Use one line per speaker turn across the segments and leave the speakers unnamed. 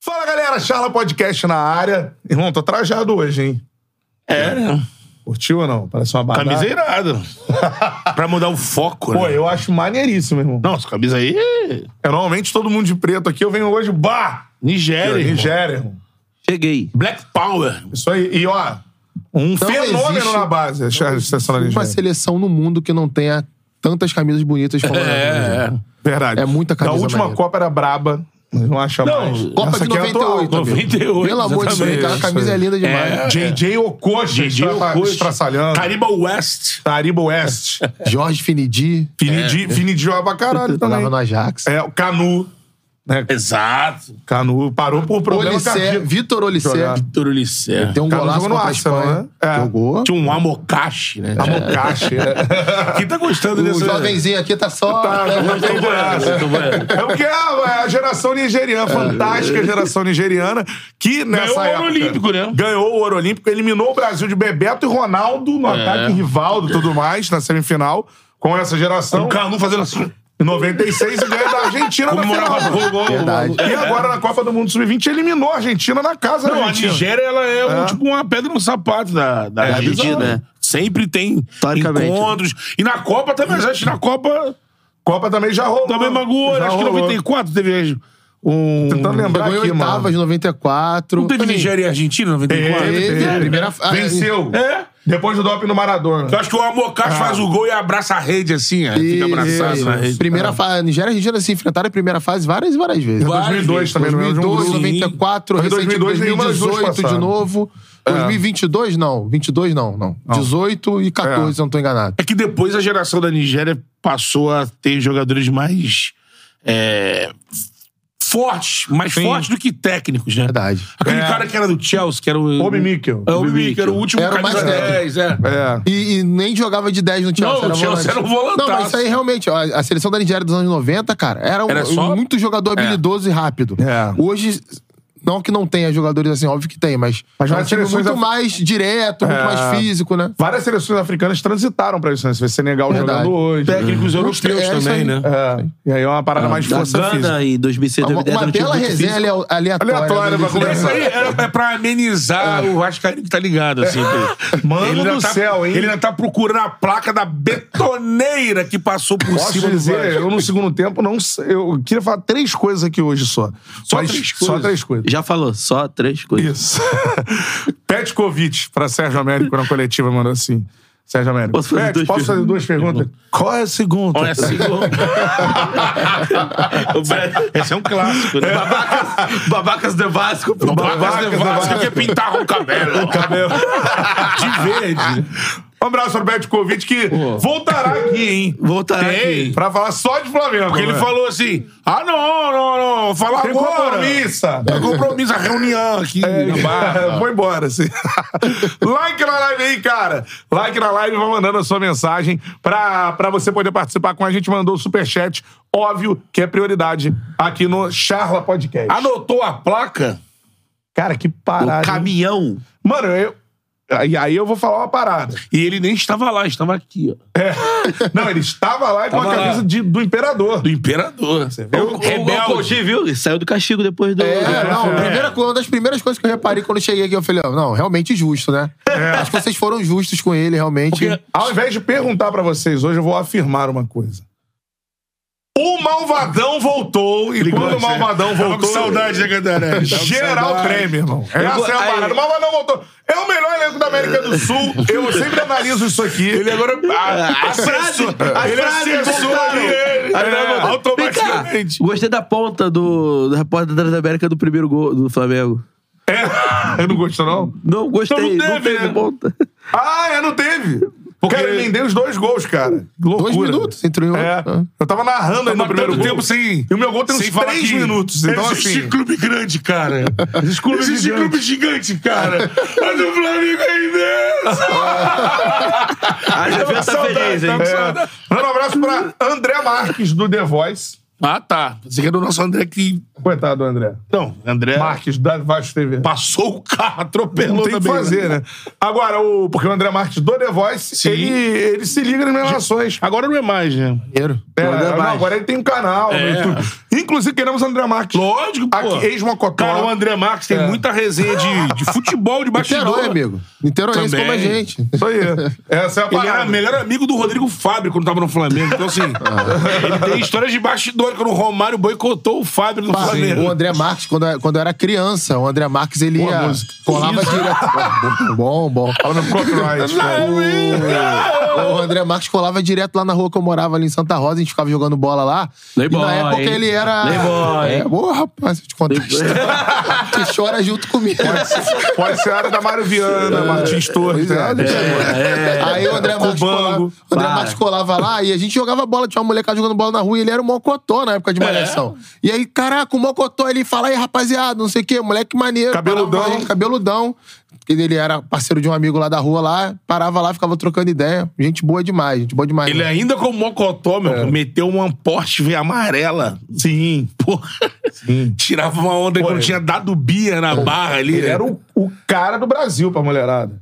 Fala galera, Charla Podcast na área. Irmão, tô trajado hoje, hein?
É, né?
Curtiu ou não? Parece uma
badada. Camisa irada. pra mudar o foco,
Pô,
né?
eu acho maneiríssimo, irmão.
Não, essa camisa aí.
É normalmente todo mundo de preto aqui. Eu venho hoje, bah!
Nigéria.
Irmão. Nigéria, irmão.
Cheguei. Black Power.
Isso aí. E ó, um então fenômeno existe, na base. A seleção
uma seleção no mundo que não tenha tantas camisas bonitas como
é, é, verdade.
É muita camisa.
Da última
maneira.
Copa era braba. Mas não acha não, mais.
Copa Essa de 98. É atual,
98.
Pelo amor de Deus, a camisa é linda demais. É,
JJ Okocha estraçalhando.
Tariba West.
Tariba West.
Jorge Finidi.
Finidi, é. Finidi joga pra caralho também.
Tava no Ajax.
É, o Canu. Né?
Exato.
Canu parou por problema Olicé,
Vitor Olicé.
Vitor Olicé.
Tem um Canu golaço
no Arsenal, né?
É. Jogou.
Tinha um Amokashi, né?
Amokashi. É.
Quem tá gostando desse...
O jovenzinho aqui tá só... Tá,
tá, tá, É o que é a geração
É.
nigeriana, fantástica geração nigeriana, que nessa
Ganhou
época,
o Ouro Olímpico, né?
Ganhou o Ouro Olímpico, eliminou o Brasil de Bebeto e Ronaldo no é. ataque Rivaldo e tudo mais, na semifinal, com essa geração.
O Canu fazendo assim...
Em 96 e ganha da Argentina na final. Gol, gol, Verdade. E agora na Copa do Mundo Sub-20 eliminou a Argentina na casa
Não,
da Argentina.
a Nigéria ela é, é. Um, tipo uma pedra no sapato da, da é, Argentina. Né? Sempre tem encontros. Né? E na Copa também, já, na Copa...
Copa também já rolou.
Também magoou, né? acho rolou. que 94 teve...
Um...
tá
Tentando lembrar
Pegou
aqui,
oitavas
mano.
de 94.
Não teve Também. Nigéria e Argentina em 94?
Teve, teve. teve. Primeira...
Venceu.
É.
Depois do doping no Maradona.
Eu acho que o Amocash ah. faz o gol e abraça a rede assim, é. E... fica abraçado e... na rede. É.
Primeira ah. fase, Nigéria e Argentina se enfrentaram a primeira fase várias e várias vezes.
Várias 2002 também.
2002, 94, recente, 2002, 2018 de novo. 2022 é. não, 22 não, não. não. 18 e 14, é. se eu não tô enganado.
É que depois a geração da Nigéria passou a ter jogadores mais... É, fortes, mais Sim. fortes do que técnicos, né?
Verdade.
Aquele é. cara que era do Chelsea, que era o.
Obi Mikkel.
É, Obi Mikkel, era o último
era
camisa
mais 10,
é. é.
E, e, nem jogava de 10 no Chelsea.
Não,
era
o Chelsea volante. era um volante.
Não, mas isso aí realmente, ó, a seleção da Nigéria dos anos 90, cara, era, um, era só... muito jogador habilidoso é. e rápido.
É.
Hoje. Não que não tenha jogadores assim, óbvio que tem, mas, mas é um time muito af... mais direto, é. muito mais físico, né?
Várias seleções africanas transitaram pra isso, né? Você vê Senegal Verdade. jogando hoje.
Técnicos é. europeus é, Ah, também, né?
É. E aí é uma parada mais força Gana física.
e 2006, 2010
Uma, uma bela resenha físico. aleatória. né?
Aleatória né? pra
começar. Isso aí é pra amenizar o Vascaíno que tá ligado, assim.
Mano do
tá,
céu, hein?
Ele ainda tá procurando a placa da betoneira que passou por
Posso
cima
dizer, do Vasco. Eu no segundo tempo, não sei, eu queria falar três coisas aqui hoje só.
Só mas, três coisas?
Só três coisas.
Já já falou, só três coisas.
Isso. Petkovic para Sérgio Américo na coletiva mandou assim. Sérgio Américo.
Posso fazer,
Pet,
duas,
posso fazer duas perguntas? Qual é a segunda?
Qual é a segunda?
Esse é um clássico, né?
Babacas, babacas de Vasco.
Babacas, babacas de Vasco
que é pintavam o cabelo.
O cabelo.
De verde.
Um abraço ao Petkovic que oh. voltará aqui, hein?
Voltará Tem, aqui.
Pra falar só de Flamengo.
Porque ele
né?
falou assim: ah, não, não, não, vou falar
Tem
agora.
Compromissa.
Tem "Ah, é compromisso, a reunião aqui.
É, é, foi embora, assim. like na live aí, cara. Like na live, vai mandando a sua mensagem pra, pra você poder participar com a gente. Mandou o superchat, óbvio que é prioridade aqui no Charla Podcast.
Anotou a placa?
Cara, que parada.
O caminhão.
Mano, eu. E aí eu vou falar uma parada.
E ele nem estava lá, estava aqui, ó.
É. Não, ele estava lá com a camisa de, do imperador.
Do imperador. Você
viu? O, Rebelde. O, o, viu? Ele saiu do castigo depois do...
É, não, é. Primeira, uma das primeiras coisas que eu reparei quando eu cheguei aqui, eu falei, não, realmente justo, né? É. Acho que vocês foram justos com ele, realmente. Porque,
ah,
ao invés de perguntar para vocês hoje, eu vou afirmar uma coisa. O Malvadão voltou. E Ligante, quando o Malvadão é. voltou.
Com saudade, né, galera?
Geral prêmio, irmão. Essa é a parada. O Malvadão voltou. É o melhor elenco da América do Sul. Eu sempre analiso isso aqui.
Ele agora.
A,
acessou.
A ele acessou ali ele. É, automaticamente.
Cá, gostei da ponta do, do repórter da América do primeiro gol do Flamengo.
É? Eu não gostou, não?
Não, gostei. Então não teve, não teve né? ponta.
Ah, é, não teve. Porque... Cara, eu emendei os dois gols, cara. Que Loucura.
Dois minutos entre um e
É.
outro.
Eu tava narrando aí no primeiro gol.
tempo sem.
E o meu gol tem uns
sem falar
três
que
minutos. Então,
existe
assim...
clube grande, cara. Existe
clube é gigante.
clube gigante, cara. A do Flamengo é imensa.
A gente tá feliz, hein?
É. Manda um abraço pra André Marques, do The Voice.
Ah, tá. Você que era o nosso André que.
Coitado, André.
Não, André
Marques, da Vasco TV.
É. passou o carro,
Não
atropelou
tem o que
também,
fazer, né? Agora, o, porque o André Marques do The Voice,
Sim.
ele, ele se liga nas minhas relações.
Agora não é mais, né?
Maneiro.
É,
André
não,
Marques.
agora ele tem um canal
É.
no YouTube. Inclusive, queremos o André Marques.
Lógico, pô.
Aqui, ex-Mocotó.
Cara, o André Marques tem
É.
muita resenha de, de futebol de bastidor.
Niterói, amigo. Niterói é isso
Também.
como a gente.
Isso aí. Essa é a
Ele
parada.
era melhor amigo do Rodrigo Fábio quando tava no Flamengo. Então, assim,
Ah.
ele tem histórias de bastidor, quando o Romário boicotou o Fábio no
Pá,
Flamengo.
O André Marques, quando eu, quando eu era criança, o André Marques, ele
Boa
ia...
música.
Colava
Isso.
direto... Bom, bom. é
Fala no copyright.
O o André Marques colava direto lá na rua que eu morava ali em Santa Rosa, a gente ficava jogando bola lá.
Playboy,
e na época
hein?
ele era.
Playboy,
É,
hein?
boa, rapaz, eu te contar. a história. que chora junto comigo.
Pode ser a área da Mário Viana, Martins Torres.
Pois é,
né?
é. Aí o André Marques, colava, o
Cubango.
André
Para.
Marques colava lá e a gente jogava bola, tinha uma molecada jogando bola na rua e ele era o mocotó na
É.
época de malhação. E aí, caraca, o mocotó, ele fala aí, rapaziada, não sei o quê, moleque maneiro.
Cabeludão.
parava com a gente, cabeludão. Ele era parceiro de um amigo lá da rua lá, parava lá, ficava trocando ideia. Gente boa demais, gente boa demais.
Ele é
né?
ainda com o Mocotó, meu,
É.
meteu uma Porsche veio amarela. Sim. Porra. Tirava uma onda
Pô,
quando
ele-
tinha dado bia né? na barra ali.
Ele era o, o cara do Brasil pra mulherada.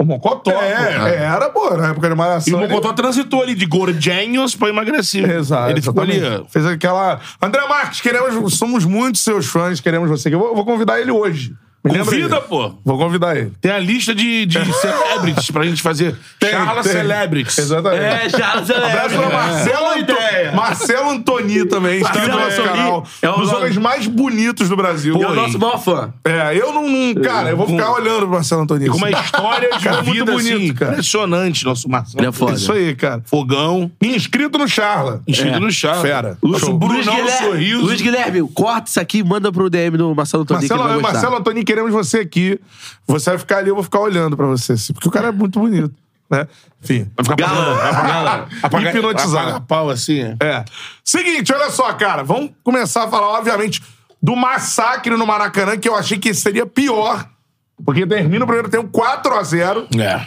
O Mocotó.
É.
pô. era, pô, na época de
E o
Malhação. ele-
Mocotó transitou ali de gordinhos pra emagrecer.
Exato.
Ele ficou ali.
exatamente. Fez aquela. André Marques, queremos, somos muitos seus fãs, queremos você. Eu vou, eu vou convidar ele hoje. Me lembra
Convida,
ele.
pô.
Vou convidar ele.
Tem a lista de, de celebrities pra gente fazer.
Tem,
Charla
tem.
Celebrities.
Exatamente.
É, Charles
Abraço pra Marcelo, Anto... Marcelo Antoni também, está no
Marcelo
nosso
Antoni
canal.
é o
um dos
nome.
homens mais bonitos do Brasil.
E é o nosso maior fã.
É, eu não. não- Cara, eu vou ficar olhando pro Marcelo Antoni.
Com uma história de
Cara, é muito
vida
bonito,
assim,
cara.
impressionante, nosso Marcelo.
Ele é foda.
Isso aí, cara.
Fogão.
Inscrito no Charla.
Inscrito
É.
no chá.
Fera.
Nosso
Show.
Brunão
Luiz Guilherme,
Sorriso.
Luiz Guilherme, corta isso aqui e manda pro DM do Marcelo Tonic. que ele vai
Marcelo,
gostar.
Marcelo Antoni, queremos você aqui. Você vai ficar ali, eu vou ficar olhando pra você. assim, porque o cara é muito bonito. Né? Enfim.
Vai ficar
Galã, galã.
Apagar-
Hipnotizado.
apagar pau assim. é.
É. Seguinte, olha só, cara. Vamos começar a falar, obviamente, do massacre no Maracanã, que eu achei que seria pior. Porque termina o primeiro tempo 4x0.
É.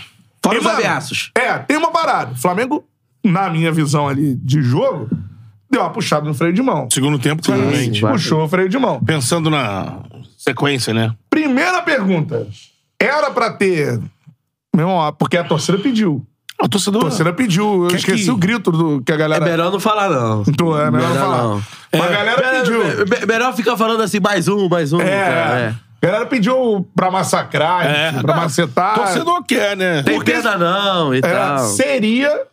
Fora
E,
os
mano,
ameaços.
É, tem uma parada. O Flamengo, na minha visão ali de jogo, deu uma puxada no freio de mão.
Segundo tempo, claramente.
Puxou o freio de mão.
Pensando na sequência, né?
Primeira pergunta. Era pra ter. Meu irmão, porque a torcida pediu.
A torcedor.
A torcida pediu. Eu
Quer
esqueci
que-
o grito do, que a
É
galera.
melhor não falar, não.
Tu, é melhor não
Melhor
falar.
não.
Mas a galera
Melhor-
pediu.
me- melhor ficar falando assim, mais um, mais um.
É,
né?
cara,
é. A galera pediu pra massacrar, enfim, pra
É.
macetar.
Ah, torcedor quer, né?
Tem pena não e
É,
tal.
seria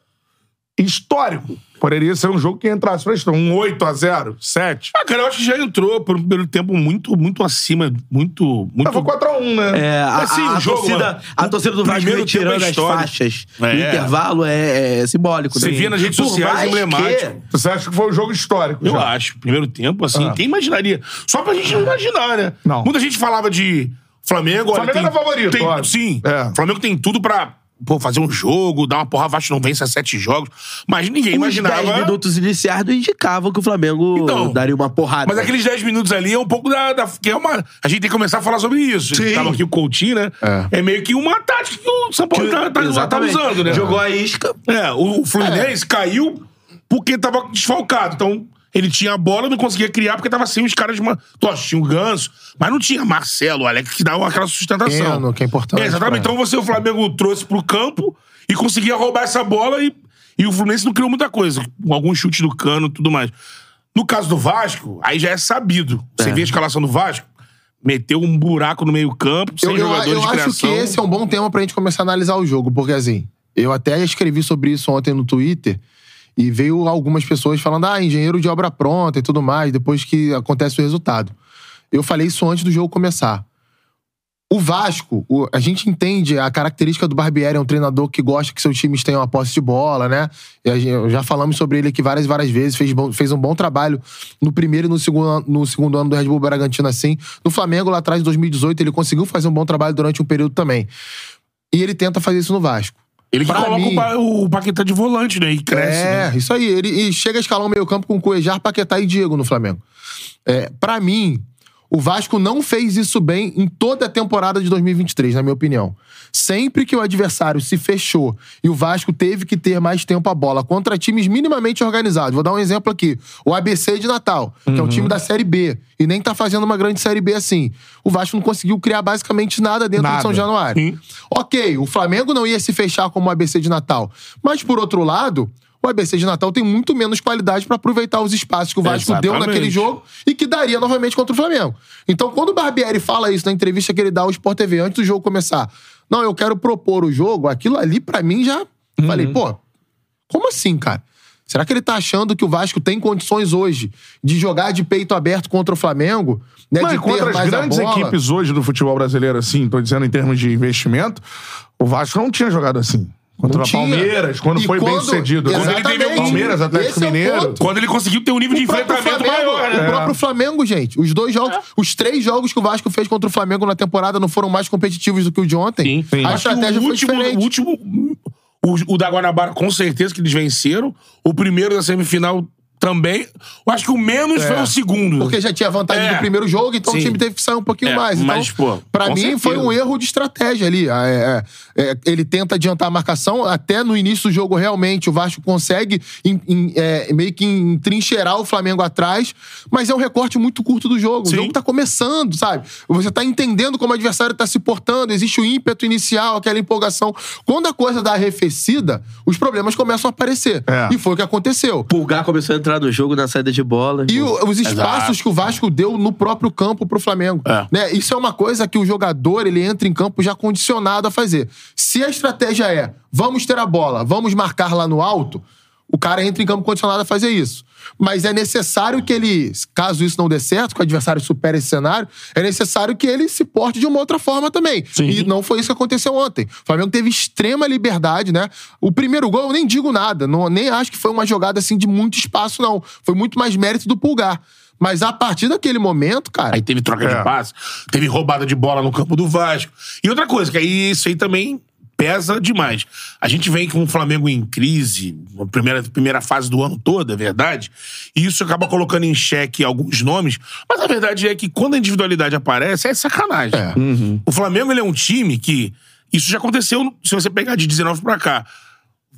histórico. Poderia ser um jogo que entrasse pra história. Um 8x0, 7.
Ah, cara, eu acho que já entrou por um primeiro tempo muito, muito acima, muito, muito...
Mas foi 4x1, né?
É, a,
Assim,
a- a
jogo,
torcida,
mano.
a torcida do Vasco
Primeiro tempo
retirando
é
as
histórico.
faixas
É.
no intervalo é, é simbólico.
Você
né?
via nas redes
Por
sociais,
mais
emblemático.
que-
Você acha que foi um jogo histórico?
Eu
já? Ah.
acho. Primeiro tempo, assim, quem imaginaria? Só pra gente não imaginar, né?
Não.
Muita gente falava de Flamengo. olha,
Flamengo
tem-
era favorito,
tem-
óbvio.
sim.
É.
O Flamengo tem tudo pra pô, fazer um jogo, dar uma porra, Vasco não vence a sete jogos. Mas ninguém
Os 10
imaginava...
minutos iniciais não indicavam que o Flamengo
Então,
daria uma porrada.
Mas aqueles 10 minutos ali é um pouco da, da- que é uma, a gente tem que começar a falar sobre isso. Sim. Tava aqui o Coutinho, né? É. meio que uma tática que o São Paulo tá, tá- tá
Exatamente.
usando, né?
Jogou a isca.
É, o o Fluminense caiu porque tava desfalcado. Então, ele tinha a bola, não conseguia criar porque tava sem os caras de uma. Tocha, tinha o um Ganso, mas não tinha Marcelo, Alex, que dava aquela sustentação.
Keno, que é importante,
exatamente.
cara.
Então, você, o Flamengo trouxe pro campo e conseguia roubar essa bola e, e o Fluminense não criou muita coisa. com Alguns chutes do cano e tudo mais. No caso do Vasco, aí já é sabido. Você vê a escalação do Vasco, meteu um buraco no meio-campo, sem
Eu, eu-
jogadores
eu
de
acho que
criação.
esse é um bom tema pra gente começar a analisar o jogo, porque assim, eu até escrevi sobre isso ontem no Twitter e veio algumas pessoas falando, ah, engenheiro de obra pronta e tudo mais, depois que acontece o resultado. Eu falei isso antes do jogo começar. O Vasco, o- a gente entende a característica do Barbieri, é um treinador que gosta que seus times tenham a posse de bola, né? E a gen- já falamos sobre ele aqui várias e várias vezes, fez, bom- fez um bom trabalho no primeiro e no segundo, an- no segundo ano do Red Bull Bragantino, assim. No Flamengo, lá atrás, em 2018, ele conseguiu fazer um bom trabalho durante um período também. E ele tenta fazer isso no Vasco.
Ele que
Pra
coloca
mim-
o, pa, o Paquetá de volante, né? E cresce.
É,
né?
isso aí. Ele e chega a escalar o meio campo com Cuejar, Paquetá e Diego no Flamengo. É, para mim, o Vasco não fez isso bem em toda a temporada de 2023, na minha opinião. Sempre que o adversário se fechou e o Vasco teve que ter mais tempo a bola contra times minimamente organizados. Vou dar um exemplo aqui. O ABC de Natal, que é um time da Série B, e nem tá fazendo uma grande Série B assim. O Vasco não conseguiu criar basicamente nada dentro
Nada.
do São Januário.
Sim.
Ok, o Flamengo não ia se fechar como o ABC de Natal. Mas, por outro lado, o ABC de Natal tem muito menos qualidade pra aproveitar os espaços que o Vasco deu
Exatamente.
naquele jogo e que daria novamente contra o Flamengo. Então, quando o Barbieri fala isso na entrevista que ele dá ao Sport TV antes do jogo começar, não, eu quero propor o jogo, aquilo ali pra mim já.
Uhum.
Falei, pô, como assim, cara? Será que ele tá achando que o Vasco tem condições hoje de jogar de peito aberto contra o Flamengo? Né,
Não,
de
e contra
ter
as
mais a
grandes
bola?
equipes hoje do futebol brasileiro, assim, tô dizendo em termos de investimento, o Vasco não tinha jogado assim. Contra
Não
o
tinha.
Palmeiras, quando
E
foi bem sucedido. Quando ele teve o
Exatamente.
Palmeiras, Atlético
Esse é o
Mineiro.
ponto.
Quando ele conseguiu ter um nível de
O próprio
enfrentamento
Flamengo,
maior,
O
né?
próprio Flamengo, gente. Os dois jogos, os três jogos que o Vasco fez contra o Flamengo na temporada não foram mais competitivos do que o de ontem.
Sim, sim.
A
Acho que
estratégia
o
foi
último,
diferente.
o último, o, o da Guanabara, com certeza que eles venceram. O primeiro da semifinal também. Eu acho que o menos foi o segundo.
É. Porque já tinha vantagem
É.
do primeiro jogo, então
Sim.
o time teve que sair um pouquinho
É,
mais. Então,
mas, pô,
pra
com
mim,
certeza.
foi um erro de estratégia ali. É, é, é, ele tenta adiantar a marcação, até no início do jogo, realmente, o Vasco consegue em- em, é, meio que entrincheirar o Flamengo atrás, mas é um recorte muito curto do jogo.
Sim.
O jogo tá começando, sabe? Você tá entendendo como o adversário tá se portando, existe o ímpeto inicial, aquela empolgação. Quando a coisa dá arrefecida, os problemas começam a aparecer.
É.
E foi o que aconteceu.
Pulgar começou a entrar no jogo na saída de bola.
E o- os espaços que o Vasco deu no próprio campo pro Flamengo.
É.
Né? Isso é uma coisa que o jogador ele entra em campo já condicionado a fazer. Se a estratégia é vamos ter a bola, vamos marcar lá no alto, o cara entra em campo condicionado a fazer isso. Mas é necessário que ele, caso isso não dê certo, que o adversário supere esse cenário, é necessário que ele se porte de uma outra forma também. E não foi isso que aconteceu ontem. O Flamengo teve extrema liberdade, né? O primeiro gol eu nem digo nada, não, nem acho que foi uma jogada assim de muito espaço, não. Foi muito mais mérito do Pulgar. Mas a partir daquele momento, cara.
Aí teve troca
É.
de passe, teve roubada de bola no campo do Vasco. E outra coisa, que aí isso aí também pesa demais. A gente vem com o Flamengo em crise, a primeira, primeira fase do ano todo, é verdade. E isso acaba colocando em xeque alguns nomes. Mas a verdade é que quando a individualidade aparece, é sacanagem.
É.
O Flamengo ele é um time que. Isso já aconteceu, se você pegar de 19 pra cá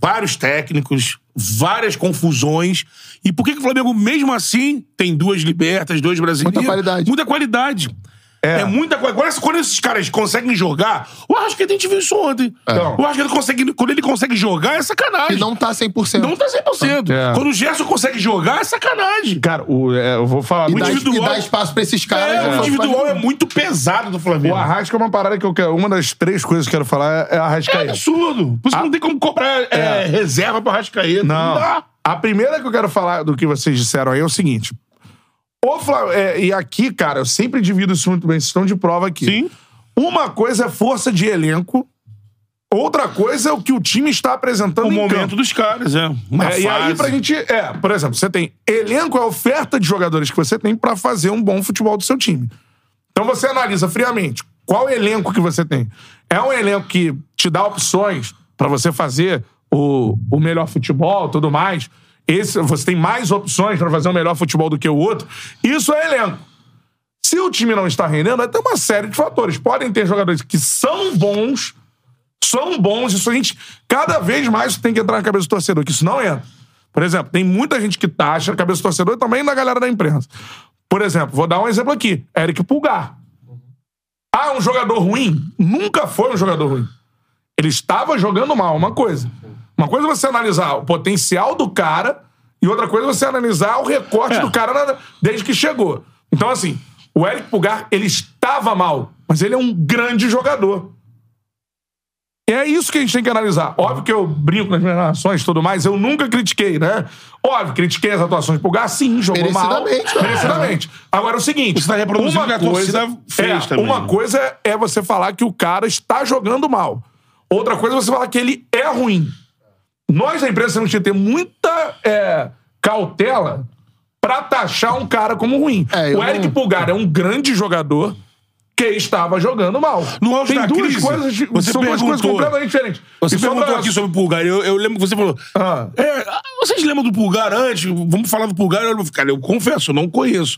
vários técnicos, várias confusões. E por que, que o Flamengo, mesmo assim, tem duas libertas, dois brasileiros?
Muita qualidade.
Muita qualidade. É, muita coisa. Agora, quando esses caras conseguem jogar, o Arrascaeta a gente viu isso ontem.
Então.
O Arrascaeta consegue, quando ele consegue jogar, é
É. E
sacanagem.
não tá 100%.
Não tá 100%.
É.
Quando o Gerson consegue jogar, é sacanagem.
Cara, o- é, eu vou falar.
e,
muito
dá,
individual-
e dá espaço pra esses caras. né?
É,
não
o
faz
individual é
mais-
muito pesado do Flamengo.
O Arrasca é uma parada que eu quero. Uma das três coisas que eu quero falar é a
É
Arrascaeta.
absurdo. Por isso que não tem como cobrar é, reserva pro Arrascaeta.
Não.
dá.
A primeira que eu quero falar do que vocês disseram aí é o seguinte. O Fla- é, e aqui, cara, eu sempre divido isso muito bem, vocês estão de prova aqui.
Sim.
Uma coisa é força de elenco, outra coisa é o que o time está apresentando
O
em
momento
campo.
dos caras, é. Uma
É, e aí,
fase.
pra gente. É, por exemplo, você tem. Elenco é a oferta de jogadores que você tem pra fazer um bom futebol do seu time. Então você analisa friamente qual elenco que você tem. É um elenco que te dá opções pra você fazer o, o melhor futebol tudo mais. Esse, você tem mais opções pra fazer um melhor futebol do que o outro. Isso é elenco. Se o time não está rendendo, é tem uma série de fatores. Podem ter jogadores que são bons, são bons. Isso a gente, cada vez mais, isso tem que entrar na cabeça do torcedor, que isso não entra. Por exemplo, tem muita gente que taxa a cabeça do torcedor e também da galera da imprensa. Por exemplo, vou dar um exemplo aqui: Eric Pulgar. Ah, um jogador ruim? Nunca foi um jogador ruim. Ele estava jogando mal, uma coisa. Uma coisa é você analisar o potencial do cara e outra coisa é você analisar o recorte do cara na- desde que chegou. Então, assim, o Eric Pulgar, ele estava mal, mas ele é um grande jogador. E é isso que a gente tem que analisar. Óbvio que eu brinco nas minhas narrações e tudo mais, eu nunca critiquei, né? Óbvio, critiquei as atuações do Pulgar, sim, jogou mal.
Merecidamente, claro.
Merecidamente. Agora é o seguinte:
Você tá reproduzindo o que a torcida fez
é,
também.
Uma coisa é você falar que o cara está jogando mal. Outra coisa é você falar que ele é ruim. Nós da imprensa temos que ter muita é, cautela pra taxar um cara como ruim.
É, eu
o Eric
não-
Pulgar é um grande jogador que estava jogando mal.
No auge
Tem
da
duas
crise,
coisas, de-
você
são duas coisas
perguntou-
completamente diferentes.
Você
E sobre
perguntou
a-
aqui sobre o Pulgar. Eu, eu lembro que você falou.
Ah.
"É, ah, vocês lembram do Pulgar antes? Vamos falar do Pulgar. Eu, cara, eu confesso, eu não conheço.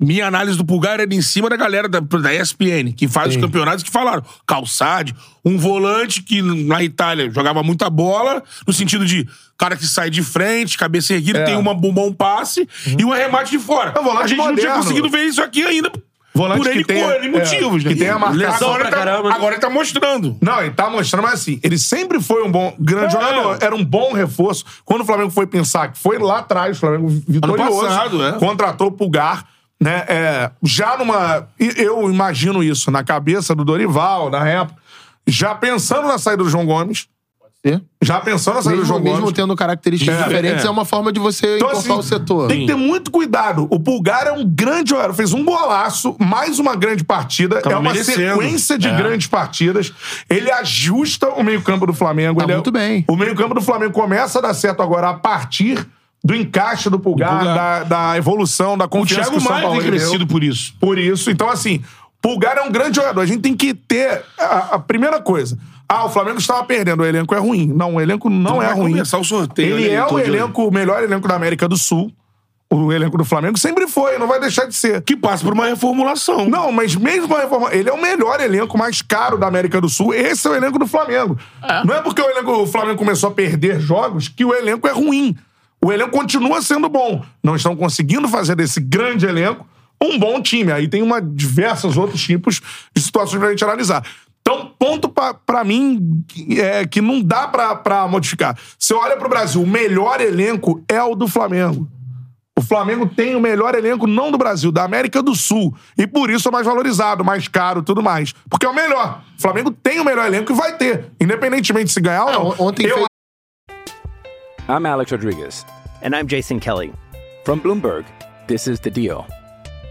Minha análise do Pulgar era em cima da galera da, da ESPN, que faz os campeonatos, que falaram. Calçade, um volante que na Itália jogava muita bola, no sentido de cara que sai de frente, cabeça erguida, tem uma, um bom passe
Uhum.
e um arremate de fora.
É um volante
a gente não tinha
moderno.
conseguido ver isso aqui ainda.
Volante
por ele
que tenha-
com ele,
é,
motivos, né?
que tenha marcação
agora,
pra
ele tá,
caramba.
agora ele tá mostrando.
Não, ele tá mostrando, mas assim, ele sempre foi um bom, grande
É.
jogador. Era um bom reforço. Quando o Flamengo foi pensar que foi lá atrás, o Flamengo vitorioso,
passado, é.
contratou o Pulgar, né? É, já numa... e Eu imagino isso na cabeça do Dorival, na época. Já pensando na saída do João Gomes.
É.
Já pensando na saída do
Mesmo,
João
mesmo
Gomes.
tendo características
É,
diferentes,
é.
é. uma forma de você
Então,
encorpar
assim,
o setor.
Tem que ter muito cuidado. O Pulgar é um grande jogador. Fez um golaço, mais uma grande partida.
Tava
é uma
merecendo.
sequência de
É.
grandes partidas. Ele ajusta o meio-campo do Flamengo.
Tá
Ele é-
muito bem.
O meio-campo do Flamengo começa a dar certo agora a partir do encaixe do Pulgar,
Pulgar.
Da, da evolução, da
O
confiança que
Thiago
o São
Maia
Paulo
tem
deu.
crescido por isso.
Por isso, então assim, Pulgar é um grande jogador. A gente tem que ter a, a primeira coisa. Ah, o Flamengo estava perdendo, o elenco é ruim. Não, o elenco não
Então
é
vai
ruim.
começar o sorteio,
Ele
né,
é o
Vitor, de
elenco, o melhor elenco da América do Sul. O elenco do Flamengo sempre foi, não vai deixar de ser.
Que passa por uma reformulação.
Não, mas mesmo a reforma, ele é o melhor elenco mais caro da América do Sul. Esse é o elenco do Flamengo. Não é porque o, elenco- o Flamengo começou a perder jogos que o elenco é ruim. O elenco continua sendo bom. Não estão conseguindo fazer desse grande elenco um bom time. Aí tem uma diversos outros tipos de situações pra gente analisar. Então, ponto pra, pra mim é que não dá pra, pra modificar. Você olha pro Brasil, o melhor elenco é o do Flamengo. O Flamengo tem o melhor elenco, não do Brasil, da América do Sul. E por isso é mais valorizado, mais caro, tudo mais. Porque é o melhor. O Flamengo tem o melhor elenco e vai ter. Independentemente se ganhar ou não.
on- Ah, É, ontem
eu
fez-
I'm Alex Rodriguez.
And I'm Jason Kelly.
From Bloomberg, this is The Deal.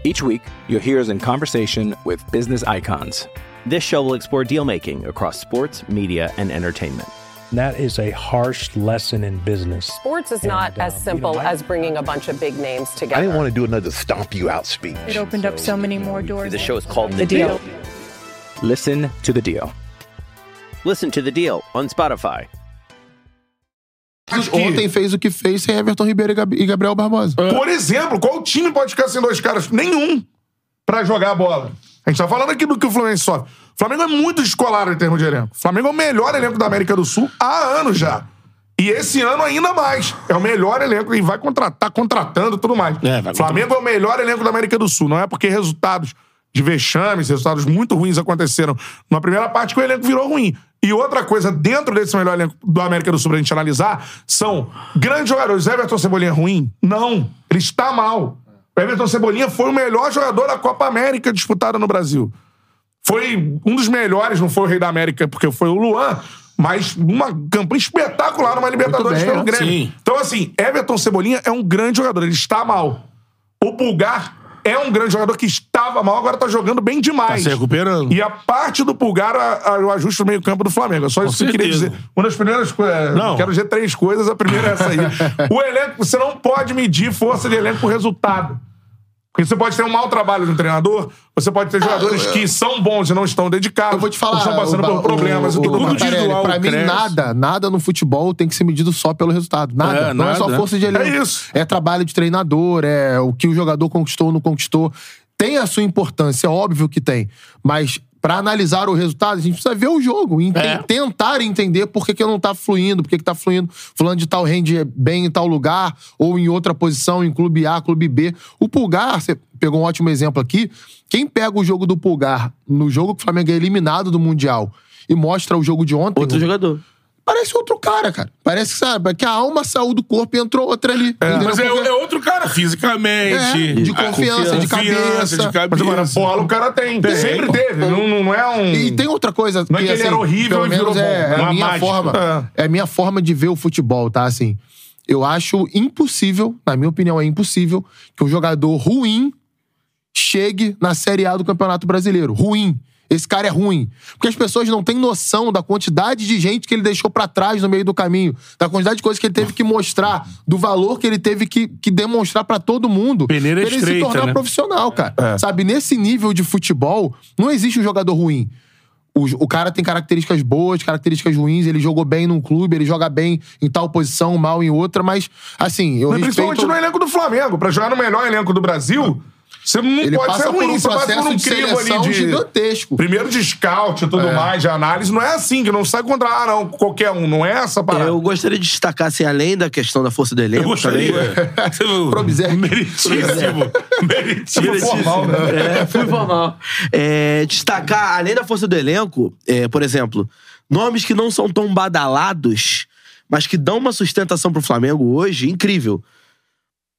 Each week, you'll hear us in conversation with business icons.
This show will explore deal making across sports, media, and entertainment.
And that is a harsh lesson in business.
Sports is not
uh,
as simple as bringing a bunch of big names
I
together.
didn't want to do another stomp you out speech.
It opened up so many more doors.
The show is called
The deal.
Listen to The Deal.
Listen to the deal on Spotify.
acho que,
Ontem fez o que fez sem Everton Ribeiro e Gab- e Gabriel Barbosa.
por exemplo, qual time pode ficar sem dois caras? Nenhum. Pra jogar a bola. A gente tá falando aqui do que o Flamengo sofre. O Flamengo é muito descolado em termos de elenco. O Flamengo é o melhor elenco da América do Sul há anos já. E esse ano ainda mais. É o melhor elenco e vai contratar, contratando tudo mais.
É, vai
Flamengo é o melhor elenco da América do Sul. Não é porque resultados de vexames, resultados muito ruins aconteceram na primeira parte que o elenco virou ruim. E outra coisa, dentro desse melhor elenco do América do Sul pra gente analisar, são grandes jogadores. Everton Cebolinha é ruim? Não. Ele está mal. O Everton Cebolinha foi o melhor jogador da Copa América disputada no Brasil foi um dos melhores, não foi o Rei da América, porque foi o Luan, mas uma campanha espetacular numa Libertadores
bem,
pelo
né?
Grêmio.
Sim.
Então, assim, Everton Cebolinha é um grande jogador, ele está mal. O Pulgar é um grande jogador que estava mal, agora tá jogando bem
Tá
demais.
se recuperando.
e a parte do Pulgar, a, a- o ajuste do meio-campo do Flamengo. É só isso que eu queria
certeza.
dizer. Uma das primeiras coisas.
Não.
Quero dizer três coisas. A primeira é essa aí. o elenco, você não pode medir força de elenco por resultado. Porque você pode ter um mau trabalho de um treinador, você pode ter jogadores que são bons e não estão dedicados,
Ah, Eu vou te falar.
estão passando
o-
por problemas
o-
e tudo
o
mais.
Matarelli, Pra mim,
cresce.
nada, nada no futebol tem que ser medido só pelo resultado. Nada.
É,
não é só
nada.
força de elenco.
É isso.
É trabalho de treinador, é o que o jogador conquistou ou não conquistou. Tem a sua importância, é óbvio que tem. Mas pra analisar o resultado, a gente precisa ver o jogo. ente-
É.
Tentar entender por que, que não tá fluindo, por que, que tá fluindo. Fulano de tal rende bem em tal lugar, ou em outra posição, em clube A, clube B. O Pulgar, você pegou um ótimo exemplo aqui. Quem pega o jogo do Pulgar no jogo que o Flamengo é eliminado do Mundial e mostra o jogo de ontem,
Outro jogador.
parece outro cara, cara. Parece que, sabe, que a alma saiu do corpo e entrou outra ali. entendeu?
Mas é,
Porque-
é outro cara, fisicamente.
É, de
A
confiança,
confiança,
de cabeça.
de cabeça.
Mas agora, bola o cara tem. Sempre
pô.
teve. Não, não é um.
E tem outra coisa assim,
Não é que ele era horrível
pelo
e
menos
virou
é,
bom,
é
não é
a minha
mágico.
forma, é. a minha forma de ver o futebol, tá assim. Eu acho impossível, na minha opinião é impossível que um jogador ruim chegue na Série A do Campeonato Brasileiro. Ruim.
Esse cara é ruim. Porque as pessoas não têm noção da quantidade de gente que ele deixou pra trás no meio do caminho, da quantidade de coisas que ele teve que mostrar, do valor que ele teve que, que demonstrar pra todo mundo.
Peneira
pra ele se
estreita,
tornar
né?
profissional, cara. Sabe, nesse nível de futebol, não existe um jogador ruim. O, o cara tem características boas, características ruins, ele jogou bem num clube, ele joga bem em tal posição, mal em outra, mas assim, eu
Mas
respeito...
principalmente no
é
elenco do Flamengo. Pra jogar no melhor elenco do Brasil, você não
Ele
pode ser
passa por
ruim.
um
Você passa por
processo
um
de
crivo ali
seleção
de...
gigantesco.
Primeiro de scout e tudo mais, de análise. Não é assim, que não sai contra, ah, não, qualquer um. Não é essa parada.
Eu gostaria de destacar, assim, além da questão da força do elenco.
Eu gostaria.
também,
Probizer.
Meritíssimo. Meritíssimo.
Tipo,
Meritíssimo.
formal, né?
É, fui formal. É, destacar, além da força do elenco, é, por exemplo, nomes que não são tão badalados, mas que dão uma sustentação pro Flamengo hoje, incrível.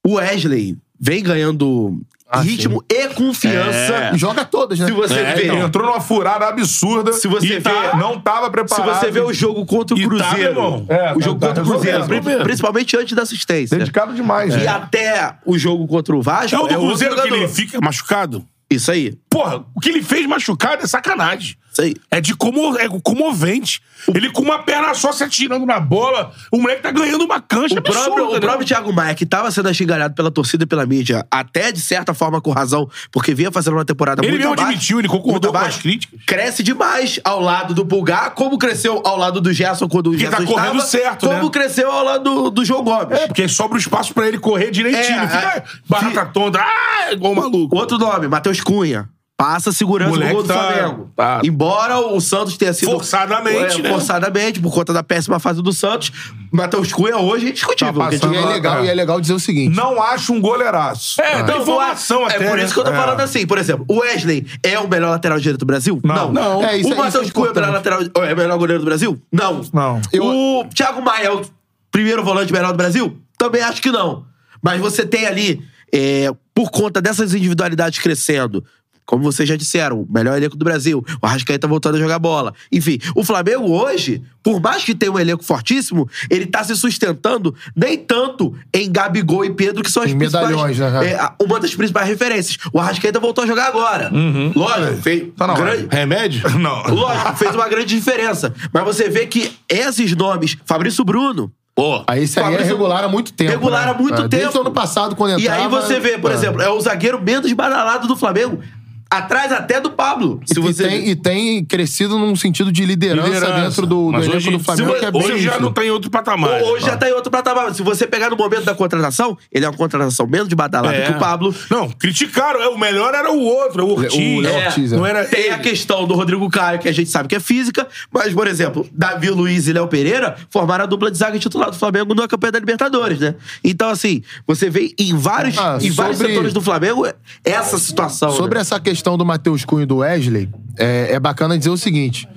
O Wesley vem ganhando ritmo e confiança.
É.
Ah, Joga todas, né?
Se você
É,
vê.
Ele entrou numa furada absurda.
então. Se você
e tá-
vê-
não tava
Se
preparado.
você vê o jogo contra o
E tá, meu
Cruzeiro.
irmão.
É,
o
tá-
jogo
tá
contra o Cruzeiro.
resolvendo.
pri- Principalmente antes da assistência.
Dedicado demais,
E
né?
até o jogo contra É. o Vasco.
É o do
outro
Cruzeiro que
jogador.
ele fica machucado?
Isso aí.
Porra, o que ele fez machucado é sacanagem.
Isso aí.
É de como é comovente. Ele com uma perna só se atirando na bola, o moleque tá ganhando uma cancha
O próprio,
absurda,
o
né?
próprio Thiago Maia, que estava sendo achincalhado pela torcida e pela mídia, até de certa forma com razão, porque vinha fazendo uma temporada
Ele
muito
mesmo
abaixo,
admitiu, ele concordou
muito
com as
abaixo,
críticas.
Cresce demais ao lado do Pulgar, como cresceu ao lado do Gerson quando o
Porque
Gerson
tá correndo
estava,
certo,
como
né?
cresceu ao lado do, do João Gomes.
É, porque sobra o espaço pra ele correr direitinho.
É,
não fica
é.
barata tonta, ah, igual um maluco.
Outro nome, Matheus Cunha. Passa segurança no
Moleque
gol do
tá-
Flamengo.
tá-
Embora o Santos tenha sido... é,
Forçadamente, né?
Forçadamente, por conta da péssima fase do Santos. Matheus Cunha hoje é indiscutível.
Tá
porque
E é legal, e é legal dizer o seguinte.
Não acho um goleiraço.
É, dá informação
É
até.
por
né?
isso que eu tô falando assim. Por exemplo, o Wesley é o melhor lateral direito do Brasil?
Não.
Não.
Não. É, isso é-
o Matheus
isso é
Cunha é o melhor,
importante.
lateral, é o melhor goleiro do Brasil? Não.
Não.
O Thiago Maia é o primeiro volante melhor do Brasil? Também acho que não. Mas você tem ali, é, por conta dessas individualidades crescendo, como vocês já disseram, o melhor elenco do Brasil, o Arrascaeta voltando a jogar bola. Enfim, o Flamengo hoje, por mais que tenha um elenco fortíssimo, ele tá se sustentando nem tanto em Gabigol e Pedro, que são as
Em
principais-
medalhões, né, cara?
é, a- uma das principais referências. O Arrascaeta voltou a jogar agora.
Uhum.
Lógico, fez,
Tá na hora.
grande-
Remédio? assim. Não.
lógico, fez uma grande diferença. Mas você vê que esses nomes, Fabrício Bruno, pô,
Aí esse aí é
Fabrício-
regular há muito tempo.
Regular
né?
há muito
É, Desde
tempo.
o ano passado, quando entrava...
e aí você vê, por
é.
exemplo, é o zagueiro menos badalado do Flamengo, atrás até do Pablo. Se
e,
você
tem, e tem crescido num sentido de liderança,
Liderança.
dentro do, do
Mas
elenco
hoje-
do Flamengo,
se-
que é bem
Hoje já
nítido.
não tá em outro patamar. né?
Hoje já tá em outro patamar. Se você pegar no momento da contratação, ele é uma contratação menos de badalado
É.
que o Pablo.
Não, criticaram. é, O melhor era o outro, é o Ortiz.
O Léo Ortiz, é.
Não era
Tem a
ele.
questão do Rodrigo Caio, que a gente sabe que é física, mas, por exemplo, Davi Luiz e Léo Pereira formaram a dupla de zaga titular do Flamengo na campanha da Libertadores, né? Então, assim, você vê em vários,
Ah,
em vários
sobre-
setores do Flamengo é essa situação.
Sobre
né?
essa questão do Matheus Cunha e do Wesley, é, é bacana dizer o seguinte.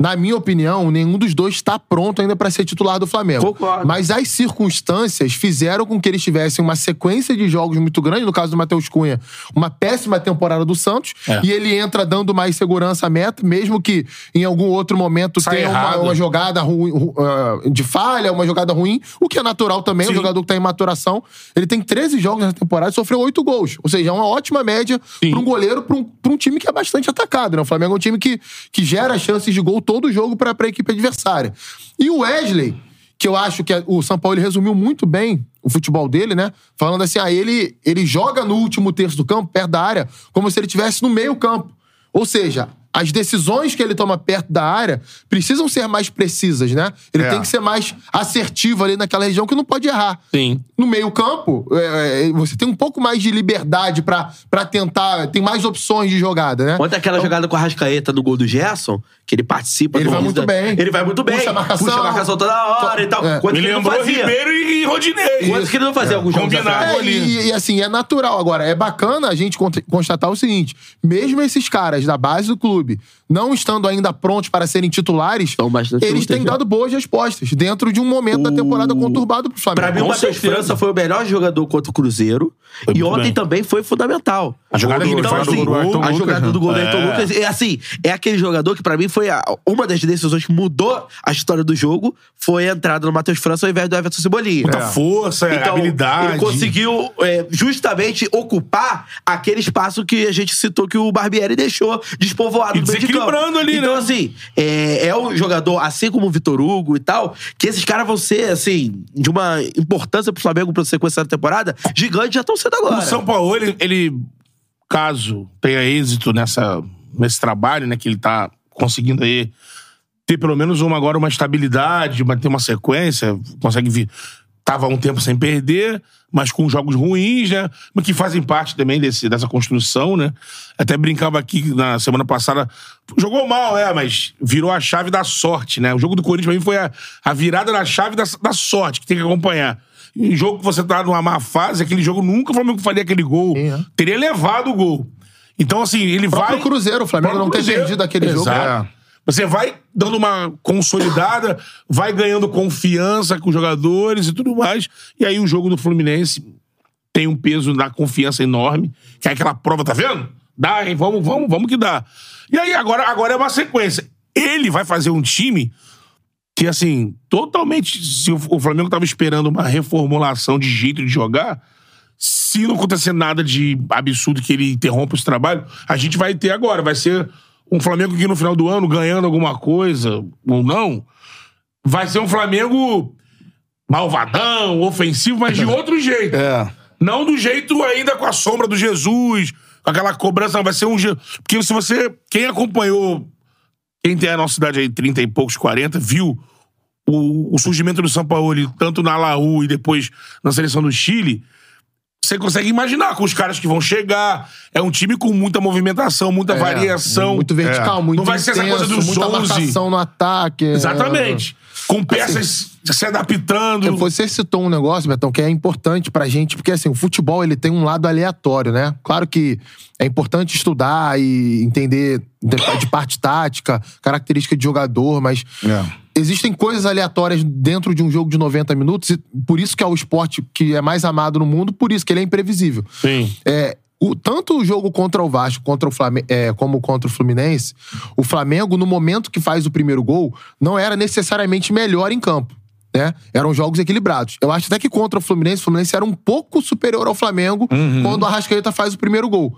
Na minha opinião, nenhum dos dois está pronto ainda para ser titular do Flamengo.
Concordo.
Mas as circunstâncias fizeram com que eles tivessem uma sequência de jogos muito grande. No caso do Matheus Cunha, uma péssima temporada do Santos.
É.
E ele entra dando mais segurança à meta, mesmo que em algum outro momento
Sai
tenha uma,
errado.
uma jogada ruim, ru- ah, de falha, uma jogada ruim, o que é natural também.
Sim.
Um jogador que está em maturação. Ele tem 13 jogos nessa temporada e sofreu 8 gols. Ou seja, é uma ótima média para um goleiro, para um, pra um time que é bastante atacado. Né? O Flamengo é um time que, que gera chances de gol todo jogo para a equipe adversária. E o Wesley, que eu acho que a- o São Paulo ele resumiu muito bem o futebol dele, né? Falando assim, ah, ele, ele joga no último terço do campo, perto da área, como se ele estivesse no meio campo. Ou seja, as decisões que ele toma perto da área precisam ser mais precisas, né? Ele
É.
tem que ser mais assertivo ali naquela região que não pode errar.
Sim.
No meio-campo, é, é, você tem um pouco mais de liberdade pra pra tentar, tem mais opções de jogada, né?
Ontem aquela jogada com a Rascaeta no gol do Gerson, que ele participa
Ele
do
vai muito bem.
Ele vai muito bem.
Puxa a marcação.
Puxa a marcação toda hora e tal.
É.
Coisa
Me
que ele não
lembrou
fazia.
Ribeiro e Rodinei.
Coisa que ele não fazia alguns jogos
Combinado.
atrás.
É, e, e, assim, é natural. Agora, é bacana a gente con- constatar o seguinte: mesmo esses caras da base do clube não estando ainda prontos para serem titulares,
São bastante
eles têm
úteis, né?
dado boas respostas dentro de um momento da temporada conturbado pro Flamengo.
Pra mim, o
Com
Matheus
certeza.
França foi o melhor jogador contra o Cruzeiro. e
muito
ontem
bem.
também foi fundamental.
A jogada que ele
então,
faz do
assim,
gol do Ayrton
A
Lucas,
jogada
né?
do gol do
É.
Ayrton Lucas. É assim, é aquele jogador que pra mim foi a- uma das
é.
decisões que mudou a história do jogo. Foi a entrada no Matheus França ao invés do Everton Cebolinha. É.
Muita
força, é, habilidade.
Então, Ele conseguiu é, justamente ocupar aquele espaço que a gente citou que o Barbieri deixou despovoado
E
do meio de campo.
desequilibrando ali,
então,
né?
assim, é, é um jogador, assim como o Vitor Hugo e tal, que esses caras vão ser, assim, de uma importância pro Flamengo pra sequência da temporada, gigante já estão sendo agora.
O São Paulo, ele, ele, caso tenha êxito nessa, nesse trabalho, né, que ele tá conseguindo aí ter pelo menos uma agora uma estabilidade, manter uma sequência, consegue vir. Tava um tempo sem perder, mas com jogos ruins, né? Mas que fazem parte também desse, dessa construção, né? Até brincava aqui na semana passada. Jogou mal, é, mas virou a chave da sorte, né? O jogo do Corinthians, pra mim, foi a, a virada na chave da, da sorte, que tem que acompanhar. Em jogo que você tá numa má fase, aquele jogo nunca o Flamengo faria aquele gol.
Sim, é.
Teria levado o gol. Então, assim, ele
O próprio
vai.
Cruzeiro, o Flamengo
Próprio
não ter
Cruzeiro.
perdido aquele jogo. É.
Exato. Você vai dando uma consolidada, vai ganhando confiança com os jogadores e tudo mais. E aí o jogo do Fluminense tem um peso da confiança enorme, que é aquela prova, tá vendo? Dá, hein? Vamos, vamos, vamos que dá. E aí agora, agora é uma sequência. Ele vai fazer um time que, assim, totalmente. Se o o Flamengo tava esperando uma reformulação de jeito de jogar, se não acontecer nada de absurdo que ele interrompa esse trabalho, a gente vai ter agora. Vai ser um Flamengo que no final do ano, ganhando alguma coisa ou não, vai ser um Flamengo malvadão, ofensivo, mas de outro jeito.
É.
Não do jeito ainda com a sombra do Jesus, com aquela cobrança, não, vai ser um. Je- Porque se você. Quem acompanhou. Quem tem a nossa idade aí, 30 e poucos, 40, viu o, o surgimento do São Paulo, tanto na Laú e depois na seleção do Chile. Você consegue imaginar com os caras que vão chegar. É um time com muita movimentação, muita
É,
variação.
Muito vertical,
É.
muito
Não vai ser essa coisa
intenso,
dos
muita
11.
marcação no ataque. é. Assim,
Exatamente. Com peças se adaptando.
Você citou um negócio, Betão, que é importante pra gente, porque assim, o futebol ele tem um lado aleatório, né? Claro que é importante estudar e entender de de parte tática, característica de jogador, mas existem coisas aleatórias dentro de um jogo de 90 minutos, e por isso que é o esporte que é mais amado no mundo, por isso que ele é imprevisível.
Sim.
É, o- tanto o jogo contra o Vasco contra o Flame- é, como contra o Fluminense, o Flamengo, no momento que faz o primeiro gol, não era necessariamente melhor em campo. Né? Eram jogos equilibrados. Eu acho até que contra o Fluminense, o Fluminense era um pouco superior ao Flamengo quando o Arrascaeta faz o primeiro gol.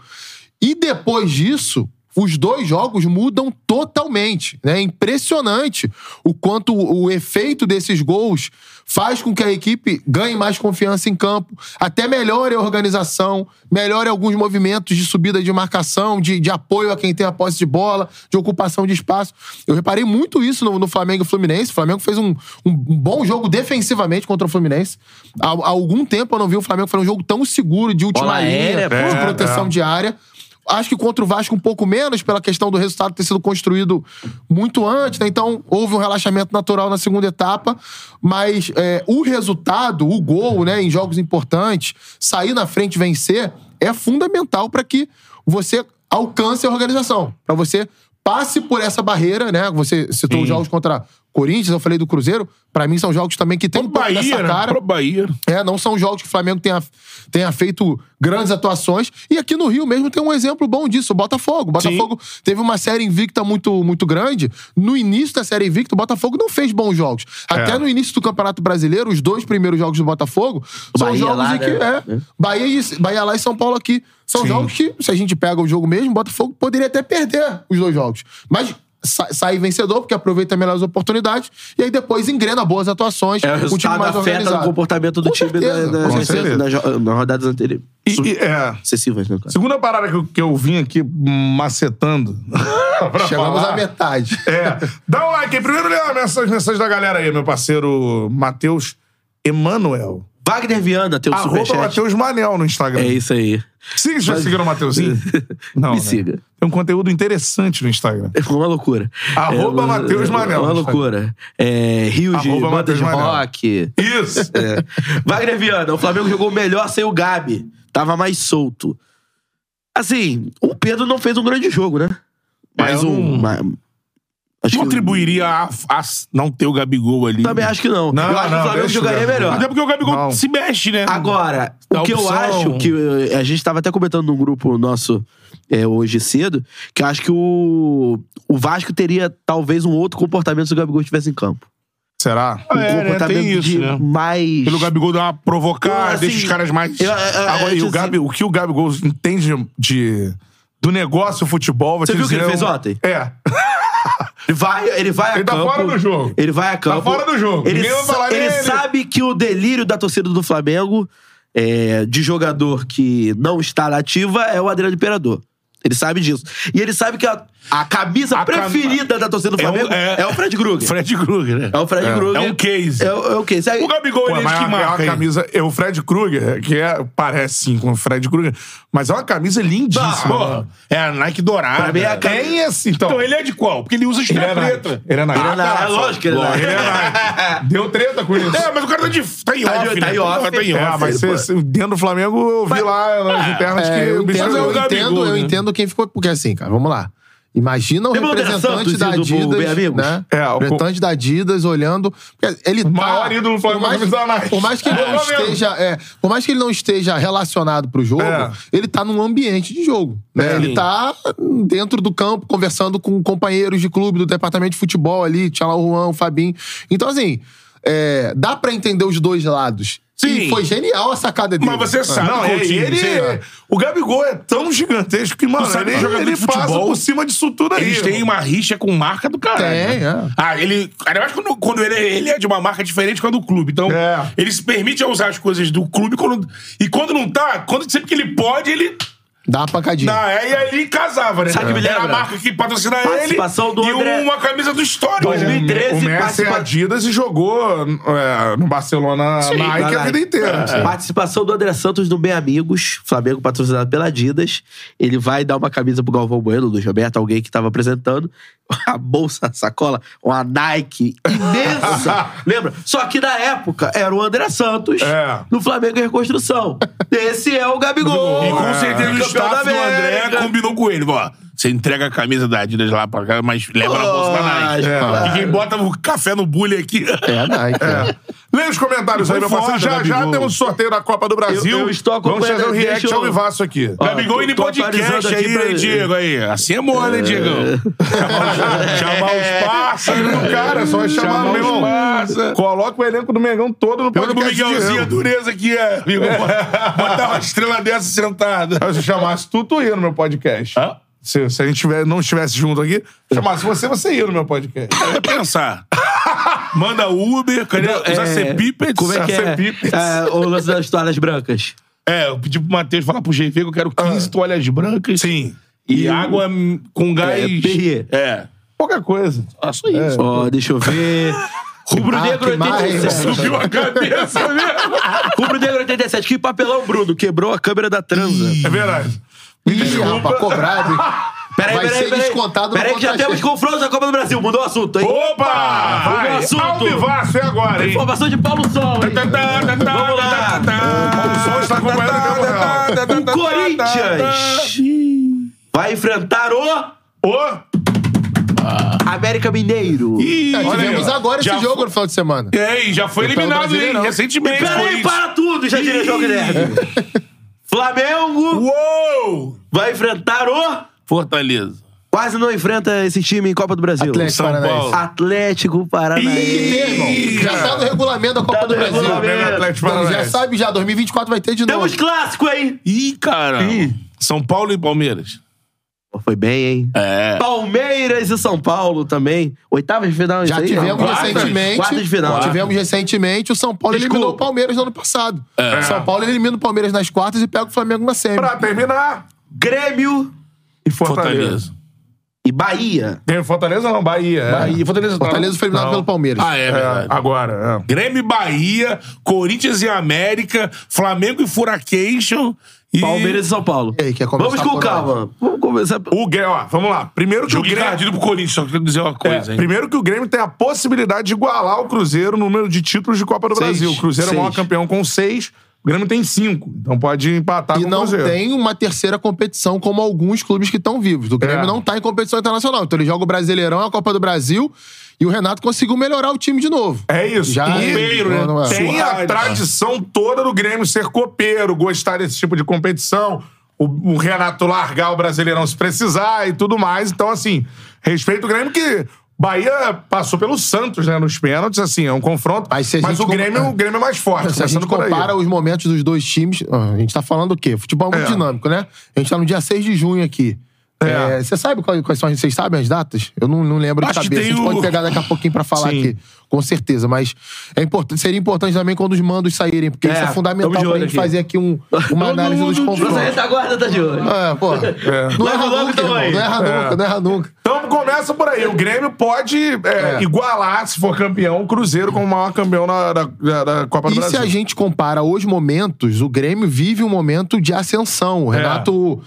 E depois disso, os dois jogos mudam totalmente. né? É impressionante o quanto o o efeito desses gols faz com que a equipe ganhe mais confiança em campo, até melhore a organização, melhore alguns movimentos de subida de marcação, de, de apoio a quem tem a posse de bola, de ocupação de espaço. Eu reparei muito isso no, no Flamengo e Fluminense. O Flamengo fez um, um bom jogo defensivamente contra o Fluminense. Há, há algum tempo eu não vi o Flamengo fazer um jogo tão seguro de última
Bola
linha,
aérea, pô.
de
É,
proteção de área. Acho que contra o Vasco um pouco menos, pela questão do resultado ter sido construído muito antes, né? Então, houve um relaxamento natural na segunda etapa, mas é, o resultado, o gol, né, em jogos importantes, sair na frente e vencer, é fundamental para que você alcance a organização, para você passe por essa barreira, né? Você citou os jogos contra Corinthians, eu falei do Cruzeiro, para mim são jogos também que tem um pouco
Bahia,
dessa
né?
cara.
Pro Bahia.
É, não são jogos que o Flamengo tenha, tenha feito grandes atuações. E aqui no Rio mesmo tem um exemplo bom disso, o Botafogo. O Botafogo teve um uma série invicta muito, muito grande. No início da série invicta, o Botafogo não fez bons jogos.
É.
Até no início do Campeonato Brasileiro, os dois primeiros jogos do Botafogo são
Bahia
jogos
lá,
em que...
né?
É, Bahia, e, Bahia lá e São Paulo aqui. São jogos que, se a gente pega o jogo mesmo, o Botafogo poderia até perder os dois jogos. Mas... sa- Sai vencedor, porque aproveita melhores oportunidades, e aí depois engrena boas atuações.
É, o
um time
resultado
mais
afeta o
organizado.
comportamento do
Com
time
certeza,
na- na-
com
nas-
certeza.
nas jo- nas rodadas anteriores.
E- e- é.
Sucessivas, né, cara?
Segunda parada que eu, que eu vim aqui macetando. pra
Chegamos
falar.
à metade.
É. Dá um like aí. Primeiro lê as mensagens, mensagens da galera aí, meu parceiro Matheus Emanuel.
Wagner Viana tem o
Arroba
superchat.
Matheus Manel no Instagram.
É isso aí.
Siga, já seguiram o Matheusinho? Não,
Me
né?
siga.
Tem um conteúdo interessante no Instagram.
É uma loucura.
Arroba
é, uma-
Matheus Manel.
Uma loucura. É, Rio de
Arroba
banda
Matheus
de
Manel.
rock.
Isso!
É. Wagner Viana, o Flamengo jogou melhor sem o Gabi. Tava mais solto. Assim, o Pedro não fez um grande jogo, né? Mas
É, eu
um.
não-
ma- Acho que-
Contribuiria a, a não ter o Gabigol ali.
Também acho que não.
Não,
eu acho que
não,
o Flamengo
deixa o
jogaria
Gabi.
melhor.
Até porque o Gabigol
Não.
se mexe, né?
Agora,
Da
o que eu
opção.
acho que eh, a gente tava até comentando num grupo nosso eh, hoje cedo, que eu acho que o, o Vasco teria talvez um outro comportamento se o Gabigol estivesse em campo.
Será?
um
É, né?
comportamento
Tem isso,
de
né?
mais.
Pelo Gabigol dar uma provocada,
Eu, assim,
deixa os caras mais.
eu- eu- eu-
Agora, e
eu-
o, Gabi, o que o Gabigol entende de, do negócio futebol... vou
Você
te
viu o que
dizer,
ele fez
é um-
ontem?
É.
Ele vai, ele vai a
Ele tá
campo.
fora do jogo. Tá
Ele vai a campo.
fora do jogo.
Ele,
Ninguém vai
sa-
falar
ele
nele.
sabe que o delírio da torcida do Flamengo, é, de jogador que não está na ativa, é o Adriano Imperador. Ele sabe disso. E ele sabe que a, a camisa
A cam-
preferida da torcida do
É um-
Flamengo é,
é-
o Fred Krueger.
Fred Krueger, né?
É o Fred Krueger.
É um case.
É, o- é o case. Aí-
O Gabigol,
Pô,
ele
mas
que
é uma, é uma
marca. hein?
camisa. É o Fred Krueger, que é, parece sim com o Fred Krueger, mas é uma camisa lindíssima. né?
Porra, é a Nike dourada.
Pra mim é a camisa-
Tem esse, então. Então ele é de qual? Porque ele usa
Ele
estrela
é
preta.
Nike. Ele é Nike.
Ele é Nike, é lógico que ele é
Lógico,
Nike.
Nike. Deu treta com isso.
É, mas o cara tá, de, tá em
Tá de-
off,
tá
né?
em off.
Tá em
É,
off.
mas cê-
pô.
cê- dentro do Flamengo eu vi lá nas internas
É,
que
eu
o bicho
entendo,
é o
eu
Gabigol,
entendo, eu
né?
entendo quem ficou. Porque assim, cara, vamos lá. Imagina o
Lembra o André
representante
Santos
da
e do- do Bem
Adidas,
Amigos?
né?
É, o-
representante da Adidas olhando. porque Ele tá,
maior ídolo do Flamengo,
por
é
mais,
camisa da Nike.
por mais
tá
que ele
É,
não
Flamengo.
esteja, é, por mais que ele não esteja relacionado pro jogo,
É.
ele tá num ambiente de jogo, né?
É.
Ele tá dentro do campo conversando com companheiros de clube do departamento de futebol ali, tinha lá o Juan, o Fabinho. Então assim, é, dá pra entender os dois lados.
Sim.
E foi genial a sacada dele.
Mas você sabe,
Não, é,
Coutinho,
ele,
você-
o Gabigol é tão gigantesco que, mano,
sabe
ele,
que jogador
ele
de
passa
futebol-
por cima disso tudo aí.
Eles têm
irmão.
uma rixa com marca do caralho.
Tem,
né?
é.
Ah, ele. Aliás, quando, quando ele, é- ele é de uma marca diferente com a do clube. Então,
É.
ele se permite a usar as coisas do clube quando- e quando não tá, quando sempre que ele pode, ele.
Dá uma pancadinha.
Dá, é, e ali casava, né?
Sabe que me
Era a
lembra?
marca que patrocina ele.
Participação do
e
André-
uma camisa do histórico.
2013
o Messi é
participa-
Adidas e jogou é, no Barcelona
Sim,
na Nike a
caralho.
vida inteira.
É. Participação do André Santos no Bem Amigos, Flamengo patrocinado pela Adidas. Ele vai dar uma camisa pro Galvão Bueno, Luiz Roberto, alguém que tava apresentando. A bolsa, a sacola, uma Nike imensa. Lembra? Só que na época era o André Santos
É.
no Flamengo em reconstrução. Esse é o Gabigol.
E com
É.
certeza o
Campeão
staff
da
do André
América.
combinou com ele. Ó, você entrega a camisa da Adidas lá pra cá, mas leva na bolsa da Nike.
Lógico,
É.
claro.
E quem bota o café no bullying aqui.
É a Nike. é.
Leia os comentários aí, meu
Foi
parceiro.
foda,
Já, já
Gabigol.
temos sorteio da Copa do Brasil.
Eu- eu estou
Vamos fazer o
acompanhando,
react
deixa eu-
ao vivaço aqui.
Ó,
Gabigol
tô-
indo em
tô atualizando
podcast
aqui
aí,
pra- É.
Diego, aí. Assim é mole, hein, Diego? Chamar os- Chamar os pássaros do
Cara, é
cara,
só chamar o
chamar os
Mengão.
pássaros.
Coloca o elenco do Mengão todo no
Pergunta pro
podcast.
Miguelzinho a
de Euro.
dureza que é, amigo. Botar uma estrela dessa sentada.
Se eu chamasse tu, tu ia no meu podcast.
Hã?
Se, se a gente tiver- não estivesse junto aqui, chamasse você, você ia no meu podcast.
Vai pensar. Manda Uber, cadê? Os
É,
acepipes.
Como é que é?
acepipes.
É, o lance das toalhas brancas.
É, eu pedi pro Matheus falar pro GV que eu quero 15 toalhas brancas. Sim. E,
E um-
água hum, com gás.
Perrier.
É.
Pouca coisa.
Ah, só isso.
Ó, deixa eu ver. Rubro
marca,
Negro
Ah, que marca, hein,
87.
velho?
Subiu a cabeça mesmo.
Rubro Negro 87. Que papelão, Bruno. Quebrou a câmera da transa.
É verdade.
Ih, rapaz, cobrado. hein? Vai ser descontado
Peraí,
no
que já
contra-cheque.
temos confrontos da Copa do Brasil. Mudou o assunto, hein?
Opa!
Mudou o
Vai.
Ao
assunto.
vivaço é agora, hein?
Informação de Paulo Sol,
Tá,
hein? Vamos lá.
O Sol está acompanhando o tempo real.
tá,
O Corinthians vai enfrentar o
Ô,
América Mineiro.
Ih,
É,
olha aí,
Tivemos
ó.
agora
Já
esse jogo no final de semana.
É, e já foi
Então,
eliminado, hein?
Brasileirão.
Recentemente.
Peraí,
Corinthians.
para tudo, já diretor Guilherme. Flamengo
Uou!
vai enfrentar o...
Fortaleza.
Quase não enfrenta esse time em Copa do Brasil.
Atlético
São
Paranaense.
Paulo.
Atlético Paranaense.
Ih, irmão, já tá no regulamento da Copa
Tá no
do Brasil.
regulamento.
Flamengo e Atlético
Então, já
Paranaense.
sabe, já 2024 vai ter de novo.
Temos clássico, hein?
Ih, cara. São Paulo e Palmeiras.
Foi bem, hein?
É.
Palmeiras e São Paulo também. Oitavas de final.
Já
isso aí,
tivemos
quartas?
recentemente.
Quartas É. de final.
Tivemos recentemente, o São Paulo
Desculpa.
eliminou o Palmeiras no ano passado. São Paulo elimina o Palmeiras nas quartas e pega o Flamengo na semi.
pra terminar,
Grêmio
e Fortaleza.
Fortaleza.
e Bahia.
Tem Fortaleza ou não? Bahia. é.
Bahia. Fortaleza,
Fortaleza foi eliminado
Não.
pelo Palmeiras.
Ah, é,
É,
verdade.
agora.
Grêmio e Bahia, Corinthians e América, Flamengo e Furacation e...
Palmeiras e São Paulo.
E aí, quer começar
Vamos com
por
calma. Vamos começar.
é. O Grêmio, ó, vamos lá. Primeiro que o
Jogo
Grêmio.
encardido pro Corinthians, só quero dizer uma coisa,
É,
hein?
primeiro que o Grêmio tem a possibilidade de igualar o Cruzeiro no número de títulos de Copa do
Seis.
Brasil. O Cruzeiro é o maior
Seis.
campeão com seis, o Grêmio tem cinco. Então pode empatar
E
com o
não
Cruzeiro.
tem uma terceira competição como alguns clubes que estão vivos. O Grêmio
É.
não tá em competição internacional. Então ele joga o Brasileirão, a Copa do Brasil e o Renato conseguiu melhorar o time de novo.
É isso.
Já-
e
Não, não é.
tem a
Surrado.
tradição toda do Grêmio ser copeiro, gostar desse tipo de competição, o, o Renato largar o Brasileirão se precisar e tudo mais. Então, assim, respeito o Grêmio que Bahia passou pelo Santos, né? Nos pênaltis, assim, é um confronto.
Mas se a
Mas
gente
o, Grêmio,
com-
o Grêmio é mais forte.
Se a gente
começando por aí.
compara os momentos dos dois times, ah, a gente tá falando o quê? Futebol é muito
É.
dinâmico, né? A gente tá no dia 6 de junho aqui.
É.
É, Você sabe qual- quais são as- Vocês sabem as datas? Eu não, não lembro
Acho
de
que
cabeça. A gente
tem o-
pode pegar daqui a pouquinho pra falar
Sim.
aqui, com certeza. Mas é importante, seria importante também quando os mandos saírem, porque
É,
isso é fundamental
tamo de
pra
olho
gente
aqui.
fazer aqui um- uma análise dos confrontos.
Nossa retaguarda tá de olho.
É, pô. Não
Logo,
erra
logo
nunca,
tamo
irmão.
aí.
Não erra nunca, não erra nunca.
Então começa por aí. O Grêmio pode é,
É.
igualar, se for campeão, o Cruzeiro como o maior campeão na- da, da- da Copa do
E se
Brasil.
a gente compara os momentos, o Grêmio vive um momento de ascensão. O
É.
Renato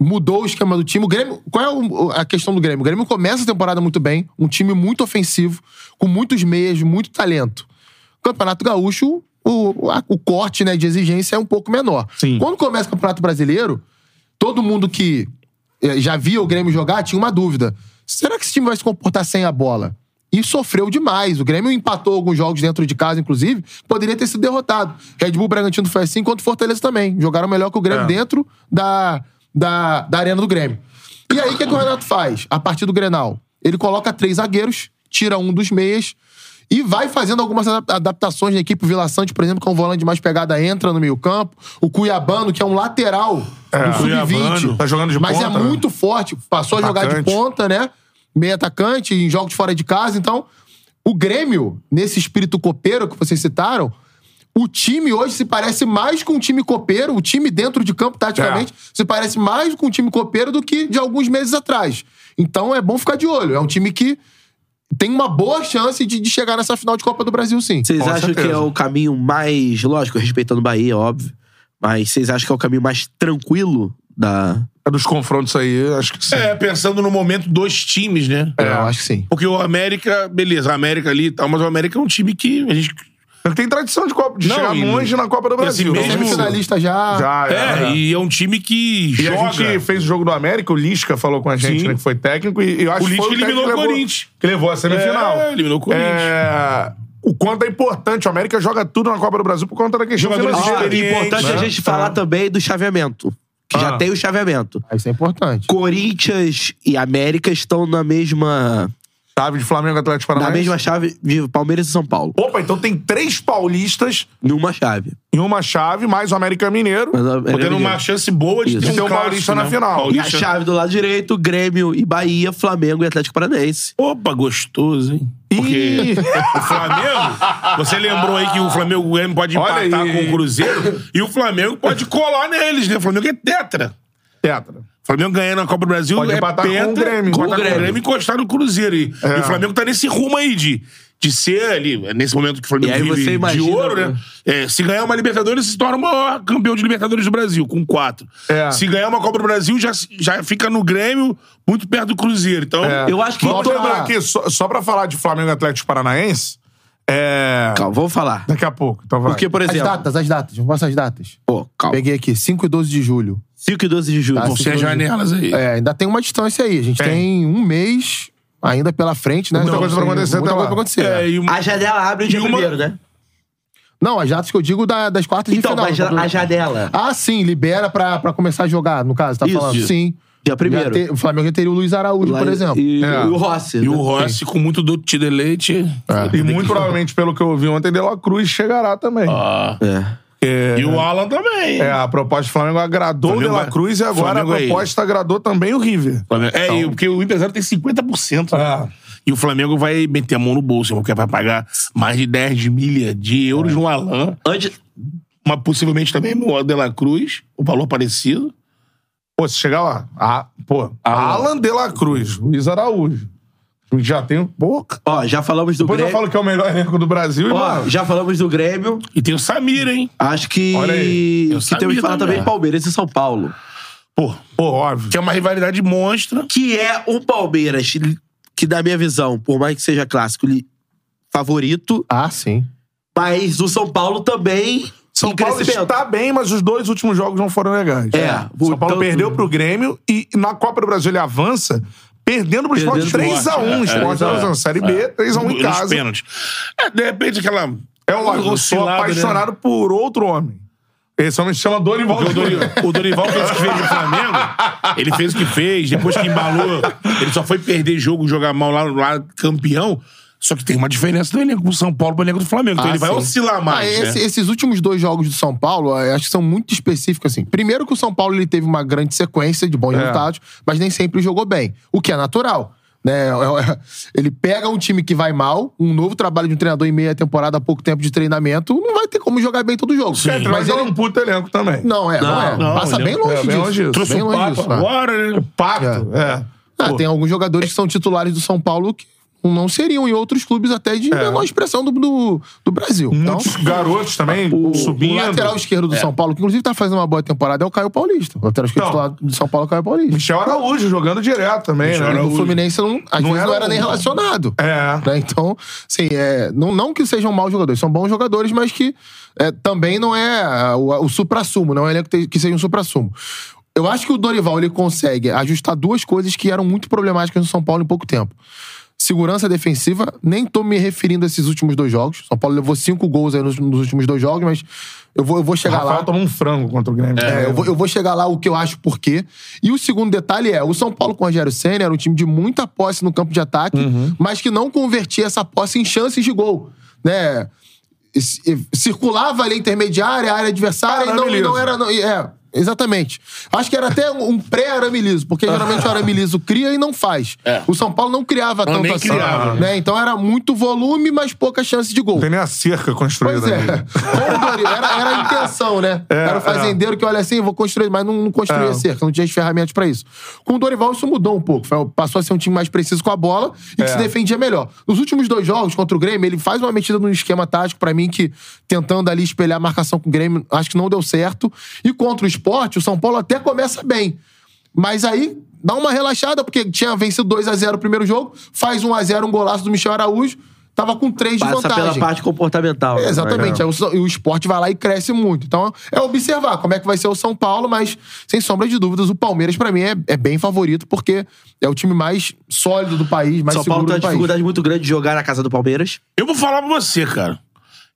mudou o esquema do time. O Grêmio, qual é o- a questão do Grêmio? O Grêmio começa a temporada muito bem, um time muito ofensivo, com muitos meias, muito talento. Campeonato Gaúcho, o, a- o corte né, de exigência é um pouco menor.
Sim.
Quando começa o Campeonato Brasileiro, todo mundo que eh, já via o Grêmio jogar tinha uma dúvida. Será que esse time vai se comportar sem a bola? E sofreu demais. O Grêmio empatou alguns jogos dentro de casa, inclusive. Poderia ter sido derrotado. Red Bull Bragantino foi assim, contra o Fortaleza também. Jogaram melhor que o Grêmio
É.
dentro da, da, da arena do Grêmio. E aí, o que, é que o Renato faz? A partir do Grenal, ele coloca três zagueiros, tira um dos meias e vai fazendo algumas adap- adaptações na equipe. O Vila Sante, por exemplo, que é um volante de mais pegada, entra no meio campo. O Cuiabano, que é um lateral
É,
do sub-20.
Cuiabano, tá jogando de
Mas
ponta,
é
né?
muito forte. Passou a jogar de
Atacante.
ponta, né? Meio atacante, em jogos fora de casa. Então, o Grêmio, nesse espírito copeiro que vocês citaram, o time hoje se parece mais com um time copeiro, o time dentro de campo,
É.
taticamente, se parece mais com um time copeiro do que de alguns meses atrás. Então é bom ficar de olho. É um time que tem uma boa chance de, de chegar nessa final de Copa do Brasil, sim.
Vocês
Com
acham que é
certeza.
o caminho mais. Lógico, respeitando o Bahia, óbvio. Mas vocês acham que é o caminho mais tranquilo da.
Dos confrontos aí, acho que sim.
É, pensando no momento dos times, né?
É, eu acho que sim.
Porque o América, beleza, o América ali e tal, mas o América é um time que a gente.
Ele tem tradição de, Copa, de
Não,
chegar
e-
longe na Copa
e
do Brasil.
assim,
né?
mesmo-
Semifinalista já.
Já,
É, e é um time que
E
joga.
a gente fez o jogo do América, o Lisca falou com a gente,
Sim.
né, que foi técnico, e eu acho
O
que foi
Lisca
técnico
eliminou
que
o
levou-
Corinthians.
Que levou a semifinal.
É, eliminou o Corinthians.
É, o quanto é importante, o América joga tudo na Copa do Brasil por conta da questão
Jogadores
financeira.
Ah,
experientes,
é importante
né?
a gente falar também do chaveamento. Que
Ah.
já tem o chaveamento.
Isso é importante.
Corinthians e América estão na mesma.
Chave de Flamengo Atlético
Na
Paranaense.
mesma chave de Palmeiras e São Paulo.
Opa, então tem três paulistas
Numa chave.
em uma chave, mais o América Mineiro.
Mas a- é
Tendo uma chance boa de
Isso.
ter
De ter
um
o Paulista
clássico,
na
né?
final.
E a
Paulista.
chave do lado direito, Grêmio e Bahia, Flamengo e Atlético Paranaense.
Opa, gostoso, hein? Porque o Flamengo, você lembrou aí que o Flamengo o Grêmio pode
Olha
empatar
aí.
com o Cruzeiro e o Flamengo pode colar neles, né? O Flamengo é tetra.
Tetra.
O Flamengo ganhando a Copa do Brasil
Pode
é
empatar com o
tetra,
Grêmio.
empatar
Com o
com o
Grêmio. É.
Grêmio e encostar no Cruzeiro. E, e o Flamengo tá nesse rumo aí de, de ser ali, nesse momento que o Flamengo
E aí
vive
você imagina,
de ouro, né?
né?
É, se ganhar uma Libertadores, se torna o maior campeão de Libertadores do Brasil, com quatro.
É.
Se ganhar uma Copa do Brasil, já, já fica no Grêmio, muito perto do Cruzeiro. Então,
Eu acho que.
Vamos
Volta-
lembrar É. aqui, só, só pra falar de Flamengo e Atlético Paranaense, é...
Calma, vamos falar.
Daqui a pouco, então vai.
Porque, por
As
exemplo.
datas, as datas. Vamos passar as datas.
Pô, calma.
Peguei aqui, 5 e 12 de julho.
5 e 12 de julho.
Tá,
Pô,
cinco
Você
e
é
12 de
janelas aí.
É, ainda tem uma distância aí. A gente
Tem.
tem, um mês ainda pela frente, né?
Muita coisa pra
tem
acontecer
Muita
até
coisa
lá.
pra acontecer.
É, e o-
A janela abre o dia
E uma-
primeiro, né?
Não, as datas que eu digo da- das quartas
Então,
de final.
mas
do
ja-
campeonato.
a janela.
Ah, sim, libera pra, pra começar a jogar, no caso, tá
Isso.
falando? Sim.
Dia primeiro.
Já te- o Flamengo já teria o Luiz Araújo,
Lá
por
e-
exemplo.
E,
É.
e o Rossi.
E
né?
o Rossi com muito doce de
É.
leite.
E muito provavelmente, pelo que eu ouvi ontem, De La Cruz chegará também.
É.
Ah. E o Alan também.
É, a proposta do Flamengo agradou
Flamengo
o De La
é-
Cruz e agora
Flamengo é
a proposta agradou também o River.
É, e o- porque o empresário tem 50%. né?
Ah.
E o Flamengo vai meter a mão no bolso, porque vai pagar mais de 10 milha de euros no Alan,
Antes,
mas possivelmente também no De La Cruz, o valor parecido.
Pô, se chegar lá, a, pô,
Alan.
Alan De La Cruz, Luiz Araújo. Já tem. Pô,
ó, já falamos do
depois eu
Grêmio.
falo que é o melhor elenco do Brasil e,
Ó,
mano,
já falamos do Grêmio.
E tem o Samir, hein?
Acho que.
Olha aí.
Eu
que temos
sabia
que falar também
também.
Palmeiras e São Paulo.
Pô,
pô, óbvio.
que é uma rivalidade monstra.
Que é o Palmeiras, que, da minha visão, por mais que seja clássico, ele- favorito.
Ah, sim.
Mas o São Paulo também.
São
em
Paulo
crescimento.
está bem, mas os dois últimos jogos não foram legais.
É,
São Paulo
voltando-
perdeu pro Grêmio e na Copa do Brasil ele avança, perdendo pro Sport
Perdendo pro
3x1.
Sport, é,
Sport
é,
tá na Série B, 3x1 em
Nos
casa.
pênaltis. É, de repente aquela.
É óbvio, eu sou
oscilada, né?
apaixonado por outro homem. Esse homem se chama Dorival.
Porque o Dori- o Dorival fez o que fez no Flamengo. Ele fez o que fez, depois que embalou Ele só foi perder jogo, jogar mal lá, lá campeão. Só que tem uma diferença do elenco do São Paulo pro elenco do Flamengo. Então
Ah,
ele vai
sim.
oscilar mais.
Ah,
né?
esse- Esses últimos dois jogos do São Paulo, eh, acho que são muito específicos, assim. Primeiro que o São Paulo ele teve uma grande sequência de bons
É.
resultados, mas nem sempre jogou bem. O que é natural. Né? Ele pega um time que vai mal, um novo trabalho de um treinador em meia temporada, pouco tempo de treinamento, não vai ter como jogar bem todo jogo.
Pedro, mas ele é um puto elenco também.
Não, é, não,
Não,
é.
não,
Passa
ele
bem
é-
longe
é, bem
disso.
longe disso.
Trouxe
bem
o
longe
papo
disso, né?
agora, né?
Pacto, é.
Ah, tem alguns jogadores que são titulares do São Paulo que não seriam em outros clubes até de menor expressão do, do, do Brasil. Então,
É. Muitos garotos também
O
subindo.
lateral esquerdo do São Paulo, que inclusive tá fazendo uma boa temporada, é o Caio Paulista. O lateral esquerdo
Não.
do São Paulo é o Caio Paulista.
Michel Araújo jogando direto também,
E
né?
no Fluminense, não, às
Não
vezes,
era
não era
um-
nem relacionado.
É.
Né? Então, sim, é, não, não que sejam maus jogadores, são bons jogadores, mas que é, também não é ah, o, o supra-sumo, não é um elenco que te- que seja um supra-sumo. Eu acho que o Dorival ele consegue ajustar duas coisas que eram muito problemáticas no São Paulo em pouco tempo. Segurança defensiva, nem tô me referindo a esses últimos dois jogos. São Paulo levou cinco gols aí nos, nos últimos dois jogos, mas eu vou, eu vou
O
chegar
Rafael
lá.
tomou um frango contra o Grêmio.
É, eu, vou, eu vou chegar lá o que eu acho por quê. E o segundo detalhe é: o São Paulo com o Rogério Senna era um time de muita posse no campo de ataque, mas que não convertia essa posse em chances de gol. Né? E c- e circulava ali a intermediária, a área adversária, e não, e não
Parabeniza.
era. não- e- é, exatamente. Acho que era até um um pré-arame liso, porque geralmente o arame liso cria e não faz. O São Paulo não criava tanto
nem
assim.
criava,
né? Então era muito volume, mas pouca chance de gol.
Não tem nem a cerca construída.
Pois é.
ainda.
Com o Dorival, era, era a intenção, né? era o fazendeiro que olha assim, vou construir, mas não, não construía cerca, não tinha as ferramentas pra isso. Com o Dorival, isso mudou um pouco. Foi- passou a ser um time mais preciso com a bola e que se defendia melhor. Nos últimos dois jogos contra o Grêmio, ele faz uma metida num esquema tático, pra mim, que tentando ali espelhar a marcação com o Grêmio, acho que não deu certo. E contra o esporte, o São Paulo até começa bem. Mas aí dá uma relaxada, porque tinha vencido 2x0 o primeiro jogo, faz 1x0 um golaço do Michel Araújo, tava com 3 de
Passa
vantagem.
pela parte comportamental. né?
É, Exatamente. Aí o São- E o esporte vai lá e cresce muito. Então, é observar como é que vai ser o São Paulo, mas, sem sombra de dúvidas, o Palmeiras, pra mim, é, é bem favorito, porque é o time mais sólido do país, mais
São
seguro
Paulo tá tem uma
do país.
dificuldade muito grande de jogar na casa do Palmeiras.
Eu vou falar pra você, cara.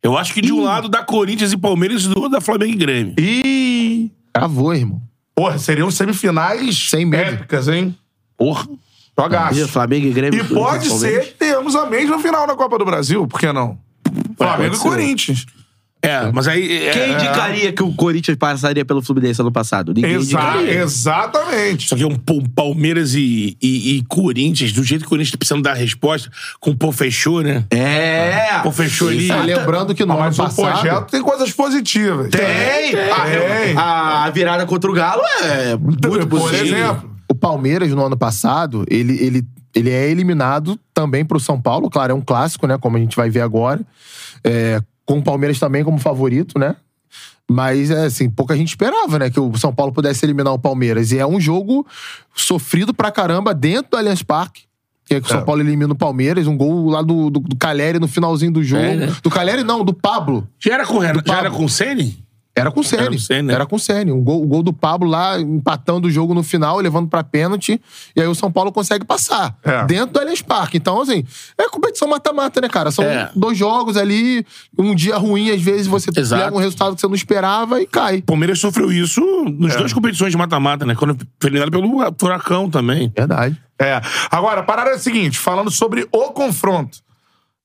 Eu acho que de um lado da Corinthians e Palmeiras e do outro da Flamengo e Grêmio.
Ih!
Travou, irmão.
Porra, seriam semifinais
Sem medo.
épicas, hein?
Porra.
Jogaço.
Flamengo e Grêmio.
E pode
Palmeiras.
ser que tenhamos a mesma final da Copa do Brasil, por que não? Flamengo e Corinthians.
É, mas aí. é-
Quem indicaria que o Corinthians passaria pelo Fluminense ano passado? Ninguém
Exa
indicaria.
exatamente.
Só que um Pal- Palmeiras e, e- e Corinthians, do jeito que o Corinthians tá precisando dar a resposta, com o Pô fechou, né?
É!
Pô fechou ali.
É, lembrando que no
Ah,
ano
mas o
passado...
projeto tem coisas positivas.
Tem!
Ah, tem.
A, a virada contra o Galo é muito
Por
positivo.
exemplo.
O Palmeiras, no ano passado, ele, ele, ele é eliminado também pro São Paulo. Claro, é um clássico, né? Como a gente vai ver agora. É, com o Palmeiras também como favorito, né? Mas, é, assim, pouca gente esperava, né? Que o São Paulo pudesse eliminar o Palmeiras. E é um jogo sofrido pra caramba dentro do Allianz Parque. Que é que o São Paulo elimina o Palmeiras. Um gol lá do, do, do Caleri no finalzinho do jogo. Do Caleri, não, do Pablo.
Já era com o Renato- já
Pablo.
era com o Ceni?
Era com o Ceni.
Era com o Ceni, né?
Era com o Ceni. Um gol, o gol do Pablo lá empatando o jogo no final, levando pra pênalti. E aí o São Paulo consegue passar.
É.
Dentro do Allianz Parque. Então, assim, é competição mata-mata, né, cara? São
É.
dois jogos ali, um dia ruim, às vezes você
Exato.
pega um resultado que você não esperava e cai.
O Palmeiras sofreu isso
É.
nas duas competições de mata-mata, né? Quando foi eliminado pelo Furacão também.
Verdade.
É. Agora, a parada é a seguinte, falando sobre o confronto.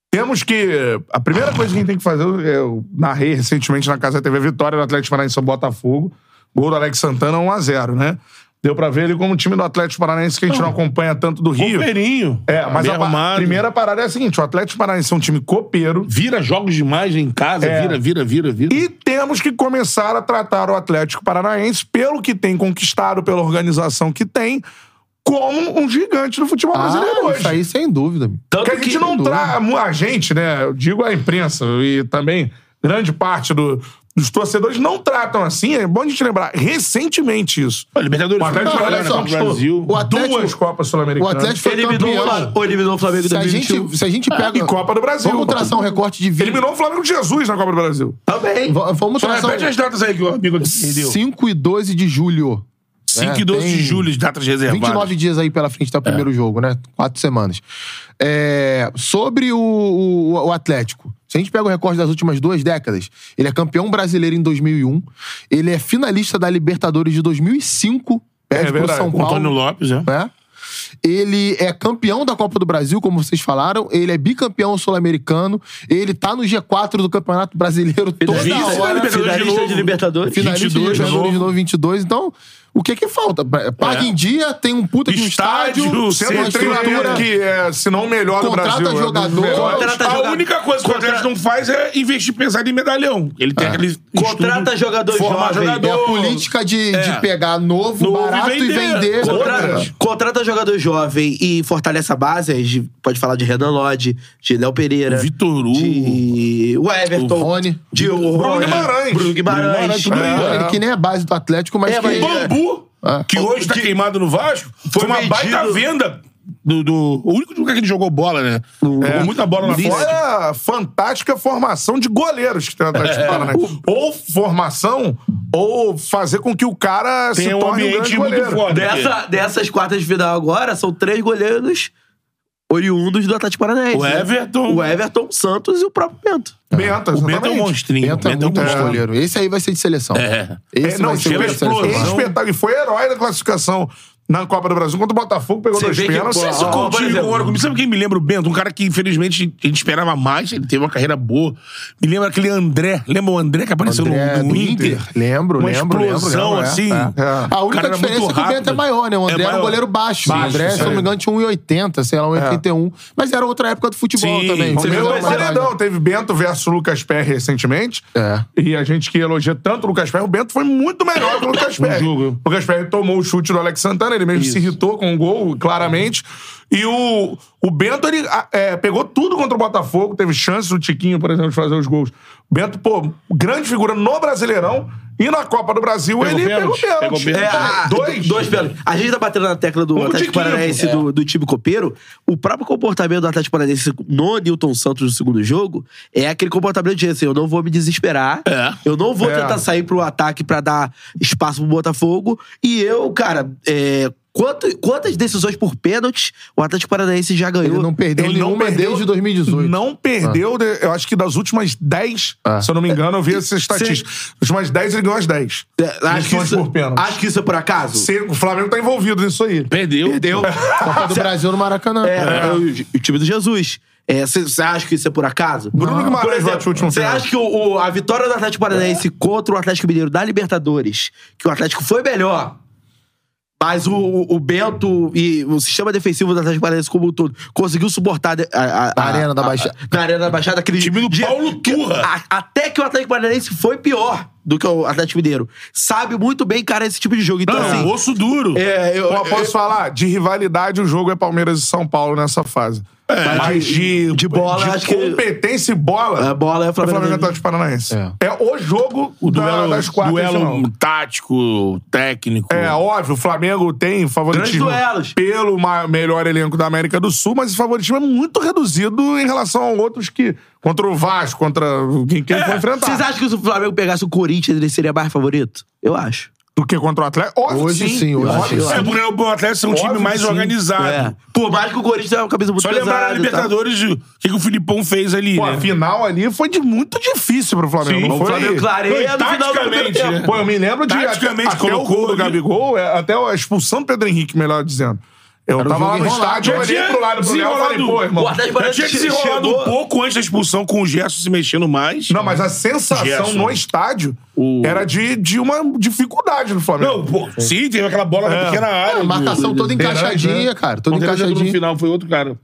Temos que. A primeira coisa que a gente tem que fazer, eu- eu narrei recentemente na Casa da TV Vitória do Atlético Paranaense sobre Botafogo. Gol do Alex Santana 1x0, né? Deu pra ver ele como um time do Atlético Paranaense que a gente não acompanha tanto do Rio.
Cooperinho.
É, mas
Bem
a pa-
arrumado.
primeira parada é a seguinte: o Atlético Paranaense é um time copeiro.
Vira jogos demais em casa,
É.
vira, vira, vira, vira.
E temos que começar a tratar o Atlético Paranaense, pelo que tem conquistado, pela organização que tem, como um gigante do futebol brasileiro
Ah,
é hoje.
isso aí é sem dúvida. amigo.
Tá
Porque a gente não
sem dúvida.
traz. A gente, né? Eu digo a imprensa e também grande parte do- dos torcedores não tratam assim. É bom a gente lembrar recentemente isso.
Pô, Libertadores
O
foi
Atlético
olha
Paranaense
campeão,
só,
né? Copa do Brasil.
o Atlético-
duas Copas
O
Sul-Americanas.
Atlético foi
Eliminou, o Fla-
campeão.
ou eliminou o Flamengo em
Se a,
2021.
gente, se a gente pega.
E Copa do Brasil.
Vamos traçar um recorte de 20.
Eliminou o Flamengo de Jesus na Copa do Brasil.
Também.
V- Vamos
Só
traçar.
repete as
Um...
datas aí que o amigo aqui perdeu.
5 e 12 de julho.
5
É,
e 12 de
tem-
julho, as datas reservadas.
29 dias aí pela
É.
frente do primeiro jogo, né? Quatro semanas. É, sobre o, o- o Atlético. Se a gente pega o recorde das últimas duas décadas, ele é campeão brasileiro em 2001, ele é finalista da Libertadores de 2005, perde pro
verdade.
São
Com o Antônio
Paulo,
Lopes, é.
né? Ele é campeão da Copa do Brasil, como vocês falaram. Ele é bicampeão sul-americano. Ele tá no G4 do Campeonato Brasileiro
é
toda
Finalista da
hora.
Libertadores de
Finalista
novo.
de Libertadores.
Então, Finalista
22
de
de
novo. de
novo.
novo, 22. Então, o que que falta? Paga
É.
em dia, tem um puta de um estádio,
Estádio,
tem uma
centro
Tem
de
estrutura.
treinador que é, se não o melhor do
Contrata
Brasil. é um dos
jogador.
melhores.
Contrata
a
jogador.
única coisa que o
Contra-
Atlético não faz é investir pesado em medalhão. Ele
É.
tem aquele. estudo-
Contrata jogador
formar
jovem.
jogador.
É a política de,
É.
de pegar novo,
Novo e
barato e
vender.
vender.
Contrata, contrata jogador jovem e fortalece a base. A gente pode falar de Renan Lodge, de Léo Pereira.
Vitor Hugo.
De o Everton.
O Rony.
De o
Bruno
Rony.
Guimarães.
Bruno Guimarães.
Bruno Guimarães, tudo
Ele
É.
que nem é base do Atlético, mas
É,
que
mas-
Bambu,
É.
que hoje tá queimado no Vasco, foi
Foi
uma baita
vendido.
venda. Do, do- o único lugar que ele jogou bola, né? Jogou muita bola na fora.
Fora a fantástica formação de goleiros que tem o
É.
Atlético Paranaense. Ou formação, ou fazer com que o cara
Tem
se
um
torne um grande
ambiente muito
goleiro.
foda.
Dessa- dessas quartas de final agora, são três goleiros oriundos do Atlético Paranaense.
O
né?
Everton.
O Everton, o Santos e o próprio Bento.
Ah.
Bento,
O Bento é um
exatamente.
monstrinho.
Bento é
Bento
muito
um
bom
monstro.
goleiro. Esse aí vai ser de seleção.
É.
Esse
É, não,
vai ser
chegou
de seleção.
explosão.
Esse-
espetacular. E foi herói da classificação na Copa do Brasil. Contra o Botafogo, pegou
Você
dois
vê que,
pênaltis.
pô,
Não sei se o
Ah, por
Coutinho
exemplo.
concorda comigo. Sabe quem me lembra o Bento? Um cara que, infelizmente, a gente esperava mais. Ele teve uma carreira boa. Me lembra aquele André. Lembra o André que apareceu no-
André,
no,
do
Inter?
Inter. Lembro,
uma
lembro, lembro,
explosão,
lembro, é,
assim.
é.
A
O
única
cara era
diferença é
muito
que o Bento
rápido.
é maior, né? O André era um
maior.
goleiro baixo.
Baixo,
o André,
isso
se não me
aí.
engano, tinha 1,80, sei
É.
lá, 1,81. Mas era outra época do futebol
Sim,
também.
o
O
Você
Você
meu
viu
é
a
o
maneira-
paredão. Teve Bento versus Lucas Perry recentemente.
É.
E a gente que elogia tanto o Lucas Perry, o Bento foi muito melhor que o Lucas Perry.
jogo.
O Lucas
É.
Perry tomou o chute do Alex Santana, ele mesmo se irritou com o Um gol, claramente. E o, o Bento, ele a- é, pegou tudo contra o Botafogo, teve chance do Tiquinho, por exemplo, de fazer os gols. O Bento, pô, grande figura no Brasileirão e na Copa do Brasil,
Pegou
ele
pênalti,
pegou
pegou
pênalti.
pênalti.
É, a-
dois.
Dois pênaltis. A gente tá batendo na tecla do
Um
Atlético
tiquinho,
Paranaense
é.
do, do time copeiro. O próprio comportamento do Atlético Paranaense no Newton Santos no segundo jogo é aquele comportamento de assim, eu não vou me desesperar,
É.
eu não vou
É.
tentar sair pro ataque pra dar espaço pro Botafogo. E eu, cara, é, quanto- quantas decisões por pênalti o Atlético Paranaense já ganhou?
Ele não perdeu
Ele não
nenhuma
perdeu-
desde 2018.
Não perdeu,
Ah.
de- eu acho que das últimas 10,
Ah.
se eu não me engano, eu vi essa estatística. Das últimas 10, ele ganhou as 10.
É, acho, que
Decisões
isso,
por pênalti.
acho que isso é por acaso.
Se- O Flamengo tá envolvido nisso aí.
Perdeu. Perdeu.
Copa do Brasil no Maracanã.
É, O, o time do Jesus. Você acha que isso é por acaso?
Bruno Guimarães bate o último
Você
pênalti.
acha que o, o- a vitória do Atlético Paranaense contra o Atlético Mineiro da Libertadores, que o Atlético foi melhor, mas o, o- o Bento e o sistema defensivo do Atlético Paranaense como um todo conseguiu suportar de- a, a-
Na
a-
Arena da
a-
Baixada.
na Arena da Baixada, aquele
Time do
dia-
Paulo Turra.
a- até que o Atlético Paranaense foi pior do que o Atlético Mineiro. Sabe muito bem, cara, esse tipo de jogo. Então,
Não,
assim.
osso duro.
É, eu,
Pô, posso falar? De rivalidade, o jogo é Palmeiras e São Paulo nessa fase. Mas de,
É, de bola, acho que-
competência e bola.
A bola é Flamengo.
Flamengo e Atlético Paranaense. É.
É.
o jogo
O
da-
duelo,
é das quartas. de final.
duelo tático, técnico.
É, óbvio, o Flamengo tem favoritismo
Grandes duelos.
pelo ma- melhor elenco da América do Sul, mas esse favoritismo é muito reduzido em relação a outros que. Contra o Vasco, contra quem que ele for enfrentar.
É, Vocês acham que se o Flamengo pegasse o Corinthians, ele seria mais favorito? Eu acho.
Do que contra o Atlético? Óbvio,
Hoje
sim.
sim, hoje
óbvio,
sim.
É porque o Atlético é um time
Óbvio
mais
que sim.
organizado.
É. Por mais que o Corinthians é uma cabeça muito
Só
pesada.
lembrar na
e tal.
Libertadores o que, que o Filipão fez ali,
Pô, a
né?
final ali foi de muito difícil pro Flamengo.
Sim,
não
o
foi
Flamengo clareia no final do primeiro
taticamente,
tempo.
né?
Pô, eu me lembro de
Taticamente
até, até o
colocou
gol
ali.
do Gabigol, é, até a expulsão do Pedro Henrique, melhor dizendo. Eu
Era um
tava lá
jogo
no
enrolado.
estádio, eu
Já
olhei
tinha
pro lado do Léo e falei,
desenrolado.
pô, irmão.
O Atlético
Já
Paranaense
tinha que se enrolado
chegou-
um pouco antes da expulsão com o Gerson se mexendo mais.
Não, mas a sensação
Gerson.
no estádio
O-
era de, de uma dificuldade do Flamengo.
Não, pô, sim, teve aquela bola
É.
na pequena área.
A marcação toda
né?
encaixadinha, cara. Toda
Não teve jogador é no
encaixadinha.
final, foi outro cara.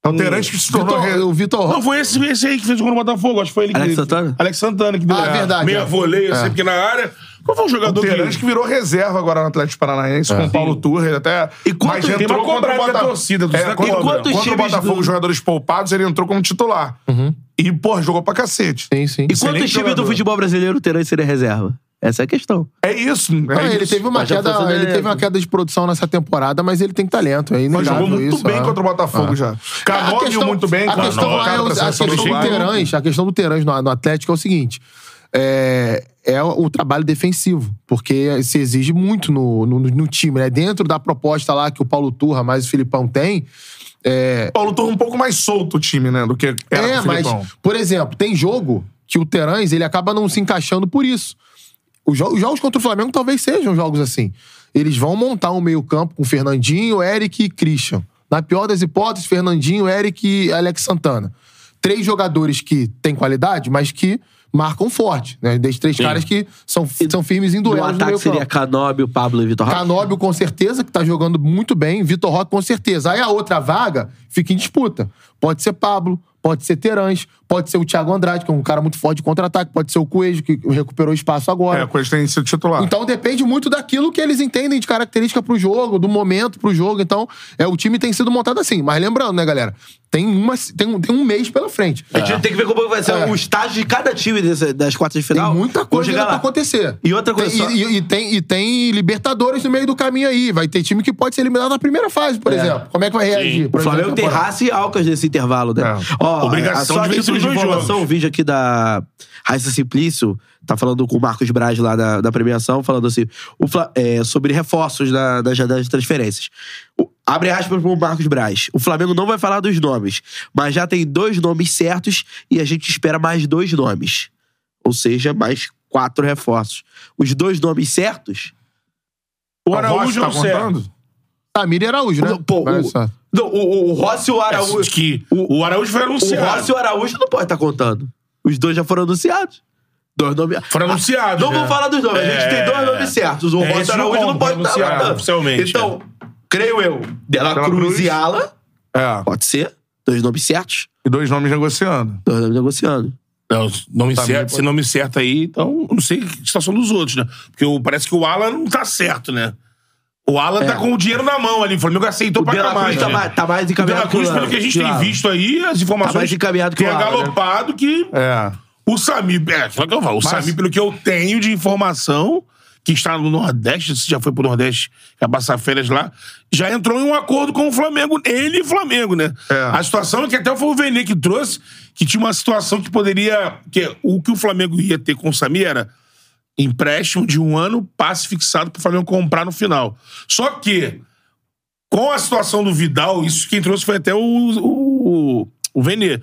Então, o Terence se tornou...
Vitor,
re-
o Vitor
Não, foi esse, esse aí que fez o gol no Botafogo, acho que foi ele que
Alex
deu.
Santana?
Alex Santana que deu.
Ah, verdade,
Meia
é.
voleia, assim, pequena área. Qual foi o
O
jogador
Terence que virou reserva agora no Atlético
É.
Paranaense, com o Paulo Turres até.
E quanto-
mas
tem uma
entrou contra o
cobrada da
Botafogo.
torcida, a torcida
é, contra,
cobra.
contra
E quantos
o
times
Botafogo,
do-
os jogadores poupados, ele entrou como titular.
Uhum.
E, pô, jogou pra cacete.
Sim, sim.
E quantos times do
jogador.
futebol brasileiro terão seria reserva? Essa é a questão.
É isso. É
Ah, ele
isso.
teve uma
Mas já
queda,
foi
ele
fazer-
teve uma queda de produção nessa temporada, mas ele tem talento, é
Mas
inegável
jogou muito
isso,
bem
é.
contra o Botafogo
Ah.
já.
A
Canônio
questão-
muito bem.
A questão,
Canônio,
é,
cara, pra
o- a
seleção
questão do
uruguaia.
Terãs, a questão do Terãs no, no Atlético é o seguinte. É, é o o trabalho defensivo, porque se exige muito no, no, no time, né? Dentro da proposta lá que o Paulo Turra mais o Filipão tem,
O Paulo tornou um pouco mais solto o time, né? Do que era
é,
com o
mas,
Filipão.
por exemplo, tem jogo que o Terãs, ele acaba não se encaixando por isso. Os, jo- os jogos contra o Flamengo talvez sejam jogos assim. Eles vão montar um meio-campo com Fernandinho, Eric e Christian. Na pior das hipóteses, Fernandinho, Eric e Alex Santana. Três jogadores que têm qualidade, mas que marcam forte. Né? Desde três caras que são, são firmes em
O
duelos no
ataque
meio-campo.
seria Canóbio, Pablo e Vitor Roque.
Canóbio, com certeza, que tá jogando muito bem. Vitor Roque, com certeza. Aí a outra vaga fica em disputa. Pode ser Pablo, pode ser Terãs, pode ser o Thiago Andrade, que é um cara muito forte de contra-ataque, pode ser o Coelho, que recuperou espaço
É,
agora.
a coisa tem sido titular.
Então depende muito daquilo que eles entendem de característica pro jogo, do momento pro jogo. Então, é, o time tem sido montado assim. Mas lembrando, né, galera? Tem, uma, tem, um, tem um mês pela frente.
A gente tem que ver como vai ser
É.
o estágio de cada time desse- das quartas de
Tem
final.
muita
Vamos
coisa ainda pra acontecer.
E outra coisa
Tem-
só-
e, e- e tem, e tem Libertadores no meio do caminho aí. Vai ter time que pode ser eliminado na primeira fase, por exemplo. Como é que vai reagir?
O
por
Flamengo
exemplo,
tem
temporada?
raça e alcas nesse intervalo, né?
É.
Ó,
Obrigação
só
de vencer
título
os
de
dois
informação,
jogos.
o vídeo aqui da Raíssa Simplício, tá falando com o Marcos Braz lá da, da premiação, falando assim, o Fla- é, sobre reforços da, da janela de transferências. O- abre aspas pro Marcos Braz. O Flamengo não vai falar dos nomes, mas já tem dois nomes certos e a gente espera mais dois nomes. Ou seja, mais quatro reforços. Os dois nomes certos...
O
A voz
Araújo
tá
não serve.
contando?
Samir e Araújo, né?
Pô,
Olha
o,
só.
não, o, o Rossi e o Araújo...
É, que o Araújo foi
O
anunciado.
Rossi e o Araújo não pode estar contando. Os dois já foram anunciados. Dois nomes.
Foram
Ah,
anunciados,
Não
né?
vou falar dos nomes. A gente
É.
tem dois nomes certos. O
É,
Rossi e
esse
o Araújo
não
não
conta,
pode estar
anunciado,
contando.
oficialmente,
Então, creio eu, Dela
Dela
Cruz,
Cruz.
e Ala.
É.
Pode ser. Dois nomes certos.
E dois nomes negociando.
Dois nomes negociando.
Não, É, os nome
Tá
Também
certo,
pode-
se nome certo aí, então eu não sei a situação dos outros, né? Porque o- parece que o Alan não tá certo, né? O Alan tá com o dinheiro na mão ali. O Flamengo aceitou
É. O
pra
De La
pagar mais.
Cruz tá
né?
mais- tá mais
O De La
encaminhado
Cruz,
que o
pelo que a gente
Alan.
tem visto aí, as informações.
Tá mais encaminhado que
tem
o Alan, né?
galopado que.
É.
O Samir. É, aquilo que eu falo. O Samir, pelo que eu tenho de informação, que está no Nordeste, se já foi pro Nordeste, já passar férias lá, já entrou em um acordo com o Flamengo, ele e o Flamengo, né?
É.
A situação é que até foi o Vene que trouxe, que tinha uma situação que poderia. Que o que o Flamengo ia ter com o Samir era empréstimo de um ano, passe fixado pro Flamengo comprar no final. Só que, com a situação do Vidal, isso quem trouxe foi até o, o, o Vene.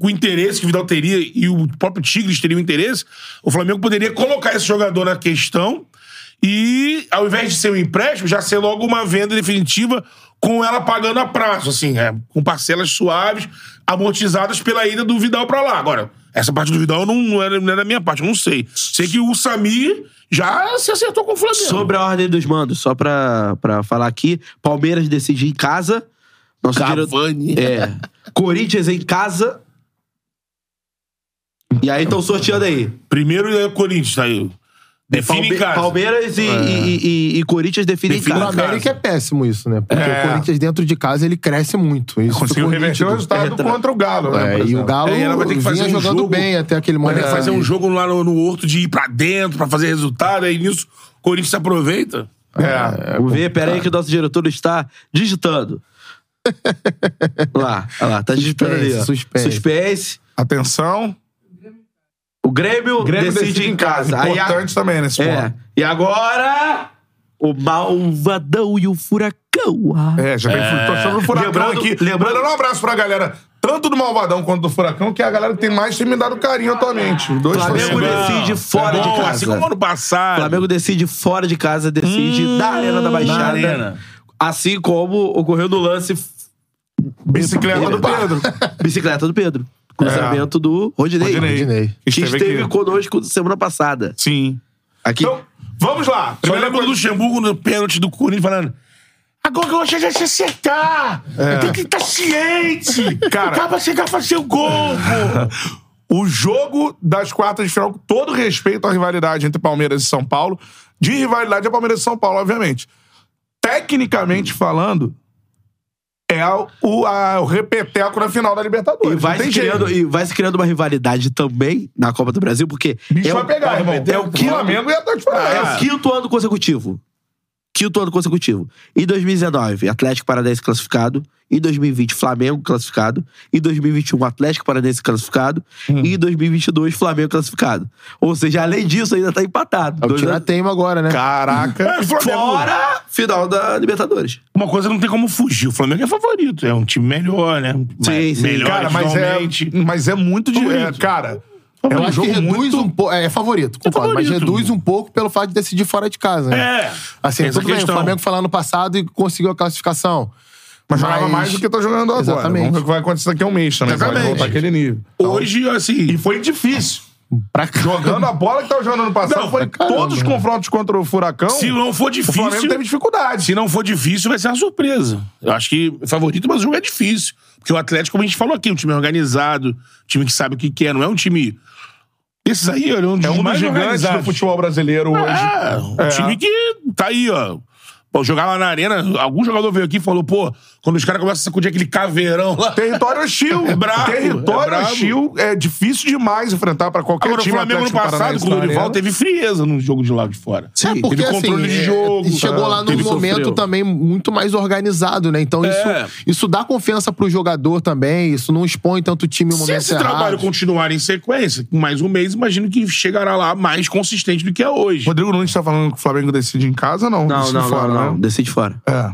O, o interesse que o Vidal teria e o próprio Tigres teria o interesse, o Flamengo poderia colocar esse jogador na questão e, ao invés de ser um empréstimo, já ser logo uma venda definitiva com ela pagando a prazo, assim, é, com parcelas suaves, amortizadas pela ida do Vidal pra lá. Agora, essa parte do Vidal não, não, era, não era da minha parte, eu não sei. Sei que o Samir já se acertou com o Flamengo.
Sobre a ordem dos mandos, só pra, pra falar aqui: Palmeiras decide em casa. Nosso
Cavani.
dire- É. Corinthians em casa. E aí estão sorteando aí.
Primeiro é o Corinthians, tá aí. Define
Palme-
em casa.
Palmeiras e, e- e- e Corinthians definem em
Define
casa.
Pro
casa.
América é péssimo isso, né? Porque
É.
o Corinthians dentro de casa ele cresce muito. Isso
Conseguiu
ficou
reverter o
é
nítido.
resultado
Retra-
contra o Galo, né?
É,
por
e o
exemplo.
Galo
É, ela vai ter que fazer
vinha
um
jogando
jogo-
bem até aquele
Mas
momento. É.
tem
né?
que fazer um jogo lá no, no Horto de ir pra dentro, pra fazer resultado, aí nisso o Corinthians aproveita.
É.
Vamos ver, pera aí que o nosso diretor está digitando. lá, olha lá, tá digitando ali, ó.
Suspense, suspense.
Suspense.
Atenção.
O Grêmio,
Grêmio
decide, em casa. Aí a-
Importante também nesse
é.
ponto.
E agora, o Malvadão e o Furacão. Ah.
É, já tem é. torcendo do Furacão
Lembrando-
aqui.
lembrando-
Mandando um abraço pra galera, tanto do Malvadão quanto do Furacão, que é a galera que tem mais tem me dado carinho atualmente. Os dois
Flamengo
torcedores.
decide fora
É bom,
de casa.
Assim como ano
O
passado.
Flamengo decide fora de casa, decide da Arena da Baixada.
Arena.
Assim como ocorreu no lance
Bicicleta do Pedro. É.
bicicleta do Pedro. Cruzamento do Rodinei.
Rodinei.
Rodinei.
Que
Que
esteve
esteve
aqui.
conosco semana passada.
Sim.
Aqui.
Então, vamos lá.
Só
Primeira
lembro do
coisa-
Luxemburgo no pênalti do Corinthians falando. Agora que eu achei já se acertar.
É.
Tem que estar ciente.
Cara.
Acaba chegar a fazer o gol, pô.
O jogo das quartas de final, com todo respeito à rivalidade entre Palmeiras e São Paulo, de rivalidade é Palmeiras e São Paulo, obviamente. Tecnicamente falando, é a- o, a- o repeteco na final da
E
Libertadores.
vai,
Não
se
tem
criando,
jeito.
e vai se criando uma rivalidade também na Copa do Brasil, porque
Bicho
é,
vai
o,
pegar, irmão. É o
o quinto,
Flamengo e Atlético
é o
Paranaense.
quinto ano consecutivo. Quinto ano consecutivo. Em 2019, Atlético Paranaense classificado. Em 2020, Flamengo classificado. Em 2021, Atlético Paranaense classificado.
Hum.
E em 2022, Flamengo classificado. Ou seja, além disso, ainda tá empatado.
Vou
Dois
tirar
anos-
teima agora, né?
Caraca.
É, Flamengo.
Fora final da Libertadores.
Uma coisa não tem como fugir. O Flamengo é favorito. É um time melhor, né?
Sim, sim.
Melhor
Cara, mas é,
individualmente.
mas é muito
Favorito.
difícil. Cara,
É
Eu
um
acho que
jogo
reduz
muito...
um pouco. É favorito, concordo. Mas
favorito.
reduz um pouco pelo fato de decidir fora de casa. Né?
É.
Assim,
Essa
tudo bem, o
questão.
Flamengo foi lá no passado e conseguiu a classificação.
Mas jogava mais do que tá jogando agora.
Exatamente.
Vamos ver o que vai acontecer daqui a um mês também. Exatamente. Vai
Exatamente.
voltar aquele nível.
Hoje, assim.
E foi difícil.
Pra cá.
Jogando a bola que tava jogando no passado,
Não,
foi
caramba.
todos os confrontos contra o Furacão.
Se não for
o
difícil.
Flamengo teve dificuldade.
Se não for difícil, vai ser uma surpresa. Eu acho que é favorito, mas o jogo é difícil. Porque o Atlético, como a gente falou aqui, é um time organizado, um time que sabe o que quer, não é um time. Esses aí, olha, é um dos
É um dos
mais
gigantes do
organizados.
futebol brasileiro hoje.
É, um
É.
time que tá aí, ó. Pô, jogar lá na arena, algum jogador veio aqui e falou, pô, quando os caras começam a sacudir aquele caveirão lá.
Território hostil.
É brabo,
Território
é brabo.
hostil é difícil demais enfrentar pra qualquer
Agora, o
time.
Flamengo no
Atlético
passado,
Paranaense
com o
na
Dorival,
arena.
teve frieza no jogo de lado de fora.
É, porque
teve controle
assim,
de
é,
jogo. tá,
e chegou lá num
teve-
momento
sofreu.
também muito mais organizado, né? Então
É.
isso, isso dá confiança pro jogador também, isso não expõe tanto o time no
Se
momento
esse
errado.
trabalho continuar em sequência, com mais um mês, imagino que chegará lá mais consistente do que é hoje.
Rodrigo Nunes tá falando que o Flamengo decide em casa, não?
Não,
Decide
não, não,
fora, né?
não. Decide fora.
É.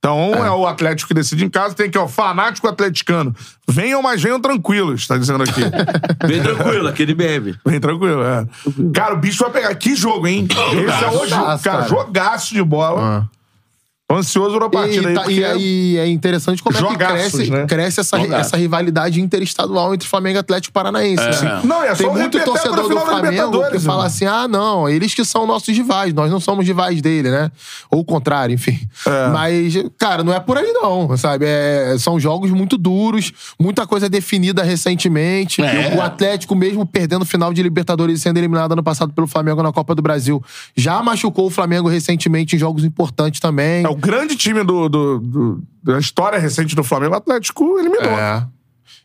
Então é. o Atlético que decide em casa. Tem aqui, ó, fanático atleticano. Venham, mas venham tranquilos, tá dizendo aqui.
Bem tranquilo, aquele meme.
Vem tranquilo, é. Cara, o bicho vai pegar. Que jogo, hein? Esse é o jogo. Cara,
Jogaço, cara.
jogaço de bola. Tô ansioso pra
E,
partida aí.
tá-
porque
e aí é interessante como é que
Jogaços,
cresce,
né?
cresce essa,
Jogaços.
essa rivalidade interestadual entre Flamengo e Atlético Paranaense. assim.
Não, é só
Tem
o
muito
repeteco da
torcedor do
final da
Flamengo que
Libertadores,
fala
irmão.
assim: ah, não, eles que são nossos rivais, nós não somos rivais dele, né? Ou o contrário, enfim. Mas, cara, não é por aí não, sabe? É- são jogos muito duros, muita coisa é definida recentemente.
É.
O Atlético, mesmo perdendo o final de Libertadores e sendo eliminado ano passado pelo Flamengo na Copa do Brasil, já machucou o Flamengo recentemente em jogos importantes também.
É o grande time do, do- do- da história recente do Flamengo. O Atlético eliminou.
É.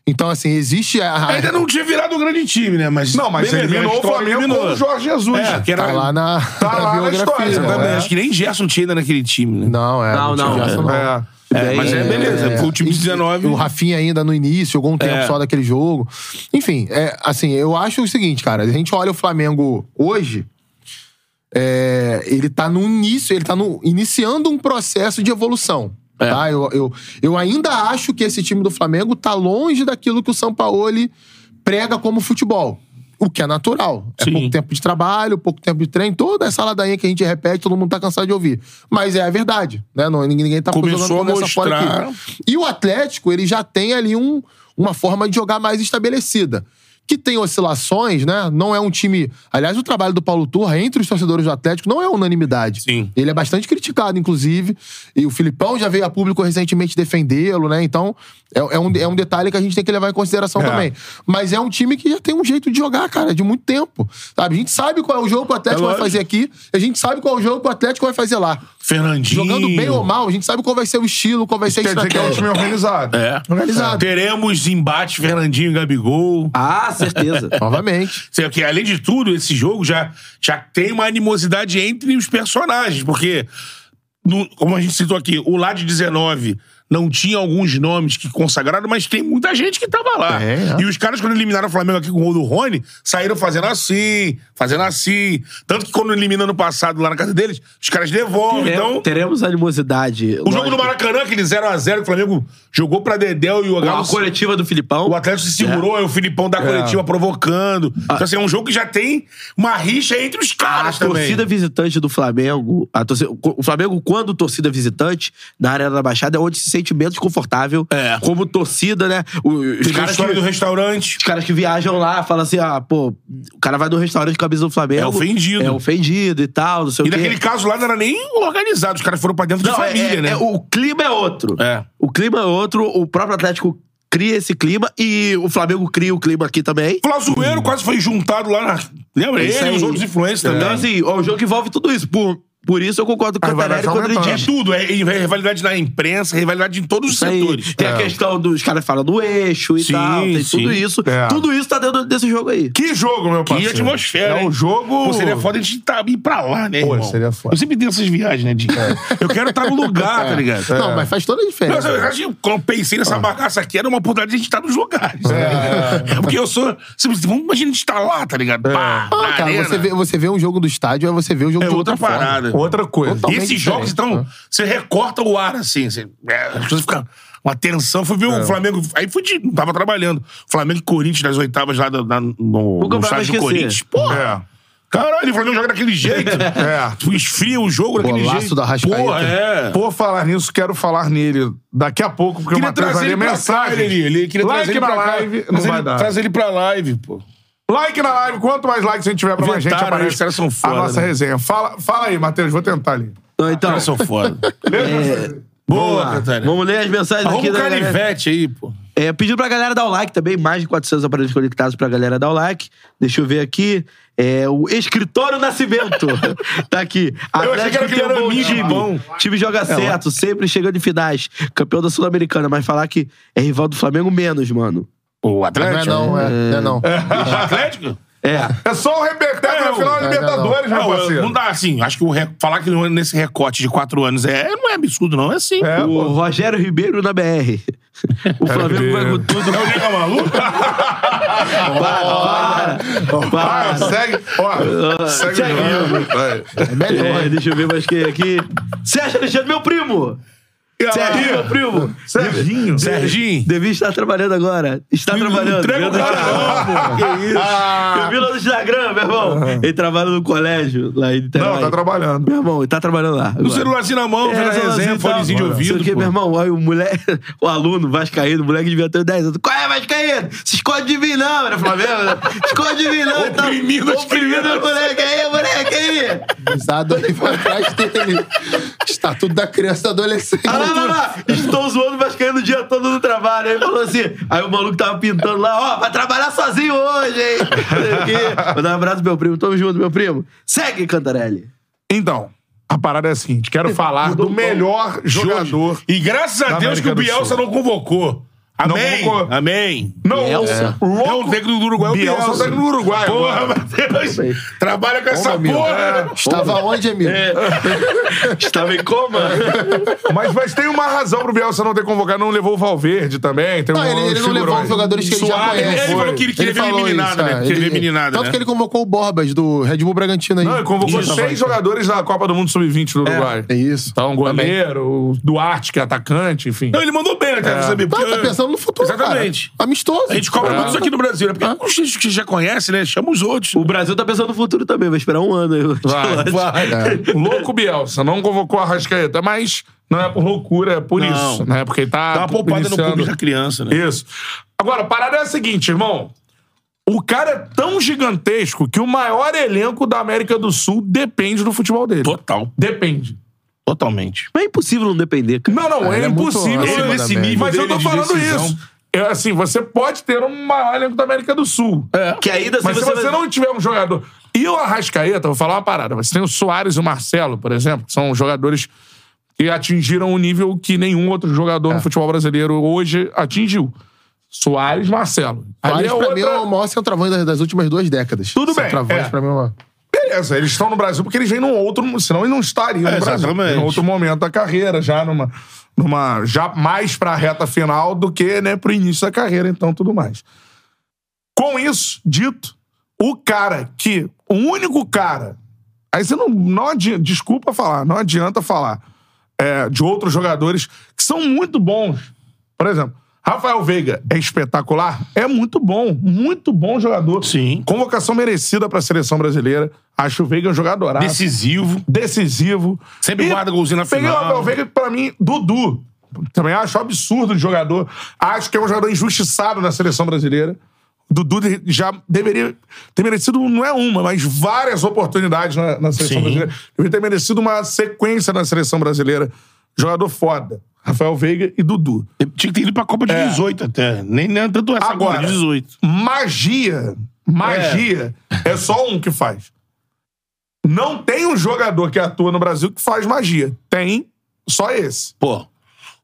Então, assim, existe a.
Ainda não tinha virado um grande time, né? Mas,
Não, mas
Beleza,
eliminou
a
o
história
Flamengo
eliminou.
com o Jorge Jesus.
É, que era-
Tá lá na,
Tá lá na história,
biografia.
exatamente.
né?
Acho que nem Gerson tinha ainda naquele time, né?
Não, é.
Não,
tinha
não,
Gerson,
É.
É, mas é
É,
beleza. Foi o time de 19.
O Rafinha ainda no início, jogou um tempo
É.
só daquele jogo. Enfim, é, assim, eu acho o seguinte, cara. A gente olha o Flamengo hoje, é, ele tá no início, ele tá no, iniciando um processo de evolução.
É.
Tá? Eu, eu, eu ainda acho que esse time do Flamengo tá longe daquilo que o Sampaoli prega como futebol. O que é natural. É
Sim.
pouco tempo de trabalho, pouco tempo de treino, toda essa ladainha que a gente repete, todo mundo tá cansado de ouvir. Mas é a verdade, né? Não, ninguém ninguém tá
Começou
jogando
a
conversa fora
mostrar.
aqui. E o Atlético, ele já tem ali um, uma forma de jogar mais estabelecida. Que tem oscilações, né? Não é um time. Aliás, o trabalho do Paulo Turra entre os torcedores do Atlético não é unanimidade.
Sim.
Ele é bastante criticado, inclusive. E o Filipão já veio a público recentemente defendê-lo, né? Então, é, é um, é um detalhe que a gente tem que levar em consideração também. Mas é um time que já tem um jeito de jogar, cara, de muito tempo. Sabe? A gente sabe qual é o jogo que o Atlético vai
lógico.
fazer aqui, a gente sabe qual é o jogo que o Atlético vai fazer lá.
Fernandinho.
Jogando bem ou mal, a gente sabe qual vai ser o estilo, qual vai ser a
Quer dizer que é um
estratégia.
time organizado.
É.
Organizado.
Teremos embate Fernandinho e Gabigol.
Ah, certeza.
Novamente.
Sei que, além de tudo, esse jogo já, já tem uma animosidade entre os personagens, porque, no- como a gente citou aqui, o lá de 19 não tinha alguns nomes que consagraram, mas tem muita gente que tava lá.
É, é.
E os caras, quando eliminaram o Flamengo aqui com o gol do Rony, saíram fazendo assim, fazendo assim. Tanto que quando eliminando o passado lá na casa deles, os caras devolvem. Então,
Teremos animosidade.
o jogo do Maracanã, aquele 0x0 que o Flamengo jogou pra Dedéu e o Galo...
A coletiva do Filipão. É.
O Atlético se segurou, aí o Filipão da coletiva provocando. Então, assim, é um jogo que já tem uma rixa entre os
A
caras também.
torcida visitante do Flamengo, a torcida- o Flamengo, quando torcida visitante, na área da Baixada, é onde se sente menos confortável.
É.
Como torcida, né? O- Os
Teve a
caras, que,
história do restaurante.
os caras que viajam lá falam assim: ah, pô, o cara vai no restaurante com a camisa do Flamengo.
É ofendido.
É ofendido e tal, não sei
E
o quê.
naquele caso lá não era nem organizado. Os caras foram pra dentro
Não,
de
é-
família,
é-
né?
é- o clima é outro.
É.
O clima é outro, o próprio Atlético cria esse clima e o Flamengo cria o clima aqui também.
Flazueiro quase foi juntado lá na... Lembra?
É isso
Ele e
aí.
os outros influentes
Então,
também.
assim, ó, o jogo envolve tudo isso. Por, por isso eu concordo com o
Aí Ah, vai- um vai
Cantarelli quando ele
aumentando.
diz
É tudo. É, é rivalidade na imprensa, é rivalidade em todos os
Isso aí.
setores.
Tem
É.
a questão dos caras falam do eixo e
Sim,
tal. Tem
sim.
tudo isso.
É.
Tudo isso tá dentro desse jogo aí.
Que jogo, meu
Que
parceiro.
atmosfera,
É
hein?
um jogo...
Pô, seria foda a gente tá, ir pra lá, né,
Pô,
irmão?
seria foda.
Eu sempre tenho essas viagens, né, Dinho? Eu quero estar no lugar,
É.
tá ligado?
Não, mas faz toda a
Não,
diferença. Ah.
eu acho que quando eu pensei nessa bagaça aqui, era uma oportunidade de a gente estar nos lugares. É. Porque eu sou. se você- Vamos imaginar a gente estar lá, tá ligado? Pá,
Ah,
na
cara,
arena.
você vê, você vê um jogo do estádio, aí você vê o jogo
É
de
outra
outra, forma.
parada.
Outra coisa.
Total.
E esses
diferente,
jogos, então,
né?
você recorta o ar assim. Você, é, as pessoas ficam. uma tensão. Fui ver
É.
o Flamengo. Aí fui de. Tava trabalhando. Flamengo e Corinthians nas oitavas lá da- da- no, no
Nunca vai
estádio do
esquecer.
Corinthians. Porra!
É.
Caralho, o Flamengo joga daquele jeito. é. Esfria o jogo daquele
Golaço
jeito.
da Arrascaeta.
Porra, é.
Por falar nisso, quero falar nele daqui a pouco, porque
Queria
o Matheus vai
trazer
ler
ele pra cá,
mensagem.
ele, ele queria
like
trazer ele
na
pra cá.
live, não
Traz
vai
ele-
dar.
Traz ele pra live, pô.
Like na live, quanto mais likes a gente tiver pra mais gente,
Inventaram,
aparece
os caras são foda,
a nossa
né?
resenha. Fala, fala aí, Matheus, vou tentar ali.
Então, então
Olha só foda.
vamos
Boa,
lá.
Catarina.
Vamos ler as mensagens
Arruma
aqui
o
da galera.
canivete aí, pô.
É, pedindo pra galera dar o like também, mais de 400 aparelhos conectados pra galera dar o like. Deixa eu ver aqui. É, o Escritório Nascimento. tá aqui.
achei que era É,
Atlético tem um bom
aquele
time.
amigo.
Time joga certo, sempre chegando em finais. Campeão da Sul-Americana, mas falar que é rival do Flamengo menos, mano.
O
Não é
Atlético?
não, é. Não é não.
Atlético?
É.
É só o repeteco na
Não,
final da
não, é
Libertadores, meu
Não,
parceiro.
não dá assim. Acho que o re- falar que não é nesse recorte de quatro anos é, não é absurdo, não. É sim.
É,
o
pô.
Rogério Ribeiro na BR. O Flamengo vai com tudo.
É o Nega Maluco?
Para,
Ah,
para, para.
segue. Ó, segue.
Segue.
Vai.
É melhor.
É, deixa eu ver mais quem aqui. Sérgio Alexandre, meu primo! Serginho, meu primo!
Serginho.
Serginho.
Devia estar trabalhando agora. Está trabalhando.
Entrega o
Meu Deus.
cara. Que isso?
Eu vi lá no Instagram, meu irmão. Ele trabalha no colégio lá em Niterói.
Não, tá trabalhando. É,
Meu irmão, ele tá trabalhando lá. É,
O celularzinho assim na mão, vendo a
assim,
resenha,
tá,
fonezinho de ouvido.
Porque,
pô.
meu irmão, olha o moleque, o aluno vascaíno, o moleque devia ter 10 anos. Qual é, vascaíno? Se esconde de mim não, era Flamengo. né? Se esconde de mim não. então.
Oprimindo as
Oprimindo
crianças.
o moleque aí, moleque aí.
Risada aí pra trás dele. Estatuto da criança e do adolescente.
Ah, lá, lá, lá. Estou zoando o Vascaíno o dia todo no trabalho. Aí falou assim. Aí o maluco tava pintando lá, ó, vai trabalhar sozinho hoje, hein? Vou dar um abraço pro meu primo. Tamo junto, meu primo. Segue, Cantarelli.
Então, a parada é a seguinte: quero falar
Mudou
do
o
melhor jogador.
E graças a
da
Deus que o
América do
Bielsa
Sul.
não convocou.
Não
Amém.
convocou.
Amém.
Não,
Bielsa?
o louco.
É um técnico do Uruguai, é o
Bielsa é um
Bielsa.
técnico do Uruguai
Porra,
agora.
Matheus. Trabalha com essa
amigo.
porra. É.
Estava onde, amigo?
Estava em coma?
Mas, mas tem uma razão pro Bielsa não ter convocado, não levou o Valverde também. Tem
Não,
um-
ele, ele não levou
uns
os
figurões.
jogadores que ele já
Suárez,
conhece.
ele falou que ele queria ver
falou
eliminado,
isso,
né?
é.
Queria ver eliminado,
Tanto
né?
que ele convocou o Borbas do Red Bull Bragantino aí.
Não, ele convocou
Isso.
seis jogadores da Copa do Mundo Sub-20 do Uruguai.
É isso.
Então, um
Também.
goleiro, o Duarte, que é atacante, enfim. É.
Não, ele mandou bem, né, cara? sabe?
Tá, tá
Porque-
pensando no futuro,
Exatamente.
cara. Amistoso.
A gente cobra
É.
muito isso aqui no Brasil, né? Porque os que já conhece, né? Chama os outros.
O Brasil tá pensando no futuro também, vai esperar um ano aí.
Vai, vai.
Tá
É.
Louco Bielsa, não convocou a Rascaeta, mas não é por loucura, é por
Não.
isso, né? Porque tá.
Dá uma poupada no
iniciando-
público da criança, né?
Isso. Agora, a parada é a seguinte, irmão. O cara é tão gigantesco que o maior elenco da América do Sul depende do futebol dele.
Total.
Depende.
Totalmente.
Mas é impossível não depender, cara.
Não, não,
Ah,
é,
ele é muito
impossível.
acima
Ele-
da
nesse
média.
nível Mas eu
dele
tô
de
falando
decisão.
isso. É, assim, você pode ter um maior elenco da América do Sul.
É.
Que ainda assim
Mas se
você,
você não tiver um jogador. E o Arrascaeta, vou falar uma parada. Você tem o Soares e o Marcelo, por exemplo, que são jogadores que atingiram um nível que nenhum outro jogador
É.
no futebol brasileiro hoje atingiu. Soares, Marcelo. Ali
Soares,
é
pra mim, é
outra...
o maior centroavante das, das últimas duas décadas.
Tudo bem,
Centroavante,
é.
pra mim, é o maior.
Beleza, eles estão no Brasil porque eles vêm num outro. Senão eles não estariam
É,
no Brasil.
exatamente.
Em outro momento da carreira, já numa. numa já mais pra reta final do que né, pro início da carreira, então tudo mais. Com isso dito, o cara que. O único cara. Aí você não. não adianta, desculpa falar, não adianta falar é, de outros jogadores que são muito bons. Por exemplo, Rafael Veiga é espetacular? É muito bom, muito bom jogador.
Sim.
Convocação merecida pra seleção brasileira. Acho o Veiga um jogador
Decisivo.
decisivo.
Sempre guarda golzinho na
peguei
final.
Peguei o Abel Veiga, pra mim, Dudu. Também acho absurdo de jogador. Acho que é um jogador injustiçado na seleção brasileira. Dudu de- já deveria ter merecido, não é uma, mas várias oportunidades na, na seleção
Sim.
brasileira. Deveria ter merecido uma sequência na seleção brasileira. Jogador foda. Rafael Veiga e Dudu.
Tinha que ter ido pra Copa de 18 até. Nem, nem tanto essa
Agora,
agora, 18.
magia, magia é. só um que faz. Não tem um jogador que atua no Brasil que faz magia. Tem só esse.
Pô.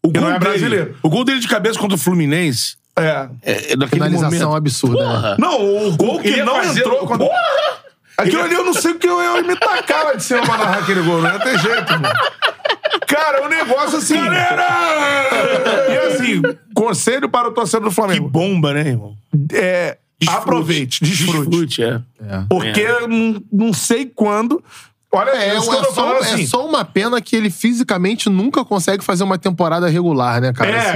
O
não
gol,
é brasileiro.
dele, o gol dele de cabeça contra o Fluminense
É.
é, é daquele
Finalização
momento.
absurda. né?
Porra.
Não, o gol que
Ele ia
não
fazer-
entrou. Quando... Aquilo ali eu não sei porque eu, eu me tacava de cima pra narrar aquele gol. Não ia ter jeito, mano. Cara, é um negócio assim. E assim, conselho para o torcedor do
Que
Flamengo.
bomba, né, irmão?
É, aproveite, desfrute.
Desfrute, é.
Porque eu não, não sei Hum, quando Olha,
É,
isso que eu
é
tô
só,
falando assim.
é só uma pena que ele fisicamente nunca consegue fazer uma temporada regular, né,
É,
cara? Assim,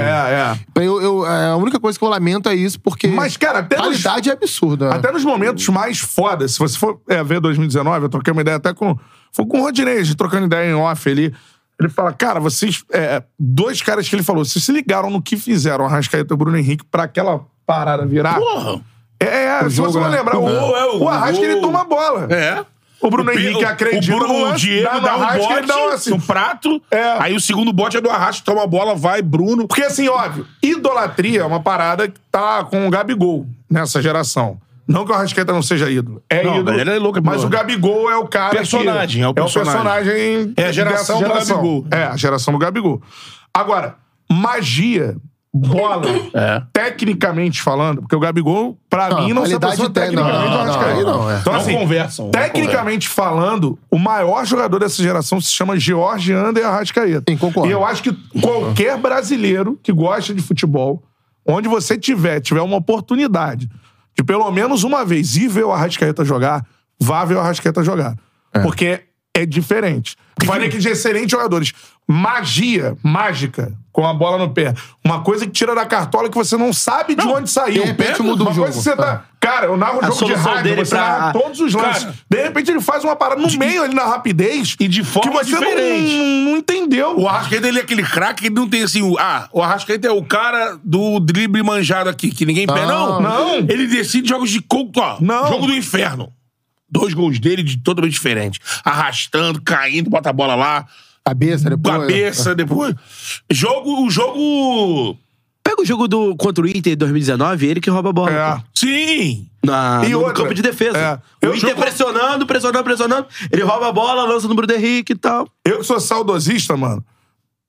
é, é.
Eu, eu- é, a única coisa que eu lamento é isso, porque
Mas, cara, até
a
nos-
qualidade é absurda.
Até nos momentos mais foda, se você for é, ver 2019, eu troquei uma ideia até com. Foi com o Rodinei, a gente trocando ideia em off ali. Ele fala, cara, vocês. é, dois caras que ele falou, vocês se ligaram no que fizeram, Arrascaeta e o Bruno Henrique, pra aquela parada virar.
Porra!
É, é, se
jogo,
você não
né?
lembrar,
O
o,
gol é o
o, Arrasca
gol.
ele toma a bola.
É.
O Bruno
Pe-
Henrique acredita
O Bruno
no lance,
Diego
dá
dá,
no
um
arrasto,
bote,
ele dá um assim.
um prato,
É.
aí o segundo bote é do arrasto, toma a bola, vai, Bruno.
Porque, assim, óbvio, idolatria é uma parada que tá com o Gabigol nessa geração. Não que o Arrascaeta não seja ídolo. É
Não, a
ídolo.
galera é louca por
mas
bola.
o Gabigol é o cara.
Personagem,
que
é o personagem.
personagem
É a geração
dessa
do Gabigol.
É, a geração do Gabigol. Agora, magia, bola,
É.
tecnicamente falando, porque o Gabigol, pra
Não,
mim, não se
qualidade
aproxima
técnica-
tecnicamente do
não, não,
Arrascaeta.
aí não, é.
Então,
Não
assim,
conversam, né? não
Tecnicamente falando, o maior jogador dessa geração se chama George Ander Arrascaeta.
Sim, concordo.
E eu acho que qualquer brasileiro que gosta de futebol, onde você tiver, tiver uma oportunidade de pelo menos uma vez ir ver o Arrascaeta jogar, vá ver o Arrascaeta jogar. Porque é diferente. Falei que de excelentes jogadores. Magia, mágica, com a bola no pé. Uma coisa que tira da cartola que você não sabe de onde saiu.
de repente
Pedro,
muda o
uma
jogo.
coisa
É.
que você tá... Cara, eu narro
A
jogo de
solução
rádio,
dele
você
pra-
narra todos os lances.
Cara,
de repente ele faz uma parada no meio ali na rapidez
E de forma
que você não-
diferente.
Não, entendeu.
O Arrascaeta, ele é aquele craque que não tem assim. o- Ah, o Arrascaeta é o cara do drible manjado aqui, que ninguém pega. Não,
Não,
Ah. não.
Ele decide jogos de. co- Ó,
Não.
Jogo do inferno. Dois gols dele de totalmente diferente. Arrastando, caindo, bota a bola lá.
Cabeça, depois.
Cabeça, depois. Jogo. O jogo.
Pega o jogo do, contra o Inter em 2019, ele que rouba a bola.
É.
Sim!
Na,
E
no
outra.
campo de defesa.
É.
O
Eu
Inter
jogo-
pressionando, pressionando, pressionando. Ele rouba a bola, lança no Bruno Henrique e tal.
Eu que sou saudosista, mano.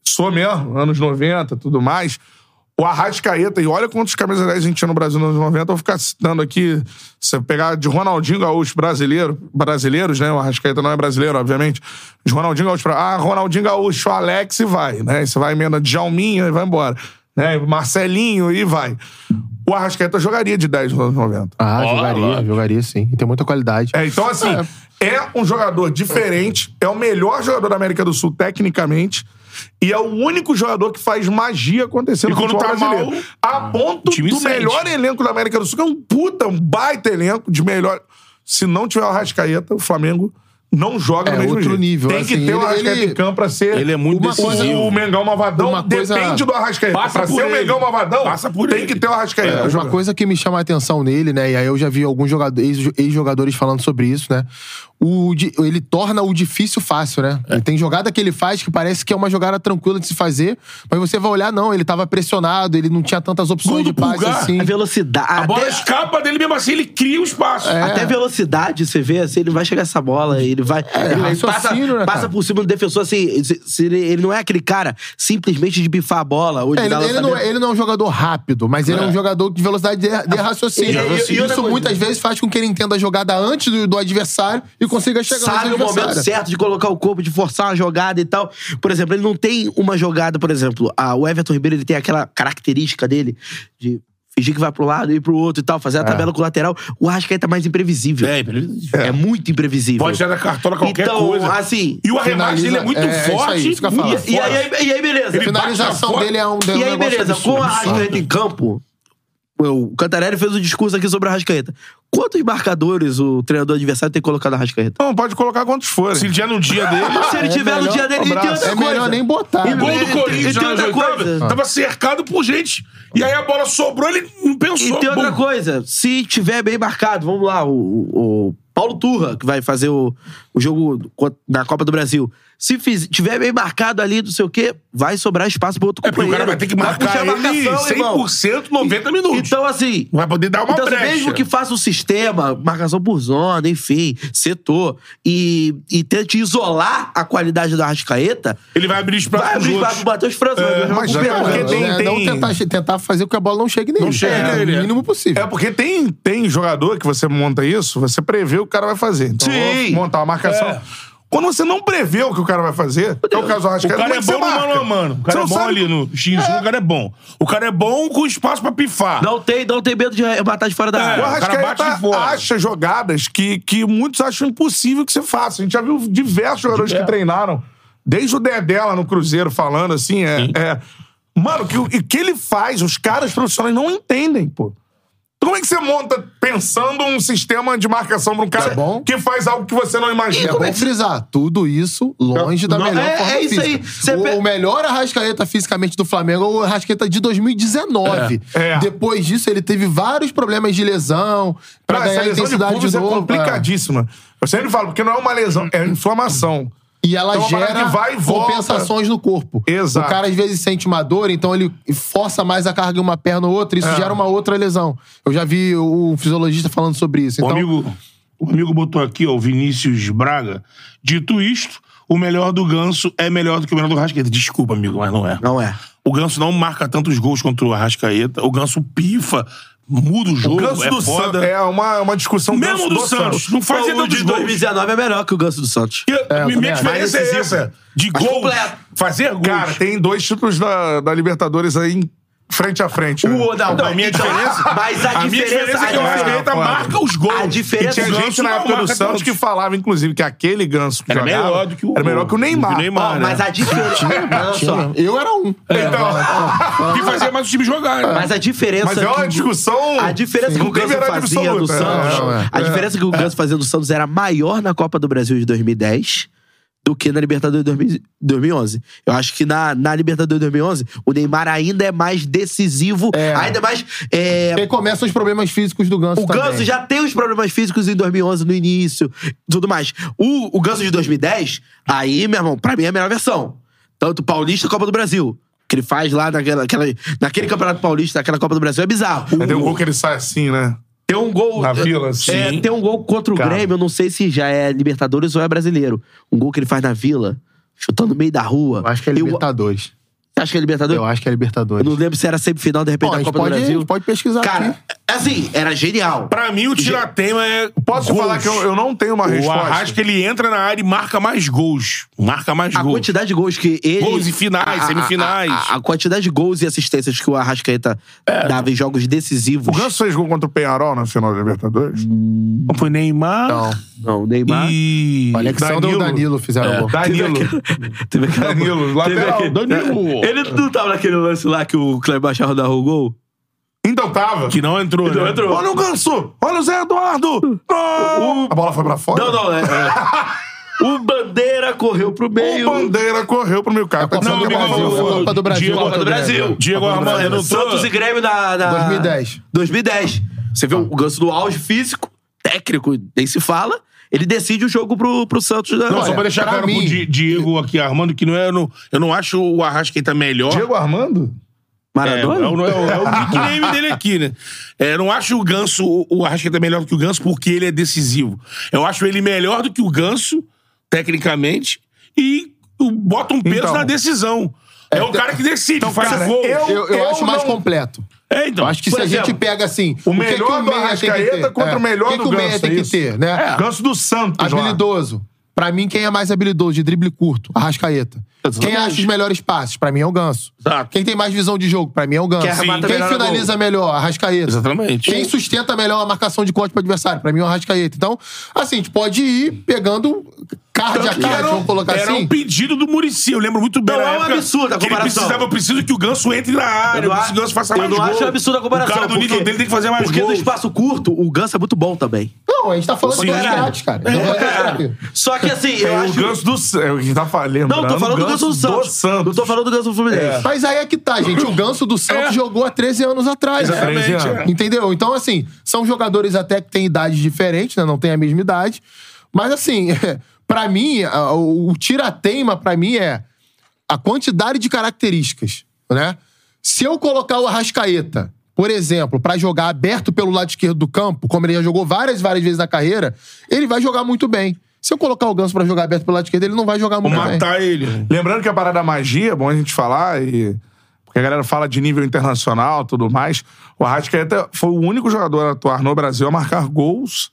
Sou mesmo, anos 90, tudo mais. O Arrascaeta, e olha quantos camisas 10 a gente tinha no Brasil nos anos 90, eu vou ficar citando aqui, se eu pegar de Ronaldinho Gaúcho brasileiro, brasileiros, né? O Arrascaeta não é brasileiro, obviamente. De Ronaldinho Gaúcho, pra- ah, Ronaldinho Gaúcho, Alex e vai, né? E Você vai emenda Djalminha e vai embora. Né? Marcelinho e vai. O Arrascaeta jogaria de 10 nos anos 90.
Ah,
Ó,
jogaria,
lá.
jogaria sim. E tem muita qualidade.
É, então, assim, é. um jogador diferente, é o melhor jogador da América do Sul, tecnicamente, e é o único jogador que faz magia acontecer
E
no
quando
futebol
tá
brasileiro.
mal,
a ponto
o time
do
sente.
melhor elenco da América do Sul, que é um puta, um baita elenco de melhor. Se não tiver o Arrascaeta, o Flamengo não joga
É,
no mesmo
outro
jeito.
nível,
Tem que
assim,
ter o
ele-
Arrascaeta
ele-
em campo pra ser
Ele é muito
uma
decisivo.
coisa- o Mengão Mavadão.
Uma
depende
coisa-
do Arrascaeta.
Passa
pra
por
ser o
ele.
Mengão Mavadão,
Passa por
tem
ele.
que ter o Arrascaeta.
É, uma
jogando.
coisa que me chama a atenção nele, né? E aí eu já vi alguns jogador- ex- ex-jogadores falando sobre isso, né? O, di- ele torna o difícil fácil, né?
É.
Ele tem jogada que ele faz que parece que é uma jogada tranquila de se fazer, mas você vai olhar, não, ele tava pressionado, ele não tinha tantas
Gol
opções
do
de passe
Pulgar.
assim.
A velocidade.
A bola
até,
escapa dele mesmo assim, ele cria o espaço.
É.
até velocidade, você vê, assim, ele vai chegar essa bola, ele vai. ele
É, raciocínio,
passa,
né, cara?
passa por cima do defensor, assim. se- se ele, ele não é aquele cara simplesmente de bifar a bola. Ou de
É, ele,
dar
ele não,
lançamento.
é- ele não é um jogador rápido, mas ele é, um jogador de velocidade de, de raciocínio.
É. E- e- e
isso
outra coisa.
muitas vezes faz com que ele entenda a jogada antes do, do adversário e consiga chegar
sabe
no
o momento
adversário.
certo de colocar o corpo, de forçar uma jogada e tal. Por exemplo, ele não tem uma jogada, por exemplo, a, o Everton Ribeiro ele tem aquela característica dele de fingir que vai pro lado e ir pro outro e tal,
É.
fazer a tabela com o lateral. O Arrascaeta é mais imprevisível. É,
imprevisível.
muito imprevisível.
Pode tirar da cartola qualquer
então,
coisa.
assim.
E o arremate
Finaliza-
dele é muito
é, é isso aí,
forte.
isso que eu ia
muito
falar.
E, e aí, e aí, beleza.
Ele
A finalização
bate na
dele é um, é um
E aí,
negócio
beleza,
absurdo.
com a Arrascaeta em campo, o Cantarelli fez um discurso aqui sobre a Arrascaeta. Quantos marcadores o treinador adversário tem colocado a Arrascaeta?
Não, pode colocar quantos forem.
Se ele tiver no dia dele.
Se ele tiver no
É melhor-
dia dele, ele tem
abraço.
outra
É
coisa.
melhor nem botar.
E
né?
O gol
é,
E
do
tem-
Corinthians
e tem
já
outra
nas oitavas,
coisa.
tava Ah. cercado por gente. E aí a bola sobrou, ele não
E
pensou.
tem outra
Bom,
coisa, se tiver bem marcado, vamos lá, o, o- o Paulo Turra, que vai fazer o, o jogo co- da Copa do Brasil. Se fiz- tiver bem marcado ali, não sei o quê, vai sobrar espaço pro outro
É porque o
companheiro.
cara vai ter que
Vai
marcar
puxar a
ele
marcação, irmão.
100% 90 minutos.
Então, assim.
Vai poder dar uma
então, assim,
brecha.
mesmo que faça um sistema, marcação por zona, enfim, setor, e, e tente isolar a qualidade da Rascaeta,
Ele vai abrir espaço
vai
pros
abrir
outros.
espaço pro Matheus França, vai abrir
mas
espaço pro
tá,
é
Pedro.
porque
Não,
tem-
né?
tem-
não tentar, che- tentar fazer com que a bola não chegue nele.
Não chegue
é,
nele, é.
O mínimo possível.
É porque tem, tem jogador que você monta isso, você prevê o que o cara vai fazer. Então,
Sim.
eu vou montar uma marcação.
É.
Quando você não prevê o que o cara vai fazer, é o caso do
O
Arrascaeta,
cara é
como que
bom no
você marca?
mano a mano. O
Você
cara é
não
bom
sabe-
ali no X1, o cara é bom. O cara é bom com espaço pra pifar.
Não tem, não tem medo de matar de fora da
Ah. É, O
área.
Tá. cara bate de
Arrascaeta
fora.
tá acha jogadas que, que muitos acham impossível que você faça. A gente já viu diversos jogadores
É.
que treinaram, desde o Dedé lá no Cruzeiro falando assim, é... é, mano, que o e que ele faz, os caras profissionais não entendem, pô. Então Como é que você monta pensando um sistema de marcação pra um cara
É bom.
que faz algo que você não imagina?
É bom frisar, tudo isso longe da
Não,
melhor
é-
forma
é isso aí.
física.
Cê
O,
pe-
o melhor Arrascaeta fisicamente do Flamengo é o Arrascaeta de 2019.
É, é.
Depois disso, ele teve vários problemas de lesão, pra
Cara,
ganhar
essa lesão de
intensidade de,
pubis é
novo.
complicadíssima. Eu sempre falo, porque não é uma lesão, é inflamação.
E ela
Então, uma parada
gera
que vai e volta.
compensações no corpo.
Exato.
O cara às vezes sente uma dor, então ele força mais a carga em uma perna ou outra, isso
É.
gera uma outra lesão. Eu já vi o fisiologista falando sobre isso.
O
Então,
amigo, o amigo botou aqui, ó, o Vinícius Braga. Dito isto, o melhor do Ganso é melhor do que o melhor do Arrascaeta. Desculpa, amigo, mas não é.
Não é.
O Ganso não marca tantos gols contra o Arrascaeta. O Ganso pifa, muda o jogo,
O ganso
é
do Santos
foda.
é uma, uma discussão
Mesmo
ganso
do, Santos, não fazia
O
tantos
um de
gols.
2019 é melhor que o Ganso do Santos.
Que-
eu também
minha
acho.
diferença
Mais
é
decisivo.
essa. De
Mais
gols.
completo.
Fazer gols.
Cara, tem dois títulos da, da Libertadores aí em frente a frente. né?
O- não,
Não, a minha
então,
diferença.
mas a diferença-
é que o
a-
Arrascaeta
Ah,
marca os gols.
A
E
diferença-
tinha
o Ganso
gente na
não
época do
marca
Santos
tantos.
que falava, inclusive, que aquele ganso que
Era
jogava
melhor do que o-
era melhor que o Neymar. É.
que o Neymar.
Ó, mas a diferença. Olha só.
eu era um.
Que fazia mais É, o time jogar. né?
Mas a diferença.
Mas é uma
que o-
discussão
A diferença que o
não tem
Ganso
verdade
fazia no
absoluta.
Santos.
Não, é.
A diferença que o Ganso fazia no Santos era maior na Copa do Brasil de 2010 do que na Libertadores de 2000 2011. Eu acho que na, na Libertadores de 2011, o Neymar ainda é mais decisivo, ainda mais. é,
E aí começam os problemas físicos do Ganso
o
também.
Ganso já tem os problemas físicos em 2011, no início, tudo mais. O, o Ganso de 2010, aí, meu irmão, pra mim é a melhor versão. Tanto Paulista Copa do Brasil. Que ele faz lá naquela, naquela- naquele Campeonato Paulista, naquela Copa do Brasil, é bizarro.
Cadê o gol que ele sai assim, né?
Tem um gol.
Na vila, assim.
É,
assim.
sim.
tem um gol contra o
Cara.
Grêmio, eu não sei se já é Libertadores ou é brasileiro. Um gol que ele faz na vila, chutando no meio da rua.
Eu acho que é
Eu-
Libertadores.
Você acha que é Libertadores?
Eu acho que é
Eu
Libertadores.
não lembro se era semifinal, de repente,
Bom, a
da
gente
Copa
pode,
do
a
Brasil.
gente pode pesquisar aqui.
Cara, assim, era genial.
Pra mim, o tiratema é.
Posso te
gols.
falar que eu, eu não tenho uma
O
resposta.
Arrasca, ele entra na área e marca mais gols. Marca mais
A
gols.
quantidade de gols que ele.
é Gols e finais,
a- a-
semifinais. É.
A, a- a quantidade de gols e assistências que o Arrascaeta dava em jogos decisivos.
O Ganso fez gol contra o Penharol na final da Libertadores?
Não foi Neymar
Não.
Não, o Neymar.
e.
O Alexandre e o Danilo fizeram gol.
Danilo.
Teve aquela-
Danilo,
teve
lateral.
aquele-
Danilo.
Ele não tava naquele lance lá que o Cleber Bacharro arrogou?
Então tava. Então
Que não entrou.
Não
né?
entrou.
Olha o Ganso! Olha o Zé Eduardo! Gol! A bola foi pra fora?
Não, não, é. é. o Bandeira correu pro meio.
O Bandeira correu pro meio campo.
É a Copa
Não,
do
amigo,
Brasil,
não,
é a
não,
Copa do Brasil,
Diego,
Copa do
Brasil.
Diego
Copa do
Armando
Brasil.
não
Santos e Grêmio na, na-
2010.
2010. Você vê o Ganso do auge físico, técnico, nem se fala. Ele decide o jogo pro, pro Santos. né? Da...
Não, só
é.
Olha,
pra deixar
pra
claro pro
mim-
Di- Diego aqui, Armando, que não é, eu, não, eu não acho o Arrascaeta melhor.
Diego Armando?
É, é, o-
Maradona?
é, o- é o nickname dele aqui, né? É, eu não acho o Ganso, o- o Arrascaeta melhor do que o Ganso porque ele é decisivo. Eu acho ele melhor do que o Ganso, tecnicamente, e o- bota um peso
Então.
na decisão. É, o cara que decide,
então
faz
né?
cara,
gol.
eu-
Eu, eu
Eu
acho mais
não-
completo.
É, então,
Eu acho que se
por
a gente
exemplo,
pega assim. O, que que
melhor
o
do
meia tem que
Arrascaeta
ter?
contra o melhor
o que
do
que o meia
Ganso,
tem
é
que
isso?
ter, né?
Ganso do Santos, lá.
Habilidoso. Pra mim, quem é mais habilidoso de drible curto? Arrascaeta. Quem acha os melhores passes? Pra mim é o Ganso.
Exato.
Quem tem mais visão de jogo? Pra mim é o Ganso.
Quem arremata
Quem
melhor é o
finaliza melhor? Arrascaeta.
Exatamente.
Quem sustenta melhor a marcação de corte pro adversário? Pra mim é o Arrascaeta. Então, assim, a gente pode ir pegando card a
Tanto que
card,
era, um-
vamos colocar
era
assim.
um pedido do Muricy, eu lembro muito bem.
Não,
na
é um
época
absurdo a
que ele
comparação.
precisava, eu preciso que o Ganso entre na área, eu
não
preciso que o Ganso faça
eu
mais
não
gol.
acho um absurdo a comparação.
O cara do
porque-
nível dele tem que fazer mais
Porque
gol.
no espaço curto, o Ganso é muito bom também. é
Não, a gente tá falando
Sim. É.
de card, cara. Não é pode tirar aqui.
Só que assim, eu
É o
acho...
Ganso do Santos. É o que tá falando.
Não,
né?
tô falando do Ganso do Santos. Não tô falando do Ganso do Fluminense.
Mas aí é que tá, gente. O Ganso do Santos jogou há 13 anos atrás. né?
É. Exatamente, é. 13 anos.
Entendeu? Então, assim, são jogadores até que têm idades diferentes, né? Não têm a mesma idade. Mas, assim, pra mim, a- o o tira-teima, pra mim, é a quantidade de características, né? Se eu colocar o Arrascaeta, por exemplo, pra jogar aberto pelo lado esquerdo do campo, como ele já jogou várias, várias vezes na carreira, ele vai jogar muito bem. Se eu colocar o Ganso pra jogar aberto pelo lado esquerdo, ele não vai jogar
Vou
muito bem.
matar ele.
Lembrando que a parada da magia, é bom a gente falar, e... porque a galera fala de nível internacional e tudo mais. O Arrascaeta foi o único jogador a atuar no Brasil a marcar gols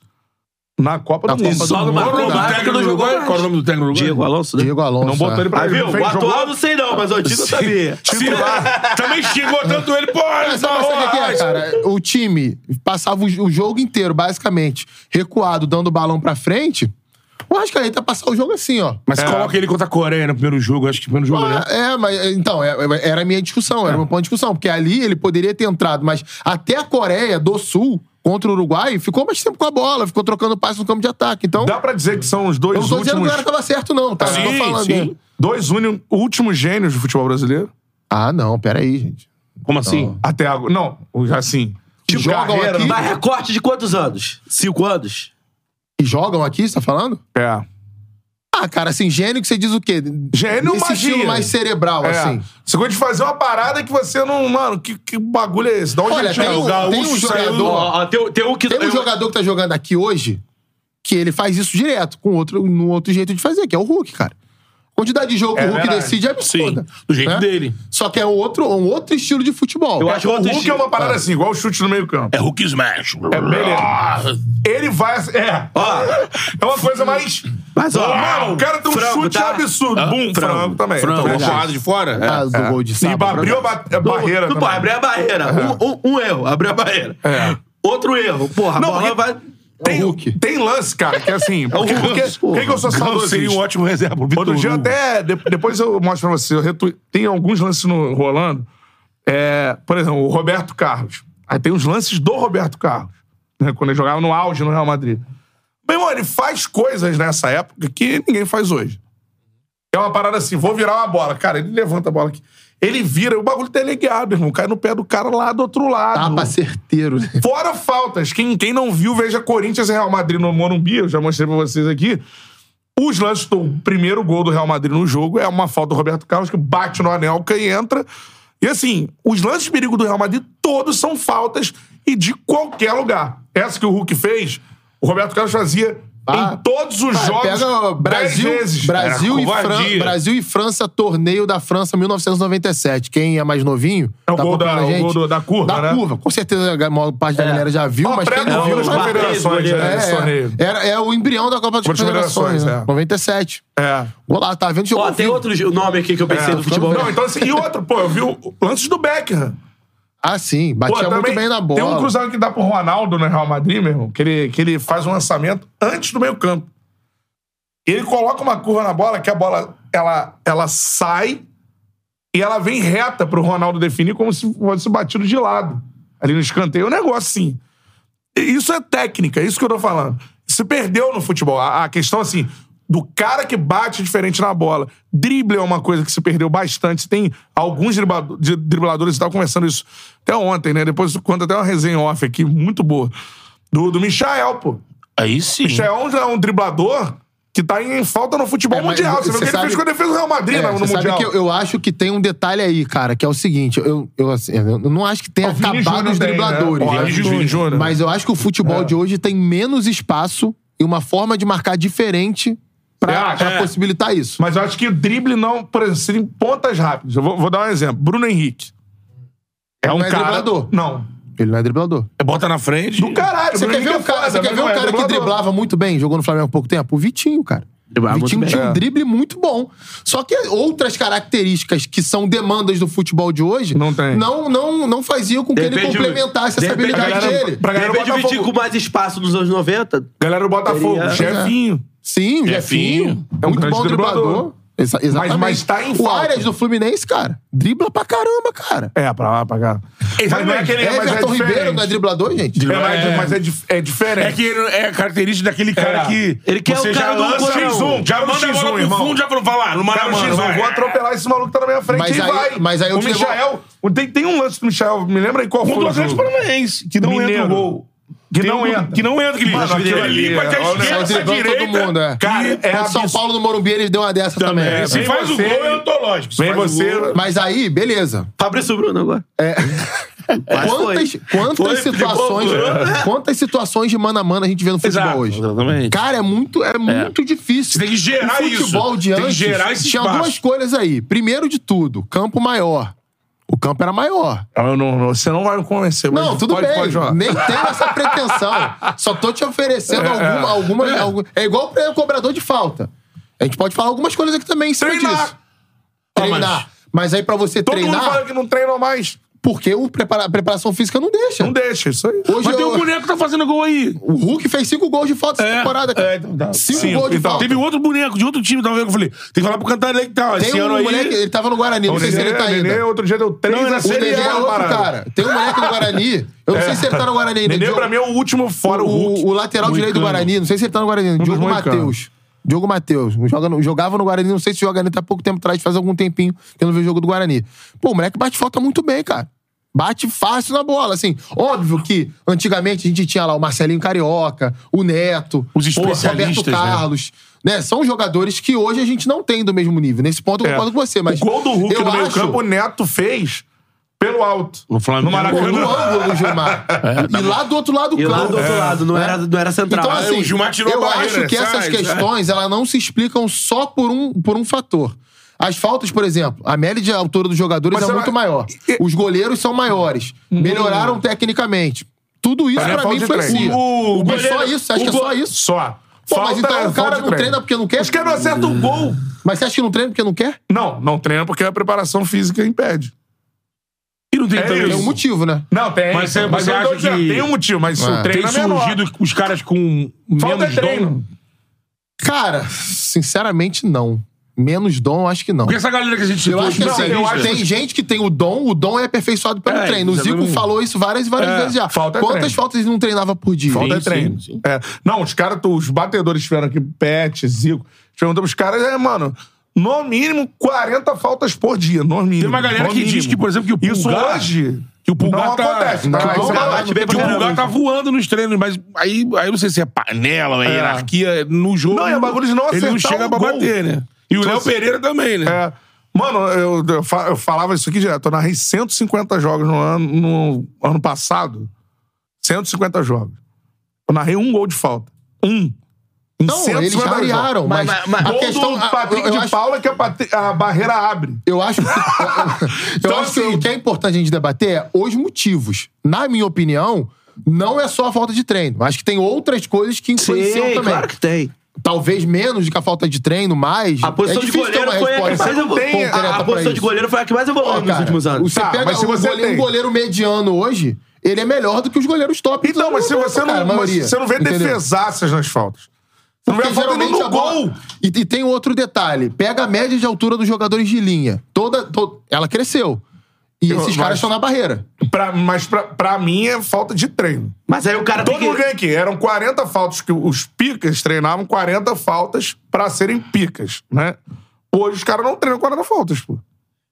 na Copa
Na
do Mundo.
Copa do Mundo.
Qual o nome do
Marco
técnico
não
do
jogou
Uruguai?
mais.
Qual o nome do técnico do Uruguai?
Diego Alonso, né?
Diego Alonso. é.
Não botou ele pra
Aí,
ele.
viu?
não
O
fez
atual
jogar.
eu não sei não, mas o antigo eu sabia.
Titular. Também xingou tanto ele, pô,
Mas sabe sabe o que que é, cara? O time passava o jo- o jogo inteiro, basicamente, recuado, dando o balão pra frente. O Arrascaeta ia passar o jogo assim, ó.
Mas
É.
coloca ele contra a Coreia no primeiro jogo, acho que no primeiro jogo, né?
Ah, É, mas então, é- é- era a minha discussão, era o meu ponto de discussão, porque ali ele poderia ter entrado, mas até a Coreia do Sul contra o Uruguai ficou mais tempo com a bola, ficou trocando passe no campo de ataque. Então,
Dá pra dizer que são os
eu
dois
não tô dizendo que o
últimos...
cara tava certo, não, tá? Eu tô
Sim,
falando.
sim.
né?
Dois uni- últimos gênios do futebol brasileiro?
Ah, não, peraí, gente.
Como assim?
Até agora. Não, os- assim...
Que jogam
carreira,
aqui.
né?
Mas recorte de quantos anos? Cinco anos?
E jogam aqui, você tá falando?
É.
Ah, cara, assim, gênio que você diz o quê?
Gênio
Esse
magia.
estilo mais cerebral,
É.
assim.
Você gosta de fazer uma parada que você não. Mano, que, que bagulho é esse? Da onde
Olha,
ele
tem
tirou?
um- tem um
saiu É do-
jogador-
Ó, ó, tem, tem um que...
Tem um
eu-
jogador que tá jogando aqui hoje que ele faz isso direto, com outro, num outro jeito de fazer, que é o Hulk, cara. A quantidade de jogo
É
que o Hulk
verdade.
decide é
Sim,
absurda.
do jeito
né?
dele.
Só que é um outro, um outro estilo de futebol.
Eu
É,
acho Ah.
O Hulk é
estilo.
uma parada assim, igual o chute no meio-campo.
É Hulk Smash.
É beleza. Ele vai. É.
Ó,
É uma coisa mais.
Mas, ó,
Mano, o cara tem um
frango,
chute
tá?
absurdo.
Ah,
Bum, frango,
frango.
também.
Frango,
também
verdade.
acho.
de fora?
por causa É, do gol de
E
sábado. né?
abriu a ba- a barreira.
Não, não
também.
pode, abrir a barreira. Um, um- um erro, abrir a barreira.
É.
Outro erro. Porra,
Não,
a bola
porque- É
vai...
Tem,
é Hulk.
tem lance, cara, que é assim. Porque,
Hulk.
porque, por que que eu sou
Não, seria um
saudosista?
ótimo reserva pro Vitor
Outro dia
Hugo.
até. de- depois eu mostro pra você. Eu retu- tem alguns lances no rolando. É, por exemplo, o Roberto Carlos. Aí tem os lances do Roberto Carlos. né, quando ele jogava no auge no Real Madrid. Meu irmão, ele faz coisas nessa época que ninguém faz hoje. É uma parada assim, vou virar uma bola. Cara, ele levanta a bola aqui. Ele vira, o bagulho tá ligado, irmão. Cai no pé do cara lá do outro lado.
Tapa Tá certeiro. né?
Fora faltas. Quem, quem não viu, veja Corinthians e Real Madrid no Morumbi. Eu já mostrei pra vocês aqui. Os lances do primeiro gol do Real Madrid no jogo é uma falta do Roberto Carlos que bate no Anelka e entra. E assim, os lances de perigo do Real Madrid todos são faltas e de qualquer lugar. Essa que o Hulk fez, o Roberto Carlos fazia
Ah,
em todos os
Cara,
jogos.
pega o
10
Brasil,
vezes.
Brasil,
É,
e
covardia.
Fran- Brasil e França, torneio da França 1997. Quem é mais novinho?
É o
tá
gol da-
acompanhando a
o gol
gente?
do- da curva,
Da
né? É.
curva. Com certeza a maior parte da galera já viu,
Ó,
mas quem
prego
não
viu
viu...
nas
o Martins,
confederações,
goleiro.
né,
É,
esse torneio.
é, era- é o embrião da Copa das
Copa das
Confederações,
Confederações,
né?
é.
97.
É.
Vou lá, tá vendo? Jogou
Ó, tem
vivo.
outro jo- nome aqui que eu pensei
É.
do futebol.
Não, então assim, e outro, pô, eu vi o o lance do Beckham.
Ah, sim.
Pô,
Batia muito
também
bem na bola.
Tem um cruzado que dá pro Ronaldo no Real Madrid, meu irmão, que ele, que ele faz um lançamento antes do meio campo. E ele coloca uma curva na bola, que a bola ela, ela sai e ela vem reta pro Ronaldo definir como se fosse batido de lado. Ali no escanteio. É um negócio assim. E Isso é técnica, é isso que eu tô falando. Se perdeu no futebol. A, a questão, assim, do cara que bate diferente na bola. Drible é uma coisa que se perdeu bastante. Tem alguns driblado- de- dribladores, eu tava conversando isso até ontem, né? Depois eu conto até uma resenha off aqui, muito boa. Do, do Michael, pô.
Aí sim.
Michael é um, é um driblador que tá em falta no futebol
É, mas
mundial. Você viu o que
você
ele fez
sabe-
quando ele fez o Real Madrid
É,
né, no
você sabe
Mundial.
que eu, eu acho que tem um detalhe aí, cara, que é o seguinte: eu, eu, assim, eu não acho que tenha
O Vini
acabado
Júnior
os
tem, né?
dribladores.
Ó,
né?
Vini Júnior. É. Júnior.
Mas eu acho que o futebol de hoje tem menos espaço e uma forma de marcar diferente
Você
pra,
acha?
pra
É.
possibilitar isso.
Mas eu acho que o drible não, por exemplo, seria em pontas rápidas. Eu vou, vou dar um exemplo. Bruno Henrique. É um
não é
cara.
driblador.
Não.
Ele não é driblador.
Bota na frente.
Do caralho,
Você
Bruno
quer
Henrique
ver um
é
cara,
foda,
você quer
mas
ver um
não é
cara que
driblador.
driblava muito bem, jogou no Flamengo há pouco tempo? O Vitinho, cara.
Driblava
o
muito
Vitinho
bem.
tinha
É.
um drible muito bom. Só que outras características que são demandas do futebol de hoje
Não tem.
não, não, não faziam com que ele
Depende-
complementasse essa
depende-
habilidade
Pra galera-
dele.
pra
De
galera do
repente o Vitinho
Botafogo.
com mais espaço nos anos 90.
Galera do Botafogo,
Teria-
Jefinho.
Sim, o Jefinho.
É um
muito
grande
bom driblador.
driblador.
Exa- exatamente.
Mas- mas tá em
O
falta.
Arias do Fluminense, cara, dribla pra caramba, cara.
É, pra lá, pra cá. Mas não é aquele, mas é
Everton Ribeiro não é
diferente.
driblador, gente?
É, mas-
É.
mas é, dif- é diferente.
É que ele é característica daquele cara
É.
que.
Ele quer
você
o cara
já
do
lança
Corão.
X1. Já
Cara do
manda a
X1,
bola pro
irmão.
fundo, já falou, vai lá, no
Cara,
Maracanã.
X1,
vai.
vou atropelar esse maluco que tá na minha frente
Mas
e
aí-
vai.
mas aí eu
o
te levo-
Michael, tem, tem um lance do Michael, me lembra aí qual
Um
foi
do
o
Atlético
jogo.
Paranaense, que não entra
Mineiro.
o gol.
Que
Tem
não
um-
entra.
Que não entra, que ele
Mano,
ele
aquilo ali
limpa até
é-
a
olha,
esquerda,
Saiu
essa
driblando
direita.
todo mundo, é.
Cara, é
Contra o São
absurdo.
Paulo no Morumbi, ele deu uma dessa também.
É,
Se
vem
faz o
você-
gol, é antológico. Se
Vem
faz o
você-
gol-
Mas aí, beleza.
Fabrício Bruno agora. Mas
Quantas,
foi.
quantas
Foi,
situações.
pipocou.
Quantas situações de mano a mano a gente vê no futebol
Exato,
hoje?
exatamente.
Cara, é muito, é muito difícil.
Você tem que gerar
o futebol
isso.
de
Tem que
antes
gerar esse
tinha
espaço.
duas coisas aí. Primeiro de tudo, campo maior. O campo era maior.
Eu não, não- você não vai me convencer, mas
Não, tudo
pode,
bem.
pode jogar.
Nem tenho essa pretensão. Só tô te oferecendo
É,
alguma.
é.
alguma
É.
algu- é. igual pra cobrador de falta. A gente pode falar algumas coisas aqui também em cima
Treinar.
disso.
Ah, mas
Treinar. mas... aí pra você
Todo mundo
treinar,
fala que não treina mais.
porque o prepara- a preparação física não deixa.
Não deixa, isso aí.
Hoje
Mas tem
eu-
um boneco que tá fazendo gol aí.
O Hulk fez cinco gols de falta essa temporada, cara.
é, tá.
cinco,
Cinco,
gols de
então.
falta.
Teve outro boneco de outro time, tava vendo que eu falei, tem que falar pro Cantarelli que tá.
Tem
Esse
um
ano aí.
moleque, ele tava no Guarani, não
O
sei se ele
Então, Nenê,
tá
Nenê,
ainda.
outro dia deu três
Não, ele
a
é
O
seis
Nenê
de
é
bola
outro,
parada. É.
cara. Tem um moleque no Guarani. Eu não sei se ele tá no Guarani ainda.
Nenê,
Diogo-
pra mim, é o último fora o Hulk.
o, o lateral direito do
Moicano. Um
Guarani, não sei se ele tá no Guarani,
dos
Diogo
moicanos.
Matheus. Diogo Matheus. Joga no- jogava no Guarani, não sei se joga ainda, tá há pouco tempo atrás, faz algum tempinho que eu não vejo jogo do Guarani. Pô, o moleque bate falta muito bem, cara. Bate fácil na bola, assim. Óbvio que antigamente a gente tinha lá o Marcelinho Carioca, o Neto,
Os
porra,
especialistas,
Roberto
né?
Carlos. Né? São jogadores que hoje a gente não tem do mesmo nível. Nesse ponto eu
É.
concordo com você, mas.
O gol do Hulk
eu
no meio
acho-
campo, o Neto fez pelo alto.
No Flamengo.
Pô,
No
no
Maracanã.
ângulo do Gilmar. e lá do outro lado do
E lá
campo.
do outro lado, não era, não era central.
Então, assim,
o Gilmar tirou a
eu
barreira,
acho que
sai,
essas
é.
sai.
questões elas não se explicam só por um, por um fator. As faltas, por exemplo, a média de altura dos jogadores
Mas
é
eu-
muito maior.
e-
Os goleiros são maiores.
Hum.
Melhoraram tecnicamente. Tudo isso,
Mas não é
pra mim,
falta de
influencia.
treino. O- o
Mas só
goleiro-
isso? Você acha
o
que é
go-
só isso?
Só.
Pô, mas então
é
o cara
falta de
não treina porque não quer?
Os caras não acertam o gol.
Mas você acha que não treina porque não quer?
Não, não treina porque a preparação física impede.
E não tem
É
também
Tem
isso.
um motivo, né?
Não, tem.
Mas você-
mas
você
eu
acha
tô dizendo,
que-
tem um motivo, mas
Ah.
o treino
Tem
é menor.
surgido os caras com
Falta
menos
de treino.
dom.
Cara, sinceramente, não. Menos dom, acho que não.
Porque essa galera que a gente
Eu acho que
não,
assim,
eu
acho-
tem gente que tem o dom, o dom é aperfeiçoado pelo
É,
treino. O
isso é
Zico
mesmo.
falou isso várias e várias
É,
vezes já.
falta é
Quantas
treino.
faltas ele não treinava por dia?
Falta
Sim,
de treino.
sim, sim.
É. Não, os caras, tu- os batedores tiveram aqui, Pet, Zico. Te perguntamos, os caras, é, mano, no mínimo 40 faltas por dia, no mínimo.
Tem uma galera
no
que diz
mínimo.
que, por exemplo, que o
Isso
Pulgar-
hoje.
que o Pulgar
não
tá-
acontece. tá?
não,
Isso
o Pulgar
é-
bate
que
bem pra
o
caramba.
Pulgar tá voando nos treinos, mas aí, aí eu não sei se é panela, ou é, hierarquia no jogo.
Não, é bagulho de não
Ele não
acertar
chega
um
pra
gol.
bater, né? E o
Então,
Léo
assim,
Pereira também, né?
É. Mano, eu, eu fa- eu falava isso aqui direto. Eu narrei 150 jogos no ano, no ano passado. 150 jogos. Eu narrei um gol de falta. Um. Em
Não, eles
150
variaram,
jogos.
mas,
Mas- mas-
a
Gol
questão...
do Patrick
eu,
de
acho,
Paula é que a, pate- a barreira abre.
eu acho que, eu- eu
Então,
acho que
assim-
o que é importante a gente debater é os motivos. Na minha opinião, não é só a falta de treino. Acho que tem outras coisas que influenciam
Sim,
também.
claro que tem.
Talvez menos do que a falta de treino, mas...
A posição
é
de
difícil ter
goleiro
uma
foi a que
resposta
mais
não tem-
concreta
A,
pra
a posição de
isso.
goleiro foi a que mais evoluiu
Pô,
nos
cara,
últimos anos.
Você
Tá,
pega
mas se
um
você
goleiro,
tem-
um goleiro mediano hoje, ele é melhor do que os goleiros top.
Então, mas se você não, mas você não vê defesaças nas faltas. Você não vê a falta nem no gol.
E, e tem outro detalhe. Pega a média de altura dos jogadores de linha. Toda, to- Ela cresceu. E
Eu-
esses
mas-
caras estão na barreira.
Pra- mas pra, pra mim é falta de treino.
Mas aí o cara
Todo
tem
mundo
que...
ganha aqui. Eram 40 faltas que os picas treinavam 40 faltas pra serem picas, né? Hoje os caras não treinam 40 faltas, pô.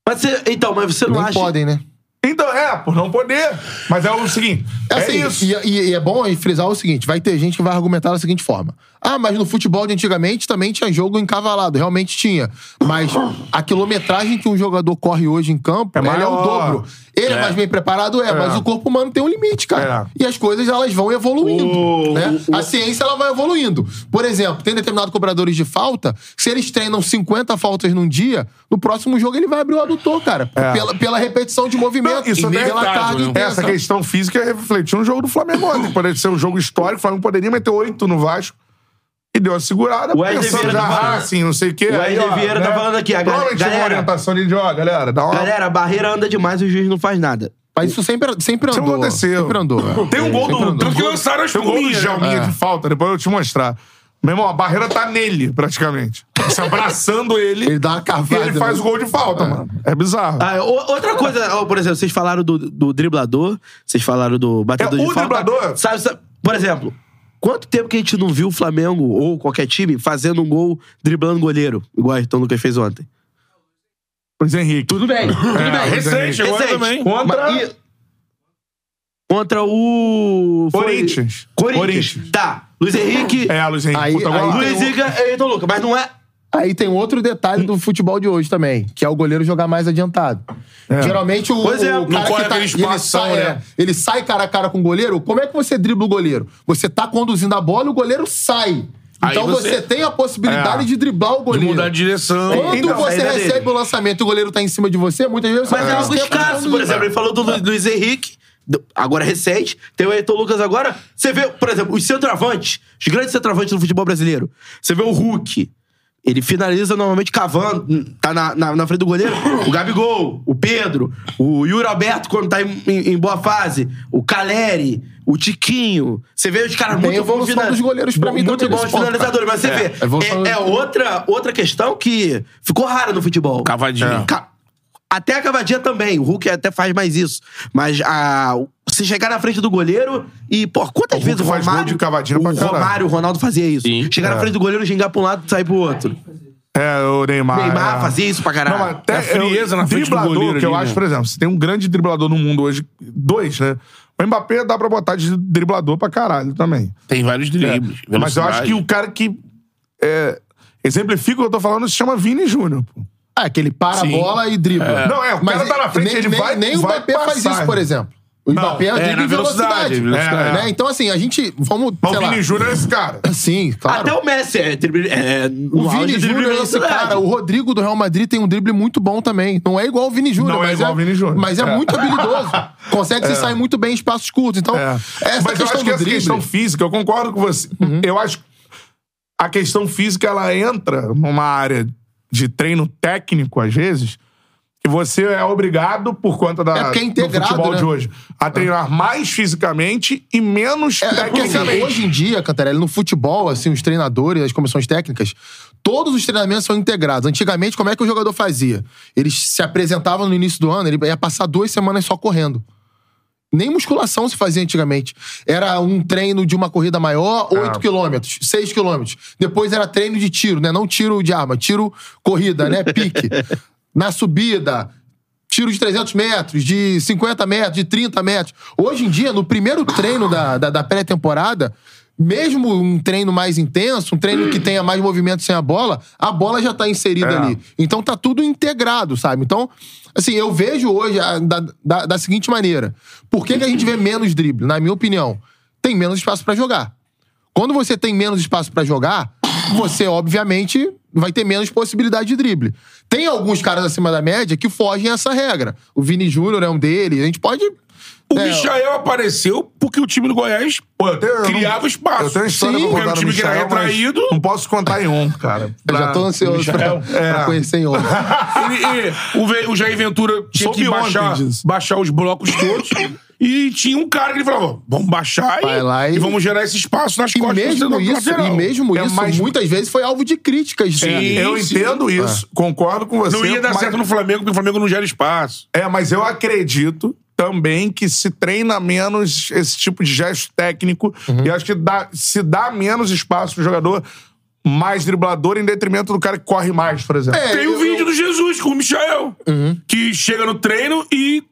Mas você- então, mas você não
Nem
acha...
podem, né?
Então, é, por não poder. Mas é o seguinte, é,
assim,
isso.
E, e- e é bom aí frisar o seguinte: vai ter gente que vai argumentar da seguinte forma. Ah, mas no futebol de antigamente também tinha jogo encavalado. Realmente tinha. Mas a quilometragem que um jogador corre hoje em campo
É
ela é o
maior.
dobro. Ele é, mais bem preparado, é, mas o corpo humano tem um limite, cara.
É.
E as coisas elas vão evoluindo. né? A ciência ela vai evoluindo. Por exemplo, tem determinados cobradores de falta, se eles treinam 50 faltas num dia, no próximo jogo ele vai abrir o adutor, cara. Pela, pela repetição de movimento.
É. Não, isso
e
até é
pela
verdade,
carga
né?
intensa.
Essa questão física refletiu no jogo do Flamengo ontem. Poderia ser um jogo histórico. O Flamengo poderia meter oito no Vasco. E deu uma segurada,
O Wesley
pensando
Vieira
já
tá falando.
assim, não sei o quê.
O
Aí,
Wesley
ó, né?
Vieira tá falando aqui, a
Provavelmente
galera-
uma orientação ali de, ó, galera, dá uma...
Galera, a barreira anda demais e o juiz não faz nada.
Mas isso sempre, sempre
Isso
andou.
aconteceu.
Sempre andou. velho.
Tem um gol
Sempre
do...
andou.
Tanto que lançaram as Tem um gol do
forminhas, né?
Jalminha
É.
de falta, depois eu te mostrar. Meu irmão, a barreira tá nele, praticamente. Se abraçando ele,
Ele dá uma
e
carvada.
ele faz
né?
o gol de falta, mano. É bizarro.
Ah, o- outra coisa, ó, por exemplo, vocês falaram do, do driblador, vocês falaram do batedor
É,
de
o
falta.
driblador-
Sabe, sabe- por exemplo, quanto tempo que a gente não viu o Flamengo ou qualquer time fazendo um gol driblando goleiro, igual o Ayrton Lucas fez ontem?
Luiz Henrique.
Tudo bem,
É,
tudo bem.
Luiz Henrique.
Recente, agora também.
Contra-
Mas e- Contra o... foi-
Corinthians.
Corinthians.
Corinthians.
Tá. Luiz Henrique,
É, Luiz Henrique.
Aí-
puta,
aí-
golaço.
Luiz Henrique e Ayrton Lucas. Mas não é...
Aí tem outro detalhe do futebol de hoje também, que é o goleiro jogar mais adiantado. Geralmente o,
Pois é,
o
não
cara
corre
que tá,
aquele
ele,
espação,
sai,
né?
é, ele sai cara a cara com o goleiro. Como é que você dribla o goleiro? Você tá conduzindo a bola e o goleiro sai.
Aí
Então você...
você-
tem a possibilidade
É.
de driblar o goleiro.
De mudar de direção.
Quando
Então,
você
saída
recebe
é dele.
o lançamento e o goleiro tá em cima de você, muitas vezes você tá
Mas é
tem
algo
tempo
escasso,
de-
por exemplo. Ele falou do Lu- Luiz Henrique, do- agora é recente. Tem o Ayrton Lucas agora. Você vê, por exemplo, os centroavantes, os grandes centroavantes do futebol brasileiro. Você vê o Hulk. Ele finaliza normalmente cavando, tá na, na, na frente do goleiro. O Gabigol, o Pedro, o Yuri Alberto, quando tá em, em- em boa fase, o Caleri, o Tiquinho. Você vê os caras
Tem
muito
evolução
bons fina-
dos goleiros pra mim
Muito
também
bons
nesse ponto,
finalizadores, mas você
a evolução
vê. É, é
dos-
outra, outra questão que ficou rara no futebol.
Cavadinha.
Ca- Até a cavadinha também. O Hulk até faz mais isso. Mas a... você chegar na frente do goleiro e, pô,
O
quantas
Hulk
vezes o
faz
Romário.
gol de cavadinha
o
pra caralho.
Romário, o Ronaldo fazia isso. chegar na frente do goleiro, gingar pra um lado e sair pro outro.
É, o Neymar.
Neymar
é.
fazia isso pra caralho.
Não, mas até
É a frieza
eu-
na frente do
driblador,
goleiro
que eu
ali,
acho,
né?
por exemplo, se tem um grande driblador no mundo hoje, dois, né? O Mbappé dá pra botar de driblador pra caralho também.
Tem vários dribles.
É, Mas eu acho que o cara que é, exemplifica o que eu tô falando se chama Vini Júnior. pô.
Ah, que ele para
Sim.
a bola e dribla.
É. Não, é, o cara tá na frente,
nem,
ele
nem-
vai-
Nem o
vai
Mbappé faz
passar.
isso, por exemplo. O
Não,
Mbappé
é,
dribla
na
em velocidade.
velocidade, velocidade.
né? Então, assim, a gente. Vamos.
Mas
sei
o
lá.
Vini Júnior é esse cara.
Sim, claro.
Até o Messi é, drible, é
O Vini Júnior é esse cara. O Rodrigo do Real Madrid tem um drible muito bom também. Não é igual o Vini Júnior.
Não é
mas
igual o Vini Júnior.
Mas é,
É.
muito habilidoso. Consegue se sair muito bem em espaços curtos. Então,
É.
essa
Mas eu
questão
acho que
do
essa
drible... Uhum.
questão física, eu concordo com você. Eu acho que a questão física, ela entra numa área de treino técnico, às vezes, que você é obrigado, por conta da,
É porque é
do
integrado,
futebol
né?
de hoje, a treinar mais fisicamente e menos
É, é porque assim,
tecnicamente.
hoje em dia, Cantarelli, no futebol, assim, os treinadores, as comissões técnicas, todos os treinamentos são integrados. Antigamente, como é que o jogador fazia? Eles se apresentavam no início do ano, ele ia passar duas semanas só correndo. Nem musculação se fazia antigamente. Era um treino de uma corrida maior, 8 quilômetros, 6 quilômetros. Depois era treino de tiro, né? Não tiro de arma, tiro corrida, né? Pique. Na subida, tiro de 300 metros, de 50 metros, de 30 metros. Hoje em dia, no primeiro treino da, da, da pré-temporada, mesmo um treino mais intenso, um treino que tenha mais movimento sem a bola, a bola já tá inserida
É.
ali. Então tá tudo integrado, sabe? Então, assim, eu vejo hoje a- da, da, da seguinte maneira. Por que, que a gente vê menos drible? Na minha opinião, tem menos espaço pra jogar. Quando você tem menos espaço pra jogar, você, obviamente, vai ter menos possibilidade de drible. Tem alguns caras acima da média que fogem a essa regra. O Vini Júnior é um deles. A gente pode.
O
É,
Michael apareceu porque o time do Goiás
Pô, eu tenho- eu não-
criava espaço.
Eu tenho história
Sim,
pra
porque
contar
o
do
time que era
Michael, mas
retraído.
Não posso contar em um, cara.
Eu já tô ansioso pra,
É.
pra conhecer em outro.
Ele- e- o, Ve- o Jair Ventura tinha
Soube
que baixar,
ontem disso.
baixar os blocos todos. e tinha um cara que ele falava: vamos baixar e,
Vai lá e-
e vamos gerar esse espaço nas
E
costas do
mesmo
torcedor
isso,
lateral.
e mesmo
É
isso
mais- É,
muitas vezes foi alvo de críticas.
Sim.
né?
Eu
Sim,
entendo
sim.
isso, concordo com você.
Não ia dar
mas-
certo no Flamengo, porque o Flamengo não gera espaço.
É, mas eu acredito também que se treina menos esse tipo de gesto técnico
Uhum.
e acho que dá- se dá menos espaço pro jogador mais driblador em detrimento do cara que corre mais, por exemplo.
É,
Tem o
eu-
vídeo do Jesus com o Michael, que chega no treino e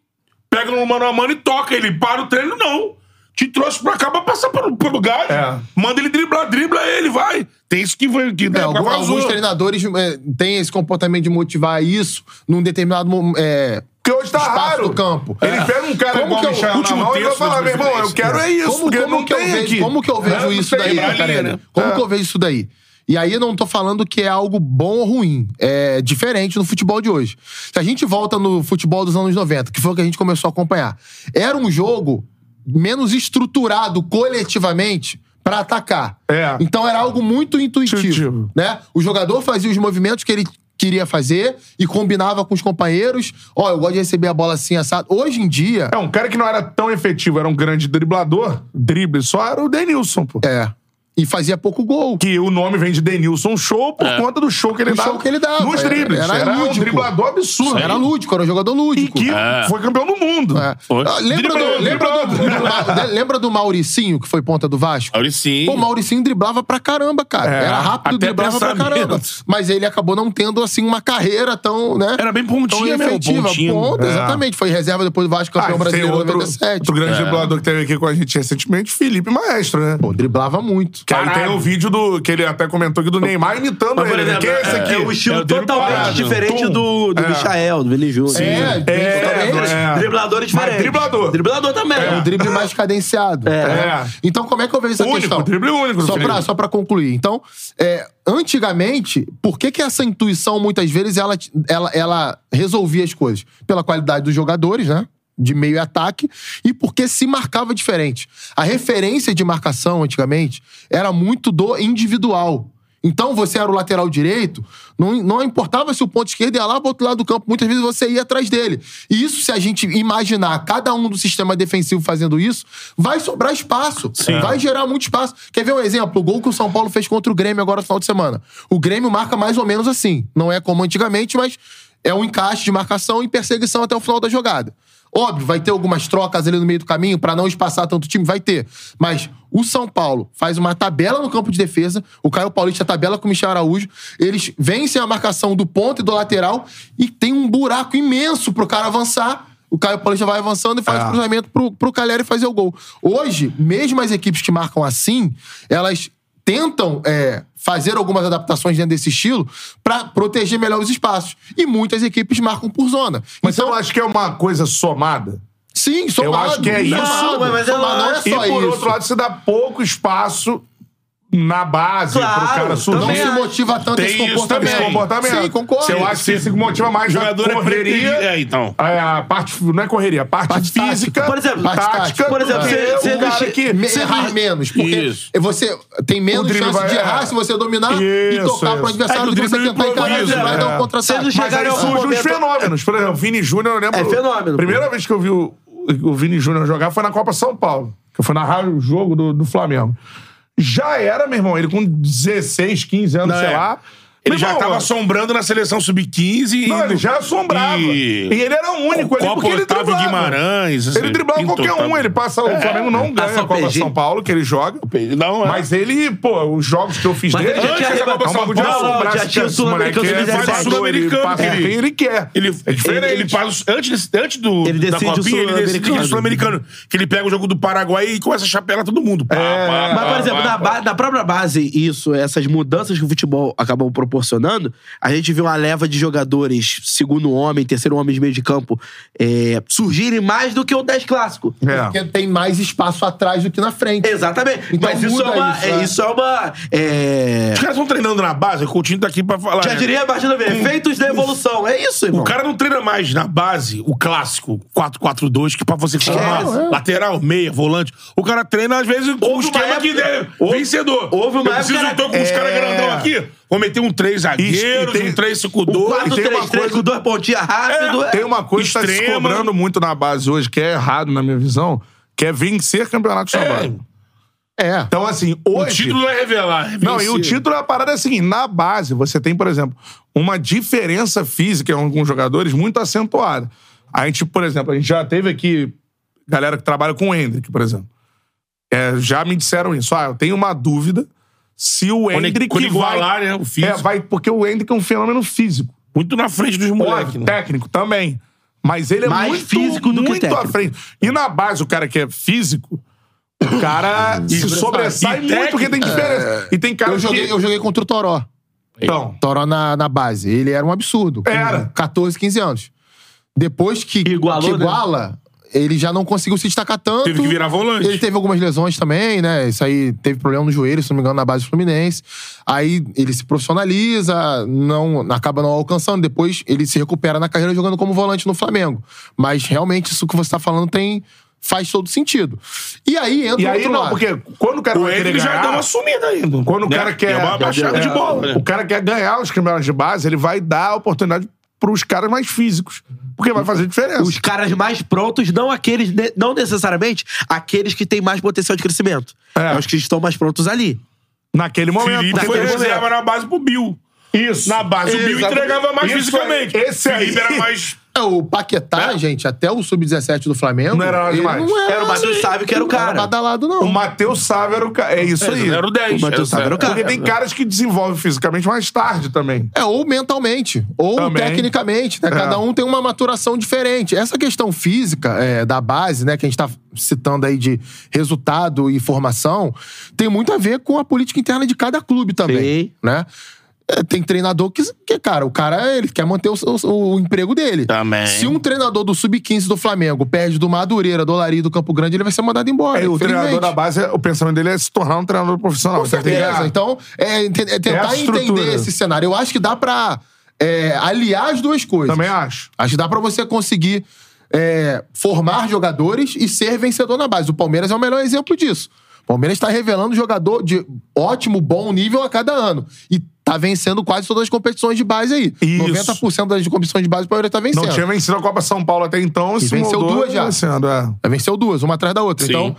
pega no mano a mano e toca. Ele para o treino, não. Te trouxe pra cá pra passar pelo, pelo galho.
É.
Manda ele driblar, dribla ele, vai. Tem isso que foi. Que
É,
né,
algum-
vazou.
alguns treinadores é, têm esse comportamento de motivar isso num determinado mo- é,
Porque hoje tá
espaço
raro.
do campo.
Ele
É.
pega um cara
Como
igual
que
o
eu-
Michel na
último
mão e vai
terço
falar,
das
meu irmão, eu
preferências,
quero é isso,
Como,
porque
como
não
que eu
tem
vejo,
aqui.
como que eu vejo
É, não
isso
tem
daí,
pra
Cantarelli?
linha, né?
Como
É.
que eu vejo isso daí? E aí eu não tô falando que é algo bom ou ruim. É diferente no futebol de hoje. Se a gente volta no futebol dos anos 90, que foi o que a gente começou a acompanhar, era um jogo menos estruturado coletivamente pra atacar.
É.
Então era algo muito intuitivo,
Intuitivo.
né? O jogador fazia os movimentos que ele queria fazer e combinava com os companheiros. Ó, eu gosto de receber a bola assim, assado. Hoje em dia...
É, um cara que não era tão efetivo, era um grande driblador, drible só, era o Denilson, pô.
É. E fazia pouco gol.
Que o nome vem de Denilson Show por
É.
conta do show que ele
Do
dava.
show que ele dava.
Nos
Era-
dribles. Era,
era
um
lúdico.
driblador absurdo.
Era lúdico, era um jogador
E
lúdico.
que foi campeão do mundo.
É. Ah, Lembra,
Driblou,
do, lembra, do,
driblou.
Ma- lembra do Mauricinho, que foi ponta do Vasco?
Mauricinho.
Pô, o Mauricinho driblava pra caramba, cara.
É,
Era rápido,
até
driblava pra
pensamento.
caramba. Mas ele acabou não tendo, assim, uma carreira tão, né?
Era bem
tão
pontinha, mesmo,
efetiva.
pontinha.
Ponta,
É.
exatamente. Foi reserva depois do Vasco campeão
Ah, tem
brasileiro em
outro,
97.
É.
outro grande driblador que teve aqui com a gente recentemente, Felipe Maestro, né?
Pô, driblava muito.
Que aí
Parado.
tem o vídeo do. Que ele até comentou aqui do Neymar imitando
Mas, por
ele. né?
exemplo,
que é esse aqui?
é um estilo
É o dele
totalmente
parado.
diferente
Tum.
do, do
É.
Michael, do Vini Júnior.
É, tem
É,
totalmente-
é.
Driblador é diferente.
Mas driblador.
Driblador também.
É um drible mais cadenciado.
É.
Então, como é que eu vejo essa
Único,
questão?
drible único,
Só
Felipe.
pra, só pra concluir. Então, é, antigamente, por que, que essa intuição, muitas vezes, ela, ela, ela resolvia as coisas? Pela qualidade dos jogadores, né? De meio e ataque, e porque se marcava diferente. A referência de marcação, antigamente, era muito do individual. Então, você era o lateral direito, não, não importava se o ponto esquerdo ia lá pro outro lado do campo, muitas vezes você ia atrás dele. E isso, se a gente imaginar cada um do sistema defensivo fazendo isso, vai sobrar espaço, vai gerar muito espaço. Quer ver um exemplo? O gol que o São Paulo fez contra o Grêmio agora no final de semana. O Grêmio marca mais ou menos assim. Não é como antigamente, mas é um encaixe de marcação e perseguição até o final da jogada. Óbvio, vai ter algumas trocas ali no meio do caminho pra não espaçar tanto o time, vai ter. Mas o São Paulo faz uma tabela no campo de defesa, o Caio Paulista tabela com o Michel Araújo, eles vencem a marcação do ponto e do lateral e tem um buraco imenso pro cara avançar. O Caio Paulista vai avançando e faz o cruzamento pro, pro Calheri fazer o gol. Hoje, mesmo as equipes que marcam assim, elas tentam é, fazer algumas adaptações dentro desse estilo pra proteger melhor os espaços. E muitas equipes marcam por zona. Então
Mas eu acho que é uma coisa somada.
Sim, somado.
Eu acho que é isso.
Não, mas é
Somado,
não é
E
só
por
isso.
outro lado, você dá pouco espaço na base
Claro,
pro cara surgir.
não
também
se motiva tanto
Tem
esse
isso
comportamento.
também.
Esse comportamento.
Sim, concordo.
Eu acho que esse motiva mais
Jogador é
jogador correria.
preterido. É, então.
A, a parte, não é correria, a parte,
Parte
física.
tática.
Por exemplo,
tática,
parte tática.
Por exemplo,
do
você-
que
você
o cara
deixa-
que-
Me- errar menos, porque é
Isso.
você tem
O
menos
drible
chance
vai-
de errar
é.
se você dominar
Isso,
e tocar
isso.
pro
É que
adversário
o
do que você
drible
tentar encarar e
improvisa,
vai
né?
é.
dar um
Vocês não
contra-ataque.
Mas
chegaram
aí
em algum
surgem os
momento-
fenômenos. Por exemplo, o Vini Júnior, eu lembro.
É fenômeno.
Primeira vez que eu vi o, o Vini Júnior jogar foi na Copa São Paulo. Que eu fui narrar o jogo do, do Flamengo. Já era, meu irmão, ele com 16, 15 anos,
Não,
sei
é.
lá.
Ele
Meu
já
irmão,
tava assombrando na seleção sub-15. e-
Não, ele já assombrava.
E-
E, ele era o único ali,
Copa
porque ele
Otávio
driblava.
Guimarães, isso
Ele
aí.
driblava
Pinto,
qualquer um,
tá-
ele passa... O Flamengo não ganha a
São
Copa
Pedro.
São Paulo, que ele joga.
Não, é.
Mas ele, pô, os jogos que eu fiz
Mas
dele...
ele já tinha
antes da Copa
arrebentado.
São Paulo,
Não, não,
assombrasse
já tinha
esse
Sul-Americano
moleque,
de
ele faz
17.
Sul-Americano,
Ele passa
é.
quem ele
ele quer.
Ele,
é diferente.
Ele, ele faz, antes, desse- antes do,
Ele
da
decide o
Copinha, ele decide
Sul-Americano.
o Sul-Americano. Que ele pega o jogo do Paraguai e começa a chapelar todo mundo. Pá,
É.
pá,
Mas,
pá,
por exemplo,
pá,
na,
pá.
ba- na própria base, isso, essas mudanças que o futebol acabou proporcionando, a gente viu uma leva de jogadores, segundo homem, terceiro homem de meio de campo, é, surgirem mais do que o 10 clássico.
É.
Porque tem mais espaço atrás do que na frente.
Exatamente.
Então
Mas isso é
muda
uma.
isso,
é,
né?
isso é uma. é,
Os caras estão treinando na base, o Coutinho tá aqui pra falar.
Já
né?
diria a Martina Vieira, efeitos da evolução. É isso, irmão.
O cara não treina mais na base o clássico 4-4-2, que pra você formar lateral, meia, volante. O cara treina, às vezes, com o
Houve uma
esquema
época-
que deve.
houve-
vencedor.
houve uma
Eu preciso
época-
eu tô com os
É.
caras grandão aqui. Vou meter um 3 zagueiros,
E tem-
um 3 5
O
2
e tem uma
4-3-3
coisa-
com dois pontinhos rápido. é.
Tem uma coisa que tá se
Extrema.
cobrando muito na base hoje, que é errado na minha visão, que é vencer campeonato trabalho.
É.
Então, assim,
O
hoje...
título não é revelar. é
Não, e o
vencer.
título, a parada é a seguinte: na base, você tem, por exemplo, uma diferença física em alguns jogadores muito acentuada. A gente, por exemplo, a gente já teve aqui galera que trabalha com o Hendrick, por exemplo. É, já me disseram isso. Ah, eu tenho uma dúvida se o
Quando-
é Hendrick
quando
vai...
igualar, né, o físico.
É, vai... Porque o Hendrick é um fenômeno físico.
Muito na frente dos
Óbvio,
moleques. né?
técnico também. Mas ele é
Mais
muito,
físico do que
muito à
técnico.
frente. E na base, o cara que é físico, o cara se sobressai
é E
muito
técnico. é.
porque tem diferença. E tem cara
Eu joguei,
que...
eu joguei contra o Toró.
Então,
Toró na, na base. Ele era um absurdo. com
Era.
14, 15 anos. Depois que,
Igualou,
que
né?
iguala, ele já não conseguiu se destacar tanto.
Teve que virar volante.
Ele teve algumas lesões também, né? Isso aí teve problema no joelho, se não me engano, na base do Fluminense. Aí ele se profissionaliza, não acaba não alcançando. Depois ele se recupera na carreira jogando como volante no Flamengo. Mas realmente isso que você tá falando tem faz todo sentido. E aí entra
E
o
aí
outro
não,
lado.
porque quando o cara
O
vai querer
Hendrick já
ganhar,
deu uma sumida ainda.
quando o
Né?
cara quer
É uma baixada
é,
de bola. né?
o cara quer ganhar os campeonatos de base, ele vai dar a oportunidade pros caras mais físicos, porque vai fazer diferença.
Os caras mais prontos, não aqueles, ne- não necessariamente aqueles que têm mais potencial de crescimento.
É.
É, os que estão mais prontos ali.
Naquele momento,
Felipe
porque
foi
teve-
reserva na base pro Bill.
isso.
Na base, o Bill
Exatamente.
entregava mais
Isso aí,
fisicamente.
Esse aí
Felipe era mais
É, O Paquetá, gente, até o sub-17 do Flamengo.
Né? Não era nada
ele
demais.
Não era,
Era o Matheus Sávio que era o
não era
cara.
badalado, não.
O Matheus Sávio era o cara. É isso aí.
Era o é 10.
O Matheus Sávio era o cara. né?
Porque tem caras que desenvolvem fisicamente mais tarde também.
É, ou mentalmente, ou
Também.
tecnicamente, né? Cada um tem uma maturação diferente. Essa questão física é, da base, né, que a gente tá citando aí de resultado e formação, tem muito a ver com a política interna de cada clube também,
Sim.
né? É, Tem treinador que, que, cara, o cara ele quer manter o, o- o emprego dele.
Também.
Se um treinador do Sub-15 do Flamengo perde do Madureira, do Lari do Campo Grande, ele vai ser mandado
É,
embora.
Aí É, o treinador
infelizmente.
da base, o pensamento dele é se tornar um treinador profissional.
Com certeza. Então, é, ente- é tentar
a estrutura.
entender esse cenário. Eu acho que dá pra é, aliar as duas coisas.
Também acho.
Acho que dá pra você conseguir é, formar jogadores e ser vencedor na base. O Palmeiras é o melhor exemplo disso. O Palmeiras está revelando jogador de ótimo, bom nível a cada ano. E tá vencendo quase todas as competições de base aí.
Isso.
90% das competições de base o Palmeiras tá vencendo.
Não tinha vencido a Copa São Paulo até então e se
venceu
mudou
duas já.
vencendo, é.
Ela Venceu duas, uma atrás da outra.
Sim.
Então,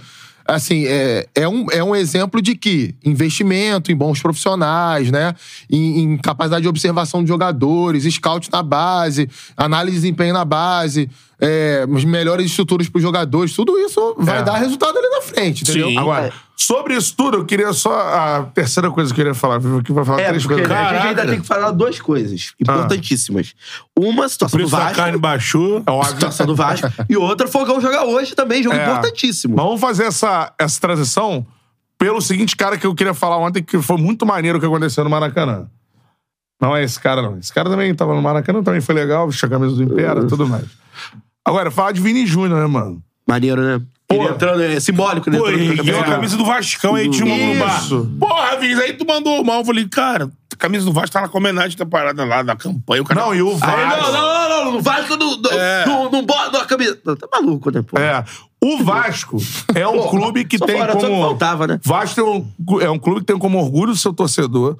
assim, é, é, um, é um exemplo de que investimento em bons profissionais, né? Em, em capacidade de observação de jogadores, scout na base, análise de desempenho na base, é, as melhores estruturas para os jogadores, tudo isso vai
É.
dar resultado ali na frente, entendeu?
Sim.
Agora, sobre isso tudo, eu queria só. A terceira coisa que eu queria falar, viu? Que vai falar
É,
três Ah.
porque
coisas.
a gente ainda tem que falar duas coisas importantíssimas. Uma, situação do
preço da carne
Vasco.
baixou. É
Situação do Vasco. E outra, Fogão joga hoje também, jogo
É.
importantíssimo.
Vamos fazer essa, essa transição pelo seguinte cara que eu queria falar ontem, que foi muito maneiro o que aconteceu no Maracanã. Não é esse cara, não. Esse cara também tava no Maracanã, também foi legal, vestiu a camisa do Impera e tudo mais. Agora, falar de Vini Júnior, né, mano?
Maneiro, né? Ele entrando, é simbólico, né?
Pô,
Entrando com a
e
camisa
ganhou a
do-
camisa do Vascão aí, tinha um bar.
Isso.
Porra, Viz, aí tu mandou mal. Eu falei, cara, a camisa do Vasco tá na homenagem da parada lá, da campanha. O cara... Ah,
Não, e o
Aí,
Vasco-
Não, não, não, não, no Vasco não, não,
É.
não, não bota a camisa. Tá maluco, né, pô?
É. O Vasco é um
Pô,
clube que
só
tem
fora, só que
como.
faltava, né?
Vasco tem um- é um clube que tem como orgulho o seu torcedor,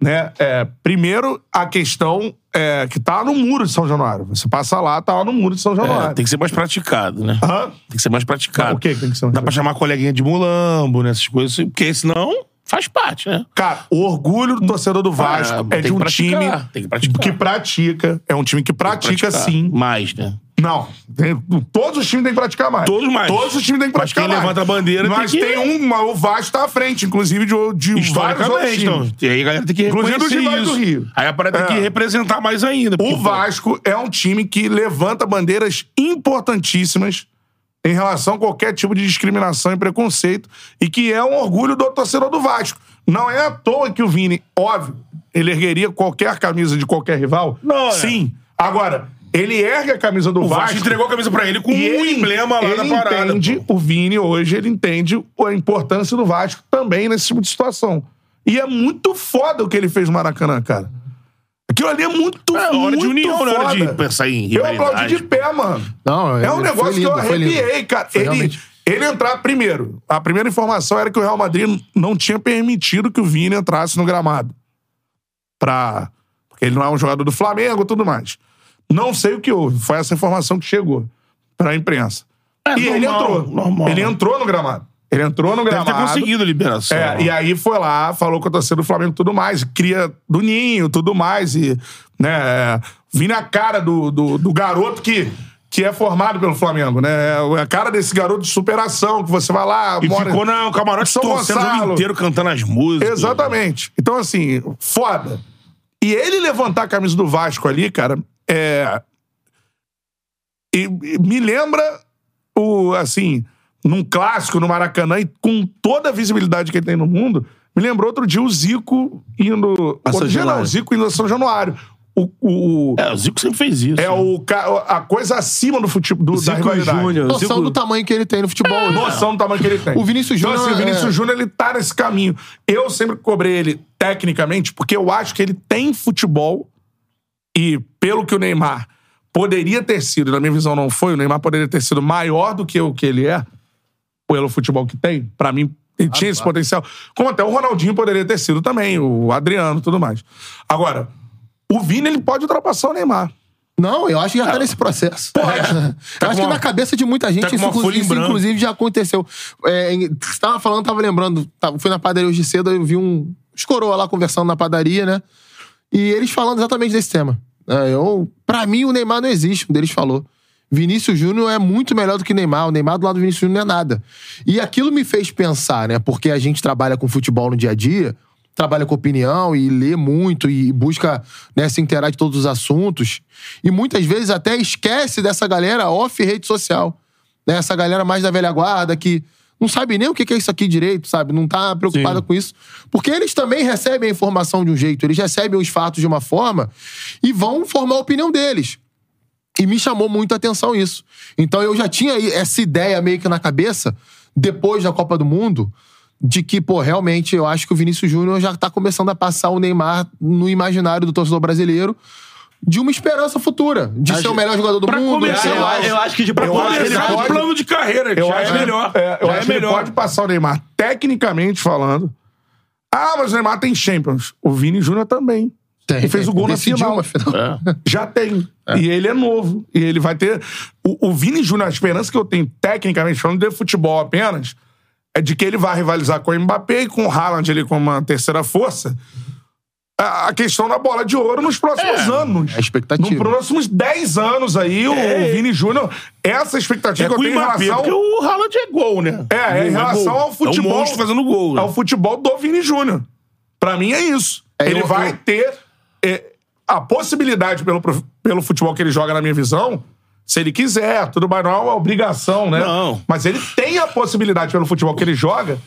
né? É, primeiro, a questão é, que tá no muro de São Januário. Você passa lá, tá lá no muro de São Januário.
É, tem que ser mais praticado,
Ah.
né?
Hã?
Tem que ser mais praticado.
O quê que tem que ser um mais
Dá pra chamar coleguinha de mulambo, né? Essas coisas. Porque senão faz parte, né?
Cara, o orgulho do torcedor do Vasco
Ah,
é
tem
de
que
um
praticar,
time
tem que praticar.
pratica. É um time que pratica,
Praticar
sim.
Mais, né?
Não. tem- todos os times têm que praticar mais.
Todos mais.
Todos os times têm que
Mas
praticar
quem
mais.
levanta a bandeira tem
Mas
que-
tem, um. O Vasco tá à frente, inclusive, de, de vários outros
Historicamente,
times.
então. E aí a galera tem que
Inclusive
reconhecer
dos rivais
isso.
do Rio.
Aí a parada
É.
tem que representar mais ainda. porque,
O
pô,
Vasco é um time que levanta bandeiras importantíssimas em relação a qualquer tipo de discriminação e preconceito e que é um orgulho do torcedor do Vasco. Não é à toa que o Vini, óbvio, ele ergueria qualquer camisa de qualquer rival.
Não, é.
Sim. Agora, ele ergue a camisa do
O Vasco,
Vasco.
entregou a camisa pra ele com um
e ele-
emblema lá
ele
da parada.
entende,
pô.
o Vini hoje, ele entende a importância do Vasco também nesse tipo de situação. E é muito foda o que ele fez no Maracanã, cara. Aquilo ali é muito,
É hora de
muito
união, não é
foda.
hora de pensar em
Eu
rivalidade.
aplaudi de pé, mano.
Não,
é um
foi
negócio
lindo,
que eu
foi lindo.
arrepiei, cara.
Foi
Ele,
realmente-
ele entrar primeiro. A primeira informação era que o Real Madrid não tinha permitido que o Vini entrasse no gramado. Pra... Porque ele não é um jogador do Flamengo e tudo mais. Não sei o que houve. Foi essa informação que chegou pra imprensa. e ele
É, normal,
entrou.
normal. né?
Ele entrou no gramado. Ele entrou no
Deve ter
gramado.
conseguido a liberação.
É, e aí foi lá, falou com a torcida do Flamengo e tudo mais, cria do Ninho tudo mais, e, né, é, vi na cara do, do, do garoto que, que é formado pelo Flamengo, né? É A cara desse garoto de superação, que você vai lá,
E
mora...
ficou no camarote
São
torcendo o jogo
Gonçalo.
inteiro, cantando as músicas.
Exatamente. Então, assim, foda. E ele levantar a camisa do Vasco ali, cara, é. E, e me lembra o, assim, num clássico no Maracanã, e com toda a visibilidade que ele tem no mundo, me lembrou outro dia o Zico indo.
A São
outro dia não,
Januário.
o Zico indo a São Januário. O, o-
É, o Zico sempre fez isso.
é o, ca- a coisa acima do futebol, do, da
Zico
rivalidade.
Júnior.
Noção
Zico-
do tamanho que ele tem no futebol.
É.
né?
noção do tamanho que ele tem.
O Vinícius
Então,
Júnior,
assim, o Vinícius
é-
Júnior, ele tá nesse caminho. Eu sempre cobrei ele tecnicamente, porque eu acho que ele tem futebol e, pelo que o Neymar poderia ter sido, na minha visão não foi, o Neymar poderia ter sido maior do que o que ele é, pelo futebol que tem. Pra mim, ele tinha esse potencial. Como até o Ronaldinho poderia ter sido também, o Adriano tudo mais. Agora, o Vini, ele pode ultrapassar o Neymar.
Não, eu acho que já
É.
tá nesse processo. eu acho que
uma-
na cabeça de muita gente
tá com
isso,
uma
inclusive,
folha em
isso,
branco.
inclusive, já aconteceu. É, em- você tava falando, tava lembrando. tava- fui na padaria hoje cedo, eu vi um uns coroa lá conversando na padaria, né? E eles falando exatamente desse tema. É, eu, pra mim, o Neymar não existe, um deles falou. Vinícius Júnior é muito melhor do que o Neymar. O Neymar do lado do Vinícius Júnior não é nada. E aquilo me fez pensar, né? Porque a gente trabalha com futebol no dia a dia, trabalha com opinião e lê muito e busca né, se interar de todos os assuntos. E muitas vezes até esquece dessa galera off rede social. Né? Essa galera mais da velha guarda que não sabe nem o que que é isso aqui direito, sabe? Não tá preocupada com isso. Porque eles também recebem a informação de um jeito, eles recebem os fatos de uma forma e vão formar a opinião deles. E me chamou muito a atenção isso. Então eu já tinha aí essa ideia meio que na cabeça, depois da Copa do Mundo, de que, pô, realmente eu acho que o Vinícius Júnior já tá começando a passar o Neymar no imaginário do torcedor brasileiro de uma esperança futura, de ser o melhor jogador do
pra
mundo. de
começar,
ser
Eu,
o
a- eu acho que de
Pra
propósito
é
ele
começar
pode-
o plano de carreira,
Eu
já
acho
é melhor.
É, eu
já
acho
é
que ele
melhor.
pode passar o Neymar, tecnicamente falando. Ah, mas o Neymar tem Champions. O Vini Júnior também.
Tem,
e fez
tem.
o gol na
Decidiu
final. É.
uma final.
Já tem. E ele é novo. E ele vai ter. O, o Vini Júnior, a esperança que eu tenho, tecnicamente falando, de futebol apenas, é de que ele vai rivalizar com o Mbappé e com o Haaland ali como uma terceira força. A a questão da bola de ouro nos próximos
É,
anos.
a expectativa.
Nos próximos 10 anos aí, o- o Vini Júnior, essa expectativa
É
que eu
com o
tenho em
Mbappé,
relação.
porque o Haaland é gol, né?
É, é em
Gol,
relação
gol.
ao futebol.
É um monstro fazendo gol. né?
Ao futebol do Vini Júnior. Pra mim é isso.
É,
ele
eu-
vai
eu-
ter é, a possibilidade, pelo, prof- pelo futebol que ele joga, na minha visão, se ele quiser, tudo mais, não é uma obrigação, né?
Não.
Mas ele tem a possibilidade, pelo futebol que ele joga,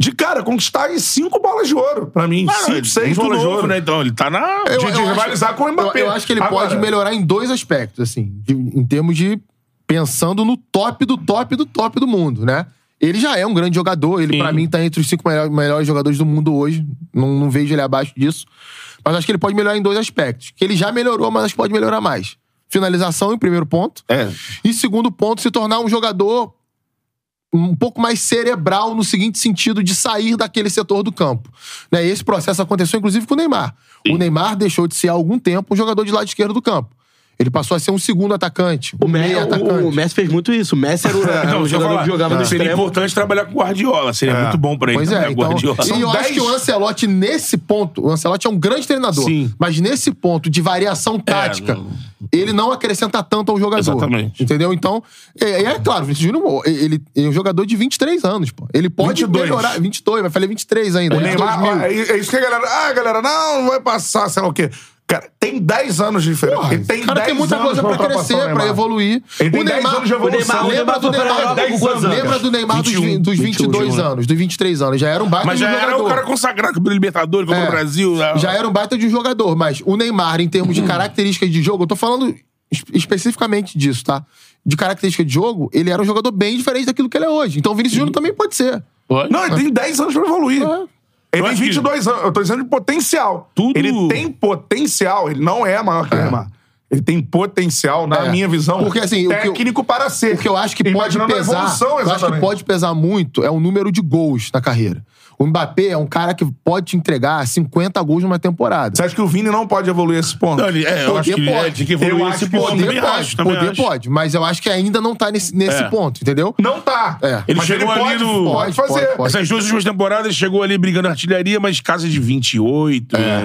de, cara, conquistar as cinco bolas de ouro, pra mim.
Ah,
cinco,
ele é
seis
muito
bolas de
novo,
ouro.
né? Então, ele tá na...
de- de rivalizar com o Mbappé.
Eu, eu acho que ele
Agora-
pode melhorar em dois aspectos, assim, de- em termos de pensando no top do top do top do mundo, né? Ele já é um grande jogador, ele pra mim tá entre os cinco melhor- melhores jogadores do mundo hoje, não, não vejo ele abaixo disso, mas acho que ele pode melhorar em dois aspectos, que ele já melhorou, mas acho que pode melhorar mais. Finalização em primeiro ponto,
É.
e segundo ponto, se tornar um jogador um pouco mais cerebral no seguinte sentido de sair daquele setor do campo. Né? Esse processo aconteceu inclusive com o Neymar. O Neymar deixou de ser há algum tempo um jogador de lado esquerdo do campo. Ele passou a ser um segundo atacante, um
O, Messi,
meio atacante. É.
o, o Messi fez muito isso. O Messi era, o, era
Não,
um
deixa eu
jogador
falar.
que jogava no
Seria
extremo.
importante trabalhar com o Guardiola. Seria muito bom pra ele
Pois
trabalhar
é,
com o
então,
Guardiola.
e eu acho que o Ancelotti, nesse ponto, o Ancelotti é um grande treinador,
Sim.
mas nesse ponto de variação tática, ele não acrescenta tanto ao jogador.
Exatamente.
Entendeu? Então, é, é claro, o Vinícius Júnior, ele é um jogador de 23 anos, pô. Ele pode
22.
melhorar. 22, vai fazer 23 ainda.
O
é de
Neymar,
2000.
ó, é é isso que a galera. Ah, galera, não, não vai passar, sei lá o quê. Cara, tem 10 anos de diferença.
Porra,
ele tem
o cara
10
tem muita
anos
coisa pra crescer,
ultrapassar o
pra
Neymar.
evoluir.
Ele tem 10 anos de evolução.
O Neymar-
lembra, do
foi pra
Neymar,
Europa com quantos anos?
lembra do Neymar dos,
21,
dos 22
21, né?
anos, dos 23 anos. Já era um baita
Mas
de um
já era
jogador.
o cara consagrado pelo Libertadores, contra
É.
o Brasil. né? Uhum.
Já era um baita de um jogador, mas o Neymar, em termos de características de jogo, eu tô falando es- especificamente disso, tá? De característica de jogo, ele era um jogador bem diferente daquilo que ele é hoje. Então o Vinícius Júnior também pode ser.
Não, então, ele tem 10 anos pra evoluir. Ele
Eu
tem
acho que-
22 anos. Eu tô dizendo de potencial.
Tudo-
Ele tem potencial. Ele não é maior que o Neymar. Ele tem potencial, na
É.
minha visão,
Porque, assim, o que eu-
técnico para ser.
O que eu acho que pode
é
Imaginando a
pesar,
Evolução,
eu acho que
exatamente.
pode pesar muito é o número de gols na carreira. O Mbappé é um cara que pode te entregar 50 gols numa temporada.
Você acha que o Vini não pode evoluir esse ponto?
Não, ele- é, eu
Poder
acho que ele é,
pode.
tem que evoluir
Eu
esse
acho que
ponto.
poder
também
pode,
acho, também
poder
acho.
pode, mas eu acho que ainda não tá nesse, nesse
É.
ponto, entendeu?
Não tá.
É.
Ele
Mas ele
chegou ali
pode,
no-
Pode,
pode fazer.
pode, pode.
Essas duas últimas temporadas chegou ali brigando artilharia, mas casa de 28. É.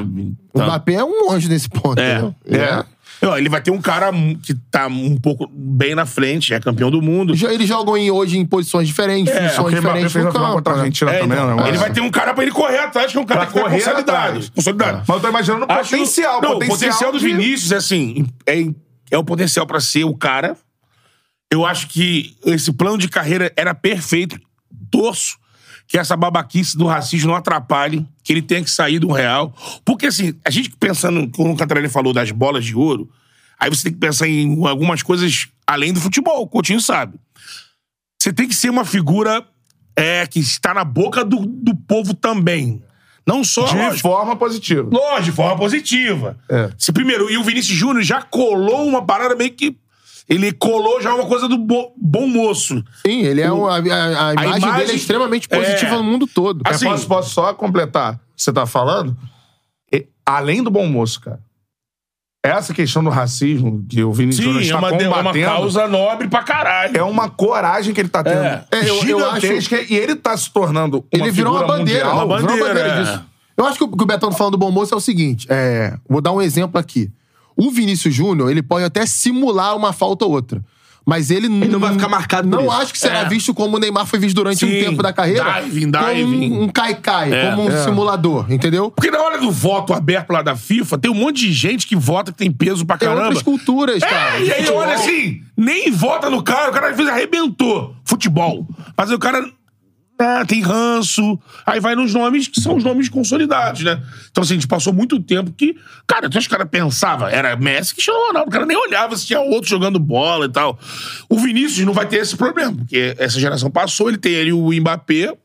O Mbappé é um anjo nesse ponto,
É,
entendeu?
é. Ó, Ele vai ter um cara mu- que tá um pouco bem na frente, é campeão do mundo.
Já- Eles jogam em- hoje em posições diferentes, funções
É, Porque o Mbappé
diferentes
fez
no
a final
campo.
contra a
né? assim.
Argentina
É,
também,
então,
né?
ele vai ter um cara pra ele correr atrás, que é um cara
Pra
que tá
correr atrás.
consolidado. consolidado.
Mas eu tô imaginando o
Acho-
potencial.
Não,
potencial
o tá potencial do
de-
Vinícius é assim, é, é o potencial pra ser o cara. Eu acho que esse plano de carreira era perfeito. Torço que essa babaquice do racismo não atrapalhe, que ele tenha que sair do Real. Porque assim, a gente pensando, como o Catarina falou, das bolas de ouro, aí você tem que pensar em algumas coisas além do futebol, o Coutinho sabe. Você tem que ser uma figura é, que está na boca do, do povo também. Não só...
De
lógico,
forma positiva.
Lógico, de forma positiva.
É.
Se primeiro, e o Vinícius Júnior já colou uma parada meio que. Ele colou já uma coisa do bo- bom moço.
Sim, ele é um, a, a- a imagem dele
imagem-
é extremamente positiva
é.
no mundo todo.
Assim,
Eu posso, posso só completar o que você tá falando? E, além do bom moço, cara, essa questão do racismo que o Vinícius Júnior
Sim, é
está
uma, é
combatendo
uma causa nobre pra caralho.
é uma coragem que ele tá tendo
É.
É, eu- eu
gigantesca e ele tá se tornando uma
ele virou uma
figura
bandeira.
mundial.
uma
virou uma
bandeira,
bandeira
é.
disso. Eu acho que o que o Betão tá falando do bom moço é o seguinte: é, vou dar um exemplo aqui. O Vinícius Júnior, ele pode até simular uma falta ou outra. Mas ele,
não vai ficar marcado por
Não
isso.
acho que será
É.
visto como o Neymar foi visto durante
Sim.
um tempo da carreira.
Diving,
como
diving.
um- um cai-cai,
É.
como um
É.
simulador, entendeu?
Porque na hora do voto aberto lá da FIFA, tem um monte de gente que vota que tem peso
É
pra
Tem
caramba.
outras culturas, cara.
É, e aí
Futebol.
olha assim, nem vota no cara, o cara às vezes arrebentou. Futebol. Mas aí o cara ah, tem ranço, aí vai nos nomes que são os nomes consolidados, né? Então assim, a gente passou muito tempo que, cara, até os caras pensavam, era Messi que chama o Ronaldo, o cara nem olhava se tinha outro jogando bola e tal. O Vinícius não vai ter esse problema, porque essa geração passou, ele tem ali o Mbappé,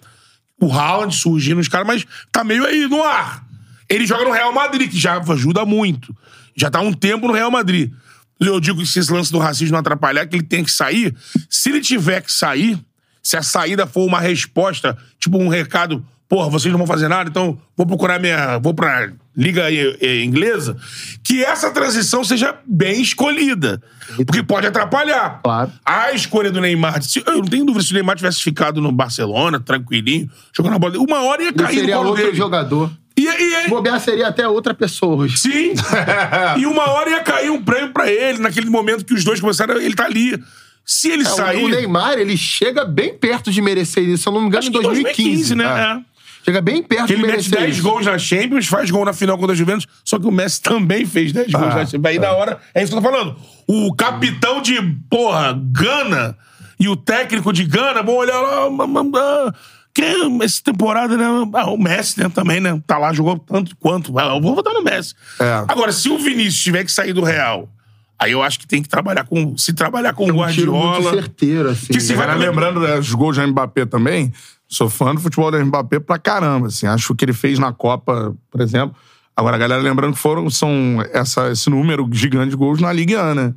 o Haaland surgindo, os caras, mas tá meio aí no ar. Ele joga no Real Madrid, que já ajuda muito. Já tá há um tempo no Real Madrid. Eu digo que se esse lance do racismo não atrapalhar, que ele tem que sair. Se ele tiver que sair, se a saída for uma resposta, tipo um recado, porra, vocês não vão fazer nada, então vou procurar minha. vou pra Liga eh, eh, Inglesa, que essa transição seja bem escolhida. Porque pode atrapalhar.
Claro.
A escolha do Neymar. se- eu não tenho dúvida se o Neymar tivesse ficado no Barcelona, tranquilinho, jogando a bola. Uma hora ia
Ele
cair no
seria
colo
outro
dele.
jogador.
E, e, e-
Se Bobear seria até outra pessoa hoje.
sim. e uma hora ia cair um prêmio pra ele, naquele momento que os dois começaram, ele tá ali. Se ele
É, o-
sair.
O Neymar, ele chega bem perto de merecer isso. Se eu não me engano,
acho
em
que
2015.
né?
tá?
É.
Chega bem perto
Que
de
ele mete
merecer
10
isso.
gols na Champions, faz gol na final contra a Juventus, só que o Messi também fez 10 gols
Ah.
na Champions. Aí na hora, é isso que eu tô falando. O capitão de, porra, Gana e o técnico de Gana vão olhar lá. "Ah, ma- ma- ma- Quem é essa temporada, né? Ah, o Messi, né? Também, né? Tá lá, jogou tanto quanto. Ah, Eu vou votar no Messi.
É.
Agora, se o Vinícius tiver que sair do Real, aí eu acho que tem que trabalhar com. Se trabalhar com o
Um tiro muito
Guardiola.
certeiro, assim.
Que se
E
vai
vai
também-
lembrando né, os gols do Mbappé também. Sou fã do futebol do Mbappé pra caramba, assim. Acho que ele fez na Copa, por exemplo. Agora, a galera lembrando que foram, são essa, esse número gigante de gols na Liga Ana.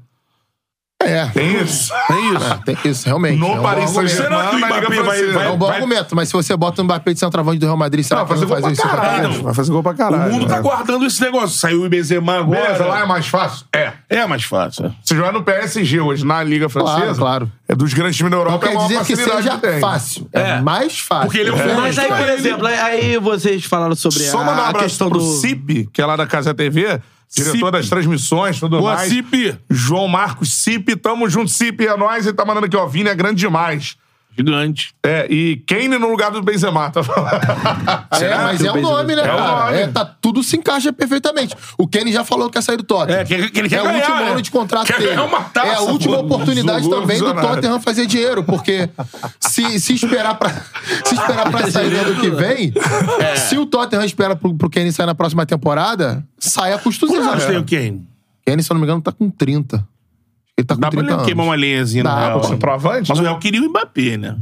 É.
Tem isso.
Tem isso.
Ah,
tem isso, realmente.
No
é um
Paris
bom argumento.
Será que o
Saint-Germain, na Liga
Mbappé vai-
Francesa.
vai-
É um bom argumento, mas se você bota o Mbappé de centroavante do Real Madrid, será
Não,
que ele
fazer
não
gol
faz
pra
isso? tá
caralho.
não.
Vai fazer gol pra
O
caralho.
mundo tá guardando esse negócio. Saiu o Benzema agora.
Beleza, lá é mais fácil? É.
É mais fácil.
Se jogar no PSG hoje, na Liga Francesa,
claro.
é dos grandes times da
Não
Europa, é
quer
uma
dizer que
facilidade
seja
tem.
fácil. É.
É.
mais fácil.
Porque ele é um
É.
fenômeno.
Mas aí, por exemplo, aí vocês falaram sobre
Só mandar um
a, a
abraço
questão
pro
do...
Cip, que é lá da Casa TV, diretor
Cip.
das transmissões, tudo
Boa,
mais.
Cip.
João Marcos Cip, tamo junto, Cip, é nóis. Ele tá mandando aqui, ó, Vini é grande demais.
Gigante.
É, e Kane no lugar do Benzema, tá falando.
É, mas é o nome, né,
É o
cara?
nome.
É, tá, tudo se encaixa perfeitamente. O Kenny já falou que ia sair do Tottenham.
É, que- que ele quer
é o
ganhar,
último
né?
ano de contrato
Quer
dele.
ganhar uma taça,
é a última
pô,
oportunidade
Zulu,
também do
visionário.
Tottenham fazer dinheiro, porque se, se esperar pra, se esperar pra sair no ano que vem,
É.
se o Tottenham espera pro, pro Kenny sair na próxima temporada, sai a custo zero.
É.
Quantos anos tem o Kane?
Kenny, se eu não me engano, tá com 30. Ele tá com
Dá pra
30
ele
anos.
queimar uma lenhazinha no
Dá,
Real.
pô.
Centroavante?
Mas o Real queria o Mbappé, né?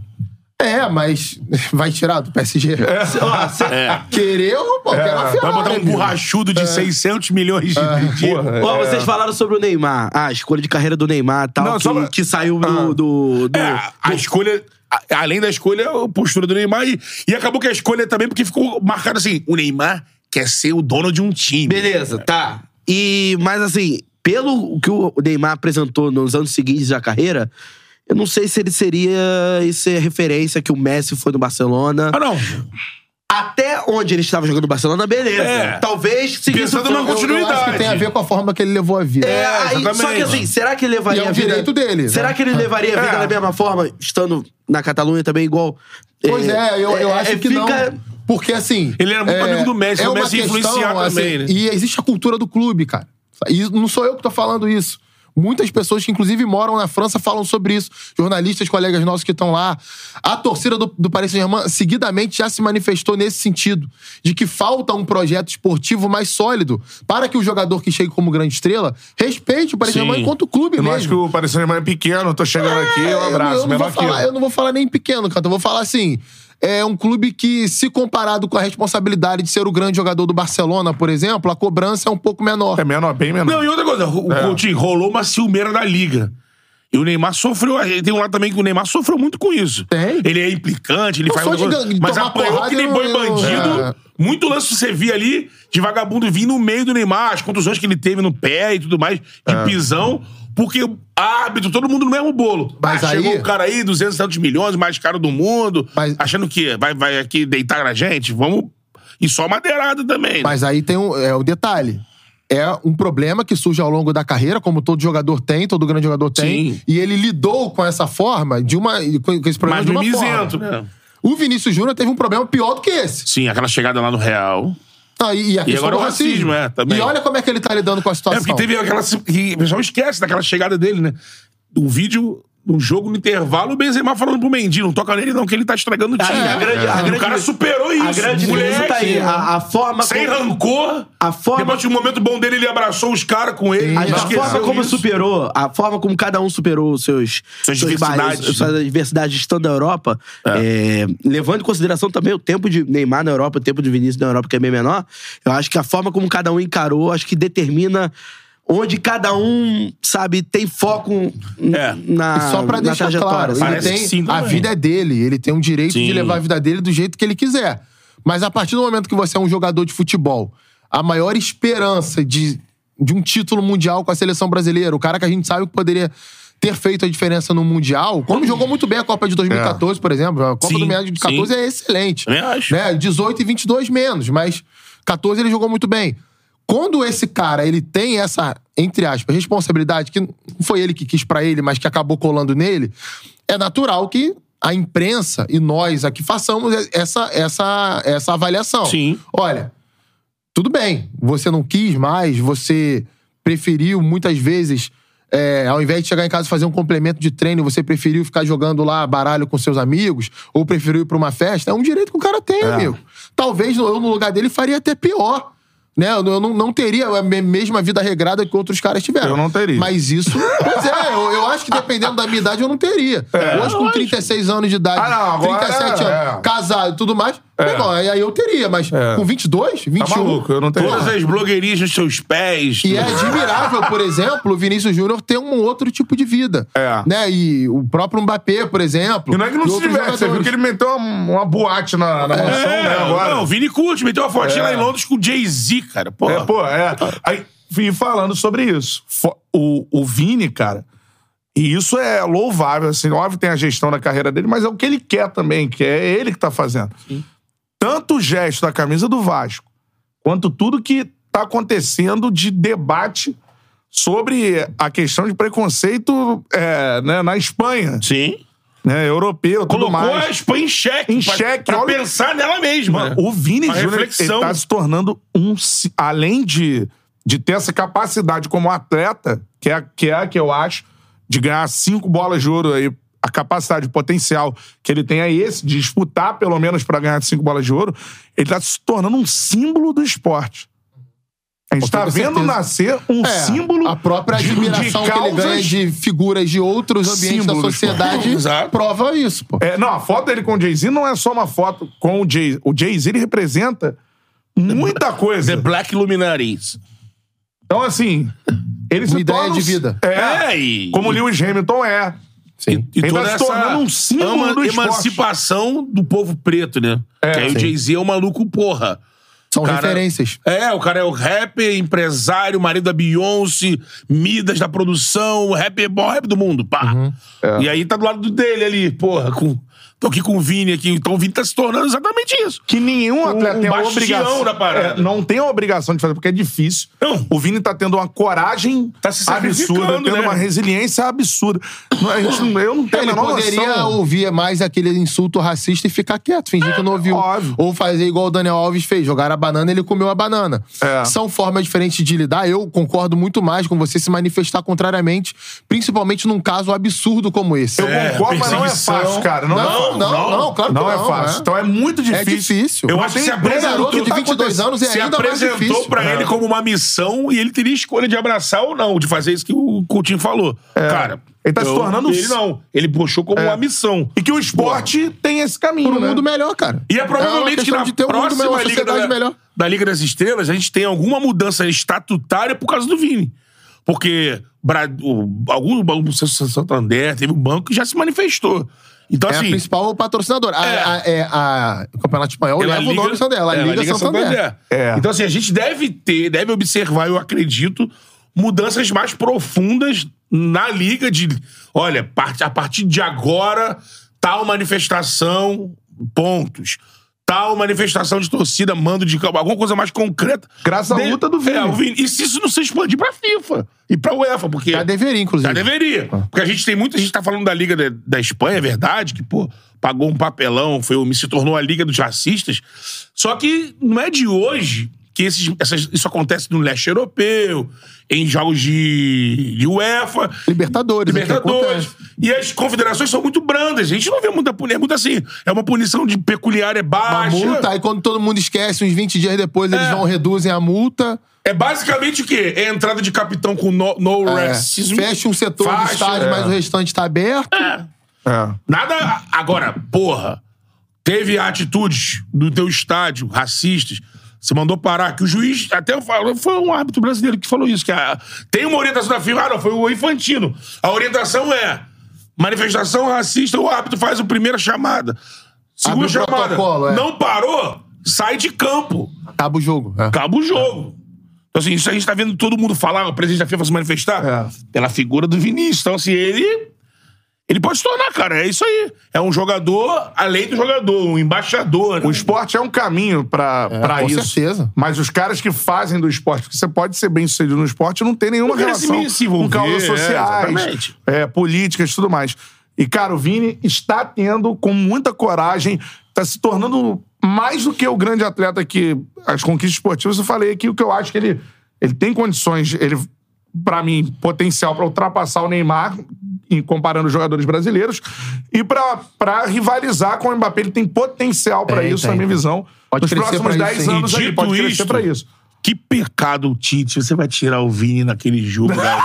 É, mas vai tirar do PSG. Querer, pô, quero uma
É. Vai
Ferrari,
botar um
amigo.
borrachudo de 600 milhões de... de-
Porra, é.
Ó,
É.
vocês falaram sobre o Neymar, a escolha de carreira do Neymar e tal,
Não,
que,
só pra-
que saiu do... do, do-
É, a- a escolha... a- Além da escolha, a postura do Neymar. E, e acabou que a escolha também, porque ficou marcado assim, o Neymar quer ser o dono de um time.
Beleza, tá. E, mas assim, pelo que o Neymar apresentou nos anos seguintes da carreira, eu não sei se ele seria esse referência que o Messi foi no Barcelona.
Ah, não.
Até onde ele estava jogando no Barcelona, beleza.
É.
Talvez se
Pensando
isso
numa
for-
Eu acho É que tem a ver com a forma que ele levou a vida.
É, aí-
exatamente.
só que assim, será que ele levaria
E é um
a vida...
direito dele, né?
Será que ele levaria a vida
É.
da mesma forma, estando na Catalunha também igual...
Pois é, eu, eu
é,
acho
é,
que
fica-
não. Porque assim. é
Ele era muito amigo do Messi,
uma
o
assim,
Messi ia influenciar também, né?
E existe a cultura do clube, cara. E não sou eu que tô falando isso. Muitas pessoas que, inclusive, moram na França falam sobre isso. Jornalistas, colegas nossos que estão lá. A torcida do, do Paris Saint-Germain, seguidamente, já se manifestou nesse sentido. De que falta um projeto esportivo mais sólido para que o jogador que chegue como grande estrela respeite o Paris
Sim.
Saint-Germain enquanto o clube
Eu não
mesmo.
acho que o Paris Saint-Germain é pequeno, tô chegando aqui,
É,
um abraço.
eu, não
menor
vou
que eu.
falar, eu não vou falar nem pequeno, Canto. Eu vou falar assim. É um clube que, se comparado com a responsabilidade de ser o grande jogador do Barcelona, por exemplo, a cobrança é um pouco menor.
É menor, bem menor.
Não, e outra coisa, o
É.
Coutinho rolou uma ciumeira da liga. E o Neymar sofreu. Tem um lado também que o Neymar sofreu muito com isso.
Tem.
Ele é implicante, ele
Eu
faz.
sou de
coisa-
gan- de
mas
tomar
apanhou
porrada
que
e
nem
não-
boi
eu não-
bandido.
É.
Muito lance você via ali de vagabundo vir no meio do Neymar, as contusões que ele teve no pé e tudo mais, de
É.
pisão. Porque árbitro, todo mundo no mesmo bolo.
Mas
ah, chegou
aí-
o cara aí, 200 e tantos milhões, mais caro do mundo,
Mas-
achando que vai, vai aqui deitar na gente. Vamos. E só madeirada também. né?
Mas aí tem um, é, o detalhe. é um problema que surge ao longo da carreira, como todo jogador tem, todo grande jogador tem.
Sim.
E ele lidou com essa forma de uma. com com esse problema
Mas
de
no
uma
isento,
forma.
né?
O Vinícius Júnior teve um problema pior do que esse.
Sim, aquela chegada lá no Real.
Ah, e, e a questão
agora
do
o racismo,
racismo.
é, também.
E olha como é que ele tá lidando com a
É
situação.
porque teve aquela. que O pessoal esquece daquela chegada dele, né? O vídeo, no jogo, no intervalo, o Benzema falando pro Mendy, não toca nele não, que ele tá estragando o
É.
time.
a grande- a
E
grande-
o cara superou isso.
A grande
moleque,
beleza tá aí. A, a forma
Sem
como,
rancor.
A forma-
Depois de um momento bom dele, ele abraçou os caras com ele.
a,
não
a
esqueceu
forma como
isso.
superou, a forma como cada um superou os seus, suas
Suas diversidades,
barreiras,
né?
suas adversidades estando na Europa, é, levando em consideração também o tempo de Neymar na Europa, o tempo de Vinícius na Europa, que é bem menor, eu acho que a forma como cada um encarou, acho que determina onde cada um, sabe, tem foco n-
É.
na,
E só pra
na
deixar
trajetória.
claro, ele
Parece
tem,
que sim né?
a
também.
vida é dele, ele tem o direito
Sim.
de levar a vida dele do jeito que ele quiser. Mas a partir do momento que você é um jogador de futebol, a maior esperança de, de um título mundial com a seleção brasileira, o cara que a gente sabe que poderia ter feito a diferença no Mundial, como jogou muito bem a Copa de 2014, por exemplo, a Copa
É. Sim,
do Meado de 14
sim.
é excelente.
Também acho.
Né? 18 e 22 menos, mas 14 ele jogou muito bem. Quando esse cara, ele tem essa, entre aspas, responsabilidade, que não foi ele que quis pra ele, mas que acabou colando nele, é natural que a imprensa e nós aqui façamos essa, essa, essa avaliação.
Sim.
Olha, tudo bem, você não quis mais, você preferiu muitas vezes, é, ao invés de chegar em casa e fazer um complemento de treino, você preferiu ficar jogando lá baralho com seus amigos, ou preferiu ir pra uma festa, é um direito que o cara tem, amigo. Talvez eu, no lugar dele, faria até pior. Né? Eu não, eu não- não teria a me- mesma vida regrada que outros caras tiveram.
Eu não teria.
Mas isso. Pois é, eu, eu acho que dependendo da minha idade eu não teria. Hoje, com 36 anos de idade,
É. Ah, não, agora
37 anos,
é.
casado e tudo mais, legal, aí aí eu teria, mas
É.
com 22, 21.
Tá maluco, eu não tenho.
Todas as blogueirinhas nos seus pés.
E é admirável, por exemplo, o Vinícius Júnior ter um outro tipo de vida.
É.
Né? E o próprio Mbappé, por exemplo.
E não é que não
e
se
outros
diverte, você viu
jogadores.
que ele meteu uma, uma boate na, na mansão,
É,
né, agora.
não, o Vini curte, meteu uma fotinha
É.
lá em Londres com o Jay-Z, cara. Pô.
É, pô, é. Aí, e falando sobre isso, fo- o, o Vini, cara, e isso é louvável, assim, óbvio tem a gestão da carreira dele, mas é o que ele quer também, que é ele que tá fazendo. Tanto o gesto da camisa do Vasco, quanto tudo que tá acontecendo de debate sobre a questão de preconceito é, né, na Espanha,
Sim.
né, europeu, tudo
Colocou
mais.
a Espanha em xeque.
Em
pra-
xeque,
Pra
olha-
pensar nela mesma.
Mano,
né?
o Vini
Uma
Júnior
reflexão.
está se tornando um. ci- Além de, de ter essa capacidade como atleta, que é, que é a que eu acho, de ganhar cinco bolas de ouro aí, a capacidade, o potencial que ele tem é esse, de disputar pelo menos para ganhar cinco bolas de ouro, ele está se tornando um símbolo do esporte. A gente
Com
está
toda
vendo
certeza.
nascer um
É,
símbolo.
A própria
de-
admiração
de
que ele ganha
causas-
de figuras de outros ambientes da
Símbolos, pô.
sociedade
Exato.
prova isso, pô.
É, não, a foto dele com o Jay-Z não é só uma foto com o Jay-Z. O Jay-Z ele representa muita coisa.
The Black Luminaries.
Então, assim, eles
Uma
se
ideia
tornam-
de vida.
É,
e...
como Lewis Hamilton é.
Sim.
E
Ele
toda
tá se
essa
tornando um símbolo do esporte.
emancipação do povo preto, né? que aí o Jay-Z é um maluco porra.
São
Cara-
referências.
É, o cara é o rapper, empresário, marido da Beyoncé, Midas da produção, o rapper bom rap do mundo, pá. E aí tá do lado dele ali, porra, com... Tô aqui com o Vini aqui. Então o Vini tá se tornando exatamente isso.
Que nenhum atleta
um
tem a
bastião
obrigação.
da parada.
É, não tem a obrigação de fazer, porque é difícil.
Não.
O Vini tá tendo uma coragem
Tá se sacrificando,
absurda, tendo
né?
uma resiliência absurda. Não, a gente não- eu não tenho
Ele
a menor
poderia
noção.
ouvir mais aquele insulto racista e ficar quieto, fingir que não ouviu.
óbvio.
Ou fazer igual o Daniel Alves fez, jogar a banana ele comeu a banana.
É.
São formas diferentes de lidar. Eu concordo muito mais com você se manifestar contrariamente, principalmente num caso absurdo como esse.
Eu concordo, mas não é
perseguição.
fácil, cara. Não, é
Não,
fácil.
não, não, claro que
Não é
não,
fácil.
é.
Então é muito
É
difícil.
difícil.
Eu
Mas
acho que
tem
se apresentou
garoto de
tá
22 anos é
se
ainda mais
apresentou
difícil. É.
pra ele como uma missão e ele teria escolha de abraçar ou não, de fazer isso que o Coutinho falou. Cara,
Ele tá se
eu-
tornando um
ele
s-
não, ele puxou como uma missão.
E que o esporte tem esse caminho.
Pro
né?
mundo melhor, cara.
um E é
uma
provavelmente que
questão
na
de ter um mundo
próxima
melhor, uma
Liga
sociedade
da,
melhor.
da Liga das Estrelas, a gente tem alguma mudança estatutária por causa do Vini. Porque Bra- o- algum banco, o Santander, teve um banco que já se manifestou. Então,
É a
assim,
principal patrocinadora. A-
É.
a- é a- o Campeonato Espanhol
Pela
leva o nome Santander. A
é,
Liga Santander.
É.
Então, assim, a gente deve ter, deve observar, eu acredito, mudanças mais profundas na Liga de. Olha, part- a partir de agora, tal manifestação, pontos. tal manifestação de torcida, mando de campo, alguma coisa mais concreta.
Graças à luta do Vini.
É, o Vini. E se isso não se expandir pra FIFA e pra UEFA, porque... tá
Já deveria, tá inclusive. Ah.
Já deveria. Porque a gente tem muita gente que tá falando da Liga da, da Espanha, é verdade, que, pô, pagou um papelão, foi, o- se tornou a Liga dos Racistas. Só que não é de hoje que esses, essas- isso acontece no leste europeu, em jogos de, de UEFA.
Libertadores, né, que
Libertadores.
acontece.
E as confederações são muito brandas. A gente não vê muita punição. É muito assim. É uma punição de peculiar, é
Uma
baixa.
multa, aí quando todo mundo esquece, uns 20 dias depois, eles
É.
vão, reduzem a multa.
É basicamente o quê? É entrada de capitão com no, no
é,
racism.
fecha um setor do
Faixa,
estádio,
é.
mas o restante tá aberto.
Nada. Agora, porra, teve atitudes do teu estádio racistas. Você mandou parar, que o juiz até falou, foi um árbitro brasileiro que falou isso, que a- tem uma orientação da FIFA, ah, não, foi o Infantino. A orientação é manifestação racista, o árbitro faz a primeira chamada. Segunda
Abre o
chamada,
protocolo, é.
não parou, sai de campo.
Acaba o jogo. É.
Acaba o jogo. Então, assim, isso a gente tá vendo todo mundo falar, o presidente da FIFA se manifestar,
É.
pela figura do Vinícius. Então, assim, ele. Ele pode se tornar, cara. É isso aí. É um jogador, além do jogador, um embaixador. né?
O esporte é um caminho pra,
É,
pra
É, com
isso.
certeza.
Mas os caras que fazem do esporte, porque você pode ser bem sucedido no esporte, não tem nenhuma
Não quer se
relação
se
com
envolver,
causas
é,
sociais,
exatamente.
é, políticas e tudo mais. E, cara, o Vini está tendo com muita coragem, está se tornando mais do que o grande atleta que as conquistas esportivas. Eu falei aqui o que eu acho que ele, ele tem condições, ele, pra mim, potencial pra ultrapassar o Neymar, em- comparando os jogadores brasileiros, e pra pra rivalizar com o Mbappé. Ele tem potencial pra
Tem,
isso, na
tem.
minha visão.
Pode
Nos
crescer
próximos
pra isso,
10
sim.
anos,
E
ele
dito
pode crescer
isto,
pra isso.
Que pecado, Tite. Você vai tirar o Vini naquele jogo, cara.